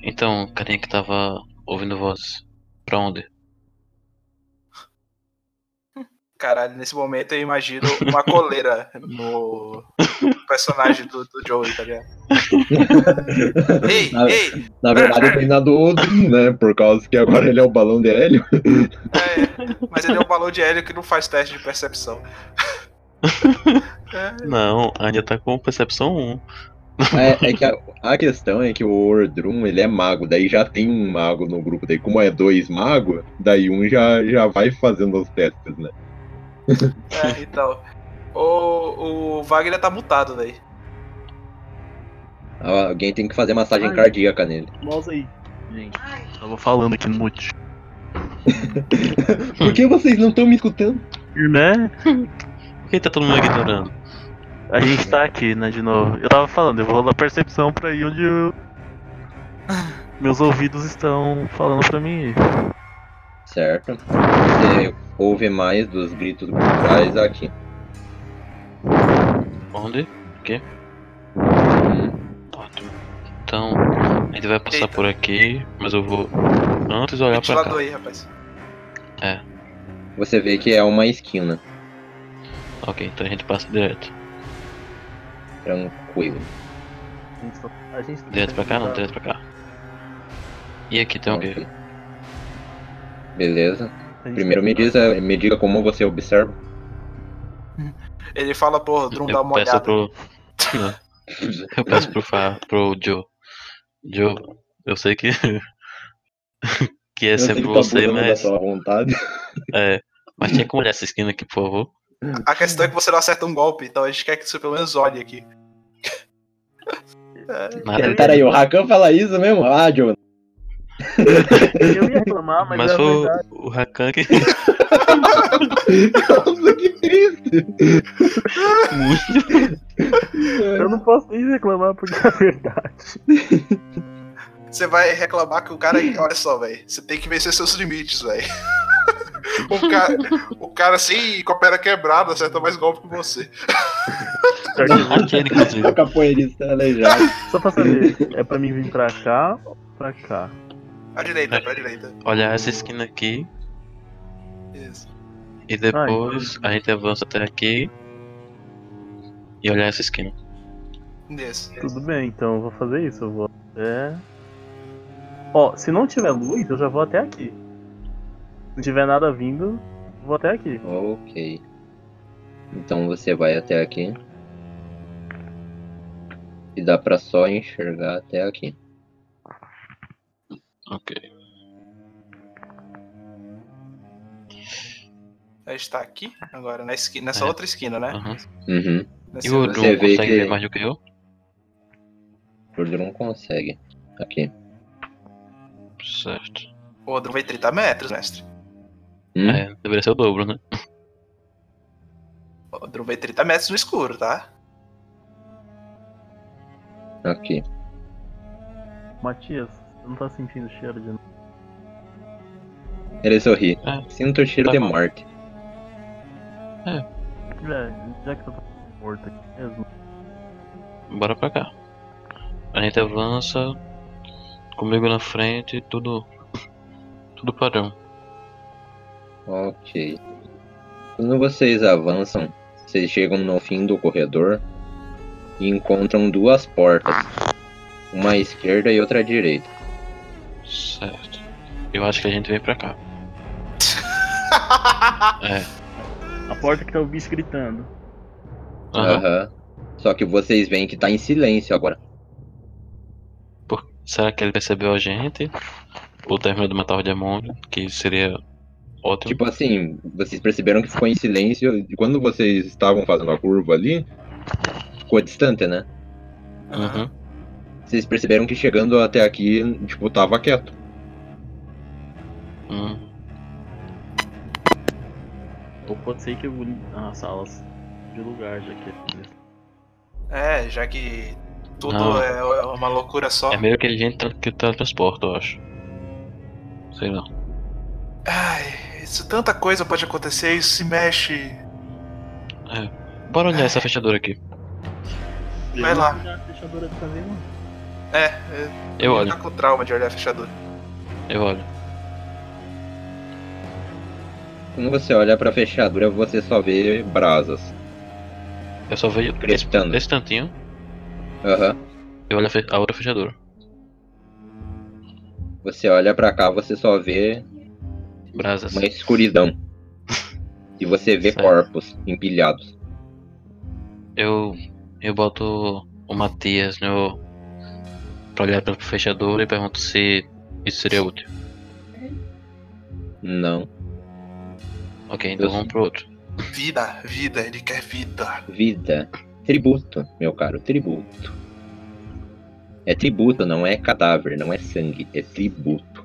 [SPEAKER 1] Então, o carinha que tava ouvindo vozes. Pra onde?
[SPEAKER 4] Caralho, nesse momento eu imagino
[SPEAKER 1] [laughs]
[SPEAKER 4] uma coleira no personagem do, do Joey,
[SPEAKER 1] [laughs]
[SPEAKER 4] tá ligado? Ei,
[SPEAKER 3] na,
[SPEAKER 4] ei!
[SPEAKER 3] na verdade, tem na do Odin, né? Por causa que agora ele é o balão de [laughs] hélio.
[SPEAKER 4] É, mas ele é um balão de hélio que não faz teste de percepção. É,
[SPEAKER 1] Não, a Anya tá com percepção 1.
[SPEAKER 3] É, é que a, a questão é que o Ordrum, ele é mago. Daí já tem um mago no grupo. Daí, como é dois magos, daí um já, já vai fazendo os testes, né?
[SPEAKER 1] [laughs]
[SPEAKER 4] é, então. O, o Wagner tá mutado, velho.
[SPEAKER 3] Ah, Alguém tem que fazer massagem
[SPEAKER 7] Ai.
[SPEAKER 3] cardíaca nele.
[SPEAKER 7] Mouse aí. Gente, eu vou falando aqui no mute.
[SPEAKER 3] Por que vocês não estão me escutando?
[SPEAKER 7] Né?
[SPEAKER 1] Por que tá todo mundo ignorando?
[SPEAKER 7] A gente tá aqui, né, de novo. Eu tava falando, eu vou rolar percepção pra ir onde eu- meus ouvidos estão falando pra mim. ir.
[SPEAKER 3] Certo. Você ouve mais dos gritos guturais aqui.
[SPEAKER 1] Onde?
[SPEAKER 3] Hum.
[SPEAKER 1] Ótimo. Então, a gente vai passar
[SPEAKER 4] Eita.
[SPEAKER 1] por aqui, mas eu vou antes olhar pra cá.
[SPEAKER 4] Ventilador aí, rapaz.
[SPEAKER 3] Você vê que é uma esquina,
[SPEAKER 1] Ok, então a gente passa direto.
[SPEAKER 3] tranquilo.
[SPEAKER 7] A gente tá- a gente tá
[SPEAKER 1] Direto pra cá não,
[SPEAKER 7] tentando-
[SPEAKER 1] direto pra cá. E aqui tem o quê?
[SPEAKER 3] Ok. Beleza.
[SPEAKER 7] a gente
[SPEAKER 3] Primeiro me
[SPEAKER 7] tá-
[SPEAKER 3] diz, a- me diga como você observa.
[SPEAKER 4] Ele fala, porra, Drum, dá
[SPEAKER 1] Eu
[SPEAKER 4] uma
[SPEAKER 1] peço
[SPEAKER 4] olhada.
[SPEAKER 1] pro. Não. Eu peço pro, Fa... pro Joe. Joe, eu sei que. [laughs] que é
[SPEAKER 3] Eu sei
[SPEAKER 1] sempre
[SPEAKER 3] que tá
[SPEAKER 1] você,
[SPEAKER 3] abusando da
[SPEAKER 1] mas.
[SPEAKER 3] sua vontade.
[SPEAKER 1] É, mas tinha como olhar essa esquina aqui, por favor.
[SPEAKER 4] A questão é que você não acerta um golpe, então a gente quer que você pelo menos olhe aqui.
[SPEAKER 1] Nada.
[SPEAKER 3] [laughs] Peraí, o Rakan fala isso mesmo? Ah, John.
[SPEAKER 5] Eu ia reclamar, mas,
[SPEAKER 1] Mas
[SPEAKER 5] é
[SPEAKER 1] foi o-
[SPEAKER 5] verdade.
[SPEAKER 1] o Rakan que.
[SPEAKER 3] Nossa, que triste.
[SPEAKER 1] Muito.
[SPEAKER 5] Eu não posso nem reclamar
[SPEAKER 7] [laughs]
[SPEAKER 5] porque é verdade.
[SPEAKER 4] Você vai reclamar que o cara. Olha só, velho. Você tem que vencer seus limites, velho. [laughs] O cara, o cara assim, com a perna quebrada, acerta mais golpe que você.
[SPEAKER 5] Pior que-
[SPEAKER 1] Raquel, inclusive.
[SPEAKER 3] O capoeirista aleijado.
[SPEAKER 5] Só pra saber, é pra mim vir pra cá ou pra cá?
[SPEAKER 4] À direita, pra direita.
[SPEAKER 1] Olha essa esquina aqui.
[SPEAKER 4] Isso.
[SPEAKER 1] E depois a gente avança até aqui. E olhar essa esquina.
[SPEAKER 4] Isso.
[SPEAKER 5] Tudo bem, então eu vou fazer isso. Eu vou até. Ó, se não tiver luz, eu já vou até aqui. Se não tiver nada vindo, eu vou até aqui.
[SPEAKER 3] ok. Então você vai até aqui. E dá pra só enxergar até aqui.
[SPEAKER 1] Ok.
[SPEAKER 4] A gente tá aqui agora, na esqui- nessa
[SPEAKER 1] É.
[SPEAKER 4] outra esquina, né?
[SPEAKER 1] Aham.
[SPEAKER 3] Uhum.
[SPEAKER 1] E
[SPEAKER 4] Nessa
[SPEAKER 1] o
[SPEAKER 4] outra-
[SPEAKER 1] Odum
[SPEAKER 3] Você vê
[SPEAKER 1] consegue
[SPEAKER 3] que-
[SPEAKER 1] ver mais do que eu?
[SPEAKER 3] Ele não consegue. Aqui.
[SPEAKER 1] Certo.
[SPEAKER 4] O Odrum vai 30 metros, mestre.
[SPEAKER 3] Hum?
[SPEAKER 1] É, deveria ser o dobro, né?
[SPEAKER 4] O Odrum vai 30 metros no escuro, tá?
[SPEAKER 3] Aqui.
[SPEAKER 5] Matias, você não tá sentindo cheiro de nada.
[SPEAKER 3] Ele sorri.
[SPEAKER 1] É.
[SPEAKER 3] Sinto o cheiro
[SPEAKER 1] Tá
[SPEAKER 3] de
[SPEAKER 1] bom.
[SPEAKER 3] morte.
[SPEAKER 5] É, já que você tá morto aqui mesmo.
[SPEAKER 1] Bora pra cá. A gente avança. Comigo na frente, tudo. Tudo padrão.
[SPEAKER 3] Ok. Quando vocês avançam, vocês chegam no fim do corredor e encontram duas portas. Uma à esquerda e outra à direita.
[SPEAKER 1] Certo. Eu acho que a gente vem pra cá. É.
[SPEAKER 5] A porta que tá o bicho gritando.
[SPEAKER 1] Aham. Então.
[SPEAKER 3] Aham. Só que vocês veem que tá em silêncio agora.
[SPEAKER 1] Será que ele percebeu a gente? O término do matar o demônio, que seria ótimo.
[SPEAKER 3] Tipo assim, vocês perceberam que ficou em silêncio e quando vocês estavam fazendo a curva ali, ficou distante, né?
[SPEAKER 1] Aham.
[SPEAKER 3] Vocês perceberam que chegando até aqui, tipo, tava quieto.
[SPEAKER 1] Hum.
[SPEAKER 7] Ou pode ser que eu vou
[SPEAKER 5] Ah,
[SPEAKER 7] nas salas de lugar já que
[SPEAKER 4] É, já que tudo
[SPEAKER 1] Não.
[SPEAKER 4] é, é uma loucura só.
[SPEAKER 1] É meio que a gente tra- que teletransporta, eu acho. Sei lá.
[SPEAKER 4] Ai, isso tanta coisa pode acontecer, isso se mexe.
[SPEAKER 1] Bora olhar essa fechadura aqui.
[SPEAKER 4] Vai lá.
[SPEAKER 5] Já a fechadura tá vendo?
[SPEAKER 4] É,
[SPEAKER 1] Eu
[SPEAKER 4] ele
[SPEAKER 1] olho,
[SPEAKER 4] tá com trauma de olhar a fechadura.
[SPEAKER 1] eu olho.
[SPEAKER 3] Quando você olha pra fechadura, você só vê brasas.
[SPEAKER 1] Eu só vejo esse,
[SPEAKER 3] Gritando.
[SPEAKER 1] esse tantinho.
[SPEAKER 3] Aham.
[SPEAKER 1] Eu olho a, fe- a outra fechadura.
[SPEAKER 3] Você olha pra cá, você só vê
[SPEAKER 1] Brasas.
[SPEAKER 3] uma escuridão. E você vê
[SPEAKER 1] Certo.
[SPEAKER 3] corpos empilhados.
[SPEAKER 1] Eu. Eu boto o Matias no. pra olhar pela fechadura e pergunto se isso seria útil.
[SPEAKER 3] Não.
[SPEAKER 1] Ok, então
[SPEAKER 3] Eu-
[SPEAKER 1] vamos pro outro.
[SPEAKER 4] Vida, vida, ele quer vida.
[SPEAKER 3] Vida. Tributo, meu caro, tributo. É tributo, não é cadáver, não é sangue, é tributo.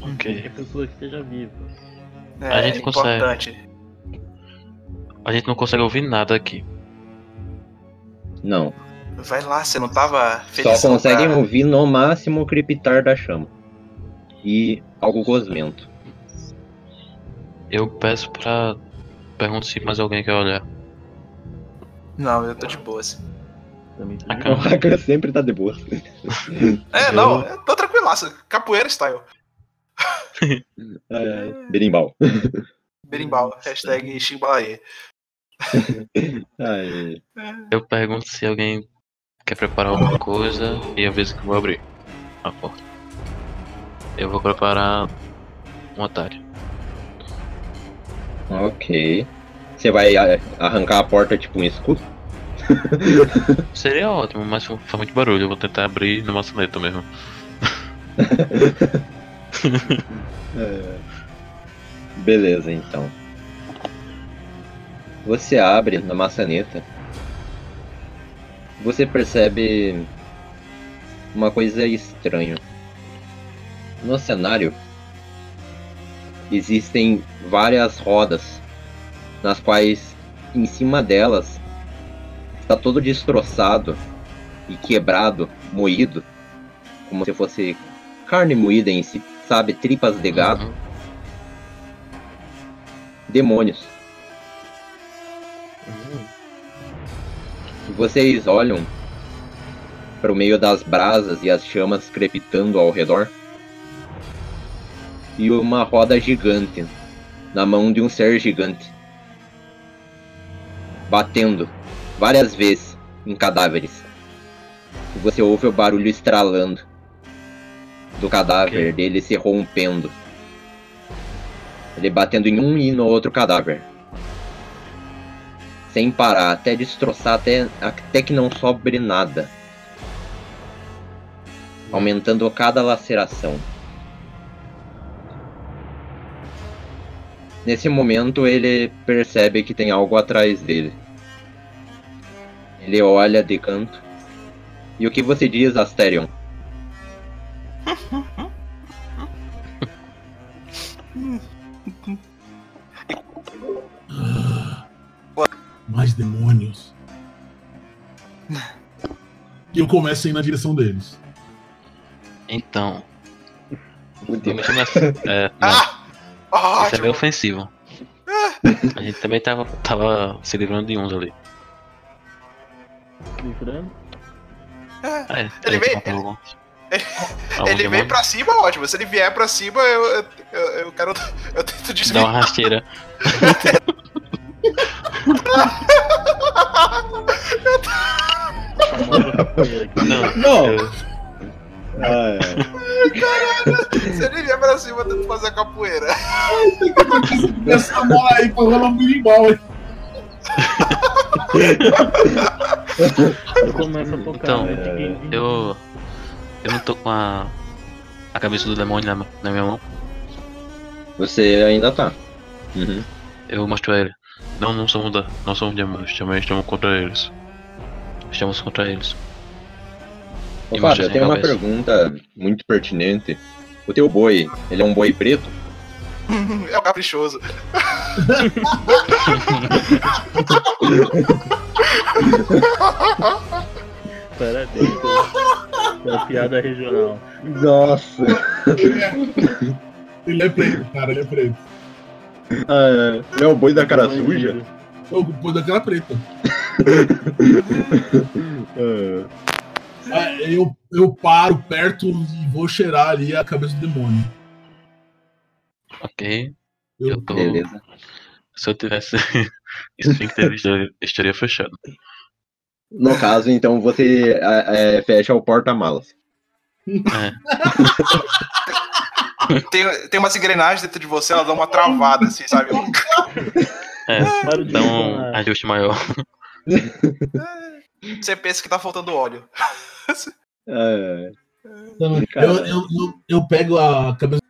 [SPEAKER 1] Ok.
[SPEAKER 7] Qualquer pessoa que esteja viva.
[SPEAKER 4] É,
[SPEAKER 1] A gente consegue.
[SPEAKER 4] importante.
[SPEAKER 1] A gente não consegue ouvir nada aqui.
[SPEAKER 3] Não.
[SPEAKER 4] Vai lá, você não tava feliz.
[SPEAKER 3] Só um. conseguem ouvir no máximo o crepitar da chama. E algo gosmento.
[SPEAKER 1] Eu peço pra. Pergunto se mais alguém quer olhar.
[SPEAKER 4] Não, eu tô de assim. boas.
[SPEAKER 7] Também tá
[SPEAKER 1] A
[SPEAKER 3] O
[SPEAKER 1] cama.
[SPEAKER 3] Hakan sempre tá de boa.
[SPEAKER 4] É, não, eu tô tranquilaço. Capoeira style.
[SPEAKER 3] É, Berimbau.
[SPEAKER 4] Berimbau, hashtag Shimbalaê.
[SPEAKER 3] Ai.
[SPEAKER 1] Eu pergunto se alguém quer preparar alguma coisa e aviso que eu vou abrir a porta. Eu vou preparar um atalho.
[SPEAKER 3] Ok. Você vai a- arrancar a porta tipo um escudo?
[SPEAKER 1] Seria ótimo, mas fa- faz muito barulho. Eu vou tentar abrir na maçaneta mesmo.
[SPEAKER 3] Beleza, então. Você abre na maçaneta. Você percebe uma coisa estranha. No cenário existem várias rodas, nas quais em cima delas está todo destroçado e quebrado, moído, como se fosse carne moída em si, sabe, tripas de gado,
[SPEAKER 1] Uhum.
[SPEAKER 3] demônios. Vocês olham para o meio das brasas e as chamas crepitando ao redor. E uma roda gigante na mão de um ser gigante. Batendo várias vezes em cadáveres. E Você ouve o barulho estralando do cadáver dele se rompendo. Ele batendo em um e no outro cadáver sem parar, até destroçar, até, até que não sobre nada. Aumentando cada laceração. Nesse momento ele percebe que tem algo atrás dele. Ele olha de canto. E o que você diz, Asterion?
[SPEAKER 6] Mais demônios. E eu começo a ir na direção deles.
[SPEAKER 1] Então.
[SPEAKER 3] Fudeu.
[SPEAKER 1] Vamos começar.
[SPEAKER 4] [laughs]
[SPEAKER 1] É, não,
[SPEAKER 4] Ah! Ótimo!
[SPEAKER 1] isso é meio ofensivo. A gente também tava, tava se livrando de uns ali.
[SPEAKER 7] Livrando.
[SPEAKER 1] É, a
[SPEAKER 4] Ele
[SPEAKER 1] gente
[SPEAKER 4] veio-
[SPEAKER 1] matou algum- algum
[SPEAKER 4] [laughs] Ele vem
[SPEAKER 1] demônio.
[SPEAKER 4] pra cima, ótimo. Se ele vier pra cima, eu, eu, eu- eu quero. [laughs] Eu tento
[SPEAKER 1] Dá
[SPEAKER 4] desviar.
[SPEAKER 1] uma rasteira.
[SPEAKER 4] [laughs]
[SPEAKER 1] Não,
[SPEAKER 3] Não!
[SPEAKER 1] eu-
[SPEAKER 4] Se ele vier pra cima, eu tento fazer a capoeira. [laughs]
[SPEAKER 6] Essa bola aí, falando um birimbau. aí.
[SPEAKER 7] Eu começo a tocar.
[SPEAKER 1] Então,
[SPEAKER 7] né? Din, din, din.
[SPEAKER 1] eu. Eu não tô com a. A cabeça do demônio na, na minha mão.
[SPEAKER 3] Você ainda tá. Uhum.
[SPEAKER 1] Eu mostro a ele. Não, não somos, da, não somos demônios, também estamos contra eles. Estamos contra eles.
[SPEAKER 3] Ô,
[SPEAKER 1] E
[SPEAKER 3] Fábio,
[SPEAKER 1] mostra
[SPEAKER 3] eu
[SPEAKER 1] sem
[SPEAKER 3] tenho uma
[SPEAKER 1] cabeça.
[SPEAKER 3] pergunta muito pertinente. O teu boi, ele é um boi preto?
[SPEAKER 4] É o caprichoso.
[SPEAKER 7] Parabéns. é Uma piada regional.
[SPEAKER 3] Nossa! [laughs]
[SPEAKER 6] Ele é preto, cara, ele é preto.
[SPEAKER 3] é o boi da cara suja?
[SPEAKER 7] Bandido.
[SPEAKER 6] Eu pôr daquela preta. É. Ah, Eu, eu paro perto e vou cheirar ali a cabeça do demônio.
[SPEAKER 1] Ok?
[SPEAKER 6] Eu-
[SPEAKER 1] Eu tô.
[SPEAKER 3] Beleza.
[SPEAKER 1] Se eu tivesse. [laughs] Esfíncter, eu estaria- estaria fechado.
[SPEAKER 3] No caso, então, você é, é, fecha o porta-malas.
[SPEAKER 4] Tem, tem umas engrenagens dentro de você, ela dá uma travada, assim, sabe?
[SPEAKER 7] Para de
[SPEAKER 1] Dá um
[SPEAKER 7] reclamar.
[SPEAKER 1] ajuste maior.
[SPEAKER 4] Você pensa que tá faltando óleo.
[SPEAKER 3] É,
[SPEAKER 6] Eu, eu, eu, eu pego a cabeça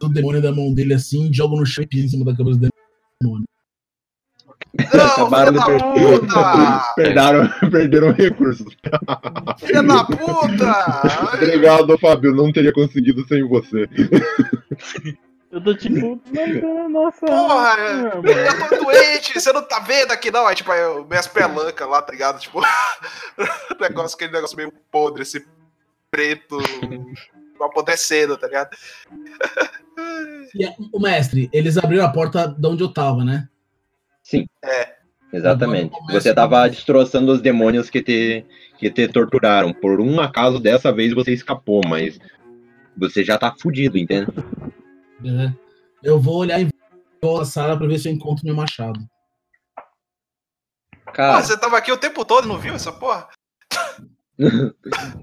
[SPEAKER 6] do demônio da mão dele assim, jogo no chão e piso em cima da cabeça dele.
[SPEAKER 4] Não, filha
[SPEAKER 3] Acabaram
[SPEAKER 4] da
[SPEAKER 3] de
[SPEAKER 4] puta!
[SPEAKER 3] perderam, perderam recursos.
[SPEAKER 4] Filha da puta!
[SPEAKER 3] Obrigado, Fábio. Não teria conseguido sem você.
[SPEAKER 7] Eu tô tipo, não, não, nossa.
[SPEAKER 4] Porra,
[SPEAKER 5] É,
[SPEAKER 7] não, mano.
[SPEAKER 4] Eu tô doente, você não tá vendo aqui não? É tipo, é, o- minhas pelancas lá, tá ligado? Tipo, [laughs] negócio, aquele negócio meio podre, esse preto apodrecendo, tá ligado?
[SPEAKER 6] E a- o mestre, eles abriram a porta de onde eu tava, né?
[SPEAKER 3] Exatamente. Você tava destroçando os demônios que te, que te torturaram. Por um acaso, dessa vez, você escapou, mas você já tá fudido, entende?
[SPEAKER 6] É. Eu vou olhar em volta da sala pra ver se eu encontro meu machado.
[SPEAKER 4] Pô,
[SPEAKER 3] Cara,
[SPEAKER 4] Ah, você tava aqui o tempo todo, não viu essa porra?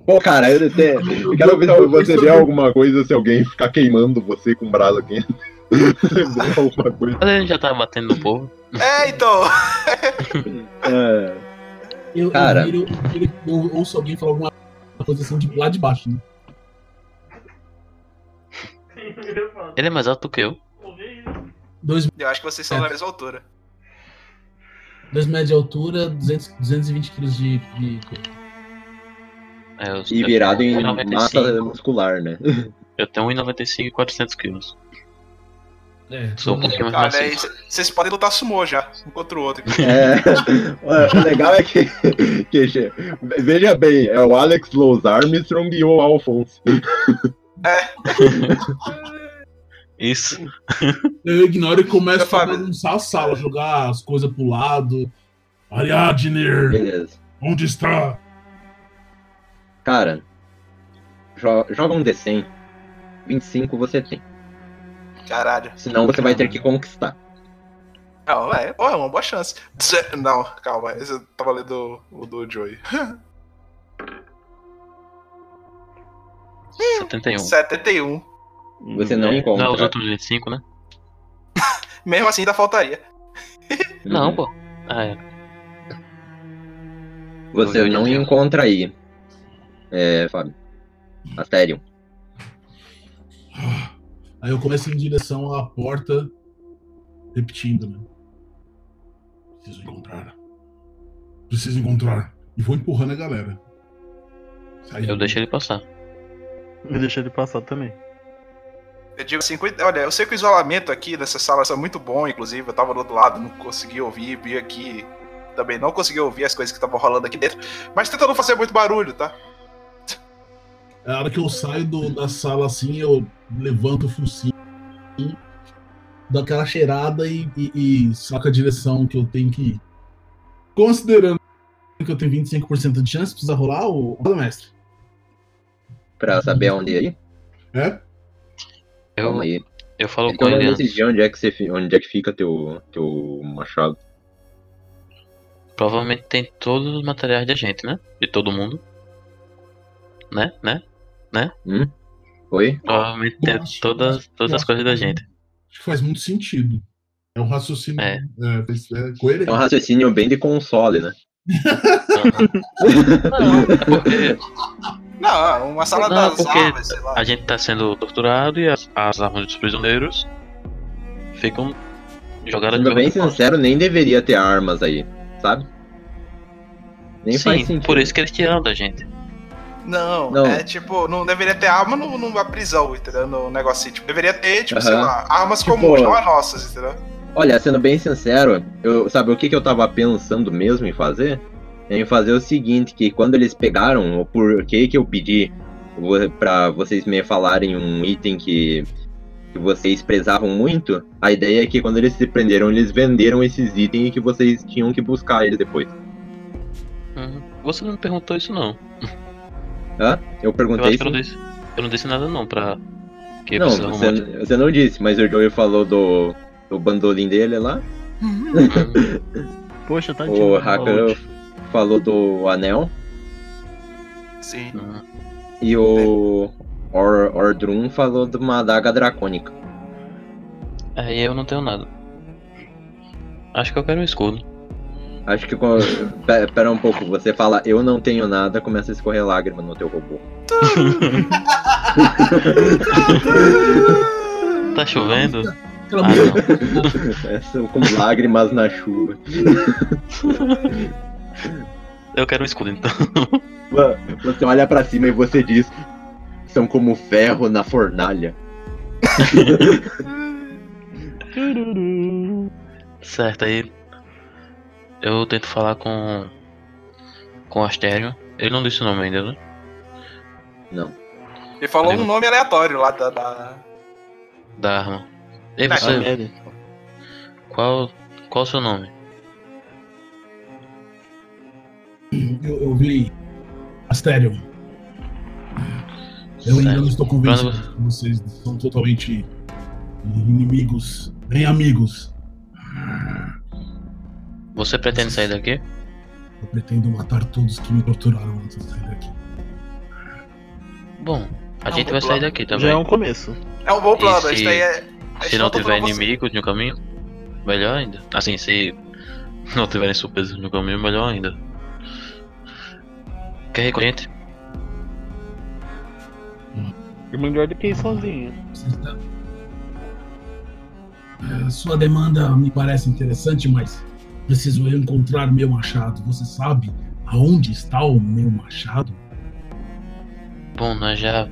[SPEAKER 3] pô, cara, eu até...
[SPEAKER 6] Eu
[SPEAKER 9] Quero ver se você vê alguma coisa se alguém ficar queimando você com brasa aqui. Vê alguma coisa.
[SPEAKER 1] Mas ele já tá batendo no povo.
[SPEAKER 4] É, então. [laughs]
[SPEAKER 3] É,
[SPEAKER 6] Eu,
[SPEAKER 3] Cara.
[SPEAKER 6] eu, viro- eu, viro- eu ouço alguém falar alguma coisa assim de lá de baixo, né?
[SPEAKER 1] Ele é mais alto que eu.
[SPEAKER 6] Dois,
[SPEAKER 4] Eu acho que vocês são da mesma altura.
[SPEAKER 6] dois metros de altura, 200, 220 quilos de, de.
[SPEAKER 1] É, eu-
[SPEAKER 3] e virado em
[SPEAKER 1] É, eu- 95.
[SPEAKER 3] massa muscular, né?
[SPEAKER 1] Eu tenho 1,95 e 400 quilos.
[SPEAKER 10] É,
[SPEAKER 1] Sou um
[SPEAKER 6] então,
[SPEAKER 1] pouquinho mais
[SPEAKER 4] Olha aí,
[SPEAKER 1] macio.
[SPEAKER 4] né, vocês podem lutar sumô já, um contra o outro.
[SPEAKER 9] É, [laughs] o legal é que, [laughs] que che- veja bem, é o Alex Lowe's Armstrong e o Alphonse.
[SPEAKER 1] Isso.
[SPEAKER 6] Eu ignoro e começo
[SPEAKER 4] Eu falo-
[SPEAKER 6] a bagunçar a sala, jogar as coisas pro lado. Ariadne,
[SPEAKER 3] Beleza.
[SPEAKER 6] onde está?
[SPEAKER 3] Cara, jo- joga um D100. 25 você tem.
[SPEAKER 4] Caralho.
[SPEAKER 3] Senão você vai ter que conquistar.
[SPEAKER 4] Não, é, ó, é uma boa chance. Ze- Não, calma, esse eu tava lendo o do Joey.
[SPEAKER 1] 71.
[SPEAKER 4] 71.
[SPEAKER 3] Você não
[SPEAKER 1] É,
[SPEAKER 3] encontra.
[SPEAKER 1] Não, os outros 25, né?
[SPEAKER 4] Mesmo assim ainda faltaria.
[SPEAKER 3] Uhum.
[SPEAKER 1] Não, pô. Ah, é.
[SPEAKER 3] Você não encontra aí. É, Fábio. Astério.
[SPEAKER 6] Aí eu começo em direção à porta, repetindo, né? Preciso encontrar. Preciso encontrar. E vou empurrando a galera. Saindo.
[SPEAKER 1] Eu deixo ele passar.
[SPEAKER 5] Eu deixei ele passar também.
[SPEAKER 4] Eu digo assim, cuida- olha, eu sei que o isolamento aqui nessa sala é muito bom, inclusive, eu tava do outro lado, não consegui ouvir, vi aqui também não consegui ouvir as coisas que estavam rolando aqui dentro, mas tenta não fazer muito barulho, tá?
[SPEAKER 6] A hora que eu saio do- da sala assim, eu levanto o focinho, assim, dou aquela cheirada e, e, e saco a direção que eu tenho que ir. Considerando que eu tenho 25% de chance, precisa rolar o rola, mestre.
[SPEAKER 3] Pra saber onde é aí.
[SPEAKER 6] É?
[SPEAKER 1] Eu,
[SPEAKER 3] Calma aí.
[SPEAKER 1] eu falo
[SPEAKER 3] Então
[SPEAKER 1] com
[SPEAKER 3] eu
[SPEAKER 1] ele
[SPEAKER 3] não
[SPEAKER 1] antes.
[SPEAKER 3] decidi onde é que, você, fi- onde é que fica teu, teu machado.
[SPEAKER 1] Provavelmente tem todos os materiais da gente, né? De todo mundo. Né? Né?
[SPEAKER 3] Oi?
[SPEAKER 1] Provavelmente tem
[SPEAKER 6] Eu acho-
[SPEAKER 1] todas, todas
[SPEAKER 6] eu
[SPEAKER 1] as
[SPEAKER 6] acho
[SPEAKER 1] coisas da
[SPEAKER 6] que-
[SPEAKER 1] gente.
[SPEAKER 6] Acho que faz muito sentido. É um raciocínio
[SPEAKER 1] É.
[SPEAKER 6] é. é coerente.
[SPEAKER 3] É um raciocínio bem de console, né?
[SPEAKER 1] Então, Não, é porque
[SPEAKER 4] Não, uma sala
[SPEAKER 1] Não,
[SPEAKER 4] das
[SPEAKER 1] porque-
[SPEAKER 4] armas, sei lá.
[SPEAKER 1] a gente tá sendo torturado e as, as armas dos prisioneiros ficam jogadas
[SPEAKER 3] Sendo bem
[SPEAKER 1] mesmo modo.
[SPEAKER 3] sincero, nem deveria ter armas aí, sabe? Nem faz
[SPEAKER 1] Sim,
[SPEAKER 3] sentido.
[SPEAKER 1] por isso que eles tiraram da gente.
[SPEAKER 4] Não,
[SPEAKER 3] Não.
[SPEAKER 4] é tipo, não deveria ter arma no- numa prisão, entendeu? No negocinho, tipo, deveria ter, tipo, sei
[SPEAKER 3] Aham.
[SPEAKER 4] lá, armas
[SPEAKER 3] Tipo-
[SPEAKER 4] comuns, não as nossas, entendeu?
[SPEAKER 3] Olha, sendo bem sincero, eu, sabe o que, que eu tava pensando mesmo em fazer? É Em fazer o seguinte, que quando eles pegaram, o porquê que eu pedi vo- pra vocês me falarem um item que, que vocês prezavam muito, a ideia é que quando eles se prenderam, eles venderam esses itens e que vocês tinham que buscar eles depois.
[SPEAKER 1] Hum, Você não me perguntou isso não.
[SPEAKER 3] Eu
[SPEAKER 1] Eu
[SPEAKER 3] perguntei
[SPEAKER 1] acho que eu
[SPEAKER 3] se-
[SPEAKER 1] não disse. Eu não disse nada não pra. Que
[SPEAKER 3] Não,
[SPEAKER 1] precisava
[SPEAKER 3] você,
[SPEAKER 1] muito.
[SPEAKER 3] você não disse, mas o Joey falou do, do bandolim dele lá.
[SPEAKER 1] [laughs] Hum,
[SPEAKER 5] Poxa,
[SPEAKER 7] tá
[SPEAKER 5] tadinho.
[SPEAKER 3] O
[SPEAKER 5] do Maluco.
[SPEAKER 3] Hacker falou do anel.
[SPEAKER 4] Sim.
[SPEAKER 1] hum.
[SPEAKER 3] E o Or, Ordrum falou de uma adaga dracônica.
[SPEAKER 1] Aí É, eu não tenho nada. Acho que eu quero um escudo.
[SPEAKER 3] Acho que. co- [laughs] pe- Pera um pouco, você fala eu não tenho nada, começa a escorrer lágrima no teu robô.
[SPEAKER 1] Tá
[SPEAKER 3] [laughs]
[SPEAKER 1] chovendo?
[SPEAKER 6] Aquela
[SPEAKER 1] Ah,
[SPEAKER 6] música-
[SPEAKER 1] não.
[SPEAKER 3] É, são como lágrimas na chuva.
[SPEAKER 1] Eu quero um escudo então.
[SPEAKER 3] Va- Você olha pra cima e você diz: são como ferro na fornalha.
[SPEAKER 1] Certo, aí eu tento falar com com o Astério. Ele não disse o nome ainda, né?
[SPEAKER 4] Ele falou
[SPEAKER 1] Valeu.
[SPEAKER 4] um nome aleatório lá da. da-
[SPEAKER 1] Da arma. Ei,
[SPEAKER 4] Tá,
[SPEAKER 1] você,
[SPEAKER 7] Ele.
[SPEAKER 1] qual qual o seu nome?
[SPEAKER 6] Eu, eu vi. Astério. Eu ainda não estou convencido
[SPEAKER 1] Pra-
[SPEAKER 6] que vocês são totalmente inimigos, nem amigos.
[SPEAKER 1] Você pretende sair daqui?
[SPEAKER 6] Eu pretendo matar todos que me torturaram antes de sair daqui.
[SPEAKER 1] Bom, a
[SPEAKER 4] É um
[SPEAKER 1] gente
[SPEAKER 4] bom
[SPEAKER 1] vai sair
[SPEAKER 4] plano.
[SPEAKER 1] daqui também.
[SPEAKER 7] Já é um começo.
[SPEAKER 4] É um bom
[SPEAKER 1] E
[SPEAKER 4] plano,
[SPEAKER 1] se-
[SPEAKER 4] isso daí é. a
[SPEAKER 1] Se
[SPEAKER 4] gente
[SPEAKER 1] não
[SPEAKER 4] tá
[SPEAKER 1] tiver
[SPEAKER 4] tudo você.
[SPEAKER 1] inimigos no caminho, melhor ainda. Assim, se não tiverem surpresas no caminho, melhor ainda. Quer ir com a gente?
[SPEAKER 7] É melhor do que ir sozinho.
[SPEAKER 6] Certo? É, Sua demanda me parece interessante, mas preciso eu encontrar meu machado. Você sabe aonde está o meu machado?
[SPEAKER 1] Bom, nós já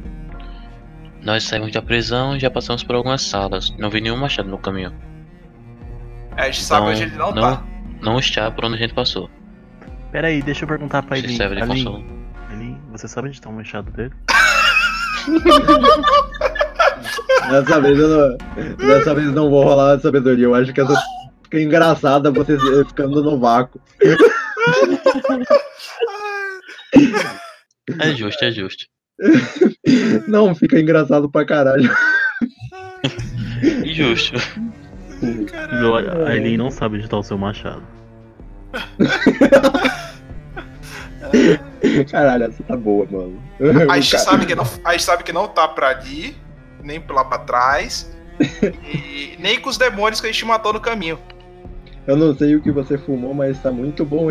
[SPEAKER 1] Nós saímos da prisão e já passamos por algumas salas. Não vi nenhum machado no caminho.
[SPEAKER 4] É, A gente sabe
[SPEAKER 1] Então,
[SPEAKER 4] onde ele não,
[SPEAKER 1] não-
[SPEAKER 4] tá.
[SPEAKER 1] Não está por onde a gente passou.
[SPEAKER 3] Tá
[SPEAKER 7] Pera aí, deixa eu perguntar pra
[SPEAKER 1] Se
[SPEAKER 7] ele.
[SPEAKER 1] serve de
[SPEAKER 7] Aline,
[SPEAKER 1] consolo.
[SPEAKER 7] Aline, você sabe onde tá o machado dele?
[SPEAKER 9] Dessa vez eu não, dessa vez não vou rolar a sabedoria. Eu acho que essa fica engraçada você se- ficando no vácuo.
[SPEAKER 1] É justo, é
[SPEAKER 4] [laughs]
[SPEAKER 1] justo.
[SPEAKER 9] Não, fica engraçado pra caralho.
[SPEAKER 1] Justo.
[SPEAKER 7] Meu,
[SPEAKER 3] É.
[SPEAKER 7] a Aline não sabe onde tá o seu machado.
[SPEAKER 9] Caralho, essa tá boa, mano.
[SPEAKER 4] A gente,
[SPEAKER 9] um Cara,
[SPEAKER 4] sabe que não, a gente sabe que não tá pra ali, nem pra lá pra
[SPEAKER 9] [laughs]
[SPEAKER 4] trás, e nem com os demônios que a gente matou no caminho.
[SPEAKER 9] Eu não sei o que você fumou, mas tá muito bom.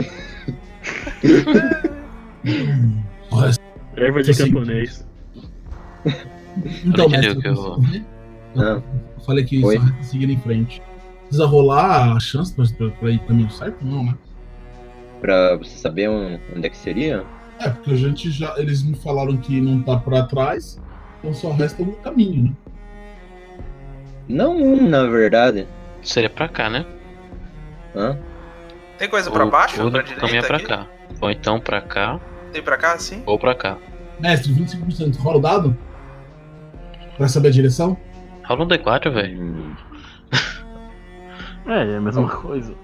[SPEAKER 6] Olha,
[SPEAKER 7] Erva de
[SPEAKER 6] Tô sentindo.
[SPEAKER 7] É, camponês.
[SPEAKER 6] Então,
[SPEAKER 1] entendi
[SPEAKER 6] mestre,
[SPEAKER 1] o que
[SPEAKER 6] eu
[SPEAKER 1] eu-
[SPEAKER 6] consegui-
[SPEAKER 9] Ah.
[SPEAKER 6] eu falei que
[SPEAKER 9] Oi?
[SPEAKER 6] só seguir em frente. Precisa rolar a chance pra, pra, pra ir caminho certo? Não, né?
[SPEAKER 3] Pra você saber
[SPEAKER 9] um,
[SPEAKER 3] on- onde é que seria?
[SPEAKER 6] É, porque a gente já. Eles me falaram que não tá pra trás, então só resta um caminho, né?
[SPEAKER 3] Não um, na verdade.
[SPEAKER 1] Seria pra cá, né?
[SPEAKER 3] Hã?
[SPEAKER 4] Tem coisa pra baixo,
[SPEAKER 1] o
[SPEAKER 4] pra
[SPEAKER 1] único caminho é
[SPEAKER 4] direita?
[SPEAKER 1] pra
[SPEAKER 4] aqui?
[SPEAKER 1] cá. Ou então pra cá,
[SPEAKER 4] Tem pra cá, sim?
[SPEAKER 1] ou pra cá.
[SPEAKER 6] Mestre, 25%, rola o dado? Pra saber a direção?
[SPEAKER 1] Rola um D4, velho.
[SPEAKER 3] Hum,
[SPEAKER 7] É, é a mesma coisa.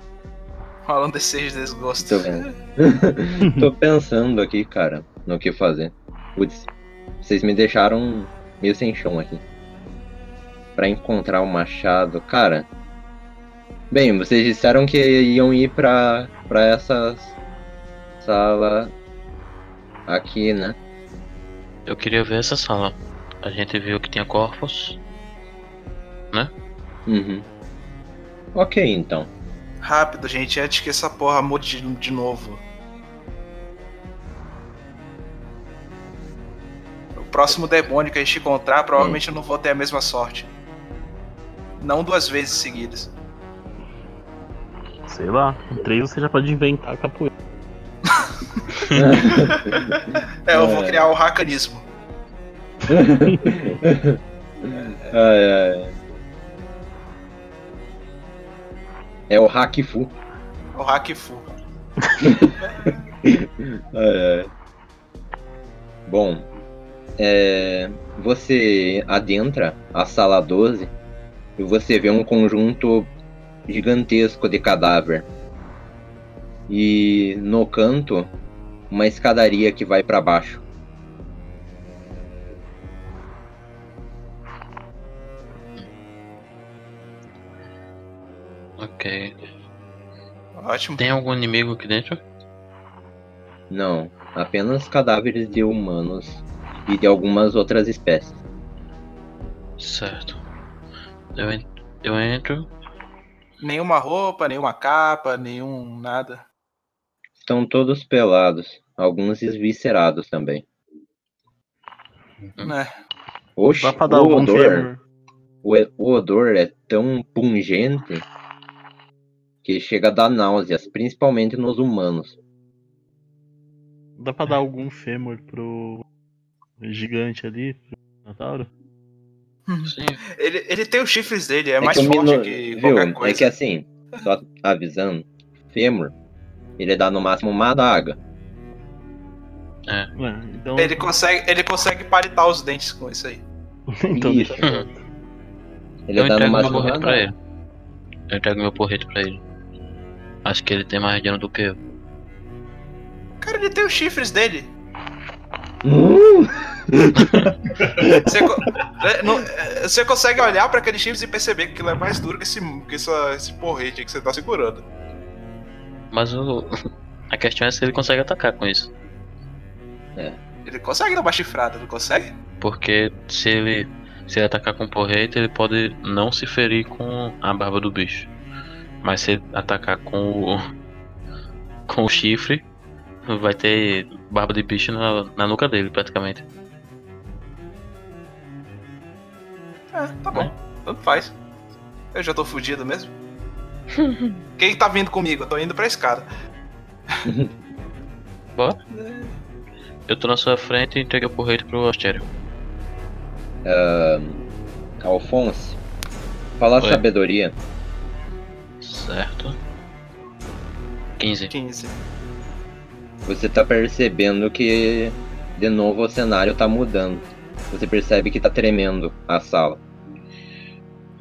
[SPEAKER 4] Rolando D6 de desgosto.
[SPEAKER 3] Tô vendo. [laughs] Tô pensando aqui, cara, no que fazer. Putz, vocês me deixaram meio sem chão aqui. Pra encontrar o machado, cara. Bem, vocês disseram que iam ir pra, pra essa sala aqui, né?
[SPEAKER 1] Eu queria ver essa sala. A gente viu que tinha corpos.
[SPEAKER 3] Uhum. Ok, então.
[SPEAKER 4] Rápido, gente, antes que essa porra mude de, de novo. O próximo demônio que a gente encontrar, provavelmente eu não vou ter a mesma sorte. Não duas vezes seguidas.
[SPEAKER 7] Sei lá, com três você já pode inventar capoeira.
[SPEAKER 4] É, eu vou
[SPEAKER 9] É.
[SPEAKER 4] criar o racanismo.
[SPEAKER 3] Ai, ai. É o Hakifu.
[SPEAKER 4] O Hakifu.
[SPEAKER 3] Ai, ai. Bom, é, você adentra a sala 12 e você vê um conjunto gigantesco de cadáver. E no canto, uma escadaria que vai para baixo.
[SPEAKER 1] Ok.
[SPEAKER 4] Ótimo.
[SPEAKER 1] Tem algum inimigo aqui dentro?
[SPEAKER 3] Não, apenas cadáveres de humanos e de algumas outras espécies.
[SPEAKER 1] Certo. Eu, en- eu entro.
[SPEAKER 4] Nenhuma roupa, nenhuma capa, nenhum nada.
[SPEAKER 3] Estão todos pelados, alguns esviscerados também.
[SPEAKER 4] Né?
[SPEAKER 3] Oxe,
[SPEAKER 7] Dá pra dar
[SPEAKER 3] o
[SPEAKER 7] algum
[SPEAKER 3] odor,
[SPEAKER 7] fêmur.
[SPEAKER 3] o, e- o odor é tão pungente que chega a dar náuseas, principalmente nos humanos.
[SPEAKER 7] Dá pra dar
[SPEAKER 1] É.
[SPEAKER 7] algum fêmur pro gigante ali, pro Minotauro?
[SPEAKER 3] Uhum.
[SPEAKER 1] Sim.
[SPEAKER 4] Ele, ele tem os chifres dele, é, mais
[SPEAKER 3] que o
[SPEAKER 4] forte
[SPEAKER 3] mino-
[SPEAKER 4] que
[SPEAKER 3] viu?
[SPEAKER 4] qualquer
[SPEAKER 3] É
[SPEAKER 4] coisa.
[SPEAKER 3] que assim, só avisando, fêmur, ele dá no máximo uma adaga.
[SPEAKER 7] Ué, então.
[SPEAKER 4] Ele consegue, ele consegue palitar os dentes com isso aí.
[SPEAKER 7] [laughs] então deixa
[SPEAKER 3] Isso.
[SPEAKER 7] quieto.
[SPEAKER 3] Ele
[SPEAKER 1] Uhum. Eu
[SPEAKER 3] dá
[SPEAKER 1] entrego
[SPEAKER 3] no
[SPEAKER 1] meu
[SPEAKER 3] máximo né? uma
[SPEAKER 1] porrete pra
[SPEAKER 3] adaga.
[SPEAKER 1] ele. Eu entrego meu porrete pra ele. Acho que ele tem mais dinheiro do que eu.
[SPEAKER 4] Cara, ele tem os chifres dele.
[SPEAKER 3] Hum,
[SPEAKER 4] Você, co- é, não- é, você consegue olhar pra aqueles chifres e perceber que aquilo é mais duro que esse, que essa, esse porrete aí que você tá segurando.
[SPEAKER 1] Mas o. [laughs] A questão é se ele consegue atacar com isso.
[SPEAKER 4] Ele consegue dar uma chifrada, não consegue?
[SPEAKER 1] Porque se ele. Se ele atacar com o porrete, ele pode não se ferir com a barba do bicho. Mas se ele atacar com o. [laughs] com o chifre, vai ter barba de bicho na, na nuca dele, praticamente.
[SPEAKER 4] É, tá bom. Tanto faz. Eu já tô fudido mesmo. Quem tá vindo comigo? Eu tô indo pra escada.
[SPEAKER 1] Eu tô na sua frente e entrego o porrete pro Austério.
[SPEAKER 3] Ahn, Alphonse, fala
[SPEAKER 1] Oi.
[SPEAKER 3] sabedoria.
[SPEAKER 1] Certo. 15.
[SPEAKER 4] 15.
[SPEAKER 3] Você tá percebendo que de novo o cenário tá mudando. Você percebe que tá tremendo a sala.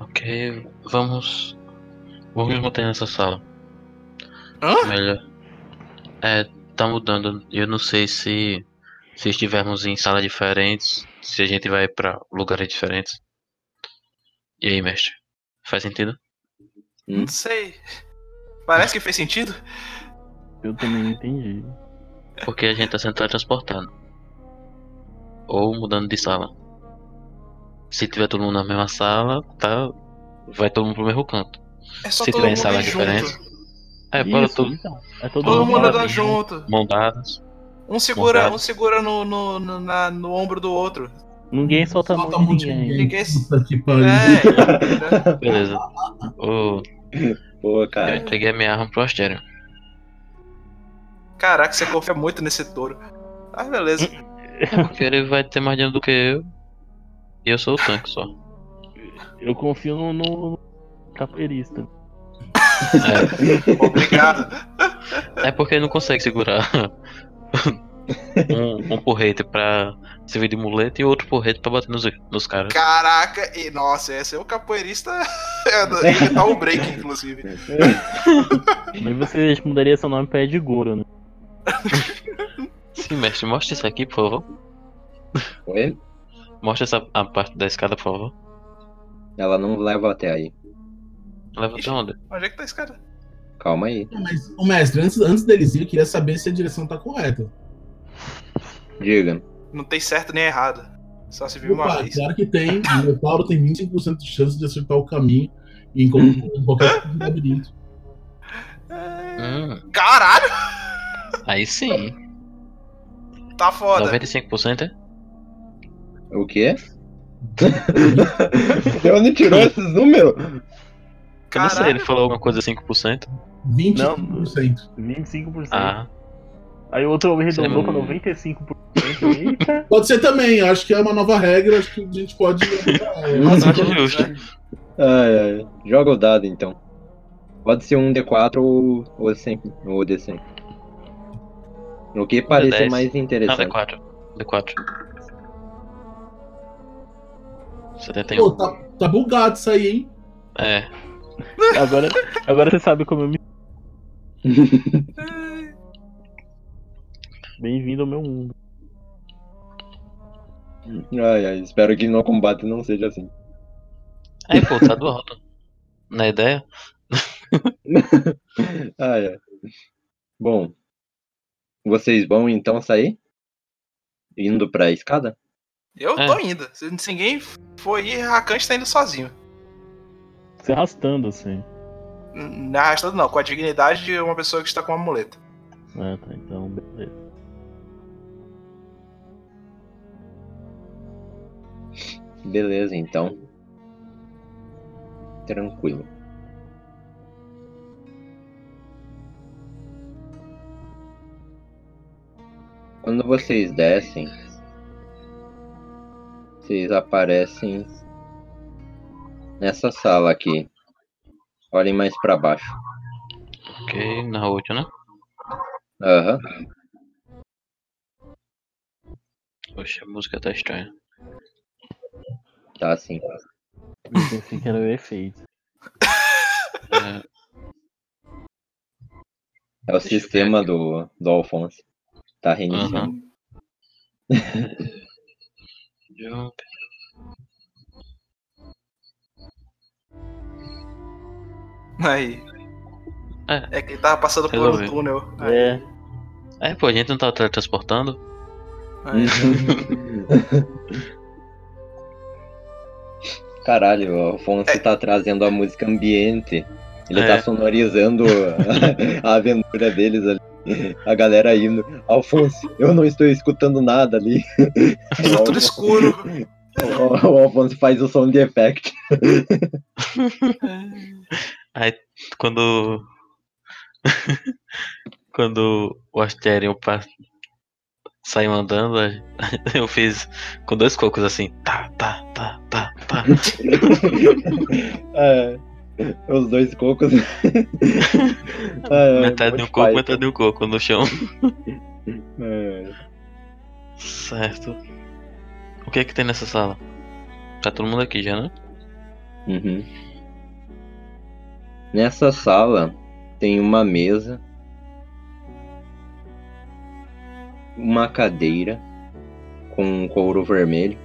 [SPEAKER 1] Ok, vamos. Vamos manter nessa sala.
[SPEAKER 4] Hã?
[SPEAKER 1] Melhor. É, tá mudando. Eu não sei se. Se estivermos em salas diferentes, se a gente vai pra lugares diferentes. E aí, mestre? Faz sentido?
[SPEAKER 4] Não sei. Parece que fez sentido.
[SPEAKER 7] Eu também não entendi.
[SPEAKER 1] Porque a gente tá sendo teletransportado. Ou mudando de sala. Se tiver todo mundo na mesma sala, tá. Vai todo mundo pro mesmo canto.
[SPEAKER 4] É só
[SPEAKER 1] Se
[SPEAKER 4] todo
[SPEAKER 1] tiver em
[SPEAKER 4] mundo
[SPEAKER 1] sala
[SPEAKER 4] ir junto.
[SPEAKER 1] diferente. É, bora
[SPEAKER 7] Isso,
[SPEAKER 1] todo
[SPEAKER 7] então. É todo,
[SPEAKER 4] Todo mundo
[SPEAKER 7] lá
[SPEAKER 4] andando
[SPEAKER 1] né?
[SPEAKER 7] dentro.
[SPEAKER 4] junto.
[SPEAKER 1] mão dadas.
[SPEAKER 4] Um segura,
[SPEAKER 1] Verdade.
[SPEAKER 4] um segura no, no, no, na- no ombro do
[SPEAKER 1] [laughs]
[SPEAKER 4] outro.
[SPEAKER 7] Ninguém
[SPEAKER 5] Tá
[SPEAKER 7] solta a
[SPEAKER 6] Solta
[SPEAKER 7] mão de ninguém.
[SPEAKER 4] Ninguém se-
[SPEAKER 6] Puta que
[SPEAKER 1] Hum.
[SPEAKER 6] pariu.
[SPEAKER 4] É, né?
[SPEAKER 1] Beleza. Ô,
[SPEAKER 3] Pô,
[SPEAKER 1] eu
[SPEAKER 3] cara.
[SPEAKER 1] entreguei a minha arma pro Astério.
[SPEAKER 4] Caraca, você confia muito nesse touro. Ah, beleza.
[SPEAKER 1] [laughs] Porque ele vai ter mais dinheiro do que eu. E eu sou o tanque só.
[SPEAKER 7] Eu confio no, no capoeirista.
[SPEAKER 1] É,
[SPEAKER 4] Obrigado.
[SPEAKER 1] é porque ele não consegue segurar [laughs] um, um porrete pra servir de muleta e outro porrete pra bater nos, nos caras.
[SPEAKER 4] Caraca, e nossa, esse é o capoeirista. [laughs] É, do- Ele dá um break, inclusive.
[SPEAKER 7] Mas você mudaria seu nome pra Ed Goro, né?
[SPEAKER 1] Sim, mestre, mostra isso aqui, por favor.
[SPEAKER 3] Oi?
[SPEAKER 1] Mostra essa a parte da escada, por favor.
[SPEAKER 3] Ela não leva até aí.
[SPEAKER 1] Leva até onde?
[SPEAKER 4] Onde é que tá esse cara?
[SPEAKER 3] Calma aí.
[SPEAKER 6] Mas, ô, mestre, antes, antes deles ir, eu queria saber se a direção tá correta.
[SPEAKER 3] Diga.
[SPEAKER 4] Não tem certo nem errado. Só se viu uma
[SPEAKER 6] Opa,
[SPEAKER 4] vez.
[SPEAKER 6] claro que tem. O Minotauro tem 25% de chance de acertar o caminho em qual- em qualquer tipo de labirinto.
[SPEAKER 1] Hum,
[SPEAKER 4] Caralho,
[SPEAKER 1] aí sim.
[SPEAKER 4] tá foda.
[SPEAKER 1] 95% é?
[SPEAKER 3] O quê?
[SPEAKER 9] De onde tirou esses números?
[SPEAKER 1] Eu não sei,
[SPEAKER 4] Caralho.
[SPEAKER 1] ele falou alguma coisa 5%.
[SPEAKER 6] 25%.
[SPEAKER 7] 25%.
[SPEAKER 1] Ah,
[SPEAKER 7] Aí o outro homem
[SPEAKER 1] Seria
[SPEAKER 7] arredondou pra
[SPEAKER 1] muito.
[SPEAKER 7] 95%. Eita!
[SPEAKER 6] Pode ser também, eu acho que é uma nova regra, acho que a gente
[SPEAKER 1] [laughs]
[SPEAKER 6] pode.
[SPEAKER 1] eu acho um, justo.
[SPEAKER 3] Ai, ai. Joga o dado então. Pode ser um D4 ou, ou, 100, ou D100. O que parecer
[SPEAKER 1] dez.
[SPEAKER 3] mais
[SPEAKER 1] Não,
[SPEAKER 3] interessante.
[SPEAKER 1] D4. D4. 71.
[SPEAKER 6] Pô, tá, tá bugado isso aí,
[SPEAKER 1] [laughs]
[SPEAKER 6] hein?
[SPEAKER 1] É,
[SPEAKER 7] Agora, agora você sabe como eu me. Bem-vindo ao meu mundo.
[SPEAKER 3] Ai, ai, espero que no combate não seja assim.
[SPEAKER 1] é pô, tá do alto. Na ideia?
[SPEAKER 3] Ai, ai. Bom, vocês vão então sair? Indo pra escada?
[SPEAKER 4] Eu
[SPEAKER 1] É.
[SPEAKER 4] tô indo. Se se ninguém foi ir, Rakante tá indo sozinho.
[SPEAKER 7] Se arrastando assim.
[SPEAKER 4] Não é arrastando, não, com a dignidade de uma pessoa que está com uma muleta.
[SPEAKER 7] Ah, tá. Então, beleza.
[SPEAKER 3] Beleza, então. Tranquilo. Quando vocês descem, vocês aparecem nessa sala aqui. Olhem mais pra baixo.
[SPEAKER 1] Ok, na última, né?
[SPEAKER 3] Aham.
[SPEAKER 1] Poxa, a música tá estranha.
[SPEAKER 3] Tá assim.
[SPEAKER 7] Eu pensei que era o efeito.
[SPEAKER 1] É,
[SPEAKER 3] É o
[SPEAKER 1] Deixa eu ver
[SPEAKER 3] sistema
[SPEAKER 1] aqui.
[SPEAKER 3] do, do Alphonse. Tá reiniciando.
[SPEAKER 1] Aham. jump.
[SPEAKER 4] Aí.
[SPEAKER 1] É.
[SPEAKER 4] É que ele tava passando por um
[SPEAKER 1] Resolvi.
[SPEAKER 4] túnel. Aí.
[SPEAKER 7] É.
[SPEAKER 1] [laughs] É, pô, a gente não tá teletransportando?
[SPEAKER 4] É.
[SPEAKER 3] Caralho, o Alfonso tá trazendo a música ambiente. Ele tá
[SPEAKER 1] É.
[SPEAKER 3] sonorizando a, a aventura deles ali. A galera indo. Alfonso, eu não estou escutando nada ali.
[SPEAKER 4] Tá tudo escuro.
[SPEAKER 3] O, o Alfonso faz o som de effect.
[SPEAKER 1] Quando. [laughs] Quando o Asterion pa- saí mandando, aí [laughs] eu fiz com dois cocos assim, tá, tá, tá, tá, tá.
[SPEAKER 3] É, os
[SPEAKER 1] [laughs]
[SPEAKER 3] dois cocos. [laughs] É,
[SPEAKER 1] metade de um
[SPEAKER 3] muito
[SPEAKER 1] coco,
[SPEAKER 3] pai,
[SPEAKER 1] metade de um coco no chão.
[SPEAKER 3] é.
[SPEAKER 1] Certo. O que é que tem nessa sala? Tá todo mundo aqui já, né?
[SPEAKER 3] Uhum. Nessa sala tem uma mesa, uma cadeira com um couro vermelho,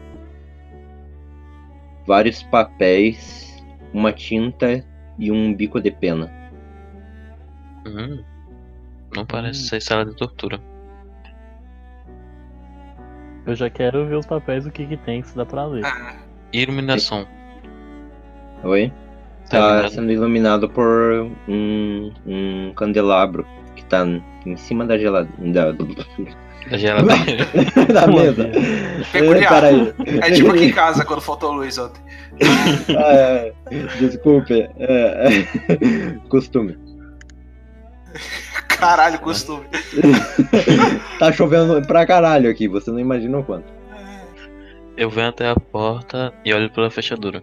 [SPEAKER 3] vários papéis, uma tinta e um bico de pena.
[SPEAKER 1] Hum. Não parece ser sala de tortura.
[SPEAKER 7] Eu já quero ver os papéis, o que que tem, se dá pra ler.
[SPEAKER 4] Ah,
[SPEAKER 1] Iluminação.
[SPEAKER 3] Oi?
[SPEAKER 1] Tá
[SPEAKER 3] Tá
[SPEAKER 1] ligado?
[SPEAKER 3] sendo iluminado por um, um candelabro que tá em cima da [laughs] geladeira.
[SPEAKER 1] A [laughs] tá- geladeira.
[SPEAKER 3] Da, da mesa.
[SPEAKER 4] Peculiar.
[SPEAKER 3] Peraí.
[SPEAKER 4] é tipo aqui em casa quando faltou luz ontem.
[SPEAKER 3] É, desculpe, é, é, costume.
[SPEAKER 4] Caralho, costume.
[SPEAKER 3] Tá chovendo pra caralho aqui, você não imagina o quanto.
[SPEAKER 1] Eu venho até a porta e olho pela fechadura.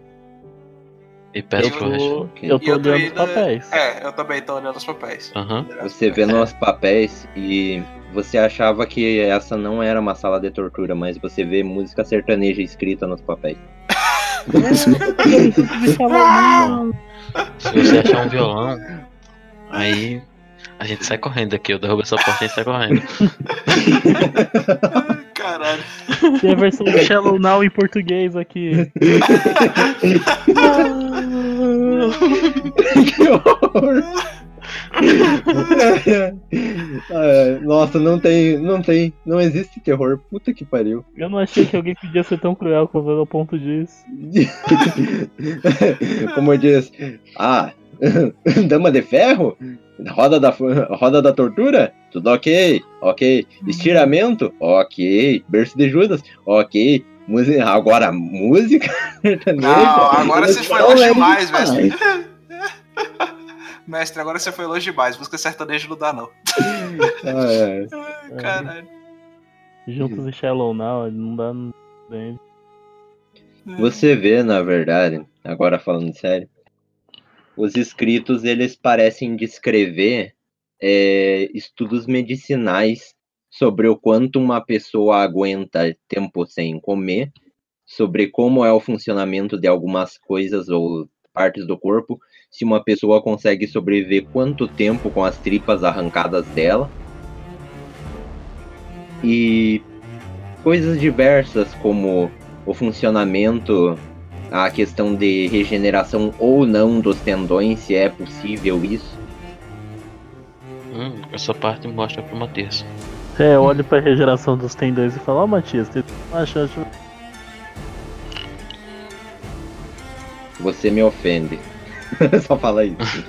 [SPEAKER 1] E peço
[SPEAKER 7] Eu
[SPEAKER 1] pro resto.
[SPEAKER 7] tô, eu
[SPEAKER 4] E
[SPEAKER 7] tô
[SPEAKER 4] eu tô
[SPEAKER 7] olhando os
[SPEAKER 4] indo-
[SPEAKER 7] papéis.
[SPEAKER 4] É, eu também tô olhando os papéis.
[SPEAKER 1] Aham.
[SPEAKER 3] Você vê nos papéis e você achava que essa não era uma sala de tortura, mas você vê música sertaneja escrita nos papéis.
[SPEAKER 1] [laughs] Se você achar um violão, aí a gente sai correndo daqui. Eu derrubo essa porta e a gente sai correndo.
[SPEAKER 4] Caralho.
[SPEAKER 7] [laughs] Tem a versão do Shallow Now em português
[SPEAKER 4] [laughs]
[SPEAKER 7] aqui.
[SPEAKER 3] que [laughs] horror! É, nossa, não tem, não tem, não existe terror, puta que pariu.
[SPEAKER 7] Eu não achei que alguém podia ser tão cruel com o ao ponto disso.
[SPEAKER 3] [laughs] Como diz, ah, [laughs] dama de ferro? Roda da, roda da tortura? Tudo ok, ok.
[SPEAKER 4] Uhum.
[SPEAKER 3] Estiramento? Ok. Berço de Judas? Ok. Música, agora música? [laughs] Então é
[SPEAKER 4] Não, agora você foi longe demais,
[SPEAKER 3] velho.
[SPEAKER 4] mestre. [laughs] Mestre, agora você foi longe demais. Música sertaneja não dá, não.
[SPEAKER 3] É,
[SPEAKER 4] Ai, Caralho.
[SPEAKER 7] Juntos em Shallow Now, não dá bem.
[SPEAKER 3] Você vê, na verdade, agora falando sério, os escritos eles parecem descrever é, estudos medicinais sobre o quanto uma pessoa aguenta tempo sem comer, sobre como é o funcionamento de algumas coisas ou partes do corpo, se uma pessoa consegue sobreviver quanto tempo com as tripas arrancadas dela. E coisas diversas como o funcionamento, a questão de regeneração ou não dos tendões, se é possível isso.
[SPEAKER 1] Hum, essa parte mostra pro Matheus.
[SPEAKER 7] É, eu olho pra regeneração dos tendões e falo, ó Matias, tem uma chance.
[SPEAKER 3] Você me ofende. [laughs] Só fala isso.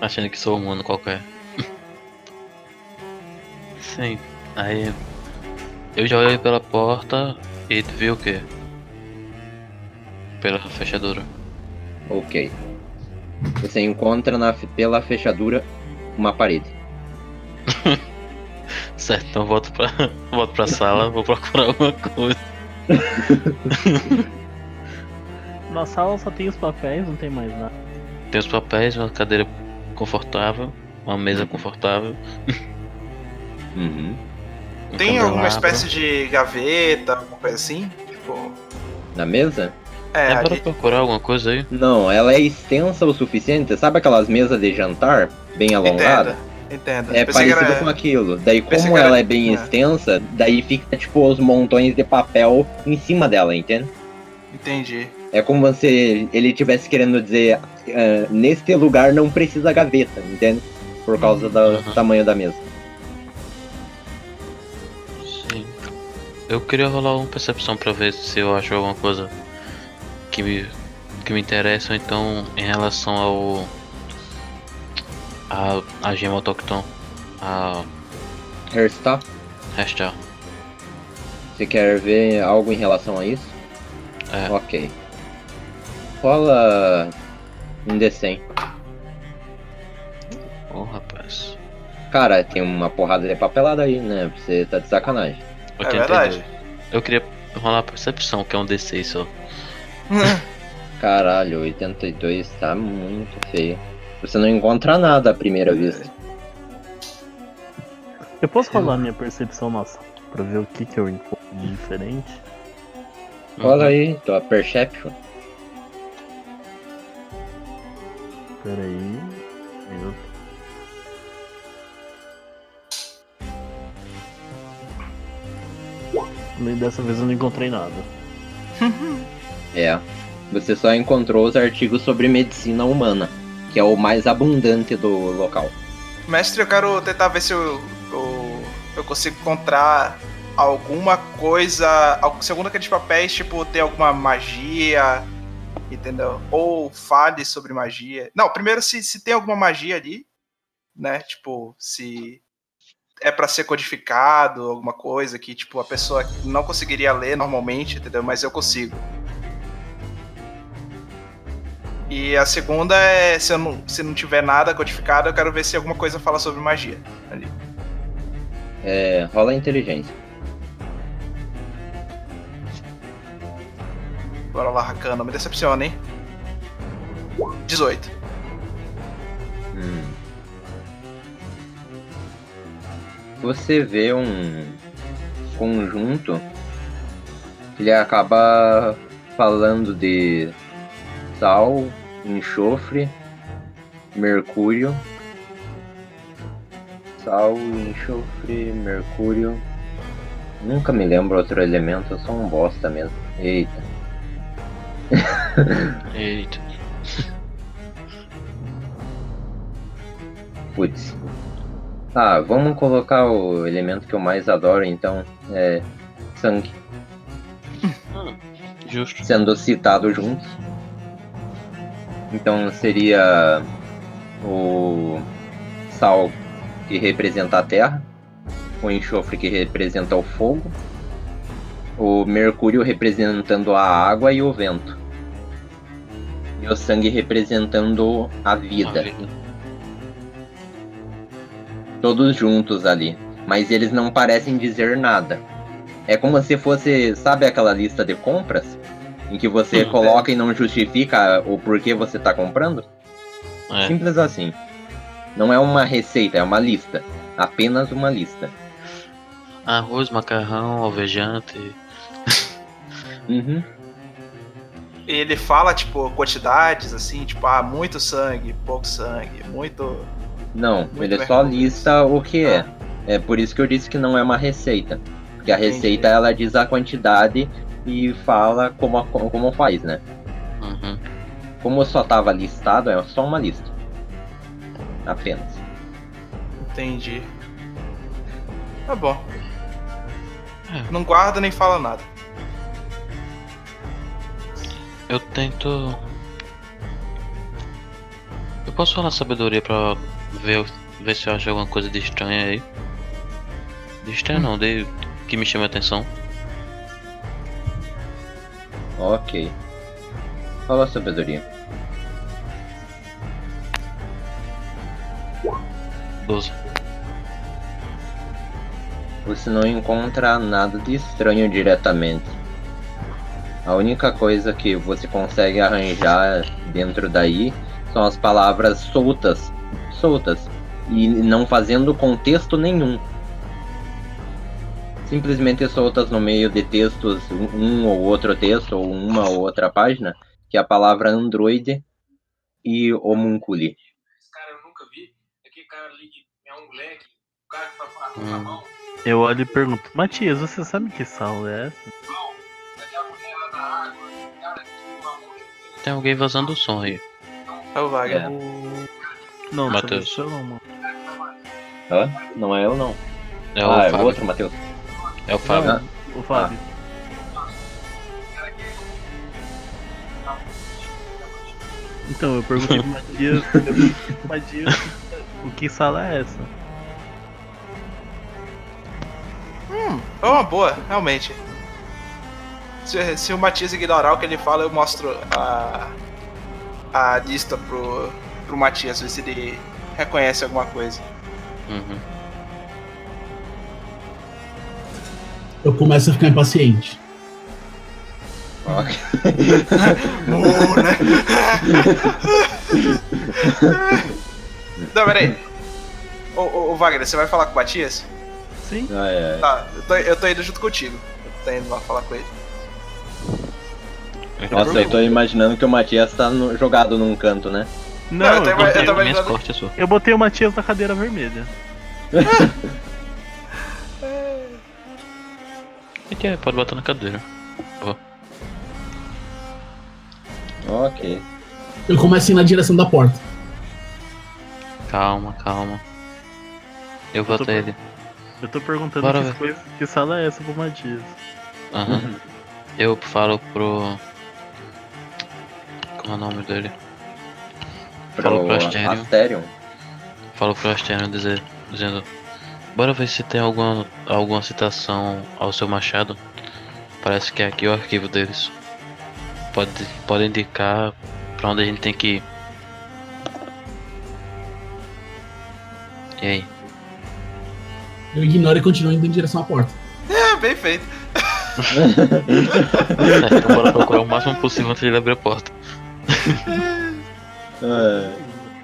[SPEAKER 1] Achando que sou um humano qualquer. Sim. Aí. Eu já olhei pela porta e tu viu o quê? Pela fechadura.
[SPEAKER 3] ok. Você encontra na, pela fechadura uma parede.
[SPEAKER 1] Certo, então volto pra, [laughs] volto pra sala, vou procurar alguma coisa.
[SPEAKER 7] Na sala só tem os papéis, não tem mais nada.
[SPEAKER 1] Tem os papéis, uma cadeira confortável, uma mesa confortável.
[SPEAKER 3] Uhum.
[SPEAKER 1] um
[SPEAKER 4] Tem alguma
[SPEAKER 1] candelabro.
[SPEAKER 4] espécie de gaveta, alguma coisa assim? Tipo.
[SPEAKER 3] Na mesa?
[SPEAKER 4] É,
[SPEAKER 1] É pra
[SPEAKER 4] ali.
[SPEAKER 1] procurar alguma coisa aí?
[SPEAKER 3] Não, ela é extensa o suficiente. Sabe aquelas mesas de jantar bem
[SPEAKER 4] Entenda.
[SPEAKER 3] alongadas?
[SPEAKER 4] Entenda.
[SPEAKER 3] É
[SPEAKER 4] Pensei que
[SPEAKER 3] parecido
[SPEAKER 4] era-
[SPEAKER 3] com aquilo. Daí,
[SPEAKER 4] pensei
[SPEAKER 3] como
[SPEAKER 4] que era-
[SPEAKER 3] ela é bem
[SPEAKER 4] é.
[SPEAKER 3] extensa, daí fica tipo os montões de papel em cima dela, entende?
[SPEAKER 4] Entendi.
[SPEAKER 3] É como se ele tivesse querendo dizer, ah, neste lugar não precisa gaveta, entende? Por causa do
[SPEAKER 1] Uhum.
[SPEAKER 3] tamanho da mesa.
[SPEAKER 1] Sim. Eu queria rolar uma percepção pra ver se eu acho alguma coisa que me, que me interessa, ou então em relação ao. a, a gema autóctone, a
[SPEAKER 3] Herstop,
[SPEAKER 1] Restar.
[SPEAKER 3] você quer ver algo em relação a isso?
[SPEAKER 1] É.
[SPEAKER 3] Ok. Rola um D100.
[SPEAKER 1] Ô rapaz.
[SPEAKER 3] Cara, tem uma porrada de papelada aí, né? Você tá de sacanagem.
[SPEAKER 4] É verdade.
[SPEAKER 1] Eu queria rolar percepção, que é um D6 só.
[SPEAKER 3] Caralho, 82 tá muito feio. Você não encontra nada à primeira vista.
[SPEAKER 7] Eu posso rolar minha percepção nossa pra ver o que, que eu encontro de diferente?
[SPEAKER 1] Uhum.
[SPEAKER 3] Rola aí, tua perception.
[SPEAKER 7] Pera aí. um minuto. Também dessa vez eu não encontrei nada.
[SPEAKER 3] É. Você só encontrou os artigos sobre medicina humana, que é o mais abundante do local.
[SPEAKER 4] Mestre, eu quero tentar ver se eu, eu, eu consigo encontrar alguma coisa. al- Segundo aqueles papéis, tipo, ter alguma magia, entendeu? Ou fale sobre magia. Não, primeiro se, se tem alguma magia ali, né? Tipo, se é pra ser codificado, alguma coisa que, tipo, a pessoa não conseguiria ler normalmente, entendeu? Mas eu consigo. E a segunda é se, eu não, se não tiver nada codificado, eu quero ver se alguma coisa fala sobre magia.
[SPEAKER 3] É, rola a inteligência.
[SPEAKER 4] Bora lá, Rakan, não me decepciona, hein? 18.
[SPEAKER 3] Hum. Você vê um conjunto que ele acaba falando de sal, enxofre, mercúrio. Sal, enxofre, mercúrio. Nunca me lembro outro elemento, eu sou um bosta mesmo. Eita.
[SPEAKER 1] Eita.
[SPEAKER 3] Putz. Ah, vamos colocar o elemento que eu mais adoro então, é sangue,
[SPEAKER 1] Justo.
[SPEAKER 3] sendo citado juntos. Então seria o sal que representa a terra, o enxofre que representa o fogo, o mercúrio representando a água e o vento. E o sangue representando a vida
[SPEAKER 1] Uma vida.
[SPEAKER 3] todos juntos ali, mas eles não parecem dizer nada. É como se fosse, sabe aquela lista de compras? Em que você
[SPEAKER 1] Hum,
[SPEAKER 3] coloca e não justifica o porquê você tá comprando?
[SPEAKER 1] É.
[SPEAKER 3] Simples assim. Não é uma receita, é uma lista. Apenas uma lista.
[SPEAKER 1] Arroz, macarrão, alvejante.
[SPEAKER 3] Uhum.
[SPEAKER 4] E ele fala, tipo, quantidades, assim, tipo, ah, muito sangue, pouco sangue, muito.
[SPEAKER 3] Não,
[SPEAKER 4] Muito
[SPEAKER 3] ele
[SPEAKER 4] bem.
[SPEAKER 3] só lista o que é. É por isso que eu disse que não é uma receita. Porque a
[SPEAKER 4] Entendi.
[SPEAKER 3] receita ela diz a quantidade e fala como, a- como faz, né?
[SPEAKER 1] Uhum.
[SPEAKER 3] Como só tava listado, é só uma lista. Apenas.
[SPEAKER 4] Entendi. Tá bom.
[SPEAKER 1] É.
[SPEAKER 4] Não guarda nem fala nada.
[SPEAKER 1] Eu tento. Eu posso falar sabedoria pra ver, ver se eu acho alguma coisa de estranha aí. De estranha não, de que me chama a atenção.
[SPEAKER 3] Ok. Fala sabedoria.
[SPEAKER 1] 12.
[SPEAKER 3] Você não encontra nada de estranho diretamente. A única coisa que você consegue arranjar dentro daí são as palavras soltas. Soltas. E não fazendo contexto nenhum. Simplesmente soltas no meio de textos, um- um ou outro texto, ou uma ou outra página, que é a palavra androide e homunculi.
[SPEAKER 10] Esse cara eu nunca vi. Aquele cara ali que é um moleque, o cara que tá com a
[SPEAKER 1] Hum.
[SPEAKER 10] mão,
[SPEAKER 7] Eu olho e pergunto, Matias, você sabe que sal é essa?
[SPEAKER 10] daquela mulher lá na água, o cara que tem uma mão.
[SPEAKER 1] Tem alguém vazando o som aí.
[SPEAKER 4] É o Wagner.
[SPEAKER 3] É.
[SPEAKER 7] Não,
[SPEAKER 1] Matheus.
[SPEAKER 7] você não chama, mano.
[SPEAKER 3] Hã? Não é eu não.
[SPEAKER 1] É o
[SPEAKER 3] Ah, é
[SPEAKER 1] Fábio.
[SPEAKER 3] outro, Ah. Matheus.
[SPEAKER 1] É o Fábio.
[SPEAKER 7] Ô Fábio. Então, eu perguntei pro Matias, eu perguntei pro Matias o que sala é essa?
[SPEAKER 4] É uma boa, realmente. Se, se o Matias ignorar o que ele fala, eu mostro a, a lista pro, pro Matias, ver se ele reconhece alguma coisa.
[SPEAKER 1] Uhum.
[SPEAKER 6] Eu começo a ficar impaciente.
[SPEAKER 4] Uh, né? [laughs] Não, peraí. Ô, ô, ô, Wagner, você vai falar com o Matias?
[SPEAKER 5] Sim.
[SPEAKER 3] Ah, é.
[SPEAKER 4] Tá, eu tô, eu tô indo junto contigo. Eu tô indo lá falar com ele.
[SPEAKER 3] Nossa, eu tô imaginando que o Matias tá no- jogado num canto, né?
[SPEAKER 5] Não,
[SPEAKER 4] eu
[SPEAKER 5] eu,
[SPEAKER 4] tava-
[SPEAKER 5] botei,
[SPEAKER 4] eu tava-
[SPEAKER 1] minhas cortes, sua.
[SPEAKER 5] eu botei o Matias na cadeira vermelha.
[SPEAKER 1] O que é? Pode botar na cadeira.
[SPEAKER 3] Ok.
[SPEAKER 6] Eu começo a ir na direção da porta.
[SPEAKER 1] Calma, calma. Eu vou
[SPEAKER 5] tô
[SPEAKER 1] até ele.
[SPEAKER 5] Eu tô perguntando
[SPEAKER 1] Bora,
[SPEAKER 5] que,
[SPEAKER 1] velho.
[SPEAKER 5] coisa- que sala é essa pro Matias.
[SPEAKER 3] Uhum.
[SPEAKER 1] Aham. Eu falo pro. Como é o nome dele? Fala pro Astério.
[SPEAKER 3] Astério.
[SPEAKER 1] Falo pro Astero dizer, dizendo: Bora ver se tem alguma, alguma citação ao seu machado. Parece que é aqui o arquivo deles. Pode, pode indicar pra onde a gente tem que ir. E aí?
[SPEAKER 6] Eu ignoro e continuo indo em direção à porta.
[SPEAKER 4] É, bem feito.
[SPEAKER 1] É, então bora procurar o máximo possível antes de ele abrir a porta.
[SPEAKER 3] Ah,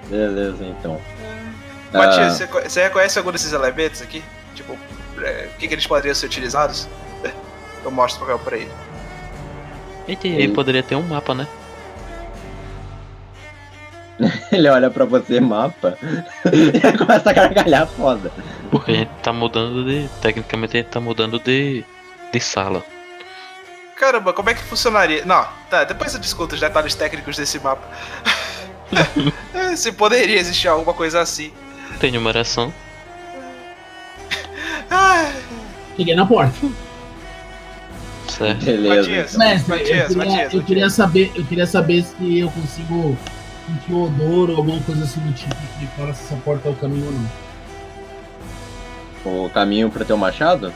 [SPEAKER 3] beleza, então. [laughs]
[SPEAKER 4] Matias,
[SPEAKER 3] Ah,
[SPEAKER 4] você, co- você reconhece algum desses elementos aqui? Tipo, é, o que, que eles poderiam ser utilizados? Eu mostro o papel pra ele.
[SPEAKER 1] Eita, e aí poderia ter um mapa, né?
[SPEAKER 3] ele olha pra você, mapa, [laughs] e começa a gargalhar foda.
[SPEAKER 1] Porque a gente tá mudando de. Tecnicamente a gente tá mudando de. de sala.
[SPEAKER 4] Caramba, como é que funcionaria? Não, tá, depois eu discuto os detalhes técnicos
[SPEAKER 3] [laughs]
[SPEAKER 4] desse mapa. É, Se poderia existir alguma coisa assim.
[SPEAKER 1] Tem numeração.
[SPEAKER 4] Ah,
[SPEAKER 6] Cheguei na porta.
[SPEAKER 1] Certo.
[SPEAKER 3] Beleza.
[SPEAKER 4] Matias,
[SPEAKER 6] Mestre, eu
[SPEAKER 4] Matias,
[SPEAKER 6] queria,
[SPEAKER 4] Matias,
[SPEAKER 6] eu queria
[SPEAKER 4] Matias.
[SPEAKER 6] saber, eu queria saber se eu consigo sentir o odor ou alguma coisa assim do tipo que fala se essa porta é o caminho ou não.
[SPEAKER 3] então. O caminho pro teu machado?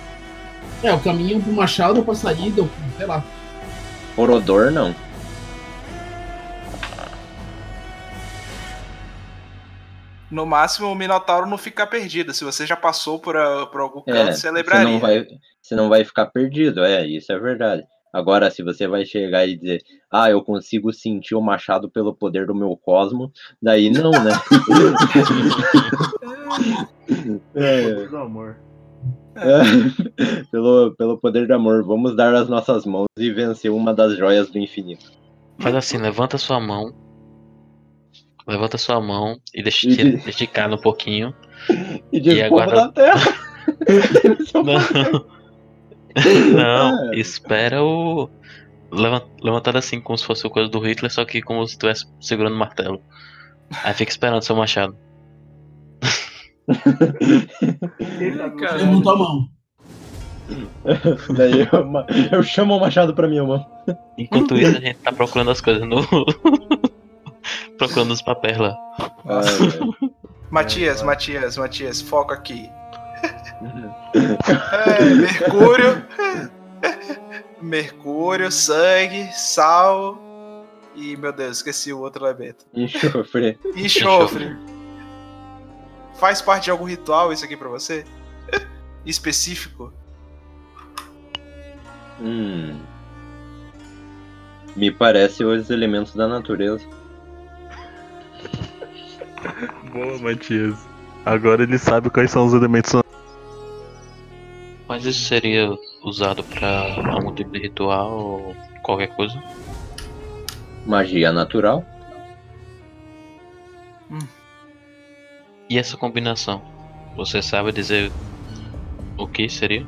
[SPEAKER 6] É, o caminho pro machado ou pra saída, ou sei lá.
[SPEAKER 3] Por odor, não.
[SPEAKER 4] No máximo, o Minotauro não fica perdido. Se você já passou por, a- por algum canto,
[SPEAKER 3] É,
[SPEAKER 4] você
[SPEAKER 3] você
[SPEAKER 4] lembraria.
[SPEAKER 3] não, vai, você não vai ficar perdido, é, isso é verdade. Agora, se você vai chegar e dizer, ah, eu consigo sentir o machado pelo poder do meu cosmo, daí não, né? [laughs] É,
[SPEAKER 5] Do amor.
[SPEAKER 3] é, pelo, pelo poder do amor, vamos dar as nossas mãos e vencer uma das joias do infinito.
[SPEAKER 1] Faz assim, levanta sua mão. Levanta sua mão e deixa
[SPEAKER 3] E
[SPEAKER 1] tira-
[SPEAKER 3] de-
[SPEAKER 1] deixa esticar um pouquinho.
[SPEAKER 3] E diz,
[SPEAKER 1] E
[SPEAKER 3] povo
[SPEAKER 1] agora-
[SPEAKER 3] da terra!
[SPEAKER 1] Não.
[SPEAKER 3] [laughs]
[SPEAKER 1] Não,
[SPEAKER 3] É.
[SPEAKER 1] espera o. levan- Levantar assim como se fosse o coisa do Hitler, só que como se estivesse segurando o martelo. Aí fica esperando seu machado.
[SPEAKER 6] Eu monto a mão.
[SPEAKER 3] daí eu, ma- eu chamo o machado pra minha mão.
[SPEAKER 1] Enquanto isso, a gente tá procurando as coisas no. [laughs] procurando os papéis lá.
[SPEAKER 3] Ai, é.
[SPEAKER 4] Matias, Matias, Matias,
[SPEAKER 3] [laughs]
[SPEAKER 4] foco aqui. É, mercúrio. [laughs] mercúrio, sangue, sal. E, meu Deus, esqueci o outro elemento.
[SPEAKER 3] enxofre.
[SPEAKER 4] E enxofre. Faz parte de algum ritual isso aqui pra você? [laughs] Específico?
[SPEAKER 3] Hum. Me parece os elementos da natureza.
[SPEAKER 5] Boa, Matias. Agora ele sabe quais são os elementos.
[SPEAKER 1] Mas isso seria usado pra algum tipo de ritual ou qualquer coisa?
[SPEAKER 3] Magia natural.
[SPEAKER 1] E essa combinação? Você sabe dizer o que seria?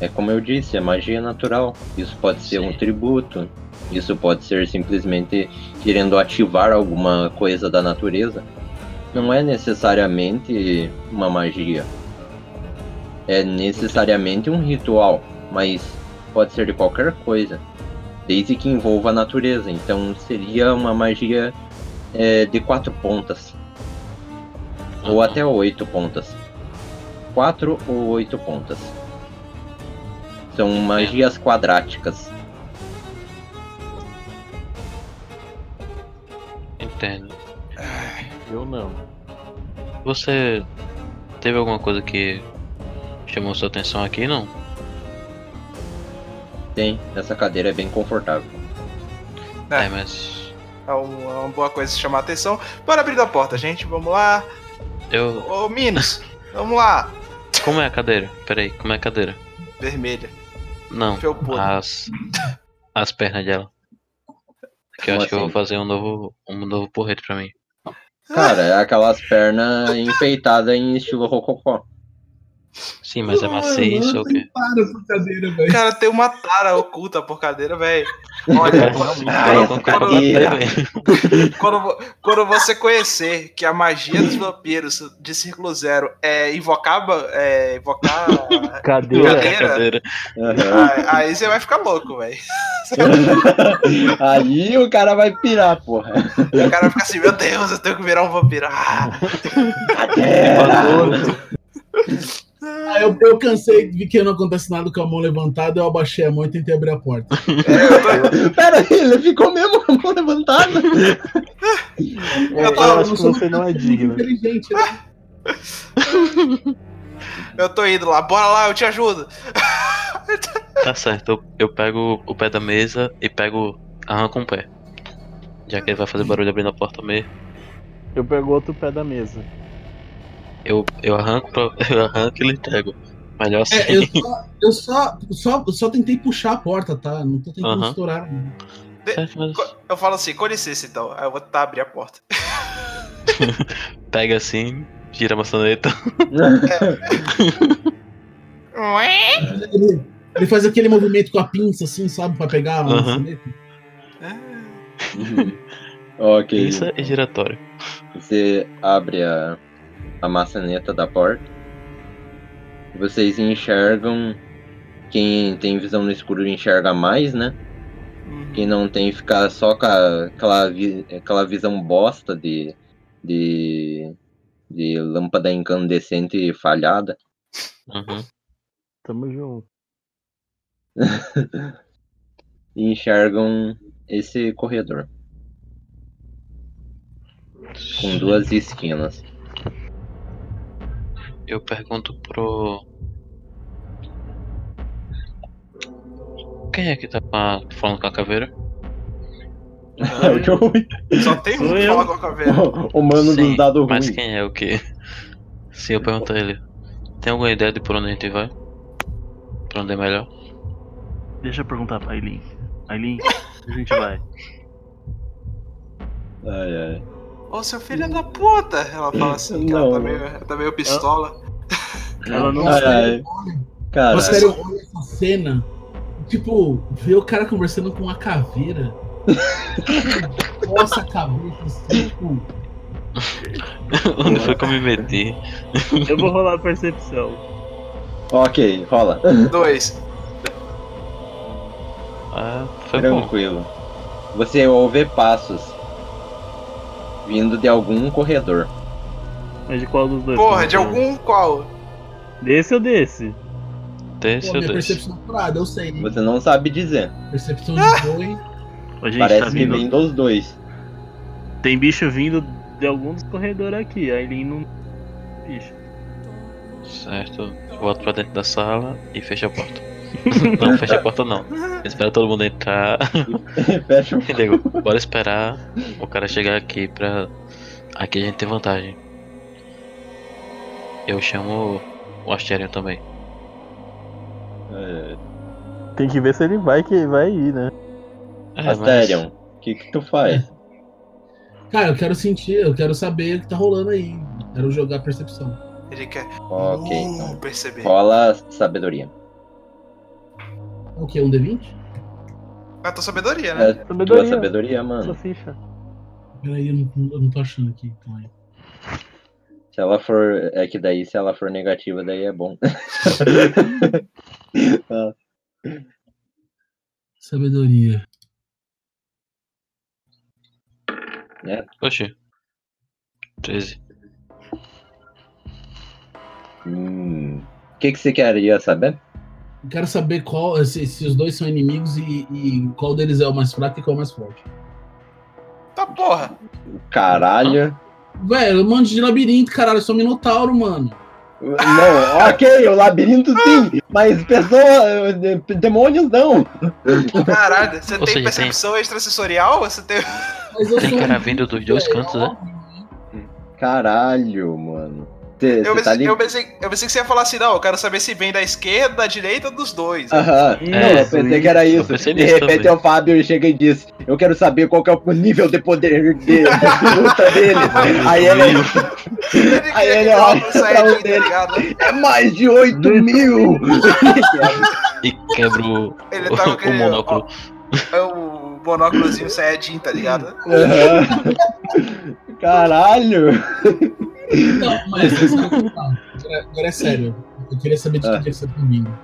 [SPEAKER 3] É como eu disse, é magia natural. Isso pode ser um
[SPEAKER 1] Sim.
[SPEAKER 3] tributo. Isso pode ser simplesmente querendo ativar alguma coisa da natureza. Não é necessariamente uma magia. É necessariamente um ritual, mas pode ser de qualquer coisa, desde que envolva a natureza. Então seria uma magia é, de quatro pontas. Ou
[SPEAKER 1] Uhum.
[SPEAKER 3] até oito pontas. Quatro ou oito pontas. São magias quadráticas.
[SPEAKER 1] Entendo.
[SPEAKER 11] Eu não.
[SPEAKER 1] Você teve alguma coisa que Chamou sua atenção aqui, não?
[SPEAKER 3] Tem, essa cadeira é bem confortável.
[SPEAKER 1] É,
[SPEAKER 4] É.
[SPEAKER 1] mas.
[SPEAKER 4] É um- é uma boa coisa chamar a atenção. Bora abrir a porta, gente. Vamos lá.
[SPEAKER 1] Eu.
[SPEAKER 4] Ô, Minos. Vamos lá.
[SPEAKER 1] Como é a cadeira? Peraí, como é a cadeira?
[SPEAKER 4] Vermelha.
[SPEAKER 1] Não.
[SPEAKER 4] Felpuda.
[SPEAKER 1] As. As pernas dela. Que eu
[SPEAKER 3] Como
[SPEAKER 1] acho que eu vou
[SPEAKER 3] assim?
[SPEAKER 1] fazer um novo. um novo porrete pra mim.
[SPEAKER 3] Cara, é aquelas pernas enfeitadas em estilo rococó.
[SPEAKER 1] Sim, mas é maciço ou o quê?
[SPEAKER 6] Para por cadeira,
[SPEAKER 4] O
[SPEAKER 6] velho.
[SPEAKER 4] cara tem uma tara oculta por cadeira, velho.
[SPEAKER 1] [laughs]
[SPEAKER 4] Olha,
[SPEAKER 1] um
[SPEAKER 4] quando-
[SPEAKER 3] Ai, essa cadeira.
[SPEAKER 4] quando, vo- quando você conhecer que a magia dos vampiros de círculo zero é invocar, ba- é invocar
[SPEAKER 12] Cadeira.
[SPEAKER 1] Cadeira.
[SPEAKER 3] Aham.
[SPEAKER 4] a- aí você vai ficar louco, velho.
[SPEAKER 3] [laughs] Aí o cara vai pirar, porra.
[SPEAKER 4] O cara vai ficar assim, meu Deus, eu tenho que virar um vampiro. Ah,
[SPEAKER 6] Ah, eu, eu cansei, vi que não acontece nada com a mão levantada, eu abaixei a mão e tentei abrir a porta.
[SPEAKER 3] Pera aí, ele ficou mesmo com a mão levantada.
[SPEAKER 12] É,
[SPEAKER 4] Eu tava-
[SPEAKER 12] eu acho que você não é digno.
[SPEAKER 6] Inteligente, né?
[SPEAKER 4] eu tô indo lá, bora lá, eu te ajudo.
[SPEAKER 1] Tá certo, eu, eu pego o pé da mesa e pego. arranco um pé. Já que ele vai fazer barulho abrindo a porta mesmo.
[SPEAKER 12] Eu pego outro pé da mesa.
[SPEAKER 1] Eu, eu arranco pra- [laughs] eu arranco e lhe entrego. Melhor assim.
[SPEAKER 6] É, eu só, eu só, só, só tentei puxar a porta, tá? Não tô tentando
[SPEAKER 1] Aham.
[SPEAKER 6] estourar.
[SPEAKER 1] Certo, mas
[SPEAKER 4] Co- Eu falo assim, com licença então, aí eu vou tentar abrir a porta.
[SPEAKER 1] Pega assim, gira a maçaneta.
[SPEAKER 6] Ele, ele faz aquele movimento com a pinça, assim, sabe? Pra pegar a assim.
[SPEAKER 1] Aham.
[SPEAKER 6] maçaneta.
[SPEAKER 12] É,
[SPEAKER 3] ok.
[SPEAKER 1] Isso é giratório.
[SPEAKER 3] Você abre a, a maçaneta da porta. Vocês enxergam. Quem tem visão no escuro enxerga mais, né? Quem não tem fica só com a- aquela, vi- aquela visão bosta de, de, de lâmpada incandescente falhada.
[SPEAKER 1] Uhum.
[SPEAKER 12] Tamo junto.
[SPEAKER 3] E enxergam esse corredor com duas esquinas.
[SPEAKER 1] Eu pergunto pro. Quem é que tá com a- falando com a caveira?
[SPEAKER 3] É o Joey,
[SPEAKER 4] Só tem um
[SPEAKER 12] Sou
[SPEAKER 4] que
[SPEAKER 12] eu.
[SPEAKER 4] fala com a caveira.
[SPEAKER 3] o mano
[SPEAKER 1] Sim,
[SPEAKER 3] dos dados
[SPEAKER 1] Mas
[SPEAKER 3] ruins.
[SPEAKER 1] quem é o que? Sim, eu pergunto a ele. Tem alguma ideia de por onde a gente vai? Pra onde é melhor? [laughs]
[SPEAKER 5] Deixa eu perguntar pra Aileen. Aileen, a gente vai.
[SPEAKER 3] Ai, ai.
[SPEAKER 4] Ô, seu filho é da puta! Ela fala assim, que ela
[SPEAKER 3] Não.
[SPEAKER 4] tá meio, ela tá meio pistola.
[SPEAKER 5] Ela não.
[SPEAKER 3] Ai, ai. Cara,
[SPEAKER 6] Mas sério, olha essa cena. Tipo, ver o cara conversando com uma
[SPEAKER 12] [laughs]
[SPEAKER 6] caveira. Nossa, a cabeça, assim, tipo.
[SPEAKER 3] É.
[SPEAKER 1] onde foi que eu me meti?
[SPEAKER 5] Eu vou rolar a percepção.
[SPEAKER 3] ok, rola.
[SPEAKER 4] Dois.
[SPEAKER 1] Ah,
[SPEAKER 5] Tá
[SPEAKER 1] foi bom.
[SPEAKER 3] Tranquilo. Você ouve passos vindo de algum corredor.
[SPEAKER 12] Mas de qual dos dois?
[SPEAKER 4] Porra, de algum qual?
[SPEAKER 12] Desse ou desse?
[SPEAKER 1] Desse
[SPEAKER 3] um-
[SPEAKER 6] Pô,
[SPEAKER 1] ou
[SPEAKER 6] minha
[SPEAKER 1] desse?
[SPEAKER 6] percepção é furada, eu sei. hein?
[SPEAKER 3] Você não sabe dizer.
[SPEAKER 12] é-
[SPEAKER 6] Percepção de boi.
[SPEAKER 5] A gente tá
[SPEAKER 3] Parece que
[SPEAKER 5] vindo.
[SPEAKER 3] vem dos dois. [laughs]
[SPEAKER 5] Tem bicho vindo de algum dos corredores aqui. A Aileen não. Bicho.
[SPEAKER 1] Certo. Eu volto pra dentro da sala e fecho a porta. [laughs] não, fecha a porta não. Espera todo mundo entrar. [laughs]
[SPEAKER 3] Fecha o
[SPEAKER 1] Entendeu? Bora esperar o cara chegar aqui pra. Aqui a gente tem vantagem. Eu chamo o Asterion também.
[SPEAKER 5] É,
[SPEAKER 12] Tem que ver se ele vai que vai ir, né?
[SPEAKER 1] É, mas-
[SPEAKER 3] Asterion. O que, que tu faz?
[SPEAKER 6] Cara, eu quero sentir, eu quero saber o que tá rolando aí. Quero jogar a percepção.
[SPEAKER 4] Ele quer "Uh,
[SPEAKER 3] Ok,
[SPEAKER 4] não
[SPEAKER 3] então.
[SPEAKER 4] perceber.
[SPEAKER 3] Rola sabedoria.
[SPEAKER 6] O que? Um D20?
[SPEAKER 4] É a tua sabedoria, né?
[SPEAKER 3] É, tua sabedoria, mano.
[SPEAKER 12] Sua ficha.
[SPEAKER 6] Peraí, eu não, eu não tô achando aqui. calma aí.
[SPEAKER 3] Se ela for. É que daí, se ela for negativa, daí é bom. [laughs]
[SPEAKER 6] Sabedoria.
[SPEAKER 1] Oxi. 13.
[SPEAKER 3] Hum. O que, que você queria saber?
[SPEAKER 6] Eu quero saber qual, se, se os dois são inimigos e, e qual deles é o mais fraco e qual é o mais forte.
[SPEAKER 4] Tá porra.
[SPEAKER 3] Caralho.
[SPEAKER 6] Velho, um monte de labirinto, caralho. Eu sou minotauro, mano.
[SPEAKER 5] Ah.
[SPEAKER 3] Não, ok, o labirinto sim, mas pessoa, de- demônios não.
[SPEAKER 4] Caralho, você
[SPEAKER 1] Ou
[SPEAKER 4] tem
[SPEAKER 1] seja,
[SPEAKER 4] percepção extrasensorial? Você tem.
[SPEAKER 6] Mas eu
[SPEAKER 1] Tem
[SPEAKER 6] sou
[SPEAKER 1] cara
[SPEAKER 6] um-
[SPEAKER 1] vindo dos dois cantos, né?
[SPEAKER 3] Caralho, mano. Você
[SPEAKER 4] Eu
[SPEAKER 3] tá
[SPEAKER 4] pensei,
[SPEAKER 3] ali?
[SPEAKER 4] eu, pensei, eu pensei que você ia falar assim, não, eu quero saber se vem da esquerda, da direita ou dos dois.
[SPEAKER 3] Aham, não, eu pensei que era isso. é
[SPEAKER 1] pensei
[SPEAKER 3] De
[SPEAKER 1] nisso
[SPEAKER 3] repente
[SPEAKER 1] também.
[SPEAKER 3] o Fábio chega e diz: Eu quero saber qual que é o nível de poder de, de luta dele. Aí ele
[SPEAKER 4] Ele
[SPEAKER 3] Aí
[SPEAKER 4] queria
[SPEAKER 3] ele
[SPEAKER 4] que
[SPEAKER 3] olha
[SPEAKER 4] não
[SPEAKER 3] pra
[SPEAKER 4] saísse,
[SPEAKER 3] um
[SPEAKER 4] tá
[SPEAKER 3] dele.
[SPEAKER 4] ligado?
[SPEAKER 3] é mais de 8 mil!
[SPEAKER 1] E quebra o,
[SPEAKER 4] Ele tá
[SPEAKER 1] [laughs]
[SPEAKER 4] com
[SPEAKER 1] o,
[SPEAKER 4] aquele-
[SPEAKER 1] monóculo.
[SPEAKER 4] É o monóculozinho Saiyajin, tá ligado?
[SPEAKER 3] Aham. Caralho!
[SPEAKER 6] [laughs] Não, mas eu sou- não, agora- agora é sério. Eu queria saber de
[SPEAKER 3] Ah.
[SPEAKER 6] quem que você combina.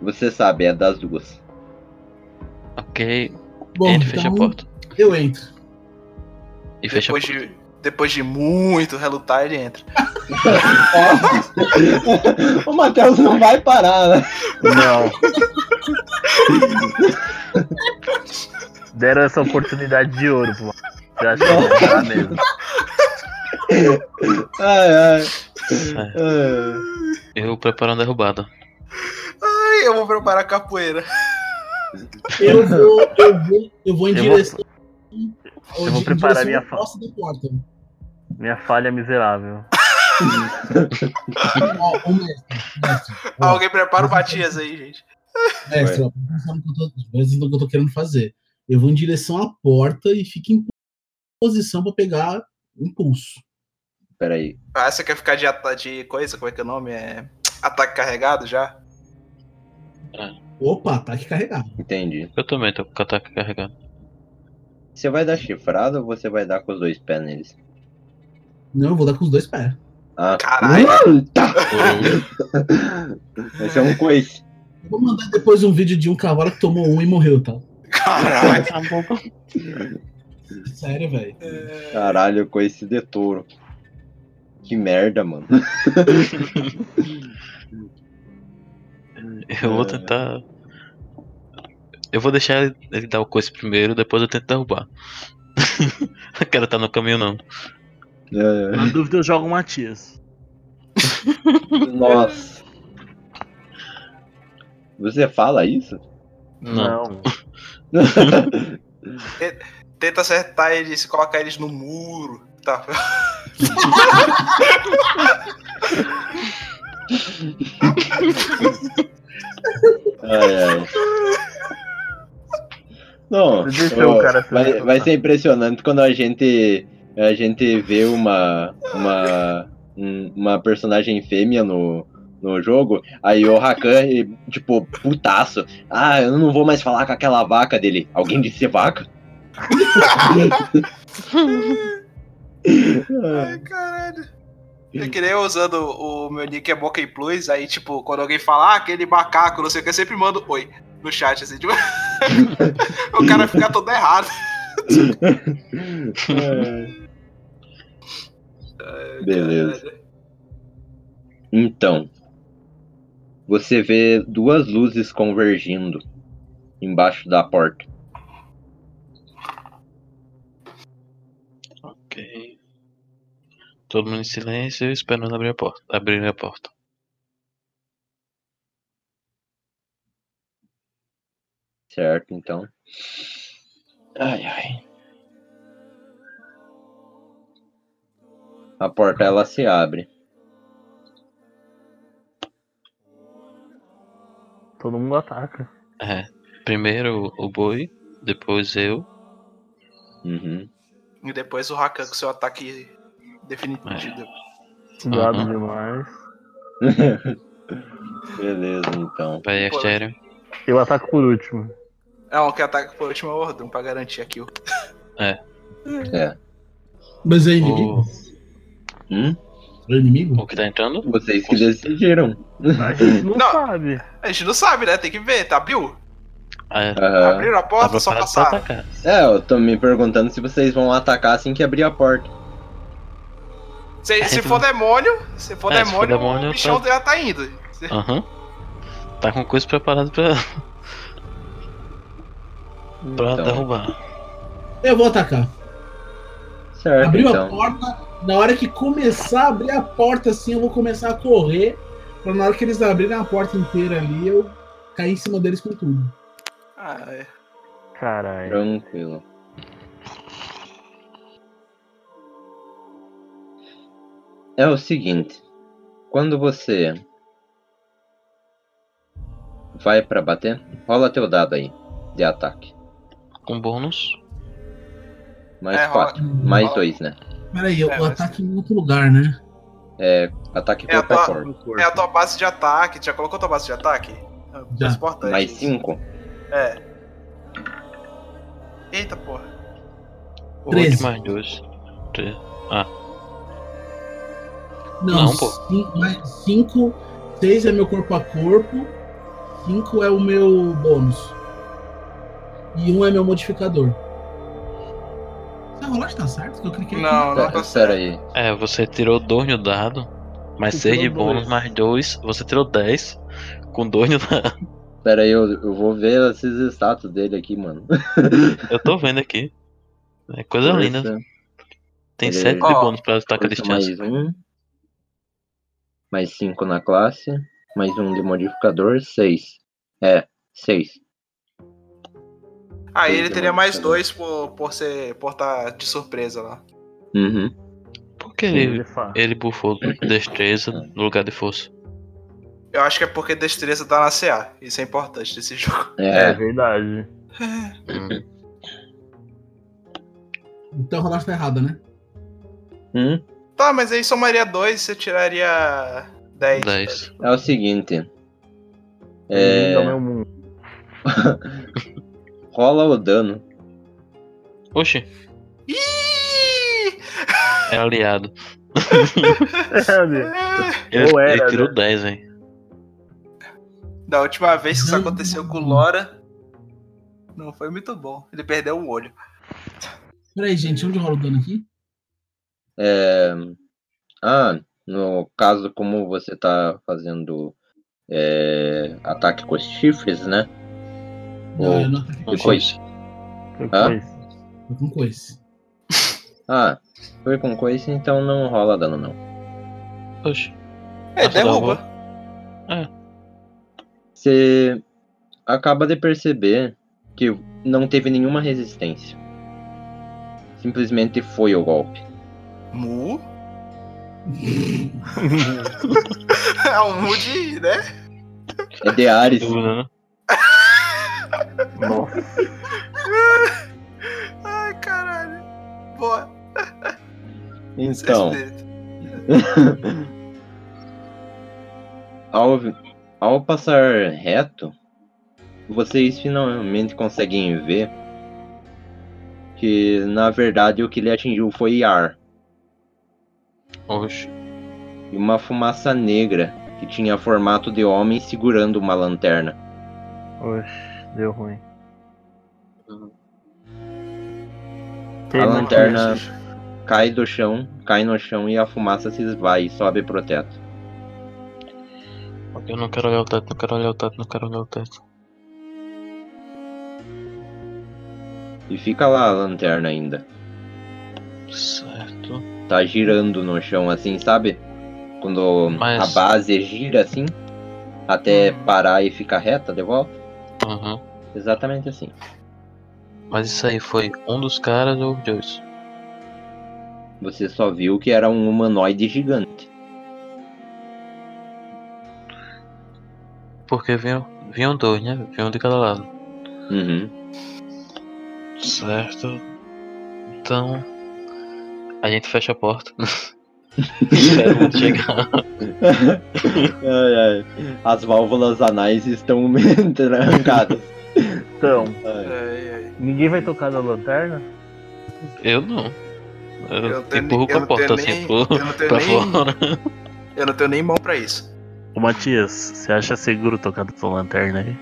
[SPEAKER 3] Você sabe, é das duas.
[SPEAKER 1] Ok.
[SPEAKER 6] Bom,
[SPEAKER 1] ele fecha
[SPEAKER 6] então,
[SPEAKER 1] a porta.
[SPEAKER 6] Eu entro.
[SPEAKER 1] E fecha a
[SPEAKER 4] Depois
[SPEAKER 1] porta.
[SPEAKER 4] de, depois de muito relutar, ele entra.
[SPEAKER 3] o Matheus não vai parar, né?
[SPEAKER 5] Não. Deram essa oportunidade de ouro, pô. Você acha que eu vou parar mesmo?
[SPEAKER 3] Ai, ai.
[SPEAKER 1] É,
[SPEAKER 3] ai.
[SPEAKER 1] Eu preparando a derrubada.
[SPEAKER 4] Ai, eu vou preparar
[SPEAKER 3] [laughs]
[SPEAKER 4] a capoeira.
[SPEAKER 6] Eu vou, eu vou, eu vou em
[SPEAKER 5] Eu vou-
[SPEAKER 6] direção.
[SPEAKER 5] eu vou preparar minha fala.
[SPEAKER 6] fala. da porta.
[SPEAKER 5] Minha falha é miserável.
[SPEAKER 6] Ó, ô, mestre, mestre, ó,
[SPEAKER 4] Alguém prepara o Matias aí, gente.
[SPEAKER 6] mestre, ó, presta atenção no que eu tô- presta atenção no então que eu tô querendo fazer. Eu vou em direção à porta e fico em posição pra pegar impulso.
[SPEAKER 3] Peraí.
[SPEAKER 4] Ah, você quer ficar de, ata- de coisa? Como é que é o nome? É. Ataque carregado já?
[SPEAKER 6] Opa, ataque carregado.
[SPEAKER 3] Entendi.
[SPEAKER 1] Eu também tô com o ataque carregado.
[SPEAKER 4] [laughs]
[SPEAKER 3] Você vai dar chifrado ou você vai dar com os dois pés neles?
[SPEAKER 6] Não, eu vou dar com os dois pés.
[SPEAKER 3] Ah.
[SPEAKER 4] Caralho.
[SPEAKER 3] Tá. Esse é um coice.
[SPEAKER 6] Eu Vou mandar depois um vídeo de um cavalo que tomou um e morreu, tá?
[SPEAKER 4] Caralho.
[SPEAKER 6] Sério, velho.
[SPEAKER 3] Caralho, coice de touro. Que merda, mano.
[SPEAKER 1] Eu vou tentar. Eu vou deixar ele- ele dar o coice primeiro, depois eu tento derrubar. [laughs] o cara tá no caminho, não.
[SPEAKER 3] É.
[SPEAKER 5] Na dúvida, eu jogo o Matias.
[SPEAKER 3] Nossa. Você fala isso?
[SPEAKER 1] Não.
[SPEAKER 4] Tenta acertar eles, colocar eles no muro. Tá.
[SPEAKER 3] Ai, ai. Não,
[SPEAKER 5] Você deixou
[SPEAKER 3] eu-
[SPEAKER 5] o cara se
[SPEAKER 3] vai,
[SPEAKER 5] levantar.
[SPEAKER 3] vai ser impressionante quando a gente a gente vê uma uma um- uma personagem fêmea no, no jogo, aí o Rakan, ele, tipo, putaço. Ah, eu não vou mais falar com aquela vaca dele. Alguém disse vaca?
[SPEAKER 4] Ai, caralho. É Eu queria usando o meu nick é Boca Plus, aí tipo, quando alguém fala ah, aquele macaco, não sei o que, eu sempre mando oi no chat, assim, tipo. [laughs] o cara fica todo errado.
[SPEAKER 3] Beleza. Então, você vê duas luzes convergindo embaixo da porta.
[SPEAKER 1] Ok. Todo mundo em silêncio esperando abrir a porta. Abrir a porta.
[SPEAKER 3] Certo, então. Ai, ai. A porta ela se abre.
[SPEAKER 5] Todo mundo ataca.
[SPEAKER 1] É. Primeiro o boi, depois eu.
[SPEAKER 3] Uhum.
[SPEAKER 4] E depois o Rakan com seu ataque definitivo.
[SPEAKER 5] Cuidado
[SPEAKER 1] Aham.
[SPEAKER 5] demais.
[SPEAKER 3] Beleza, então.
[SPEAKER 1] Vai
[SPEAKER 4] Pô,
[SPEAKER 1] exterior.
[SPEAKER 5] Eu ataco por último.
[SPEAKER 4] Não, que ataque por último é o Ordum, pra garantir aqui.
[SPEAKER 3] É.
[SPEAKER 6] Mas é inimigo?
[SPEAKER 1] O,
[SPEAKER 3] Hum?
[SPEAKER 6] É inimigo?
[SPEAKER 1] o que tá entrando?
[SPEAKER 3] Vocês que decidiram.
[SPEAKER 5] A gente não,
[SPEAKER 4] Não.
[SPEAKER 5] sabe.
[SPEAKER 4] A gente não sabe, né? Tem que ver, tá? Abriu?
[SPEAKER 1] Ah,
[SPEAKER 3] Aham.
[SPEAKER 4] Abriram a
[SPEAKER 1] tá
[SPEAKER 4] porta, só
[SPEAKER 1] preparado pra
[SPEAKER 4] passaram.
[SPEAKER 1] atacar.
[SPEAKER 3] É, eu tô me perguntando se vocês vão atacar assim que abrir a porta.
[SPEAKER 4] Se, se
[SPEAKER 1] tá- gente
[SPEAKER 4] for
[SPEAKER 1] não-
[SPEAKER 4] demônio, se for
[SPEAKER 1] É, se for
[SPEAKER 4] demônio,
[SPEAKER 1] demônio,
[SPEAKER 4] o bichão já tá indo.
[SPEAKER 1] Aham. Tá com coisa preparada pra. [laughs] pra
[SPEAKER 3] Então.
[SPEAKER 1] derrubar.
[SPEAKER 6] Eu vou atacar.
[SPEAKER 3] Certo,
[SPEAKER 6] Abriu a
[SPEAKER 3] então.
[SPEAKER 6] porta, Na hora que começar a abrir a porta assim, eu vou começar a correr. Pra na hora que eles abrirem a porta inteira ali, eu cair em cima deles com tudo.
[SPEAKER 4] Ah, é.
[SPEAKER 5] Caralho.
[SPEAKER 3] Tranquilo. É o seguinte, quando você vai pra bater, rola teu dado aí de ataque.
[SPEAKER 1] Com bônus.
[SPEAKER 3] Mais
[SPEAKER 4] É, rola-
[SPEAKER 3] quatro, mais
[SPEAKER 4] rola.
[SPEAKER 3] dois, né?
[SPEAKER 6] Peraí, eu
[SPEAKER 4] É,
[SPEAKER 6] o
[SPEAKER 4] mas-
[SPEAKER 6] ataque em outro lugar, né?
[SPEAKER 3] É ataque
[SPEAKER 4] É,
[SPEAKER 3] corpo a
[SPEAKER 4] tá.
[SPEAKER 3] corpo.
[SPEAKER 4] É a tua base de ataque. Já colocou tua base de ataque? É uma
[SPEAKER 6] Já.
[SPEAKER 4] coisa importante.
[SPEAKER 3] Mais cinco.
[SPEAKER 4] É. Eita porra.
[SPEAKER 1] Oito
[SPEAKER 6] Treze.
[SPEAKER 1] mais dois. Tre-
[SPEAKER 6] Não,
[SPEAKER 1] Não, pô.
[SPEAKER 6] cin- mais cinco, seis é meu corpo a corpo, cinco é o meu bônus. E um é meu modificador. Essa rolagem tá certo? Que eu cliquei aqui.
[SPEAKER 4] Não, não
[SPEAKER 3] Pera,
[SPEAKER 4] tô
[SPEAKER 3] pera
[SPEAKER 4] certo.
[SPEAKER 3] aí.
[SPEAKER 1] É, você tirou dois no dado. Mais
[SPEAKER 6] Você
[SPEAKER 1] seis de
[SPEAKER 6] tirou
[SPEAKER 1] bônus,
[SPEAKER 6] dois.
[SPEAKER 1] mais dois. Você tirou dez. Com dois no dado.
[SPEAKER 3] Pera aí, eu, eu vou ver esses status dele aqui, mano.
[SPEAKER 1] Eu tô vendo aqui. É coisa
[SPEAKER 3] [laughs]
[SPEAKER 1] linda.
[SPEAKER 3] Força,
[SPEAKER 1] Tem
[SPEAKER 3] Ele-
[SPEAKER 1] sete de
[SPEAKER 4] Ó,
[SPEAKER 1] bônus pra
[SPEAKER 5] é,
[SPEAKER 1] ataque à
[SPEAKER 3] força
[SPEAKER 1] distância.
[SPEAKER 3] mais um. Mais cinco na classe. Mais um de modificador. Seis. É, seis.
[SPEAKER 4] Aí Ah, ele
[SPEAKER 3] Eita,
[SPEAKER 4] teria
[SPEAKER 3] mano,
[SPEAKER 4] mais
[SPEAKER 3] cara.
[SPEAKER 4] dois por, por ser. por tá de surpresa lá.
[SPEAKER 3] Uhum.
[SPEAKER 1] Por que
[SPEAKER 5] é
[SPEAKER 1] ele, é- ele
[SPEAKER 5] [clears throat]
[SPEAKER 1] bufou destreza no lugar de força?
[SPEAKER 4] Eu acho que é porque destreza tá na CA. Isso é importante desse [laughs] jogo.
[SPEAKER 5] É
[SPEAKER 3] É,
[SPEAKER 5] verdade.
[SPEAKER 1] Hum,
[SPEAKER 6] Então a rolagem tá errada, né?
[SPEAKER 3] Hum,
[SPEAKER 4] Tá, mas aí somaria dois, você tiraria 10.
[SPEAKER 1] dez.
[SPEAKER 3] é o seguinte.
[SPEAKER 5] Bem-vindo ao
[SPEAKER 3] É,
[SPEAKER 5] meu mundo.
[SPEAKER 3] rola o dano.
[SPEAKER 1] Oxi,
[SPEAKER 4] Ih!
[SPEAKER 1] é aliado.
[SPEAKER 5] É, amigo.
[SPEAKER 4] É.
[SPEAKER 1] Ele,
[SPEAKER 5] Ou era, né?
[SPEAKER 1] ele tirou dez, hein?
[SPEAKER 4] Da última vez que isso aconteceu com o Lora. Não foi muito bom. Ele perdeu o olho.
[SPEAKER 6] Peraí, gente, onde rola o dano aqui?
[SPEAKER 3] É, ah, no caso, como você tá fazendo é, ataque com os chifres, né?
[SPEAKER 6] Não,
[SPEAKER 3] Ou-
[SPEAKER 6] Ah, eu não ataquei com
[SPEAKER 3] Ou
[SPEAKER 6] coice.
[SPEAKER 3] coice.
[SPEAKER 5] Foi
[SPEAKER 3] Hã?
[SPEAKER 5] coisa.
[SPEAKER 6] Foi com coice.
[SPEAKER 3] Ah, foi com coice, então não rola dano, não.
[SPEAKER 1] Oxi.
[SPEAKER 4] É,
[SPEAKER 1] Ah, você
[SPEAKER 4] derruba.
[SPEAKER 3] Você acaba de perceber que não teve nenhuma resistência. Simplesmente foi o golpe.
[SPEAKER 4] Mu? [laughs] é um mu de, né?
[SPEAKER 3] É
[SPEAKER 1] [laughs]
[SPEAKER 3] de Ares.
[SPEAKER 1] Dúvida, né?
[SPEAKER 5] Nossa.
[SPEAKER 4] Ai, caralho. Boa.
[SPEAKER 3] Então,
[SPEAKER 4] Vocês vê.
[SPEAKER 3] ao, ao passar reto, vocês finalmente conseguem ver que na verdade o que ele atingiu foi ar.
[SPEAKER 1] Oxi.
[SPEAKER 3] e uma fumaça negra que tinha formato de homem segurando uma lanterna.
[SPEAKER 5] Oxe, deu ruim.
[SPEAKER 3] A
[SPEAKER 5] muito
[SPEAKER 3] lanterna cai do chão, cai no chão e a fumaça se esvai e sobe pro teto.
[SPEAKER 1] Eu não quero olhar o teto, não quero olhar o teto, não quero olhar o teto.
[SPEAKER 3] E fica lá a lanterna ainda.
[SPEAKER 1] Certo.
[SPEAKER 3] Tá girando no chão assim, sabe? Quando
[SPEAKER 1] Mas- Hum.
[SPEAKER 3] a base gira assim, até parar e ficar reta de volta.
[SPEAKER 1] Aham.
[SPEAKER 3] Exatamente assim.
[SPEAKER 1] Mas isso aí foi um dos caras ou os dois?
[SPEAKER 3] Você só viu que era um humanoide gigante.
[SPEAKER 1] Porque vinham, vinham dois, né? Vinham de cada lado.
[SPEAKER 3] Uhum.
[SPEAKER 1] Certo. Então. A gente fecha a porta. Espero chegar.
[SPEAKER 3] Ai, ai. As válvulas anais estão [laughs] trancadas.
[SPEAKER 5] Então,
[SPEAKER 3] Ai.
[SPEAKER 4] Ai, ai.
[SPEAKER 5] ninguém vai tocar na lanterna?
[SPEAKER 1] Eu não. Eu,
[SPEAKER 4] Eu não tenho
[SPEAKER 1] empurro
[SPEAKER 4] nem-
[SPEAKER 1] com
[SPEAKER 4] eu
[SPEAKER 1] a
[SPEAKER 4] não
[SPEAKER 1] porta
[SPEAKER 4] tenho
[SPEAKER 1] assim
[SPEAKER 4] nem-
[SPEAKER 1] pro,
[SPEAKER 4] eu não tenho
[SPEAKER 1] pra
[SPEAKER 4] nem-
[SPEAKER 1] fora.
[SPEAKER 4] Eu não tenho nem mão pra isso.
[SPEAKER 5] Ô Matias, você acha seguro tocar na sua lanterna aí?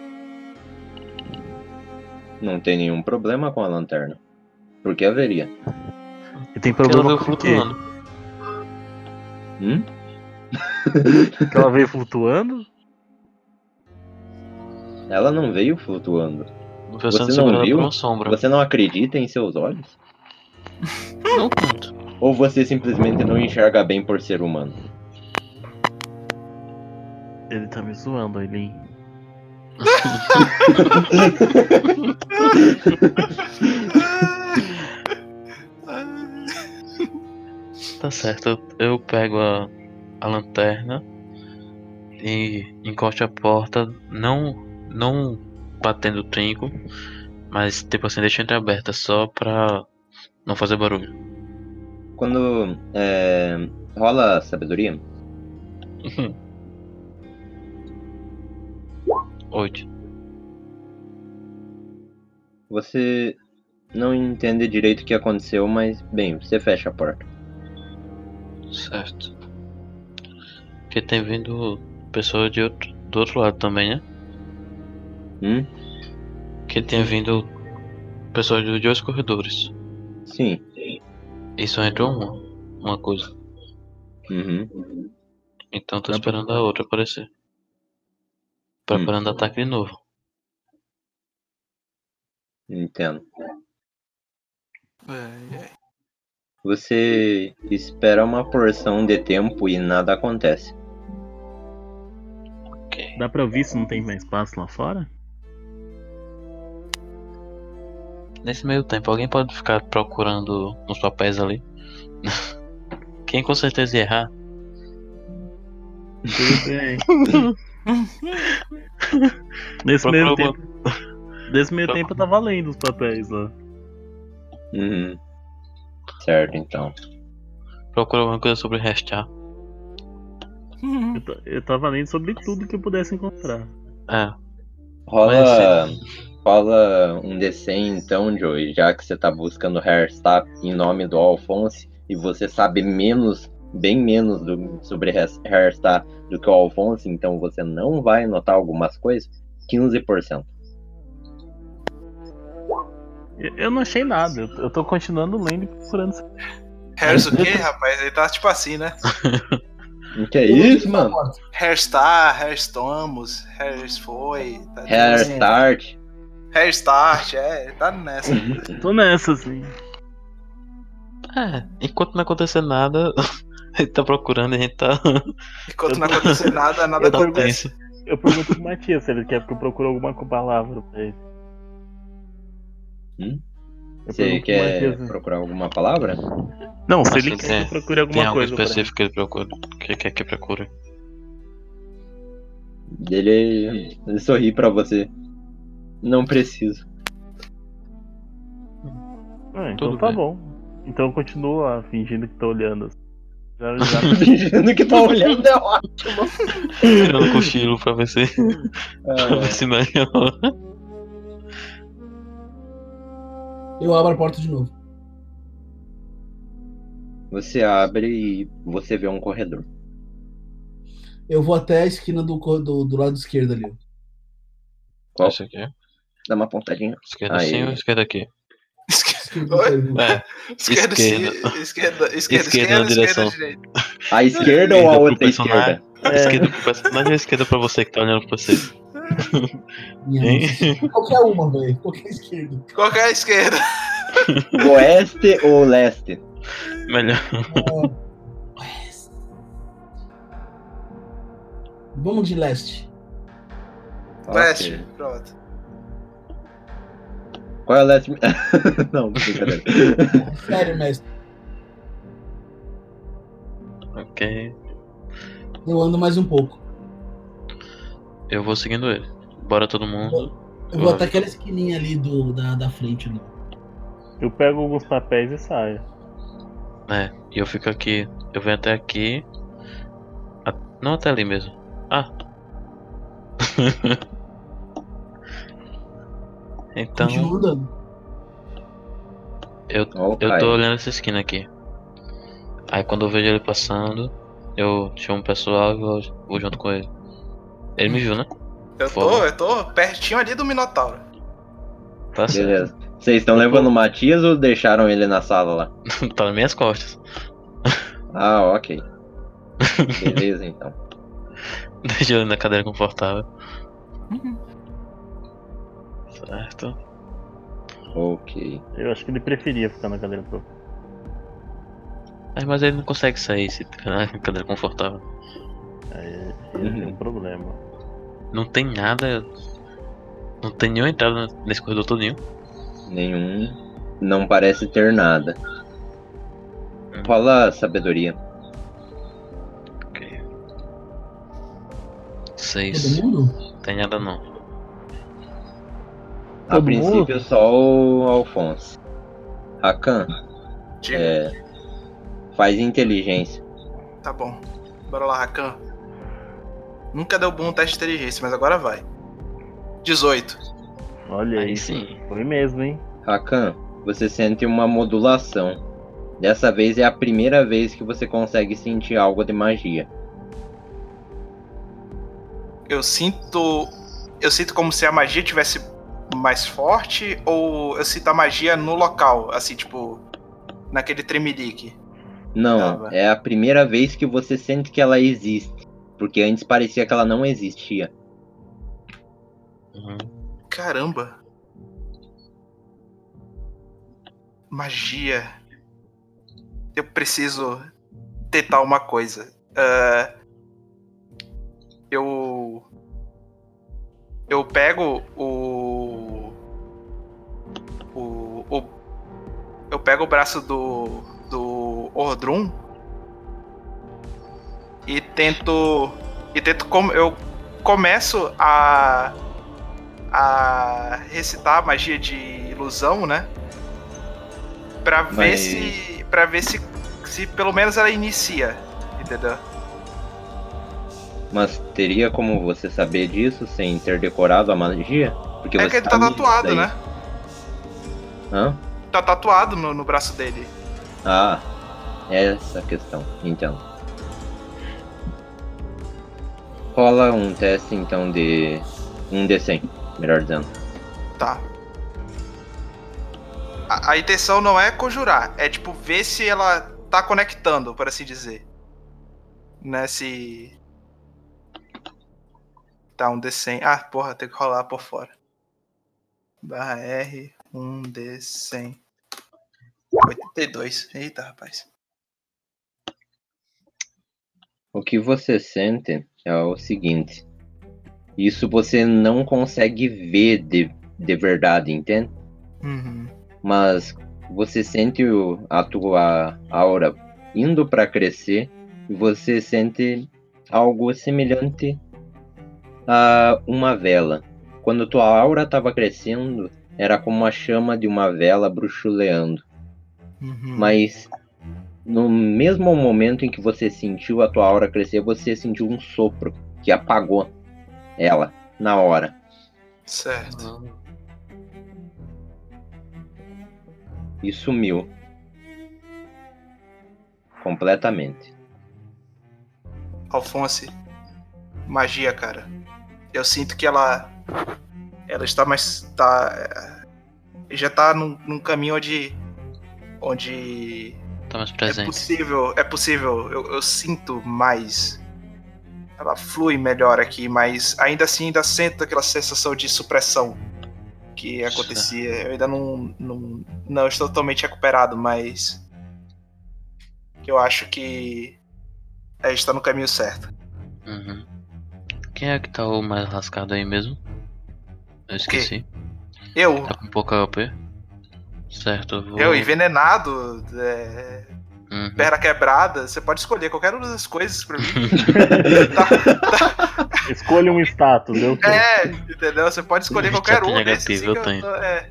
[SPEAKER 3] Não tem nenhum problema com a lanterna. Porque haveria.
[SPEAKER 5] E tem
[SPEAKER 1] Ela
[SPEAKER 5] problema
[SPEAKER 1] veio
[SPEAKER 5] com o quê?
[SPEAKER 1] flutuando.
[SPEAKER 3] Hum?
[SPEAKER 5] Que ela veio flutuando?
[SPEAKER 3] Ela não veio flutuando.
[SPEAKER 1] Não foi
[SPEAKER 3] Você
[SPEAKER 1] sendo
[SPEAKER 3] não
[SPEAKER 1] segurada por
[SPEAKER 3] viu?
[SPEAKER 1] uma sombra.
[SPEAKER 3] Você não acredita em seus olhos?
[SPEAKER 1] Não tanto.
[SPEAKER 3] ou você simplesmente não enxerga bem por ser humano.
[SPEAKER 5] Ele tá me zoando, Aileen.
[SPEAKER 1] Tá certo, eu, eu pego a, a lanterna e encosto a porta, não, não batendo o trinco, mas tipo assim, deixa entreaberta só pra não fazer barulho.
[SPEAKER 3] Quando é, rola sabedoria,
[SPEAKER 1] Oito.
[SPEAKER 3] você não entende direito o que aconteceu, mas bem, você fecha a porta.
[SPEAKER 1] Certo. Porque tem vindo pessoa de outro, do outro lado também, né?
[SPEAKER 3] Hum?
[SPEAKER 1] Que tem vindo pessoas de dois corredores.
[SPEAKER 3] Sim.
[SPEAKER 1] E só entrou uma, uma coisa.
[SPEAKER 3] Uhum.
[SPEAKER 1] Então
[SPEAKER 5] Tá
[SPEAKER 1] tô esperando a outra aparecer.
[SPEAKER 5] Hum.
[SPEAKER 1] Preparando ataque de novo.
[SPEAKER 3] Entendo.
[SPEAKER 4] Ai, ai.
[SPEAKER 3] Você espera uma porção de tempo e nada acontece.
[SPEAKER 1] Ok.
[SPEAKER 5] Dá pra ouvir se não tem mais espaço lá fora?
[SPEAKER 1] Nesse meio tempo, alguém pode ficar procurando nos papéis ali. [laughs] Quem com certeza ia errar?
[SPEAKER 5] Tudo bem. Nesse meio
[SPEAKER 1] Procura
[SPEAKER 5] tempo. Nesse meio
[SPEAKER 1] Procura.
[SPEAKER 5] tempo eu tava lendo os papéis lá.
[SPEAKER 3] Uhum. Certo, então.
[SPEAKER 1] Procura alguma coisa sobre restar.
[SPEAKER 5] Eu, ta- eu tava lendo sobre tudo que eu pudesse encontrar.
[SPEAKER 1] É,
[SPEAKER 3] Rola, rola um D100 então, Joey, já que você tá buscando Herstap em nome do Alphonse e você sabe menos, bem menos do- sobre Herstap do que o Alphonse, então você não vai notar algumas coisas. 15%.
[SPEAKER 5] Eu, eu não achei nada, eu, eu tô continuando lendo e procurando.
[SPEAKER 1] [laughs]
[SPEAKER 4] Harris o quê, rapaz? Ele tá tipo assim, né?
[SPEAKER 3] O Que é isso, mano?
[SPEAKER 4] Hairstar, Hairstamos, Hairs foi. Tá tipo assim.
[SPEAKER 3] Hairstart.
[SPEAKER 4] Hairstart, é, ele tá nessa.
[SPEAKER 1] Uhum.
[SPEAKER 5] Tô nessa, assim.
[SPEAKER 1] É, enquanto não acontecer nada, [laughs] a gente tá procurando e a gente tá.
[SPEAKER 4] Enquanto não acontecer nada, nada
[SPEAKER 5] Eu tô
[SPEAKER 4] acontece.
[SPEAKER 1] tenso.
[SPEAKER 5] Eu pergunto pro Matias se ele quer que eu procure alguma co- palavra pra ele.
[SPEAKER 3] Hum?
[SPEAKER 5] Eu
[SPEAKER 3] Você
[SPEAKER 5] pergunto pro
[SPEAKER 3] quer
[SPEAKER 5] Matias. né?
[SPEAKER 3] procurar alguma palavra?
[SPEAKER 5] Não, se
[SPEAKER 1] Acho que
[SPEAKER 5] ele quer que
[SPEAKER 1] tem-
[SPEAKER 5] eu procure alguma
[SPEAKER 1] Tem algo
[SPEAKER 5] coisa. pra ele.
[SPEAKER 1] específico que ele procura. Que quer que
[SPEAKER 5] [laughs]
[SPEAKER 1] procure?
[SPEAKER 3] Ele, ele sorri pra você. Não preciso. [laughs]
[SPEAKER 5] Ah, então
[SPEAKER 1] Tudo né?
[SPEAKER 5] tá
[SPEAKER 1] bem.
[SPEAKER 5] bom. Então continua fingindo que tá olhando. Já, já... [laughs]
[SPEAKER 3] Fingindo que tá olhando é ótimo.
[SPEAKER 1] Tirando cochilo pra
[SPEAKER 5] [laughs]
[SPEAKER 1] ver se,
[SPEAKER 5] É.
[SPEAKER 1] pra ver se é melhora.
[SPEAKER 6] Eu abro a porta de novo.
[SPEAKER 3] Você abre e você vê um corredor.
[SPEAKER 6] Eu vou até a esquina do, cor- do, do lado esquerdo ali. ó.
[SPEAKER 3] Qual?
[SPEAKER 1] Esse aqui?
[SPEAKER 3] Dá uma pontadinha.
[SPEAKER 1] Esquerda
[SPEAKER 3] Aí.
[SPEAKER 1] sim ou esquerda aqui?
[SPEAKER 6] Esquerda,
[SPEAKER 4] Oi?
[SPEAKER 6] esquerda.
[SPEAKER 1] É, Esquerda.
[SPEAKER 4] Esquerda, esquerda, esquerda, esquerda,
[SPEAKER 1] Esquerda na
[SPEAKER 4] esquerda,
[SPEAKER 1] direção.
[SPEAKER 4] esquerda, direita.
[SPEAKER 3] A esquerda ou a
[SPEAKER 1] Pro
[SPEAKER 3] outra
[SPEAKER 1] personagem.
[SPEAKER 3] esquerda?
[SPEAKER 1] esquerda pro personagem ou esquerda pra você que tá olhando pra você?
[SPEAKER 6] Minha
[SPEAKER 1] Hein?
[SPEAKER 6] nossa. Qualquer uma, velho. Qualquer esquerda.
[SPEAKER 4] Qual que é a esquerda?
[SPEAKER 3] Oeste ou leste?
[SPEAKER 1] Melhor.
[SPEAKER 6] Oeste. Vamos de leste.
[SPEAKER 4] Leste,
[SPEAKER 3] Ok.
[SPEAKER 4] pronto.
[SPEAKER 3] Qual é a leste? [laughs] Não, brincadeira.
[SPEAKER 6] Sério, mestre.
[SPEAKER 1] Ok.
[SPEAKER 6] Eu ando mais um pouco.
[SPEAKER 1] Eu vou seguindo ele. Bora todo mundo.
[SPEAKER 6] Eu vou até aquela esquininha ali do, da, da frente. né? Ali.
[SPEAKER 5] Eu pego alguns papéis e saio.
[SPEAKER 1] É. E eu fico aqui. Eu venho até aqui. A- Não até ali mesmo. Ah. [laughs] então,
[SPEAKER 6] Continua andando.
[SPEAKER 1] eu,
[SPEAKER 3] Ó, o
[SPEAKER 1] eu
[SPEAKER 3] Caio.
[SPEAKER 1] tô olhando essa esquina aqui. Aí quando eu vejo ele passando, eu chamo o pessoal e vou, vou junto com ele. Ele me viu, né?
[SPEAKER 4] Eu tô,
[SPEAKER 1] Foda.
[SPEAKER 4] eu tô pertinho ali do Minotauro.
[SPEAKER 1] Tá certo.
[SPEAKER 3] Beleza. Vocês estão levando o Matias ou deixaram ele na sala lá?
[SPEAKER 1] [laughs] tá nas minhas costas. [laughs]
[SPEAKER 3] Ah, ok. Beleza, então.
[SPEAKER 1] [laughs] Deixa ele na cadeira confortável. Certo.
[SPEAKER 3] Ok.
[SPEAKER 5] Eu acho que ele preferia ficar na cadeira pro.
[SPEAKER 1] Mas- Mas ele não consegue sair se ficar na cadeira confortável.
[SPEAKER 5] Aí ele
[SPEAKER 1] Hum.
[SPEAKER 5] tem um problema.
[SPEAKER 1] Não tem nada. Não tem nenhuma entrada nesse corredor todinho.
[SPEAKER 3] Nenhum. Não parece ter nada. Rola sabedoria.
[SPEAKER 1] Seis.
[SPEAKER 6] Todo mundo?
[SPEAKER 1] Não tem nada não.
[SPEAKER 3] A princípio só o Alfonso. Rakan,
[SPEAKER 4] Diga.
[SPEAKER 3] é, faz inteligência.
[SPEAKER 4] Tá bom. Bora lá, Rakan. Nunca deu bom um teste de inteligência, mas agora vai. 18.
[SPEAKER 5] Olha
[SPEAKER 1] Aí
[SPEAKER 5] aí.
[SPEAKER 1] sim.
[SPEAKER 5] Foi mesmo, hein?
[SPEAKER 3] Rakan, você sente uma modulação. Dessa vez é a primeira vez que você consegue sentir algo de magia.
[SPEAKER 4] Eu sinto. Eu sinto como se a magia tivesse mais forte, ou eu sinto a magia no local, assim, tipo. Naquele tremelique.
[SPEAKER 3] Não,
[SPEAKER 4] Tava.
[SPEAKER 3] é a primeira vez que você sente que ela existe. Porque antes parecia que ela não existia.
[SPEAKER 1] Uhum.
[SPEAKER 4] Caramba! Magia. Eu preciso tentar uma coisa. Ah, eu. Eu pego o. O. o eu pego o braço do. do Ordrum e tento. E tento. com- eu começo a a recitar a magia de ilusão, né? Pra ver
[SPEAKER 3] Mas-
[SPEAKER 4] se. Pra ver se, se pelo menos ela inicia. Entendeu?
[SPEAKER 3] Mas teria como você saber disso sem ter decorado a magia? Porque
[SPEAKER 4] é
[SPEAKER 3] você
[SPEAKER 4] que ele tá
[SPEAKER 3] sabe disso
[SPEAKER 4] tatuado,
[SPEAKER 3] daí.
[SPEAKER 4] né?
[SPEAKER 3] Hã?
[SPEAKER 4] Tá tatuado no, no braço dele.
[SPEAKER 3] Ah, essa questão. Então. Rola um teste então de. Um D100, melhor dizendo.
[SPEAKER 4] Tá. A, a intenção não é conjurar, é tipo ver se ela tá conectando, por assim dizer. Né? Se. Tá, um D100. Ah, porra, tem que rolar por fora. Barra R, um D100. 82. Eita, rapaz.
[SPEAKER 3] O que você sente é o seguinte. Isso você não consegue ver de, de verdade, entende?
[SPEAKER 4] Uhum.
[SPEAKER 3] Mas você sente o- a tua aura indo para crescer e você sente algo semelhante a uma vela. Quando tua aura estava crescendo, era como a chama de uma vela bruxuleando.
[SPEAKER 4] uhum.
[SPEAKER 3] Mas no mesmo momento em que você sentiu a tua aura crescer, você sentiu um sopro que apagou ela na hora.
[SPEAKER 4] Certo.
[SPEAKER 3] e sumiu completamente.
[SPEAKER 4] Alphonse, magia, cara. Eu sinto que ela. Ela está mais. Tá, é, já tá num, num caminho onde. Onde.
[SPEAKER 1] Tá mais
[SPEAKER 4] É
[SPEAKER 1] presente.
[SPEAKER 4] possível, é possível. Eu, eu sinto mais. Ela flui melhor aqui, mas ainda assim ainda sinto aquela sensação de supressão que
[SPEAKER 1] Certo.
[SPEAKER 4] acontecia. Eu ainda não, não. Não estou totalmente recuperado, mas. Eu acho que. A gente tá no caminho certo.
[SPEAKER 1] Uhum. Quem é que tá o mais lascado aí mesmo? Eu esqueci.
[SPEAKER 4] Eu,
[SPEAKER 1] Tá com pouca OP. Certo, eu vou.
[SPEAKER 4] eu envenenado, é,
[SPEAKER 1] Uhum.
[SPEAKER 4] perna quebrada, você pode escolher qualquer uma das
[SPEAKER 3] [laughs]
[SPEAKER 4] coisas pra mim. Tá,
[SPEAKER 5] Escolha um status, eu tô.
[SPEAKER 4] é, entendeu? Você pode escolher
[SPEAKER 1] Já
[SPEAKER 4] qualquer
[SPEAKER 1] tem
[SPEAKER 4] um
[SPEAKER 1] negativo,
[SPEAKER 4] desses. assim,
[SPEAKER 1] eu
[SPEAKER 4] que
[SPEAKER 1] tenho.
[SPEAKER 4] tô- é.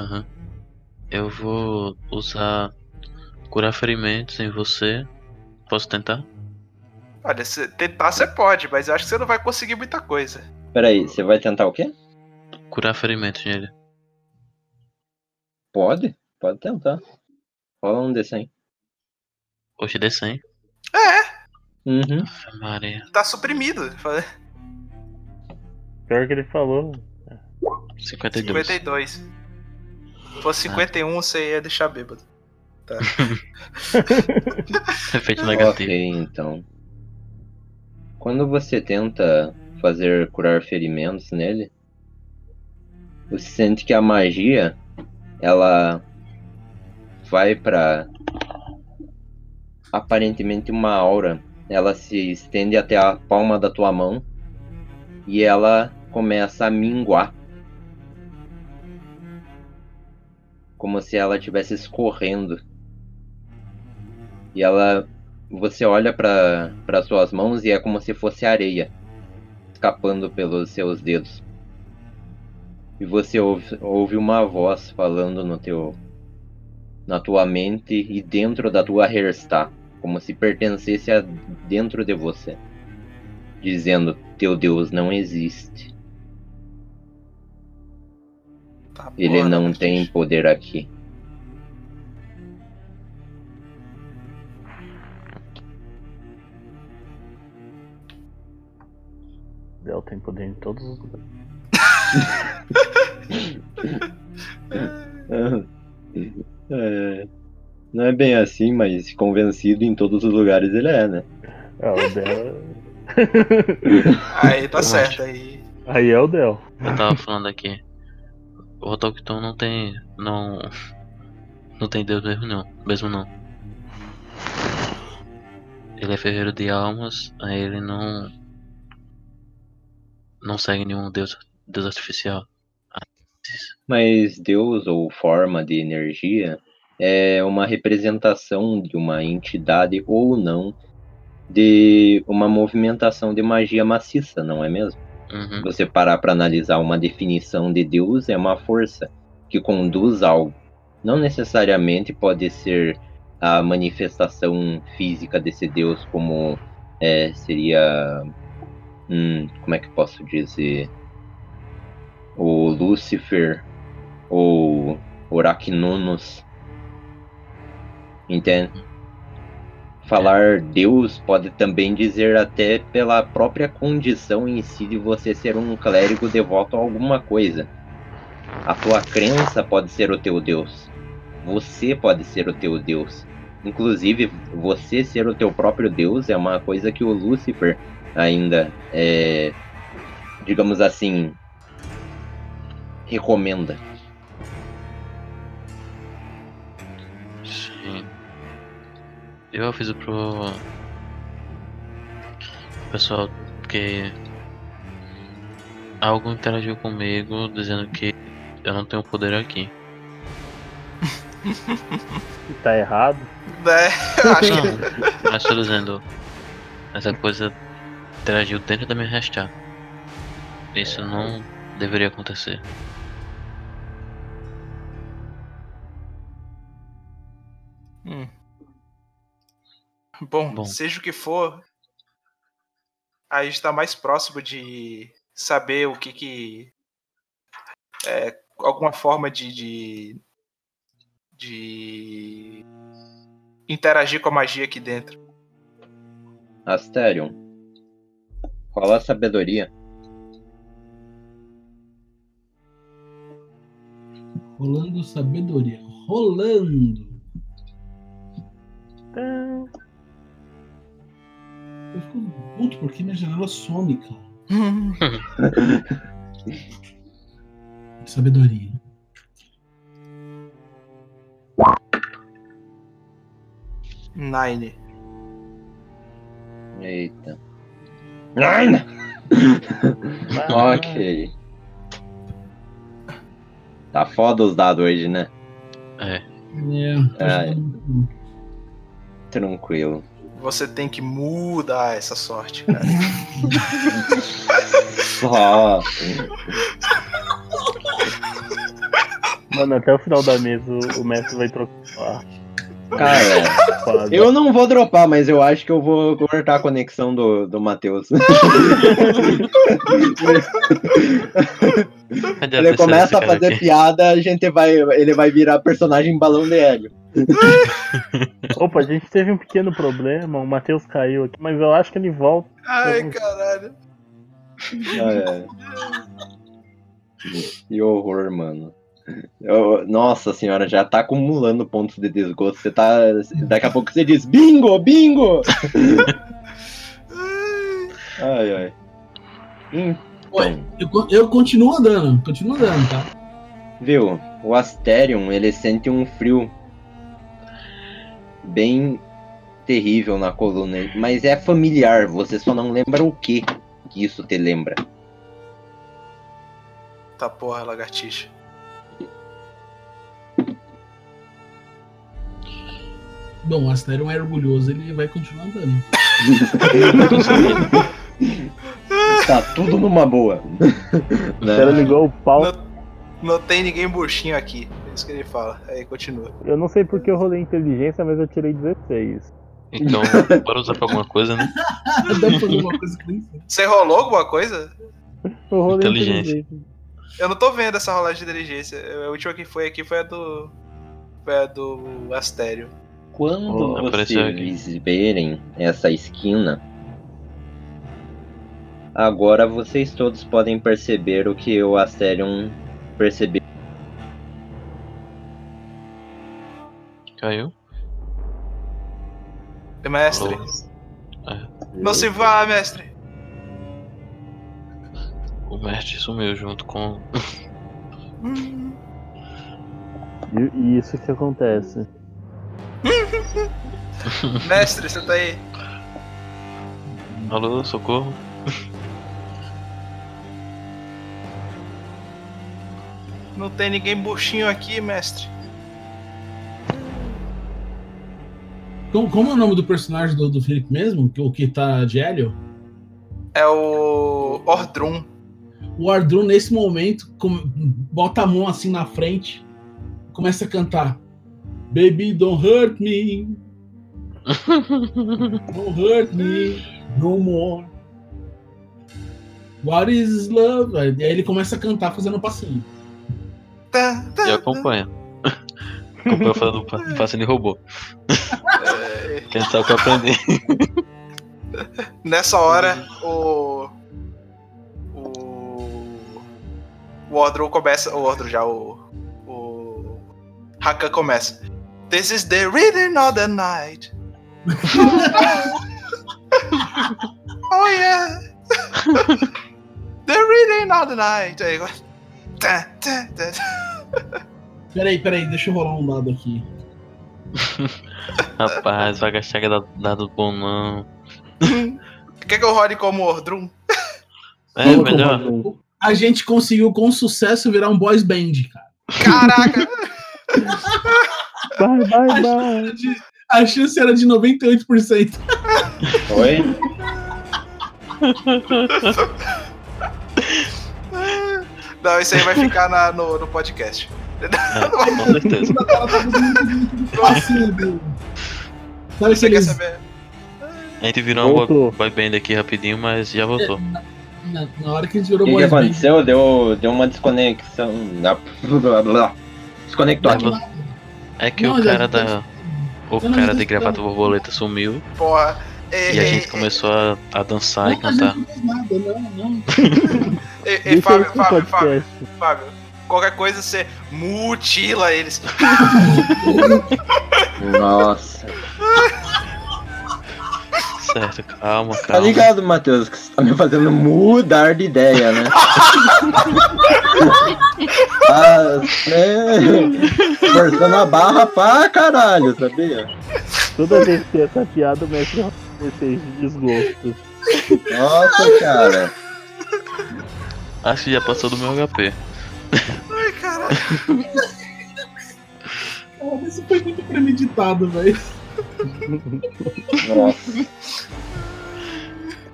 [SPEAKER 1] Aham. Eu vou usar curar ferimentos em você. Posso tentar?
[SPEAKER 4] Olha, se tentar você pode, mas eu acho que você não vai conseguir muita coisa.
[SPEAKER 3] Peraí, você vai tentar o quê?
[SPEAKER 1] Curar ferimentos nele.
[SPEAKER 3] Pode, pode tentar. Rola um D100.
[SPEAKER 1] Oxe, dê 100.
[SPEAKER 3] Uhum.
[SPEAKER 1] Ave Maria.
[SPEAKER 4] É, Tá suprimido.
[SPEAKER 5] Pior que ele falou.
[SPEAKER 1] 52.
[SPEAKER 4] 52. Se fosse
[SPEAKER 1] Ah.
[SPEAKER 4] 51, você ia deixar bêbado.
[SPEAKER 1] Efeito negativo.
[SPEAKER 3] Ah, Ok, então. Quando você tenta fazer curar ferimentos nele, você sente que a magia ela vai para aparentemente uma aura. Ela se estende até a palma da tua mão e ela começa a minguar. Como se ela estivesse escorrendo. E ela. Você olha para suas mãos e é como se fosse areia escapando pelos seus dedos. E você ouve, ouve uma voz falando no teu na tua mente e dentro da tua herstá, como se pertencesse a dentro de você, dizendo: "Teu Deus não existe.
[SPEAKER 4] Tá
[SPEAKER 3] Ele
[SPEAKER 4] boa,
[SPEAKER 3] não
[SPEAKER 4] né,
[SPEAKER 3] tem
[SPEAKER 4] gente?
[SPEAKER 3] poder aqui."
[SPEAKER 5] Del tem poder em todos os lugares.
[SPEAKER 3] [laughs] É, não é bem assim, mas convencido em todos os lugares ele é, né?
[SPEAKER 5] É, o Del.
[SPEAKER 4] Aí tá certo, aí.
[SPEAKER 5] Aí é o Del.
[SPEAKER 1] Eu tava falando aqui. O Rotokuton não tem. não. Não tem Deus mesmo não. Mesmo não. Ele é ferreiro de almas, aí ele não. Não segue nenhum deus, deus artificial.
[SPEAKER 3] Mas Deus ou forma de energia é uma representação de uma entidade ou não de uma movimentação de magia maciça, não é mesmo?
[SPEAKER 1] Uhum.
[SPEAKER 3] Você parar para analisar uma definição de Deus é uma força que conduz algo. Não necessariamente pode ser a manifestação física desse Deus, como é, seria. hum, como é que eu posso dizer? O Lúcifer ou Oracnunus. Entende? Falar Deus pode também dizer até pela própria condição em si de você ser um clérigo devoto a alguma coisa. A tua crença pode ser o teu Deus. Você pode ser o teu Deus. Inclusive, você ser o teu próprio Deus é uma coisa que o Lúcifer ainda é, digamos assim, recomenda.
[SPEAKER 1] Sim. Eu aviso pro. Pessoal que. Algo interagiu comigo dizendo que eu não tenho poder
[SPEAKER 3] [laughs]
[SPEAKER 1] aqui.
[SPEAKER 5] E
[SPEAKER 1] [laughs]
[SPEAKER 5] tá errado.
[SPEAKER 4] Né? [laughs] Acho que
[SPEAKER 1] Não, mas tô dizendo, essa coisa interagiu dentro da minha hashtag. Isso não deveria acontecer.
[SPEAKER 4] Bom,
[SPEAKER 1] Bom.
[SPEAKER 4] seja o que for, a gente tá mais próximo de saber o que que. É, alguma forma de, de. de interagir com a magia aqui dentro.
[SPEAKER 3] Asterion, rola a sabedoria.
[SPEAKER 6] Rolando sabedoria. Rolando. Eu fico puto porque minha janela some, cara. Sabedoria.
[SPEAKER 4] Nine.
[SPEAKER 3] Eita. Nine! ok. Tá foda os dados hoje, né?
[SPEAKER 6] É, tá
[SPEAKER 3] Ah, é.
[SPEAKER 6] ajudando muito.
[SPEAKER 3] Tranquilo.
[SPEAKER 4] Você tem que mudar essa sorte, cara.
[SPEAKER 3] Só.
[SPEAKER 5] Mano, até o final da mesa o o mestre vai trocar.
[SPEAKER 3] Cara,
[SPEAKER 5] a fase.
[SPEAKER 3] eu não vou dropar, mas eu acho que eu vou cortar a conexão do, do Matheus.
[SPEAKER 1] Cadê a
[SPEAKER 3] Ele
[SPEAKER 1] terceira
[SPEAKER 3] começa a
[SPEAKER 1] cara
[SPEAKER 3] fazer
[SPEAKER 1] aqui?
[SPEAKER 3] piada, a gente vai. Ele vai virar personagem balão de hélio.
[SPEAKER 5] Opa, a gente teve um pequeno problema, o Matheus caiu aqui, mas eu acho que ele volta.
[SPEAKER 4] [laughs] Ai, caralho.
[SPEAKER 3] É. Que horror, mano. Eu- nossa senhora, já tá acumulando pontos de desgosto. Você tá. Daqui a pouco você diz bingo, bingo! ai, ai. Então,
[SPEAKER 6] Eu, con- eu continuo andando, continuo andando, tá?
[SPEAKER 3] viu? O Asterion, ele sente um frio bem terrível na coluna, mas é familiar, você só não lembra o que que isso te lembra.
[SPEAKER 4] Tá porra, lagartixa.
[SPEAKER 6] Bom, o Astério é orgulhoso, ele vai continuar andando.
[SPEAKER 3] [laughs] Tá tudo numa boa.
[SPEAKER 1] Né?
[SPEAKER 5] O cara ligou o pau.
[SPEAKER 4] Não tem ninguém burxinho aqui. É isso que ele fala. Aí continua.
[SPEAKER 5] Eu não sei porque eu rolei inteligência, mas eu tirei 16.
[SPEAKER 1] Então, bora usar pra alguma coisa, né?
[SPEAKER 6] Dá pra fazer uma coisa com isso?
[SPEAKER 4] Você rolou alguma coisa?
[SPEAKER 5] Eu rolei
[SPEAKER 1] Inteligência.
[SPEAKER 4] Eu não tô vendo essa rolagem de inteligência. A última que foi aqui foi a do. Foi a do Astério.
[SPEAKER 3] Quando
[SPEAKER 1] Oh, apareceu aqui.
[SPEAKER 3] vocês verem essa esquina, agora vocês todos podem perceber o que o Asterion percebeu.
[SPEAKER 1] Caiu.
[SPEAKER 4] É Mestre, não se vá, mestre.
[SPEAKER 1] O o mestre sumiu junto com.
[SPEAKER 4] Hum.
[SPEAKER 5] E, e isso que acontece.
[SPEAKER 4] Mestre, você tá aí.
[SPEAKER 1] Alô, socorro.
[SPEAKER 4] Não tem ninguém burxinho aqui, mestre.
[SPEAKER 6] Como, como é o nome do personagem do, do Felipe mesmo? Que- O que tá de Hélio?
[SPEAKER 4] É o. Ordrum.
[SPEAKER 6] O Ardru, nesse momento, com- bota a mão assim na frente, começa a cantar. Baby, don't hurt me. Don't hurt me no more. What is love? Aí ele começa a cantar fazendo um passinho.
[SPEAKER 4] Tá, tá,
[SPEAKER 1] E
[SPEAKER 3] [laughs]
[SPEAKER 1] acompanha. acompanha fazendo pa- passinho de robô.
[SPEAKER 4] É,
[SPEAKER 1] Quem sabe que eu
[SPEAKER 3] [laughs]
[SPEAKER 1] aprendi.
[SPEAKER 4] Nessa hora, o. O. O Ordrum começa. O Ordrum já, o. O. Hakan começa. This is the rhythm of the night. oh yeah! the rhythm of the night. Aí, agora- tá, tá, tá, tá.
[SPEAKER 6] Peraí, peraí, deixa eu rolar um dado aqui.
[SPEAKER 1] Rapaz, vai gastar dado- dado bom não.
[SPEAKER 4] Quer que eu role como Um, Ordrum?
[SPEAKER 1] É, melhor.
[SPEAKER 6] A gente conseguiu com sucesso virar um boys band, cara.
[SPEAKER 4] Caraca!
[SPEAKER 5] Bye, bye, bye.
[SPEAKER 6] A chance era de [laughs] 98%.
[SPEAKER 3] Oi?
[SPEAKER 4] Não, isso aí vai ficar na- no, no podcast.
[SPEAKER 1] É, com certeza.
[SPEAKER 6] Passinho do. Sabe
[SPEAKER 4] Você quer
[SPEAKER 6] aqueles-
[SPEAKER 4] saber?
[SPEAKER 1] A gente virou uma
[SPEAKER 5] Voltou.
[SPEAKER 1] boy- boy band aqui rapidinho, mas já voltou.
[SPEAKER 6] Na, na hora que a gente
[SPEAKER 3] O
[SPEAKER 6] virou
[SPEAKER 3] que, que
[SPEAKER 6] boys band,
[SPEAKER 3] aconteceu? Deu, deu uma desconexão. na- blá, blá, blá. Desconectou aqui.
[SPEAKER 1] É que
[SPEAKER 6] Não,
[SPEAKER 1] o
[SPEAKER 6] já-
[SPEAKER 1] cara da. O
[SPEAKER 6] já-
[SPEAKER 1] cara de
[SPEAKER 6] já-
[SPEAKER 1] gravata borboleta sumiu
[SPEAKER 4] Porra. É,
[SPEAKER 1] e a
[SPEAKER 4] é,
[SPEAKER 1] gente começou a, a dançar e
[SPEAKER 6] não, a gente
[SPEAKER 1] cantar.
[SPEAKER 6] não fez nada, não, não.
[SPEAKER 4] é, é,
[SPEAKER 5] Deixa
[SPEAKER 4] Fábio,
[SPEAKER 5] isso no
[SPEAKER 4] Fábio, Fábio,
[SPEAKER 5] podcast.
[SPEAKER 4] Fábio. Qualquer coisa você mutila eles.
[SPEAKER 3] Nossa.
[SPEAKER 1] Certo, calma,
[SPEAKER 3] Tá
[SPEAKER 1] calma.
[SPEAKER 3] ligado, Matheus, que você tá me fazendo mudar de ideia, né? ah, é... Forçando a barra pra caralho, sabia?
[SPEAKER 5] Toda vez que tem essa piada, o mestre rola um D6 de desgosto.
[SPEAKER 3] Nossa, cara.
[SPEAKER 1] Acho que já passou do meu HP.
[SPEAKER 4] Ai, caralho.
[SPEAKER 6] Cara, Isso foi muito premeditado, velho.
[SPEAKER 3] Nossa.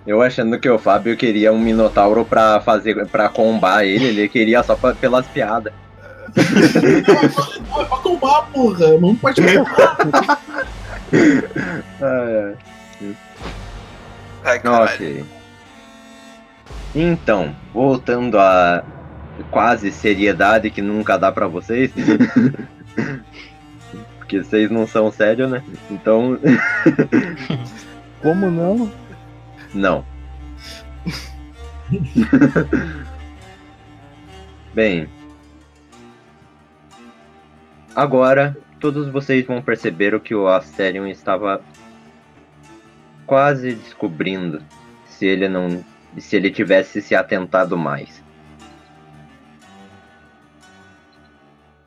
[SPEAKER 3] Eu achando que o Fábio queria um Minotauro pra fazer, pra combar ele, ele queria só pra- pelas piadas.
[SPEAKER 6] Pô, é pra combar, porra. Vamos participar.
[SPEAKER 3] Ah,
[SPEAKER 4] Ai,
[SPEAKER 3] é.
[SPEAKER 4] caralho.
[SPEAKER 3] Ok. Então, voltando à quase seriedade que nunca dá pra vocês. Porque vocês não são sérios, né? Então,
[SPEAKER 5] Como não?
[SPEAKER 3] Não. Bem. Agora, todos vocês vão perceber o que o Asterion estava quase descobrindo se ele não se ele tivesse se atentado mais.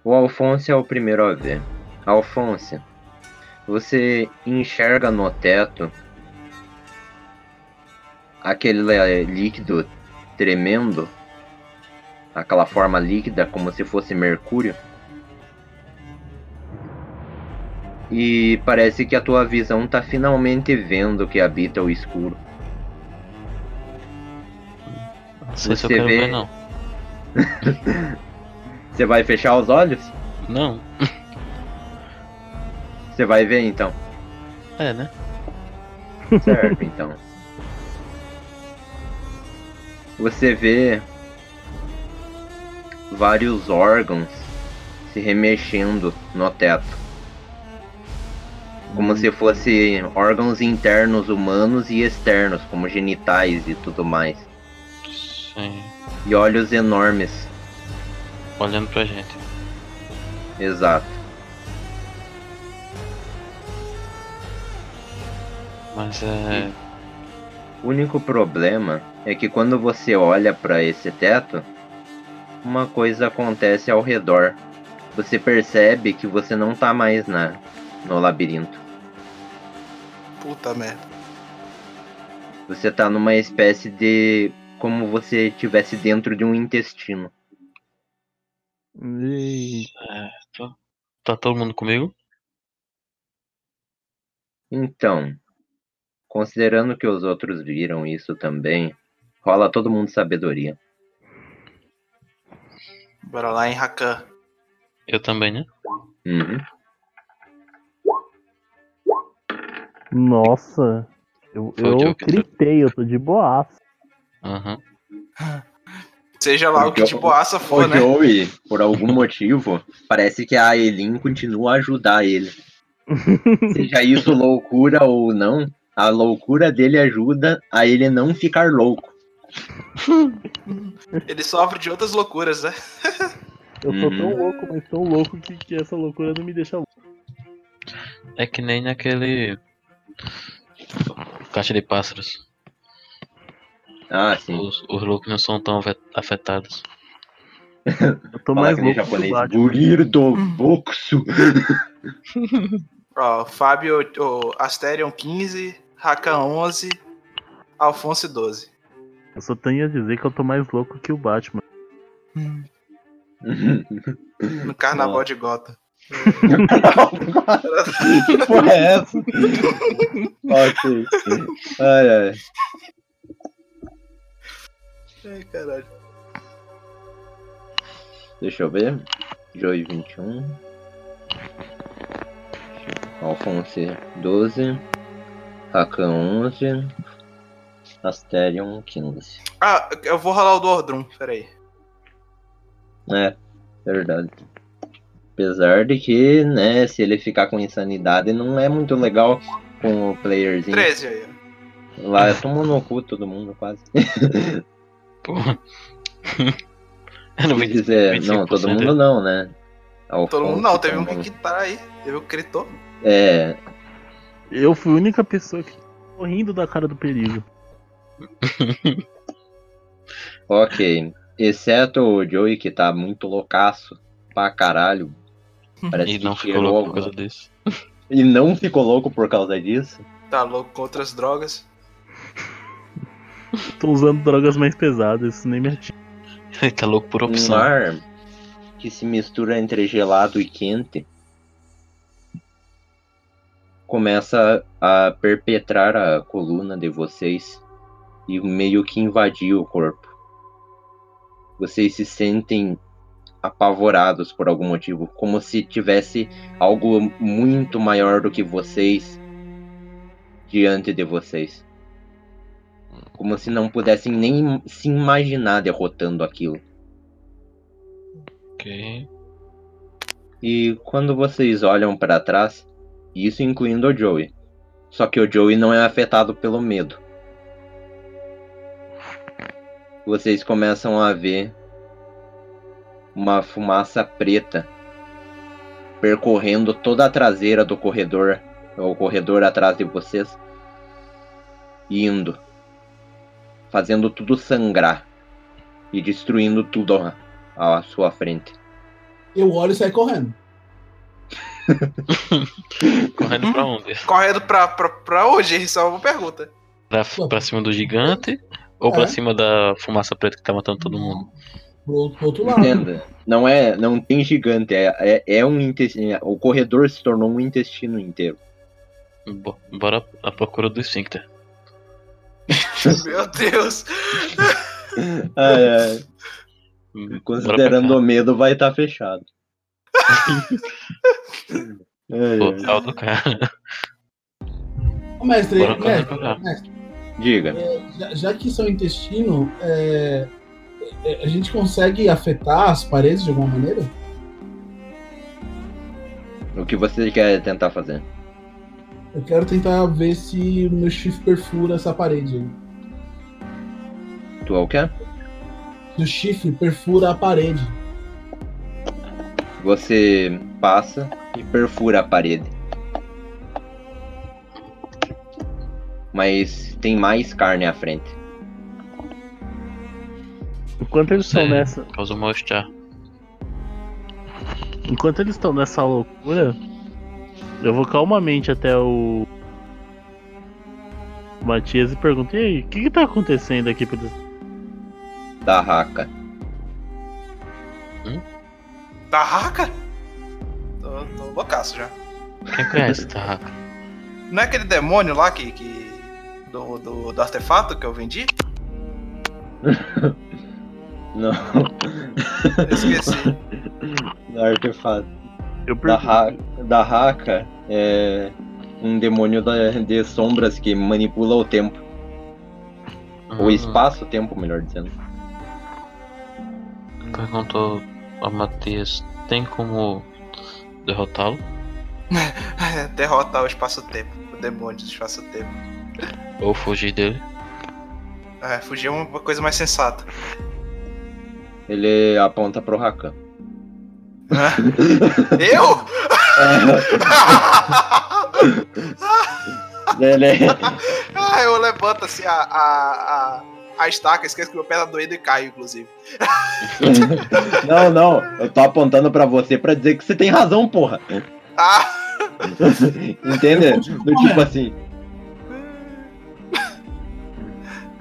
[SPEAKER 3] O Alphonse é o primeiro a ver. Alphonse, Você enxerga no teto aquele eh, líquido tremendo, aquela forma líquida como se fosse mercúrio. E parece que a tua visão tá finalmente vendo o que habita o escuro.
[SPEAKER 1] Não sei se eu
[SPEAKER 3] Você
[SPEAKER 1] quero
[SPEAKER 3] vê-
[SPEAKER 1] ver, não.
[SPEAKER 3] Você vai fechar os olhos?
[SPEAKER 1] Não.
[SPEAKER 3] Você vai ver então.
[SPEAKER 1] É, né?
[SPEAKER 3] Certo, então. Você vê vários órgãos se remexendo no teto. Como se fossem órgãos internos humanos e externos, como genitais e tudo mais.
[SPEAKER 1] Sim.
[SPEAKER 3] E olhos enormes,
[SPEAKER 1] Olhando pra gente.
[SPEAKER 3] exato.
[SPEAKER 1] Mas é.
[SPEAKER 3] O único problema é que quando você olha para esse teto, uma coisa acontece ao redor. Você percebe que você não tá mais na no labirinto.
[SPEAKER 4] Puta merda.
[SPEAKER 3] Você tá numa espécie de como você estivesse dentro de um intestino.
[SPEAKER 1] Tá todo mundo comigo?
[SPEAKER 3] Então, considerando que os outros viram isso também, rola todo mundo sabedoria.
[SPEAKER 4] Bora lá em Rakan.
[SPEAKER 1] Eu também, né?
[SPEAKER 3] Uhum.
[SPEAKER 5] Nossa, eu,
[SPEAKER 1] Foi o
[SPEAKER 5] eu
[SPEAKER 1] Joe que entrou.
[SPEAKER 5] gritei, eu tô de boaço.
[SPEAKER 1] Aham.
[SPEAKER 4] Seja lá o que
[SPEAKER 3] Então,
[SPEAKER 4] tipo aça
[SPEAKER 3] O
[SPEAKER 4] for, né?
[SPEAKER 3] Joey, por algum motivo, parece que a Elin continua a ajudar ele. Seja isso loucura ou não, a loucura dele ajuda a ele não ficar louco.
[SPEAKER 4] Ele sofre de outras loucuras, né?
[SPEAKER 5] Eu tô tão
[SPEAKER 3] Uhum.
[SPEAKER 5] louco, mas tão louco que, que essa loucura não me deixa louco.
[SPEAKER 1] É que nem naquele. Caixa de pássaros.
[SPEAKER 3] Ah, sim.
[SPEAKER 1] Os, os loucos não são tão afe- afetados.
[SPEAKER 5] Eu tô
[SPEAKER 3] Fala
[SPEAKER 5] mais
[SPEAKER 3] aquele
[SPEAKER 5] louco que o
[SPEAKER 3] japonês.
[SPEAKER 5] Batman.
[SPEAKER 3] Gurir do boxo.
[SPEAKER 4] Ó, Fábio, o Asterion 15, Rakan 11, Alfonso 12.
[SPEAKER 5] Eu só tenho a dizer que eu tô mais louco que o Batman.
[SPEAKER 4] No Carnaval de Gota.
[SPEAKER 3] que porra é essa? [laughs] ok. Ai, ai.
[SPEAKER 4] Ai, caralho.
[SPEAKER 3] Deixa eu ver. Joey 21. Alphonse 12. Rakan 11. Asterion 15.
[SPEAKER 4] Ah, eu vou rolar o do Ordrum, peraí.
[SPEAKER 3] É, verdade. Apesar de que, né, se ele ficar com insanidade, não é muito legal com o playerzinho.
[SPEAKER 4] 13 aí, ó.
[SPEAKER 3] Lá tomou no cu todo mundo, quase.
[SPEAKER 1] [laughs] Porra. Era
[SPEAKER 3] Quer
[SPEAKER 1] 20
[SPEAKER 3] dizer, não, todo
[SPEAKER 1] 25%,
[SPEAKER 3] mundo não, né?
[SPEAKER 4] Todo
[SPEAKER 3] Alphonse
[SPEAKER 4] mundo não, teve um
[SPEAKER 3] tomou-
[SPEAKER 4] que tá aí. Teve um que gritou.
[SPEAKER 3] É,
[SPEAKER 5] Eu fui a única pessoa que tô rindo da cara do perigo.
[SPEAKER 3] Ok. Exceto o Joey, que tá muito loucaço pra caralho. Parece
[SPEAKER 1] E
[SPEAKER 3] que
[SPEAKER 1] não ficou
[SPEAKER 3] cheirou
[SPEAKER 1] louco né? por causa
[SPEAKER 3] alguma-
[SPEAKER 1] disso. [laughs]
[SPEAKER 3] E não ficou louco por causa disso?
[SPEAKER 4] Tá louco com outras drogas.
[SPEAKER 5] Tô usando drogas mais pesadas, isso nem me atinge.
[SPEAKER 1] Ele tá louco por
[SPEAKER 3] Um
[SPEAKER 1] opção.
[SPEAKER 3] ar que se mistura entre gelado e quente começa a perpetrar a coluna de vocês e meio que invadir o corpo. Vocês se sentem apavorados por algum motivo, como se tivesse algo muito maior do que vocês diante de vocês. Como se não pudessem nem se imaginar derrotando aquilo.
[SPEAKER 1] Ok.
[SPEAKER 3] E quando vocês olham para trás, isso incluindo o Joey. Só que o Joey não é afetado pelo medo. Vocês começam a ver uma fumaça preta percorrendo toda a traseira do corredor, o corredor atrás de vocês, e indo, fazendo tudo sangrar e destruindo tudo à à sua frente.
[SPEAKER 6] Eu olho e saio correndo.
[SPEAKER 1] Correndo pra onde?
[SPEAKER 4] Correndo pra, pra, pra onde? Só uma pergunta.
[SPEAKER 1] Pra, pra cima do gigante? Ou pra
[SPEAKER 6] É.
[SPEAKER 1] cima da fumaça preta que tá matando todo mundo?
[SPEAKER 6] Pro outro, pro outro lado.
[SPEAKER 3] Entenda. Não é, não tem gigante, é, é, é um intestino. O corredor se tornou um intestino inteiro.
[SPEAKER 1] Bo- Bora à procura do esfíncter.
[SPEAKER 4] Meu Deus.
[SPEAKER 3] Ai, ai,
[SPEAKER 1] Bora
[SPEAKER 3] Ah, é, considerando o medo, vai estar fechado. Ai,
[SPEAKER 1] pra cá. Pô,
[SPEAKER 3] ai.
[SPEAKER 1] tal do cara.
[SPEAKER 6] Ô, mestre,
[SPEAKER 1] Bora correr
[SPEAKER 6] mestre,
[SPEAKER 1] pra cá.
[SPEAKER 3] Diga.
[SPEAKER 6] já, já que isso é um intestino, é, é, a gente consegue afetar as paredes de alguma maneira?
[SPEAKER 3] O que você quer tentar fazer?
[SPEAKER 6] Eu quero tentar ver se o meu chifre perfura essa parede. aí.
[SPEAKER 3] Tu é o quê?
[SPEAKER 6] Se o chifre perfura a parede.
[SPEAKER 3] Você passa e perfura a parede. Mas tem mais carne à frente.
[SPEAKER 5] Enquanto eles estão
[SPEAKER 1] Sim.
[SPEAKER 5] nessa.
[SPEAKER 1] Causa um mal-estar.
[SPEAKER 5] Enquanto eles estão nessa loucura, eu vou calmamente até o. Matias e pergunto, e aí, o que, que tá acontecendo aqui? Pelo...
[SPEAKER 3] Da raca.
[SPEAKER 4] Tarraca? Tô, tô loucaço já.
[SPEAKER 1] Quem conhece, tá?
[SPEAKER 4] Não é aquele demônio lá que. que do, do, do artefato que eu vendi?
[SPEAKER 3] Não, [laughs]
[SPEAKER 4] Eu
[SPEAKER 1] [laughs]
[SPEAKER 4] esqueci.
[SPEAKER 3] do artefato.
[SPEAKER 5] Eu
[SPEAKER 3] Da
[SPEAKER 5] pergunto,
[SPEAKER 3] raca, da raca é um demônio da- de sombras que manipula o tempo. Ou espaço-tempo, melhor dizendo.
[SPEAKER 1] Perguntou a Matias: tem como derrotá-lo?
[SPEAKER 4] Derrotar É, o espaço-tempo. O demônio do espaço-tempo.
[SPEAKER 1] Ou fugir dele?
[SPEAKER 4] É, fugir é uma coisa mais sensata.
[SPEAKER 3] Ele aponta pro Rakan.
[SPEAKER 1] [laughs]
[SPEAKER 4] Eu?
[SPEAKER 3] Ele-
[SPEAKER 4] Ah, eu levanto assim a, a, a, a estaca, esqueço que meu pé tá doendo e caio, inclusive.
[SPEAKER 3] não, não, eu tô apontando pra você pra dizer que você tem razão, porra.
[SPEAKER 4] Ah,
[SPEAKER 3] Entende? Do tipo assim.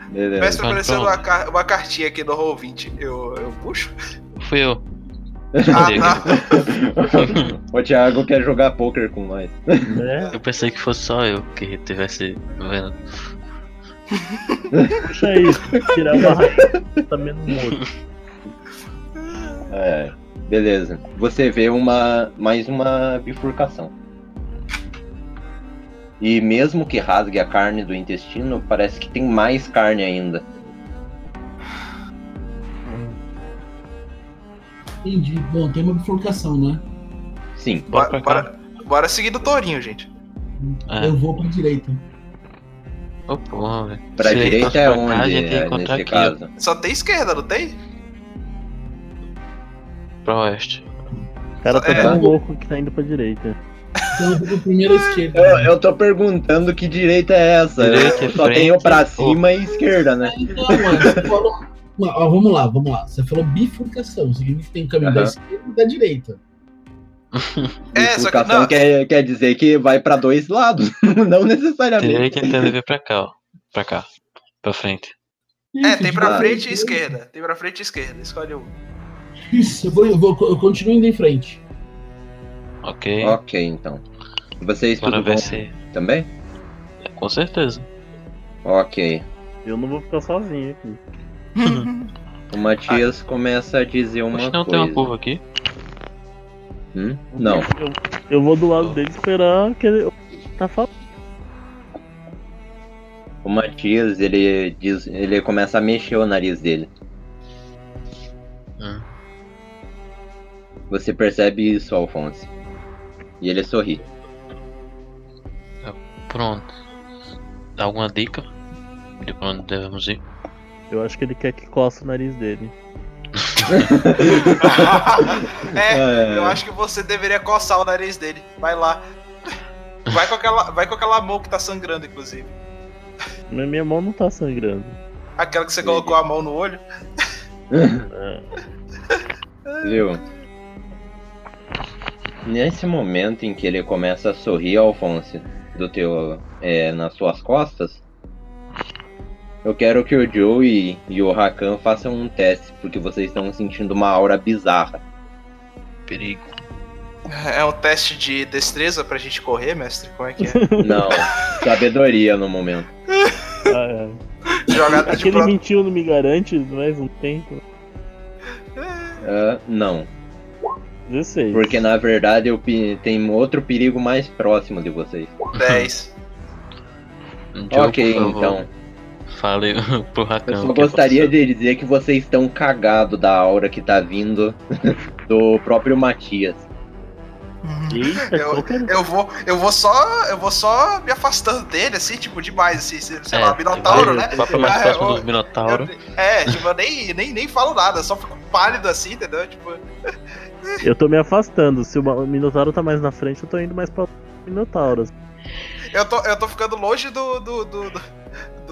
[SPEAKER 4] o
[SPEAKER 3] Beleza.
[SPEAKER 4] mestre apareceu
[SPEAKER 1] É, então Pronto.
[SPEAKER 4] tá uma, ca- uma cartinha aqui no Roll20. Eu, eu puxo?
[SPEAKER 1] Fui eu.
[SPEAKER 4] Ah, tá.
[SPEAKER 3] O Thiago quer jogar poker com nós.
[SPEAKER 5] né?
[SPEAKER 1] [laughs] Eu pensei que fosse só eu que tivesse vendo.
[SPEAKER 5] Puxa aí, tirar uma rainha tá menos morto.
[SPEAKER 3] É, beleza. Você vê uma mais uma bifurcação. E mesmo que rasgue a carne do intestino, parece que tem mais carne ainda.
[SPEAKER 6] Entendi. Bom, tem uma bifurcação, né?
[SPEAKER 3] Sim.
[SPEAKER 1] Bora pra
[SPEAKER 4] Bora,
[SPEAKER 1] cá.
[SPEAKER 4] bora, bora seguir do tourinho, gente.
[SPEAKER 1] É.
[SPEAKER 6] Eu vou pra direita.
[SPEAKER 1] Ô porra, velho.
[SPEAKER 3] Pra
[SPEAKER 1] Se ele
[SPEAKER 3] direita
[SPEAKER 1] fosse
[SPEAKER 3] é
[SPEAKER 1] pra cá, a
[SPEAKER 3] onde,
[SPEAKER 1] gente ia
[SPEAKER 3] é,
[SPEAKER 1] encontrar
[SPEAKER 3] nesse
[SPEAKER 1] aqui,
[SPEAKER 3] caso?
[SPEAKER 4] Só tem esquerda, não tem?
[SPEAKER 1] ó, pra oeste.
[SPEAKER 5] O cara tá
[SPEAKER 4] É.
[SPEAKER 5] tão louco que tá indo pra direita.
[SPEAKER 6] Então eu vou pra primeira esquerda.
[SPEAKER 3] Eu, eu tô perguntando que direita é essa.
[SPEAKER 1] Direita
[SPEAKER 3] eu
[SPEAKER 1] é
[SPEAKER 3] só
[SPEAKER 1] frente,
[SPEAKER 3] tenho pra
[SPEAKER 1] ou-
[SPEAKER 3] cima e esquerda, né?
[SPEAKER 6] Não, mano, Então, você falou... Não, ó, vamos lá, vamos lá. Você falou bifurcação, significa que tem um caminho da
[SPEAKER 3] Aham.
[SPEAKER 6] esquerda e da direita.
[SPEAKER 4] É, só que
[SPEAKER 3] Bifurcação
[SPEAKER 4] não.
[SPEAKER 3] quer, quer dizer que vai pra dois lados, [laughs] não necessariamente.
[SPEAKER 1] Direita tentando vir pra cá, ó. Pra cá. Pra frente.
[SPEAKER 4] É, tem pra
[SPEAKER 3] Ah,
[SPEAKER 4] frente e esquerda. Tem pra frente e esquerda. Escolhe
[SPEAKER 1] [laughs]
[SPEAKER 4] um.
[SPEAKER 6] Isso, eu, vou, eu, vou, eu continuo indo em frente.
[SPEAKER 1] Ok.
[SPEAKER 3] Ok, então. Vocês
[SPEAKER 1] Bora
[SPEAKER 3] tudo
[SPEAKER 1] ver
[SPEAKER 3] bom
[SPEAKER 1] se. é.
[SPEAKER 3] também?
[SPEAKER 1] Com certeza.
[SPEAKER 3] Ok.
[SPEAKER 5] Eu não vou ficar sozinho aqui.
[SPEAKER 3] O Matias começa a dizer uma
[SPEAKER 1] Mas Ah. não tem
[SPEAKER 3] coisa.
[SPEAKER 1] uma curva aqui.
[SPEAKER 3] Hum? Não.
[SPEAKER 5] Eu, eu vou do lado dele esperar que ele. Tá falando.
[SPEAKER 3] O Matias, ele diz, ele começa a mexer o nariz dele.
[SPEAKER 1] Hum.
[SPEAKER 3] Você percebe isso, Alphonse. E ele sorri.
[SPEAKER 1] Pronto. Alguma dica? De pra onde devemos ir?
[SPEAKER 5] Eu acho que ele quer que coça o nariz dele.
[SPEAKER 4] é,
[SPEAKER 3] É.
[SPEAKER 4] eu acho que você deveria coçar o nariz dele. Vai lá. Vai com aquela, vai com aquela mão que tá sangrando, inclusive.
[SPEAKER 5] Mas minha mão não tá sangrando.
[SPEAKER 4] Aquela que você colocou a mão no olho.
[SPEAKER 5] É.
[SPEAKER 3] Viu? Nesse momento em que ele começa a sorrir, Alphonse, do teu, é, nas suas costas, eu quero que o Joe e, e o Rakan façam um teste, porque vocês estão sentindo uma aura bizarra.
[SPEAKER 1] Perigo.
[SPEAKER 4] É um teste de destreza pra gente correr, mestre? Como é que é? [laughs]
[SPEAKER 3] Não, sabedoria no momento.
[SPEAKER 5] Ah, é.
[SPEAKER 4] Jogada de
[SPEAKER 5] Aquele
[SPEAKER 4] pro...
[SPEAKER 5] mentiu não me garante mais um tempo.
[SPEAKER 3] Ah, não,
[SPEAKER 5] 16.
[SPEAKER 3] porque na verdade eu pe- tem outro perigo mais próximo de vocês.
[SPEAKER 4] 10.
[SPEAKER 1] Joe,
[SPEAKER 3] ok,
[SPEAKER 1] Um por favor,
[SPEAKER 3] então.
[SPEAKER 1] Fale [laughs] pro Rakan.
[SPEAKER 3] Eu
[SPEAKER 1] o
[SPEAKER 3] só
[SPEAKER 1] que é
[SPEAKER 3] gostaria
[SPEAKER 1] aconteceu.
[SPEAKER 3] de dizer que vocês estão cagados da aura que tá vindo [laughs] do próprio Matias.
[SPEAKER 5] Eita,
[SPEAKER 4] Eu-
[SPEAKER 5] qualquer
[SPEAKER 4] Eu vou, eu vou só, eu vou só me afastando dele, assim, tipo, demais, assim, sei sei lá,
[SPEAKER 1] É, vai-
[SPEAKER 4] Minotauro, né?
[SPEAKER 1] Vá pra mais
[SPEAKER 4] Ah,
[SPEAKER 1] próximo
[SPEAKER 4] eu-
[SPEAKER 1] do
[SPEAKER 4] [laughs]
[SPEAKER 1] Minotauro.
[SPEAKER 4] eu- é, tipo, eu nem, nem, nem falo nada, só fico pálido assim, entendeu? Tipo,
[SPEAKER 5] um. Eu tô me afastando. Se o Ma- Minotauro tá mais na frente, eu tô indo mais pra Minotauro.
[SPEAKER 4] eu tô, eu tô ficando longe do. do. do. do,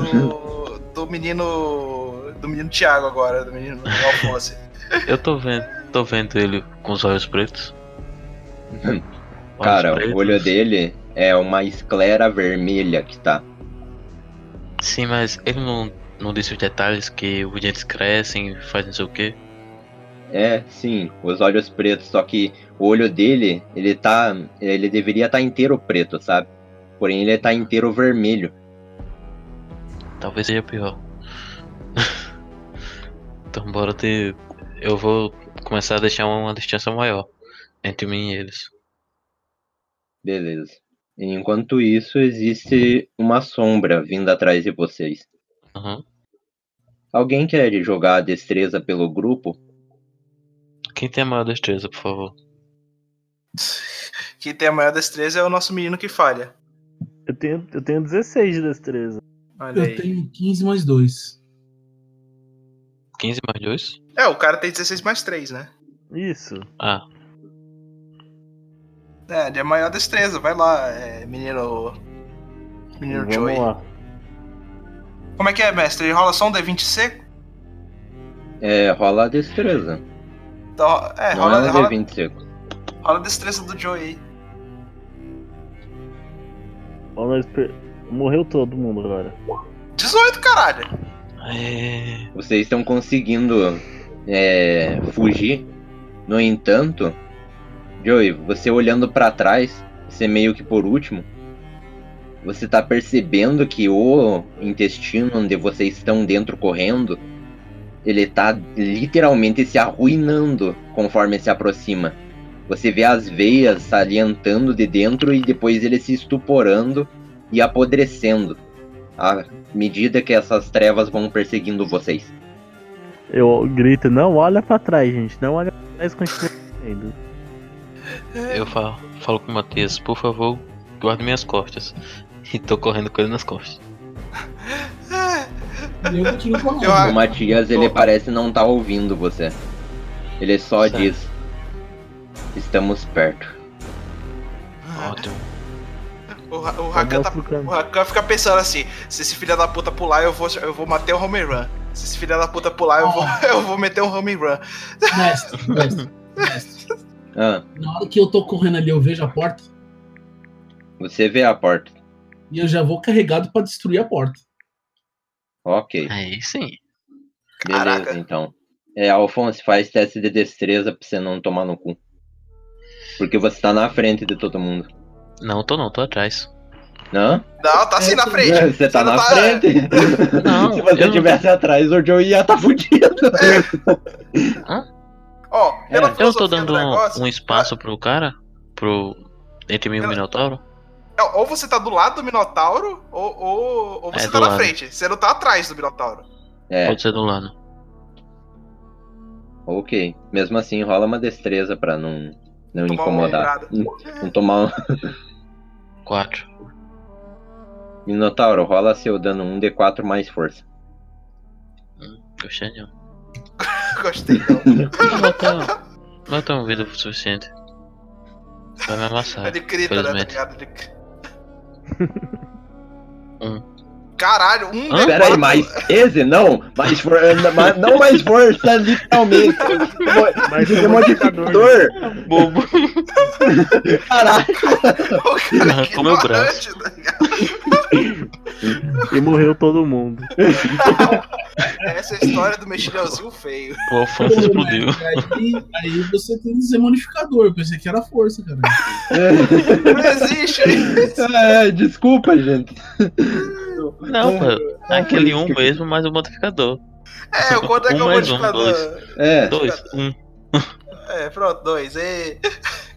[SPEAKER 4] do- do menino. do menino Thiago agora, do menino Alfonso.
[SPEAKER 1] Eu tô vendo, tô vendo ele com os olhos pretos. Olhos
[SPEAKER 3] [laughs] Cara,
[SPEAKER 1] pretos.
[SPEAKER 3] o olho dele é uma esclera vermelha que tá.
[SPEAKER 1] Sim, mas ele não, não disse os detalhes que os dentes crescem, faz não sei o quê.
[SPEAKER 3] É, sim, os olhos pretos, só que o olho dele, ele tá. Ele deveria estar inteiro preto, sabe? Porém, ele tá inteiro vermelho.
[SPEAKER 1] Talvez seja pior. [laughs] então bora ter. Eu vou começar a deixar uma distância maior entre mim e eles.
[SPEAKER 3] Beleza. Enquanto isso, existe uma sombra vindo atrás de vocês.
[SPEAKER 1] Aham.
[SPEAKER 3] Alguém quer jogar a destreza pelo grupo?
[SPEAKER 1] Quem tem a maior destreza, por favor?
[SPEAKER 4] Que tem a maior destreza é o nosso menino que falha.
[SPEAKER 5] Eu tenho, eu tenho 16 de destreza.
[SPEAKER 4] Olha
[SPEAKER 6] Eu
[SPEAKER 4] aí.
[SPEAKER 6] tenho 15 mais 2.
[SPEAKER 1] 15 mais 2?
[SPEAKER 4] É, o cara tem 16 mais 3, né?
[SPEAKER 5] Isso.
[SPEAKER 1] Ah,
[SPEAKER 4] É, ele é maior destreza, vai lá, é, menino. Menino
[SPEAKER 5] Vamos
[SPEAKER 4] Joey.
[SPEAKER 5] lá.
[SPEAKER 4] Como é que é, mestre? Rola só um D20 seco?
[SPEAKER 3] É, rola a destreza.
[SPEAKER 4] Então, é,
[SPEAKER 3] Não é
[SPEAKER 4] rola,
[SPEAKER 3] um
[SPEAKER 4] rola,
[SPEAKER 3] D20 seco.
[SPEAKER 4] rola a destreza do Joey aí.
[SPEAKER 5] Ó, nós per- Morreu todo mundo agora.
[SPEAKER 4] 18, caralho!
[SPEAKER 1] é.
[SPEAKER 3] Vocês estão conseguindo é, fugir. No entanto, Joey, você olhando pra trás, você meio que por último, você tá percebendo que o intestino onde vocês estão dentro correndo, ele tá literalmente se arruinando conforme se aproxima. Você vê as veias salientando de dentro e depois ele se estuporando e apodrecendo. A medida que essas trevas vão perseguindo vocês.
[SPEAKER 5] Eu grito, não olha pra trás, gente. Não olha pra trás, continua correndo.
[SPEAKER 1] Eu falo, falo com o Matias, por favor, guarde minhas costas. [laughs] E tô correndo com ele nas costas.
[SPEAKER 6] E eu continuo correndo.
[SPEAKER 4] Eu
[SPEAKER 3] O
[SPEAKER 4] acho-
[SPEAKER 3] Matias, ele parece não estar ouvindo você. Ele só
[SPEAKER 1] Certo.
[SPEAKER 3] diz: Estamos perto.
[SPEAKER 1] Ótimo.
[SPEAKER 4] O, Ra- o,
[SPEAKER 5] Eu
[SPEAKER 4] Rakan tá,
[SPEAKER 5] mostro o
[SPEAKER 4] o
[SPEAKER 5] caminho.
[SPEAKER 4] Rakan fica pensando assim: se esse filho da puta pular, eu vou, eu vou matar o home run. Se esse filho da puta pular, eu vou, [laughs] eu vou meter um home run.
[SPEAKER 6] Mestre, mestre, mestre.
[SPEAKER 3] Ah,
[SPEAKER 6] Na hora que eu tô correndo ali, eu vejo a porta
[SPEAKER 3] você vê a porta.
[SPEAKER 6] e eu já vou carregado pra destruir a porta.
[SPEAKER 3] Ok,
[SPEAKER 1] Aí sim.
[SPEAKER 3] beleza
[SPEAKER 4] Caraca.
[SPEAKER 3] então. É, Alfonso, faz teste de destreza pra você não tomar no cu. Porque você tá na frente de todo mundo.
[SPEAKER 1] Não, tô não, tô atrás.
[SPEAKER 3] Hã?
[SPEAKER 4] Não, tá assim na frente.
[SPEAKER 3] [laughs] Você tá
[SPEAKER 4] não
[SPEAKER 3] na frente.
[SPEAKER 1] Não,
[SPEAKER 3] Se você
[SPEAKER 1] eu não-
[SPEAKER 3] estivesse atrás, o Joe ia tá fudido.
[SPEAKER 4] Ó, pela
[SPEAKER 1] é, Eu tô
[SPEAKER 4] filosofia
[SPEAKER 1] dando
[SPEAKER 4] do
[SPEAKER 1] um,
[SPEAKER 4] negócio,
[SPEAKER 1] um espaço pro cara? Pro. Entre mim e o
[SPEAKER 4] Pela-
[SPEAKER 1] Minotauro?
[SPEAKER 4] é, ou você tá do lado do Minotauro, ou, ou, ou
[SPEAKER 1] É,
[SPEAKER 4] você
[SPEAKER 1] do
[SPEAKER 4] tá na
[SPEAKER 1] lado.
[SPEAKER 4] frente. Você não tá atrás do Minotauro.
[SPEAKER 3] É,
[SPEAKER 1] Pode ser do lado.
[SPEAKER 3] ok. Mesmo assim, rola uma destreza pra não, não
[SPEAKER 4] Tomar um uma
[SPEAKER 3] incomodar.
[SPEAKER 4] lembrada.
[SPEAKER 3] Não tomar um- [laughs]
[SPEAKER 1] 4.
[SPEAKER 3] Minotauro, rola seu dano 1d4 mais força.
[SPEAKER 1] Gostei um. não.
[SPEAKER 4] [laughs] Gostei, tá não.
[SPEAKER 1] Não tenho. Não tenho vida o suficiente. Vai me amassar. [laughs]
[SPEAKER 4] Ele tá grita, né? Tá
[SPEAKER 1] Felizmente.
[SPEAKER 4] ligado? Ele- Caralho, um
[SPEAKER 1] Hum. Hã?
[SPEAKER 4] D4.
[SPEAKER 3] Pera aí, mais 13? Não, mais for... eh, ma- não mais força, literalmente. Mo-
[SPEAKER 5] Mas
[SPEAKER 3] de
[SPEAKER 5] tem um
[SPEAKER 3] modificador.
[SPEAKER 1] Bobo.
[SPEAKER 3] Caralho.
[SPEAKER 4] O cara
[SPEAKER 1] [laughs]
[SPEAKER 4] que
[SPEAKER 1] Arrancou meu
[SPEAKER 4] ignorante, né?
[SPEAKER 5] E morreu todo mundo.
[SPEAKER 4] Essa é a história do mexilhãozinho
[SPEAKER 1] [laughs]
[SPEAKER 4] feio.
[SPEAKER 1] [laughs] O Alfonso explodiu.
[SPEAKER 6] Aí, aí você tem que dizer modificador. Eu pensei que era força, cara.
[SPEAKER 4] Não existe.
[SPEAKER 3] É, desculpa, gente.
[SPEAKER 1] Não, pô. Aquele um mesmo, mais o modificador.
[SPEAKER 4] É,
[SPEAKER 1] [laughs]
[SPEAKER 4] o quanto é que é
[SPEAKER 1] Um
[SPEAKER 4] o
[SPEAKER 1] mais um,
[SPEAKER 4] modificador?
[SPEAKER 1] dois.
[SPEAKER 3] É,
[SPEAKER 1] Dois, um.
[SPEAKER 4] É, pronto, dois. E...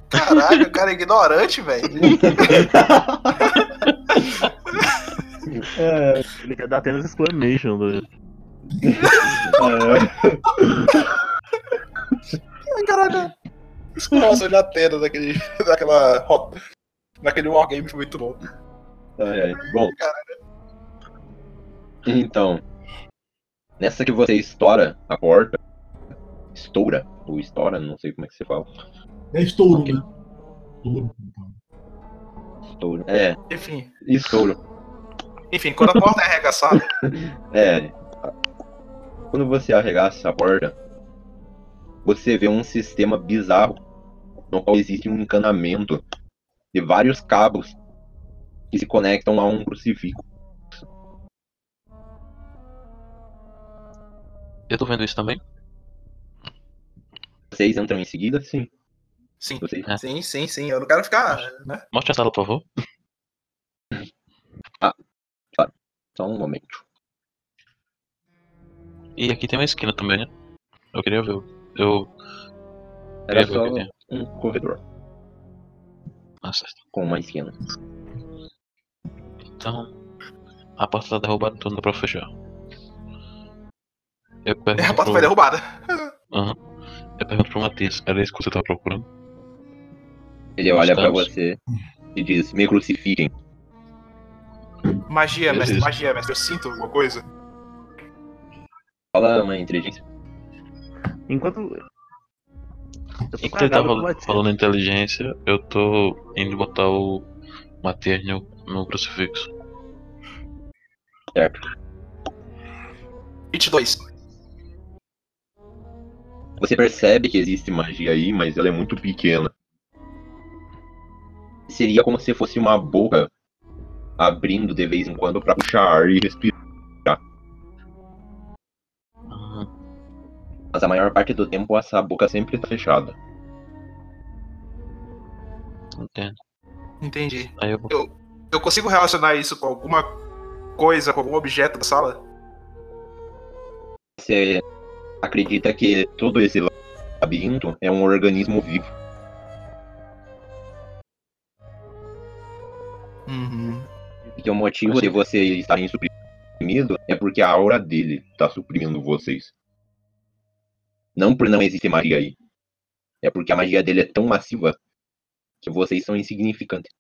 [SPEAKER 4] Caralho, o cara é ignorante, velho.
[SPEAKER 5] Ele quer dar apenas exclamation. Do...
[SPEAKER 3] ah,
[SPEAKER 4] Caralho.
[SPEAKER 2] Nossa, na tela daquele, [laughs] daquela. rota- Daquele wargame foi muito bom.
[SPEAKER 3] Ai, ai. Bom. Então, nessa que você estoura a porta, estoura, ou estoura, não sei como é que se fala.
[SPEAKER 6] É estouro,
[SPEAKER 3] Ok.
[SPEAKER 6] né? Estouro.
[SPEAKER 3] Estouro. É,
[SPEAKER 4] [laughs] Enfim.
[SPEAKER 3] estouro.
[SPEAKER 4] Enfim, quando a porta é arregaçada,
[SPEAKER 3] É. Quando você arregaça a porta, você vê um sistema bizarro no qual existe um encanamento de vários cabos que se conectam a um crucifixo.
[SPEAKER 1] Eu tô vendo isso também?
[SPEAKER 3] Vocês entram em seguida? Sim.
[SPEAKER 4] sim. Ah.
[SPEAKER 3] Vocês
[SPEAKER 4] Sim, sim, sim. Eu não quero ficar.
[SPEAKER 1] Ah.
[SPEAKER 4] Né?
[SPEAKER 1] Mostra a sala, por favor.
[SPEAKER 3] Só um momento.
[SPEAKER 1] E aqui tem uma esquina também, né? Eu queria ver. o- Eu queria
[SPEAKER 3] Era
[SPEAKER 1] ver o que
[SPEAKER 3] só
[SPEAKER 1] tem.
[SPEAKER 3] um corredor
[SPEAKER 1] Ah, certo.
[SPEAKER 3] com uma esquina.
[SPEAKER 1] Então. A porta tá derrubada, então não dá pra fechar.
[SPEAKER 3] [laughs]
[SPEAKER 1] Eu
[SPEAKER 4] É, A
[SPEAKER 1] pergunto,
[SPEAKER 4] porta
[SPEAKER 1] pro,
[SPEAKER 4] foi derrubada.
[SPEAKER 1] eu pergunto pro Matias, era isso que você tava procurando?
[SPEAKER 3] Ele olha pra
[SPEAKER 1] Estamos.
[SPEAKER 3] você e diz: Me crucifiquem.
[SPEAKER 4] Magia, mestre,
[SPEAKER 1] Beleza.
[SPEAKER 4] magia, mestre. Eu sinto alguma coisa.
[SPEAKER 3] Fala uma inteligência.
[SPEAKER 5] Enquanto. Eu tô
[SPEAKER 1] Enquanto eu tava
[SPEAKER 5] cagado com o Matias.
[SPEAKER 1] falando inteligência, eu tô indo botar o Matias no, no crucifixo.
[SPEAKER 4] 22.
[SPEAKER 3] Você percebe que existe magia aí, mas ela é muito pequena. Seria como se fosse uma boca abrindo de vez em quando pra puxar ar e respirar.
[SPEAKER 1] Ah,
[SPEAKER 3] Mas a maior parte do tempo essa boca sempre tá fechada.
[SPEAKER 1] entendo.
[SPEAKER 4] Entendi.
[SPEAKER 1] Aí eu vou.
[SPEAKER 4] Eu consigo relacionar isso com alguma coisa, com algum objeto da sala?
[SPEAKER 3] Você acredita que todo esse labirinto é um organismo vivo?
[SPEAKER 4] Uhum.
[SPEAKER 3] E o motivo de vocês estarem suprimidos é porque a aura dele tá suprimindo vocês. Não por não existir magia aí. É porque a magia dele é tão massiva que vocês são insignificantes.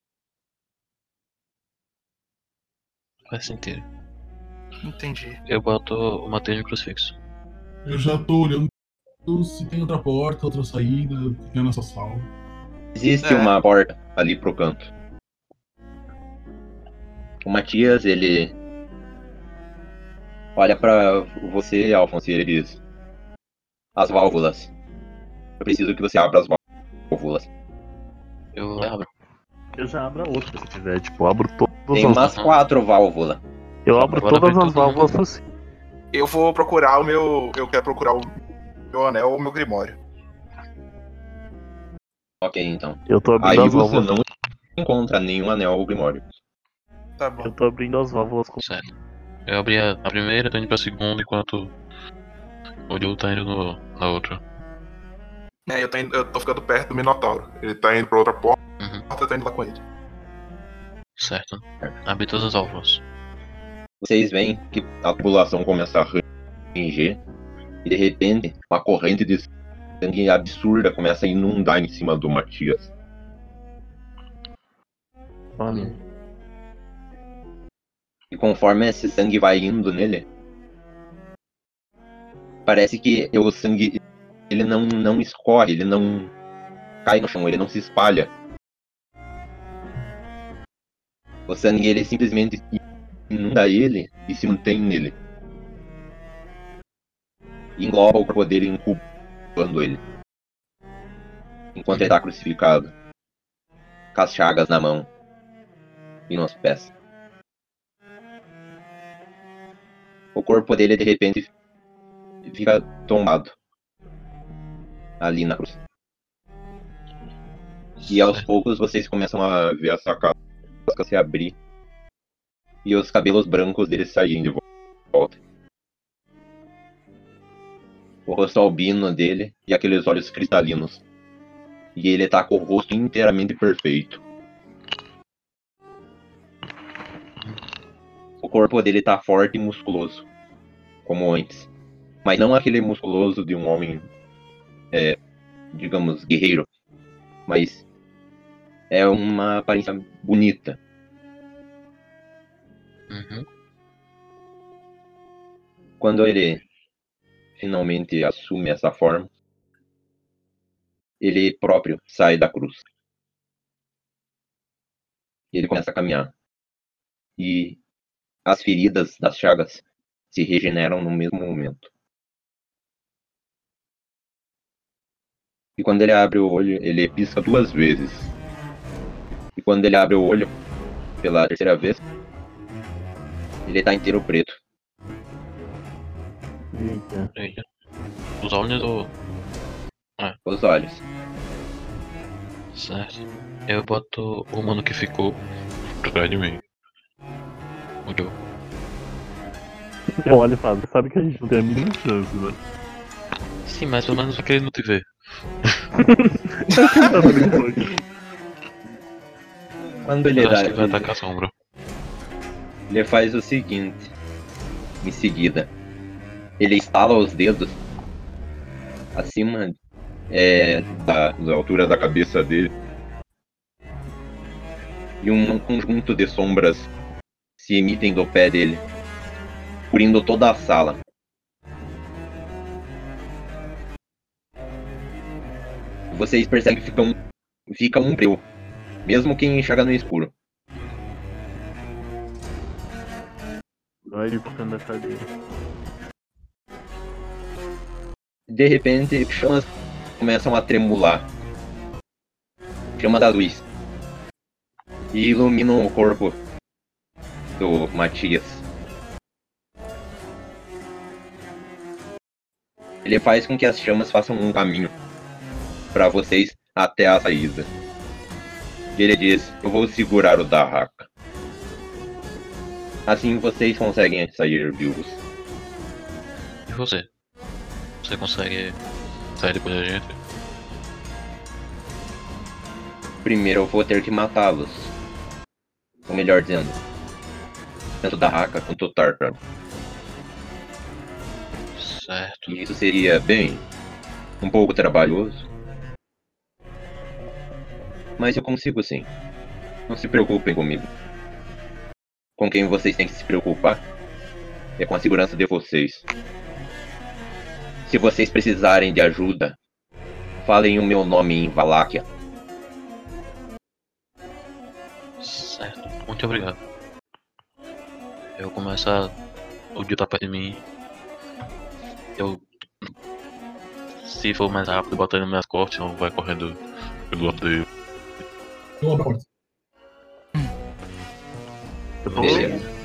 [SPEAKER 1] Faz sentido.
[SPEAKER 4] Entendi.
[SPEAKER 1] Eu boto o Matias no crucifixo.
[SPEAKER 6] Eu já tô olhando se tem outra porta, outra saída, o que tem nessa sala.
[SPEAKER 3] Existe
[SPEAKER 4] É.
[SPEAKER 3] uma porta ali pro canto. O Matias, ele olha pra você, Alfonso, e ele diz: As válvulas. Eu preciso que você abra as válvulas.
[SPEAKER 1] Eu abro.
[SPEAKER 5] Eu já abro a outra se tiver. Tipo, eu abro todas
[SPEAKER 3] Tem
[SPEAKER 5] as.
[SPEAKER 3] umas quatro válvulas.
[SPEAKER 5] Eu abro
[SPEAKER 1] Agora
[SPEAKER 5] todas
[SPEAKER 1] vem
[SPEAKER 5] as
[SPEAKER 1] todo mundo.
[SPEAKER 5] válvulas possíveis.
[SPEAKER 4] Eu vou procurar o meu. Eu quero procurar o meu anel ou o meu grimório.
[SPEAKER 3] Ok, então.
[SPEAKER 5] Eu tô
[SPEAKER 3] Aí
[SPEAKER 5] abrindo as
[SPEAKER 3] você
[SPEAKER 5] válvulas.
[SPEAKER 3] não encontra nenhum anel ou grimório.
[SPEAKER 4] Tá bom.
[SPEAKER 5] Eu tô abrindo as válvulas com.
[SPEAKER 1] Certo. Eu abri a, a primeira, tô indo pra segunda, enquanto o Joe tá indo no, na outra.
[SPEAKER 4] É, eu tô, indo- eu tô ficando perto do Minotauro. Ele tá indo pra outra porta,
[SPEAKER 1] Uhum.
[SPEAKER 4] eu tô indo lá com ele.
[SPEAKER 1] Certo. Abri todas as alvas.
[SPEAKER 3] Vocês veem que a população começa a ranger e de repente uma corrente de sangue absurda começa a inundar em cima do Matias.
[SPEAKER 5] Fome.
[SPEAKER 3] E conforme esse sangue vai indo nele, parece que o sangue ele não, não escorre, ele não cai no chão, ele não se espalha. O sangue ele simplesmente inunda ele e se mantém nele. Engloba o corpo dele incubando ele. Enquanto ele está crucificado. Com as chagas na mão. E nos pés. O corpo dele de repente fica tombado. Ali na cruz. E aos poucos vocês começam a ver a sua casca se abrir. E os cabelos brancos dele saírem de volta. O rosto albino dele e aqueles olhos cristalinos. E ele tá com o rosto inteiramente perfeito. O corpo dele tá forte e musculoso. Como antes. Mas não aquele musculoso de um homem. é, digamos, guerreiro. Mas é uma aparência bonita.
[SPEAKER 1] Uhum.
[SPEAKER 3] Quando ele finalmente assume essa forma, ele próprio sai da cruz. Ele começa a caminhar. E as feridas das chagas se regeneram no mesmo momento. E quando ele abre o olho, ele pisca duas vezes. E quando ele abre o olho pela terceira vez, ele tá inteiro preto.
[SPEAKER 5] Eita.
[SPEAKER 1] Eita. Os olhos do.
[SPEAKER 3] Os olhos.
[SPEAKER 1] Certo. Eu boto o mano que ficou pra trás de mim. Olhou.
[SPEAKER 5] Eu olho e falo, sabe que a gente não tem a mínima chance, né? [laughs]
[SPEAKER 1] Sim, mas pelo menos aquele não te vê.
[SPEAKER 3] Quando ele
[SPEAKER 1] Eu
[SPEAKER 3] dá,
[SPEAKER 1] acho que vai atacar a sombra.
[SPEAKER 3] ele faz o seguinte. Em seguida, ele estala os dedos acima é, da, da altura da cabeça dele. E um conjunto de sombras se emitem do pé dele, cobrindo toda a sala. Vocês percebem que fica um, fica um breu, mesmo quem enxerga no escuro.
[SPEAKER 5] Olha ele ficando da cadeira.
[SPEAKER 3] de repente chamas começam a tremular. Chama da luz. E iluminam o corpo do Matias. Ele faz com que as chamas façam um caminho para vocês até a saída. E ele diz: Eu vou segurar o Darraka. Assim vocês conseguem sair vivos.
[SPEAKER 1] E você? Você consegue sair depois da gente?
[SPEAKER 3] Primeiro eu vou ter que matá-los. Ou melhor dizendo, tanto da Haka quanto o Tartar.
[SPEAKER 1] Certo.
[SPEAKER 3] E isso seria, bem, um pouco trabalhoso. Mas eu consigo sim. Não se preocupem comigo. Com quem vocês têm que se preocupar é com a segurança de vocês. Se vocês precisarem de ajuda, falem o meu nome em Valáquia.
[SPEAKER 1] Certo. Muito obrigado. Eu começo a. O Dio tá perto de mim. Eu. Se for mais rápido, boto ele nas minhas costas, senão vai correndo pelo lado dele.
[SPEAKER 6] Eu abro a porta.
[SPEAKER 3] Beleza.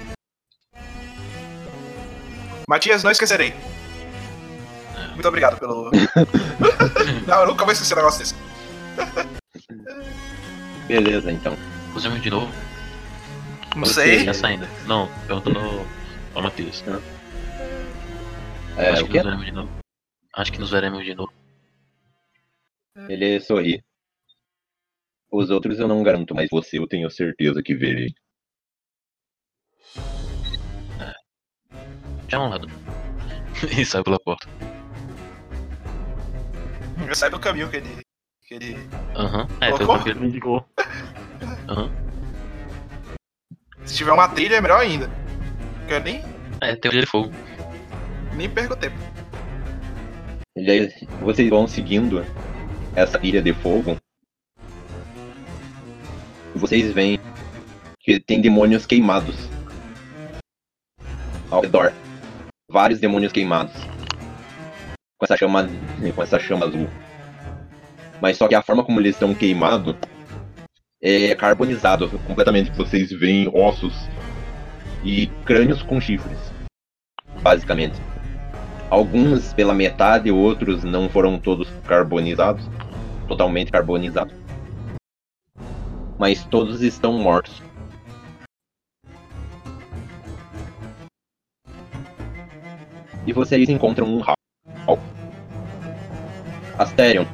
[SPEAKER 4] Matias, não esquecerei. Muito obrigado pelo. [laughs] não, eu nunca vou esquecer um negócio desse.
[SPEAKER 3] Beleza então.
[SPEAKER 1] Fuzimos de novo?
[SPEAKER 4] Não
[SPEAKER 1] Mas né?
[SPEAKER 4] sei.
[SPEAKER 1] Essa ainda. Não, perguntando ao Matias.
[SPEAKER 3] É,
[SPEAKER 1] Acho
[SPEAKER 3] o
[SPEAKER 1] que
[SPEAKER 3] quê?
[SPEAKER 1] nos veremos de novo. Acho que nos veremos de novo.
[SPEAKER 3] Ele sorri. Os outros eu não garanto, mas você eu tenho certeza que verei.
[SPEAKER 1] Já um lado. [laughs] e sai pela porta.
[SPEAKER 4] Eu saio do caminho que ele. Que ele...
[SPEAKER 1] Aham. É,
[SPEAKER 4] Colocou?
[SPEAKER 1] pelo que ele [laughs]
[SPEAKER 5] Indicou.
[SPEAKER 4] Se tiver uma trilha, é melhor ainda. Porque eu nem,
[SPEAKER 1] É, tem o dia de fogo.
[SPEAKER 4] nem perco tempo.
[SPEAKER 3] Ele, vocês vão seguindo essa ilha de fogo. E vocês veem que tem demônios queimados ao redor. Vários demônios queimados. Com essa chama, com essa chama azul. Mas só que a forma como eles estão queimados é carbonizado completamente. Vocês veem ossos e crânios com chifres, basicamente. Alguns pela metade, outros não foram todos carbonizados, totalmente carbonizados. Mas todos estão mortos. E vocês encontram um hall. Asterion.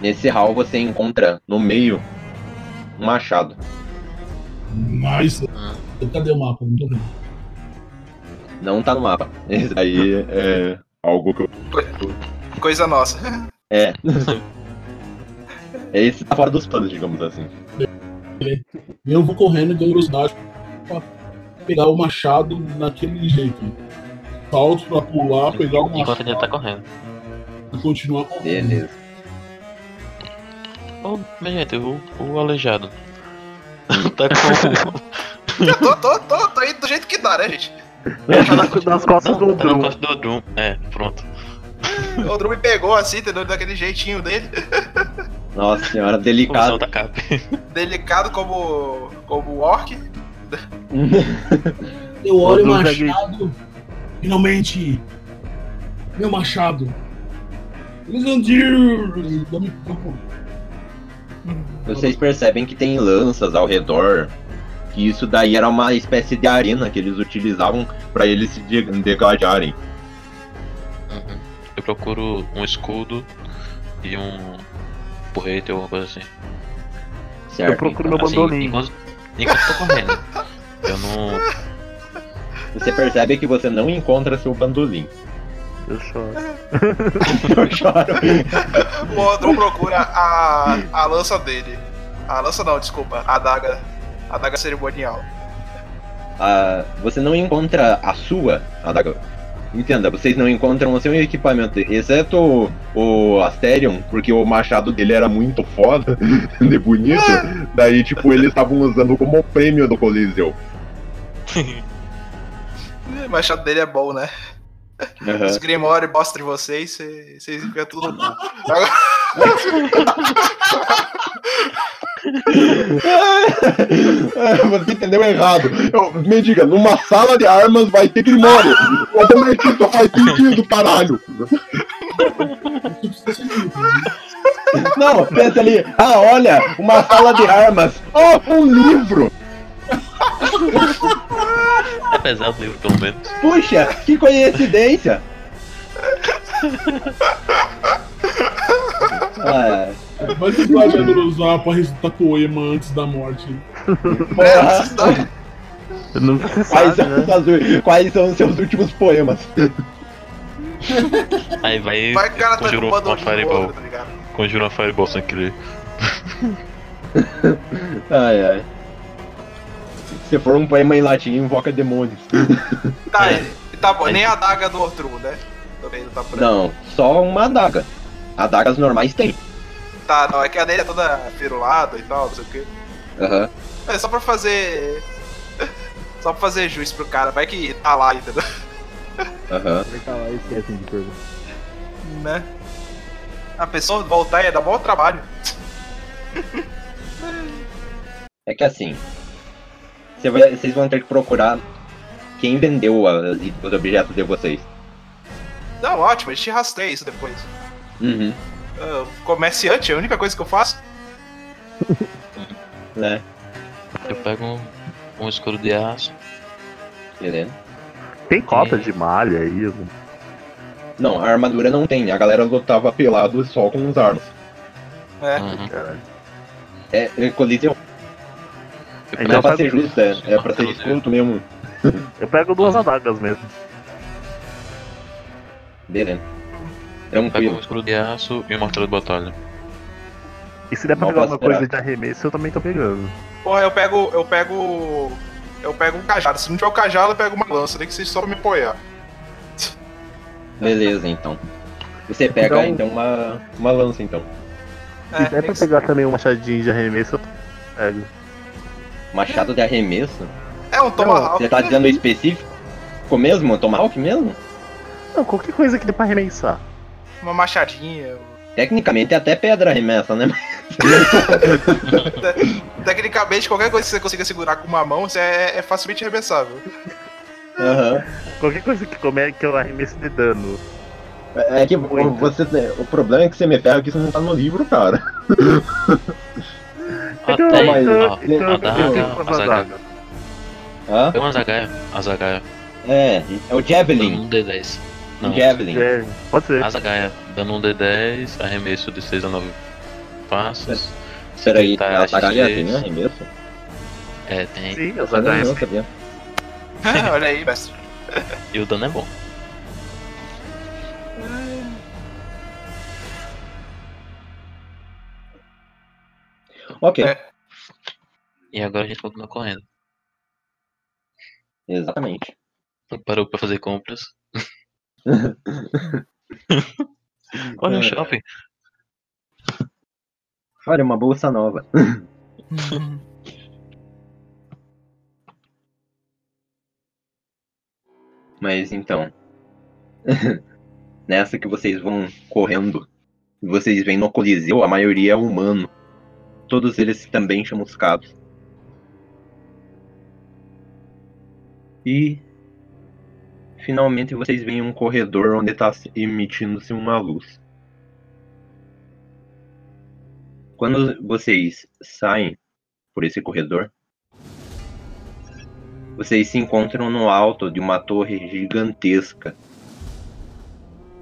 [SPEAKER 3] Nesse hall você encontra no meio um machado.
[SPEAKER 6] Nice. Ah. Cadê o mapa? Não tô vendo.
[SPEAKER 3] Não tá no mapa. Esse daí é algo que eu.
[SPEAKER 4] Coisa nossa. [laughs]
[SPEAKER 3] É. Esse tá fora dos planos, digamos assim.
[SPEAKER 6] Eu vou correndo e dou velocidade pra pegar o machado naquele jeito. Salto pra pular, pegar o
[SPEAKER 1] Enquanto
[SPEAKER 6] machado
[SPEAKER 1] ele tá correndo.
[SPEAKER 6] e continuar correndo.
[SPEAKER 3] Beleza.
[SPEAKER 1] Ô, minha gente, o, o aleijado. [laughs] tá
[SPEAKER 3] [laughs]
[SPEAKER 1] com.
[SPEAKER 4] Eu tô, tô, tô, tô indo do jeito que dá, né, gente?
[SPEAKER 5] Nas costas do
[SPEAKER 1] Não, tá na
[SPEAKER 5] Drum.
[SPEAKER 1] costa do Drum. É, pronto.
[SPEAKER 4] O Drum me pegou assim, entendeu? Daquele jeitinho dele.
[SPEAKER 3] Nossa senhora,
[SPEAKER 1] Função
[SPEAKER 3] delicado.
[SPEAKER 1] da capa.
[SPEAKER 4] Delicado como. como o orc.
[SPEAKER 6] Eu olho o
[SPEAKER 5] Todos
[SPEAKER 6] machado.
[SPEAKER 5] aqui.
[SPEAKER 6] Finalmente! Meu machado! Lisandir! Dá me- dá um-
[SPEAKER 3] Vocês percebem que tem lanças ao redor. Que isso daí era uma espécie de arena que eles utilizavam pra eles se de- degladiarem.
[SPEAKER 1] Uhum. Eu procuro um escudo e um porrete ou alguma coisa assim.
[SPEAKER 3] Certo?
[SPEAKER 5] procuro
[SPEAKER 3] Então,
[SPEAKER 5] meu
[SPEAKER 1] assim
[SPEAKER 5] bandolim.
[SPEAKER 1] enquanto, enquanto tô correndo. Eu não.
[SPEAKER 3] Então, Você percebe que você não encontra seu bandolim. [laughs]
[SPEAKER 5] Eu choro.
[SPEAKER 3] Eu choro.
[SPEAKER 4] O Drum procura a, a lança dele. A lança não, desculpa. A daga. A daga cerimonial.
[SPEAKER 3] Ah, você não encontra a sua adaga. Entenda, vocês não encontram o seu equipamento, exceto o, o Asterion, porque o machado dele era muito foda, [laughs] de bonito. Daí, tipo, eles estavam usando como prêmio do Coliseu.
[SPEAKER 4] O machado dele é bom, né?
[SPEAKER 3] Aham.
[SPEAKER 4] Os Grimório mostram em vocês, cê- vocês ficam [laughs] tudo bom.
[SPEAKER 3] [laughs] Você entendeu errado. Eu- me diga, numa sala de armas vai ter grimório. Eu tô mentindo, só faz sentido, caralho.
[SPEAKER 6] né?
[SPEAKER 3] Não, pensa ali. Ah, olha, uma sala de armas. Oh, um livro.
[SPEAKER 1] Apesar do livro, pelo menos.
[SPEAKER 3] Puxa, que coincidência. Ah,
[SPEAKER 6] Vai que o Flávio usar pra recitar poema antes da morte.
[SPEAKER 3] porra.
[SPEAKER 5] Nunca se
[SPEAKER 3] Quais
[SPEAKER 5] sabe,
[SPEAKER 3] são,
[SPEAKER 1] [laughs]
[SPEAKER 5] né?
[SPEAKER 3] suas- quais são os seus últimos poemas?
[SPEAKER 1] Aí vai.
[SPEAKER 4] Vai que o cara tá
[SPEAKER 1] conjurou Tipo,
[SPEAKER 4] derrubando
[SPEAKER 1] uma
[SPEAKER 4] um do outro,
[SPEAKER 1] fireball.
[SPEAKER 4] tá ligado?
[SPEAKER 1] Conjura uma fireball sem querer.
[SPEAKER 3] Ai, ai. Se for um poema em latim, invoca demônios.
[SPEAKER 4] Tá, ele- tá bom, nem a daga do Drum, né? Também não tá por aí.
[SPEAKER 3] Não, só uma adaga. Adagas normais tem.
[SPEAKER 4] Tá, não, é que a dele é toda firulada e tal, não sei o quê.
[SPEAKER 3] Aham.
[SPEAKER 4] É só pra fazer. [laughs] Só pra fazer juiz pro cara, vai que tá lá, entendeu?
[SPEAKER 3] Aham.
[SPEAKER 4] Né? A pessoa voltar ia dar bom trabalho.
[SPEAKER 3] É que assim. cê vai- vocês vão ter que procurar quem vendeu a- os objetos de vocês.
[SPEAKER 4] Não, ótimo, a gente rastreia isso depois.
[SPEAKER 3] Uhum.
[SPEAKER 4] Ah, comerciante é a única coisa que eu faço.
[SPEAKER 3] Né?
[SPEAKER 1] Eu pego um, um escudo de aço.
[SPEAKER 3] Beleza.
[SPEAKER 5] Tem cota de malha aí?
[SPEAKER 3] Não, a armadura não tem. A galera lutava pelado só com os armas.
[SPEAKER 4] É.
[SPEAKER 1] Uhum.
[SPEAKER 3] É, é coliseu.
[SPEAKER 1] Eu
[SPEAKER 3] Não
[SPEAKER 5] Então
[SPEAKER 3] é
[SPEAKER 1] pego-
[SPEAKER 3] pra
[SPEAKER 5] faz-
[SPEAKER 3] ser justo, é, é pra ser escroto mesmo.
[SPEAKER 5] Eu pego duas adagas mesmo.
[SPEAKER 3] Beleza.
[SPEAKER 1] pego um
[SPEAKER 3] Tranquilo.
[SPEAKER 1] escudo de aço e um martelo de batalha.
[SPEAKER 5] E se der pra
[SPEAKER 3] Mal
[SPEAKER 5] pegar alguma
[SPEAKER 3] posso esperar.
[SPEAKER 5] coisa de arremesso, eu também tô pegando.
[SPEAKER 4] Porra, eu pego. Eu pego. Eu pego um cajado. Se não tiver o cajado, eu pego uma lança, nem que seja só pra me apoiar.
[SPEAKER 3] Beleza, então. Você pega
[SPEAKER 5] Então-
[SPEAKER 3] então uma, uma lança, então.
[SPEAKER 4] É,
[SPEAKER 5] se der
[SPEAKER 4] tem
[SPEAKER 5] pra
[SPEAKER 4] que-
[SPEAKER 5] pegar também um machadinho de arremesso, eu pego.
[SPEAKER 3] Machado de arremesso?
[SPEAKER 4] é um tomahawk. né?
[SPEAKER 3] Você tá dizendo específico? Ficou mesmo? Tomahawk mesmo?
[SPEAKER 5] Não, qualquer coisa que dê pra arremessar.
[SPEAKER 4] Uma machadinha.
[SPEAKER 3] Tecnicamente é até pedra arremessa, né?
[SPEAKER 4] Tecnicamente, qualquer coisa que você consiga segurar com uma mão você é, é facilmente arremessável.
[SPEAKER 3] Aham.
[SPEAKER 5] Qualquer coisa que, come, que eu arremesse de dano.
[SPEAKER 3] É é que o- você, o problema é que você me ferra que isso não tá no livro, cara.
[SPEAKER 5] Então,
[SPEAKER 1] Até
[SPEAKER 3] mas-
[SPEAKER 5] então,
[SPEAKER 1] Ah, ó,
[SPEAKER 5] então eu
[SPEAKER 1] adaga,
[SPEAKER 5] tenho que fazer
[SPEAKER 1] azaga.
[SPEAKER 5] adaga.
[SPEAKER 3] Hã?
[SPEAKER 1] Pega uma zagaia. A zagaia.
[SPEAKER 3] É, é o Javelin.
[SPEAKER 1] Dando um D10. Não.
[SPEAKER 3] Javelin.
[SPEAKER 5] É, pode ser.
[SPEAKER 1] A zagaia. Dando um D10. Arremesso de 6 a 9 passos.
[SPEAKER 3] Peraí,
[SPEAKER 1] Tá,
[SPEAKER 3] ela
[SPEAKER 1] acho
[SPEAKER 3] ataca
[SPEAKER 1] que
[SPEAKER 3] já
[SPEAKER 1] é
[SPEAKER 3] tem, né?
[SPEAKER 1] isso.
[SPEAKER 3] Arremesso?
[SPEAKER 1] É, tem.
[SPEAKER 5] Sim, as
[SPEAKER 3] Eu não,
[SPEAKER 5] adaias.
[SPEAKER 3] não sabia.
[SPEAKER 4] [laughs] Olha aí, mestre.
[SPEAKER 1] E o dano é bom.
[SPEAKER 3] Ok.
[SPEAKER 4] É.
[SPEAKER 1] E agora a gente continua correndo. É.
[SPEAKER 3] Exatamente.
[SPEAKER 1] Parou pra fazer compras. [laughs] Olha o shopping.
[SPEAKER 3] Olha, uma bolsa nova. [laughs] Mas então. [laughs] Nessa que vocês vão correndo, vocês vêm no Coliseu, a maioria é humano. Todos eles também chamuscados. E. Finalmente vocês veem um corredor onde está emitindo-se uma luz. Quando vocês saem por esse corredor, vocês se encontram no alto de uma torre gigantesca,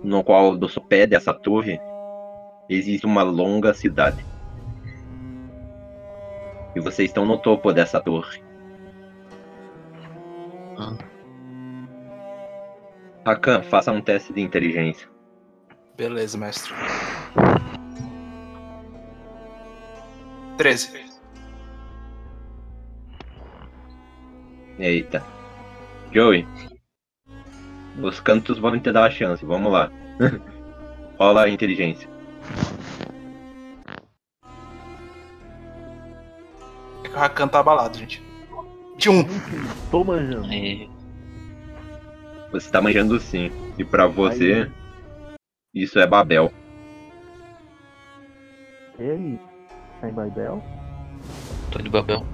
[SPEAKER 3] no qual do sopé dessa torre existe uma longa cidade. E vocês estão no topo dessa torre.
[SPEAKER 1] Ah.
[SPEAKER 3] Hakan, faça um teste de inteligência.
[SPEAKER 4] Beleza, mestre. 13.
[SPEAKER 3] Eita. Joey, os cantos vão te dar a chance, vamos lá. [laughs] Rola a inteligência.
[SPEAKER 4] É que o Rakan tá abalado, gente. 21.
[SPEAKER 5] Tô manjando.
[SPEAKER 1] E
[SPEAKER 3] Você tá manjando sim. E pra você, isso é Babel.
[SPEAKER 5] E aí? Tá em Baibel?
[SPEAKER 1] tô de Babel.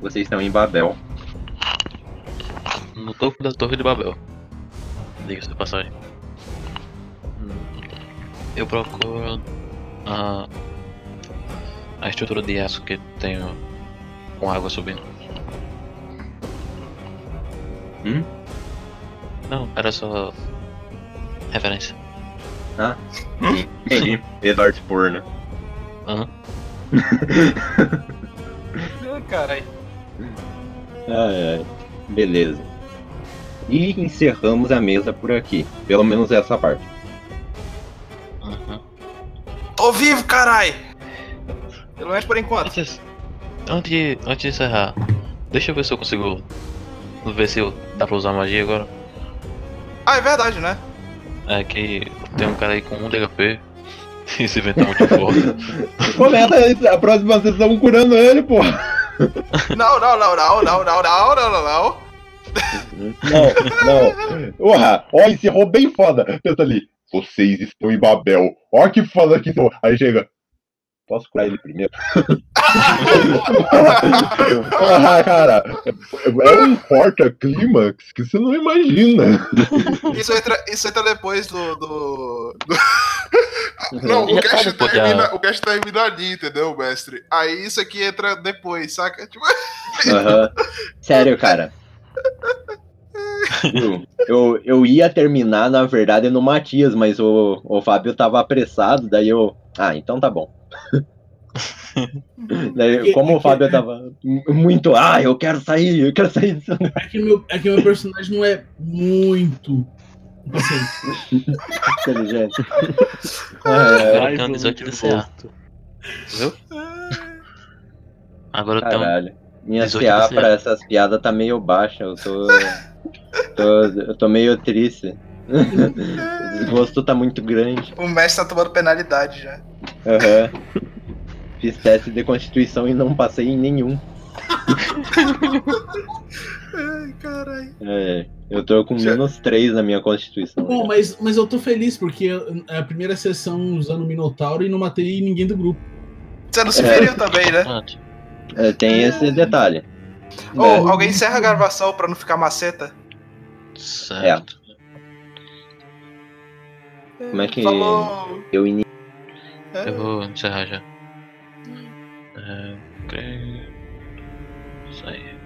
[SPEAKER 3] Vocês estão em Babel.
[SPEAKER 1] No topo da torre de Babel. Diga-se de passagem. Hum. Eu procuro a, a estrutura de aço que tem o- com água subindo.
[SPEAKER 3] Hum?
[SPEAKER 1] Não, era só referência.
[SPEAKER 3] Entendi. Edward Spor, né?
[SPEAKER 1] Hã?
[SPEAKER 4] Ah, Caralho.
[SPEAKER 3] Ai, ai. Beleza. E encerramos a mesa por aqui. Pelo menos essa parte.
[SPEAKER 1] Uhum.
[SPEAKER 4] Tô vivo, caralho! Pelo menos por enquanto.
[SPEAKER 1] Antes, antes, de- antes de encerrar, deixa eu ver se eu consigo. Ver se eu, dá pra usar magia agora.
[SPEAKER 4] Ah, é verdade, né?
[SPEAKER 1] É que tem um cara aí com um DHP [laughs] e se inventar muito forte.
[SPEAKER 3] Começa a próxima sessão curando ele, porra.
[SPEAKER 4] Não, não, não, não, não, não, não, não, não, não.
[SPEAKER 9] Não, não. Porra, olha esse errou bem foda. Pensa ali. Vocês estão em Babel. Olha que foda que são. Aí chega.
[SPEAKER 3] Posso curar ele primeiro?
[SPEAKER 9] Ah, cara, é um porta-clímax que você não imagina.
[SPEAKER 4] Isso entra, isso entra depois do. do...
[SPEAKER 2] Não, [laughs] o
[SPEAKER 1] Já
[SPEAKER 2] cast,
[SPEAKER 1] sabe, é. pô,
[SPEAKER 2] termina,
[SPEAKER 1] já.
[SPEAKER 2] o cast termina ali, entendeu, mestre? Aí isso aqui entra depois, saca? Tipo, [laughs]
[SPEAKER 3] Aham. Sério, cara. Eu, eu, eu ia terminar, na verdade, no Matias, mas o, o Fábio tava apressado, daí eu. Ah, então tá bom. Daí, como o Fábio tava mu- muito. Ah, eu quero sair, eu quero sair disso. [laughs]
[SPEAKER 6] É que meu, é que meu personagem não é muito. Assim,
[SPEAKER 3] inteligente.
[SPEAKER 5] Ah,
[SPEAKER 3] É,
[SPEAKER 1] Agora eu tenho 18 de CA. Viu? Agora tá um eu tenho.
[SPEAKER 3] caralho. Minha
[SPEAKER 1] 18
[SPEAKER 3] CA
[SPEAKER 1] então, você.
[SPEAKER 3] pra essas piadas tá meio baixa, eu tô. tô eu tô meio triste. o desgosto tá muito grande.
[SPEAKER 4] O mestre tá tomando penalidade já.
[SPEAKER 3] Aham. Fiz teste de constituição e não passei em nenhum.
[SPEAKER 4] Ai, caralho.
[SPEAKER 3] É, Eu tô com
[SPEAKER 2] Você-
[SPEAKER 3] menos 3 na minha constituição.
[SPEAKER 6] Bom, mas, mas eu tô feliz porque é a primeira sessão usando o Minotauro e não matei ninguém do grupo.
[SPEAKER 4] Você não se
[SPEAKER 3] É.
[SPEAKER 4] feriu também, né?
[SPEAKER 1] Pronto.
[SPEAKER 3] É, tem esse detalhe. É,
[SPEAKER 4] Ô, alguém encerra a gravação pra não ficar maceta?
[SPEAKER 1] Certo.
[SPEAKER 3] Como é que
[SPEAKER 4] Falou!
[SPEAKER 3] eu ini-
[SPEAKER 1] Eu vou encerrar já. É, ok. Isso aí.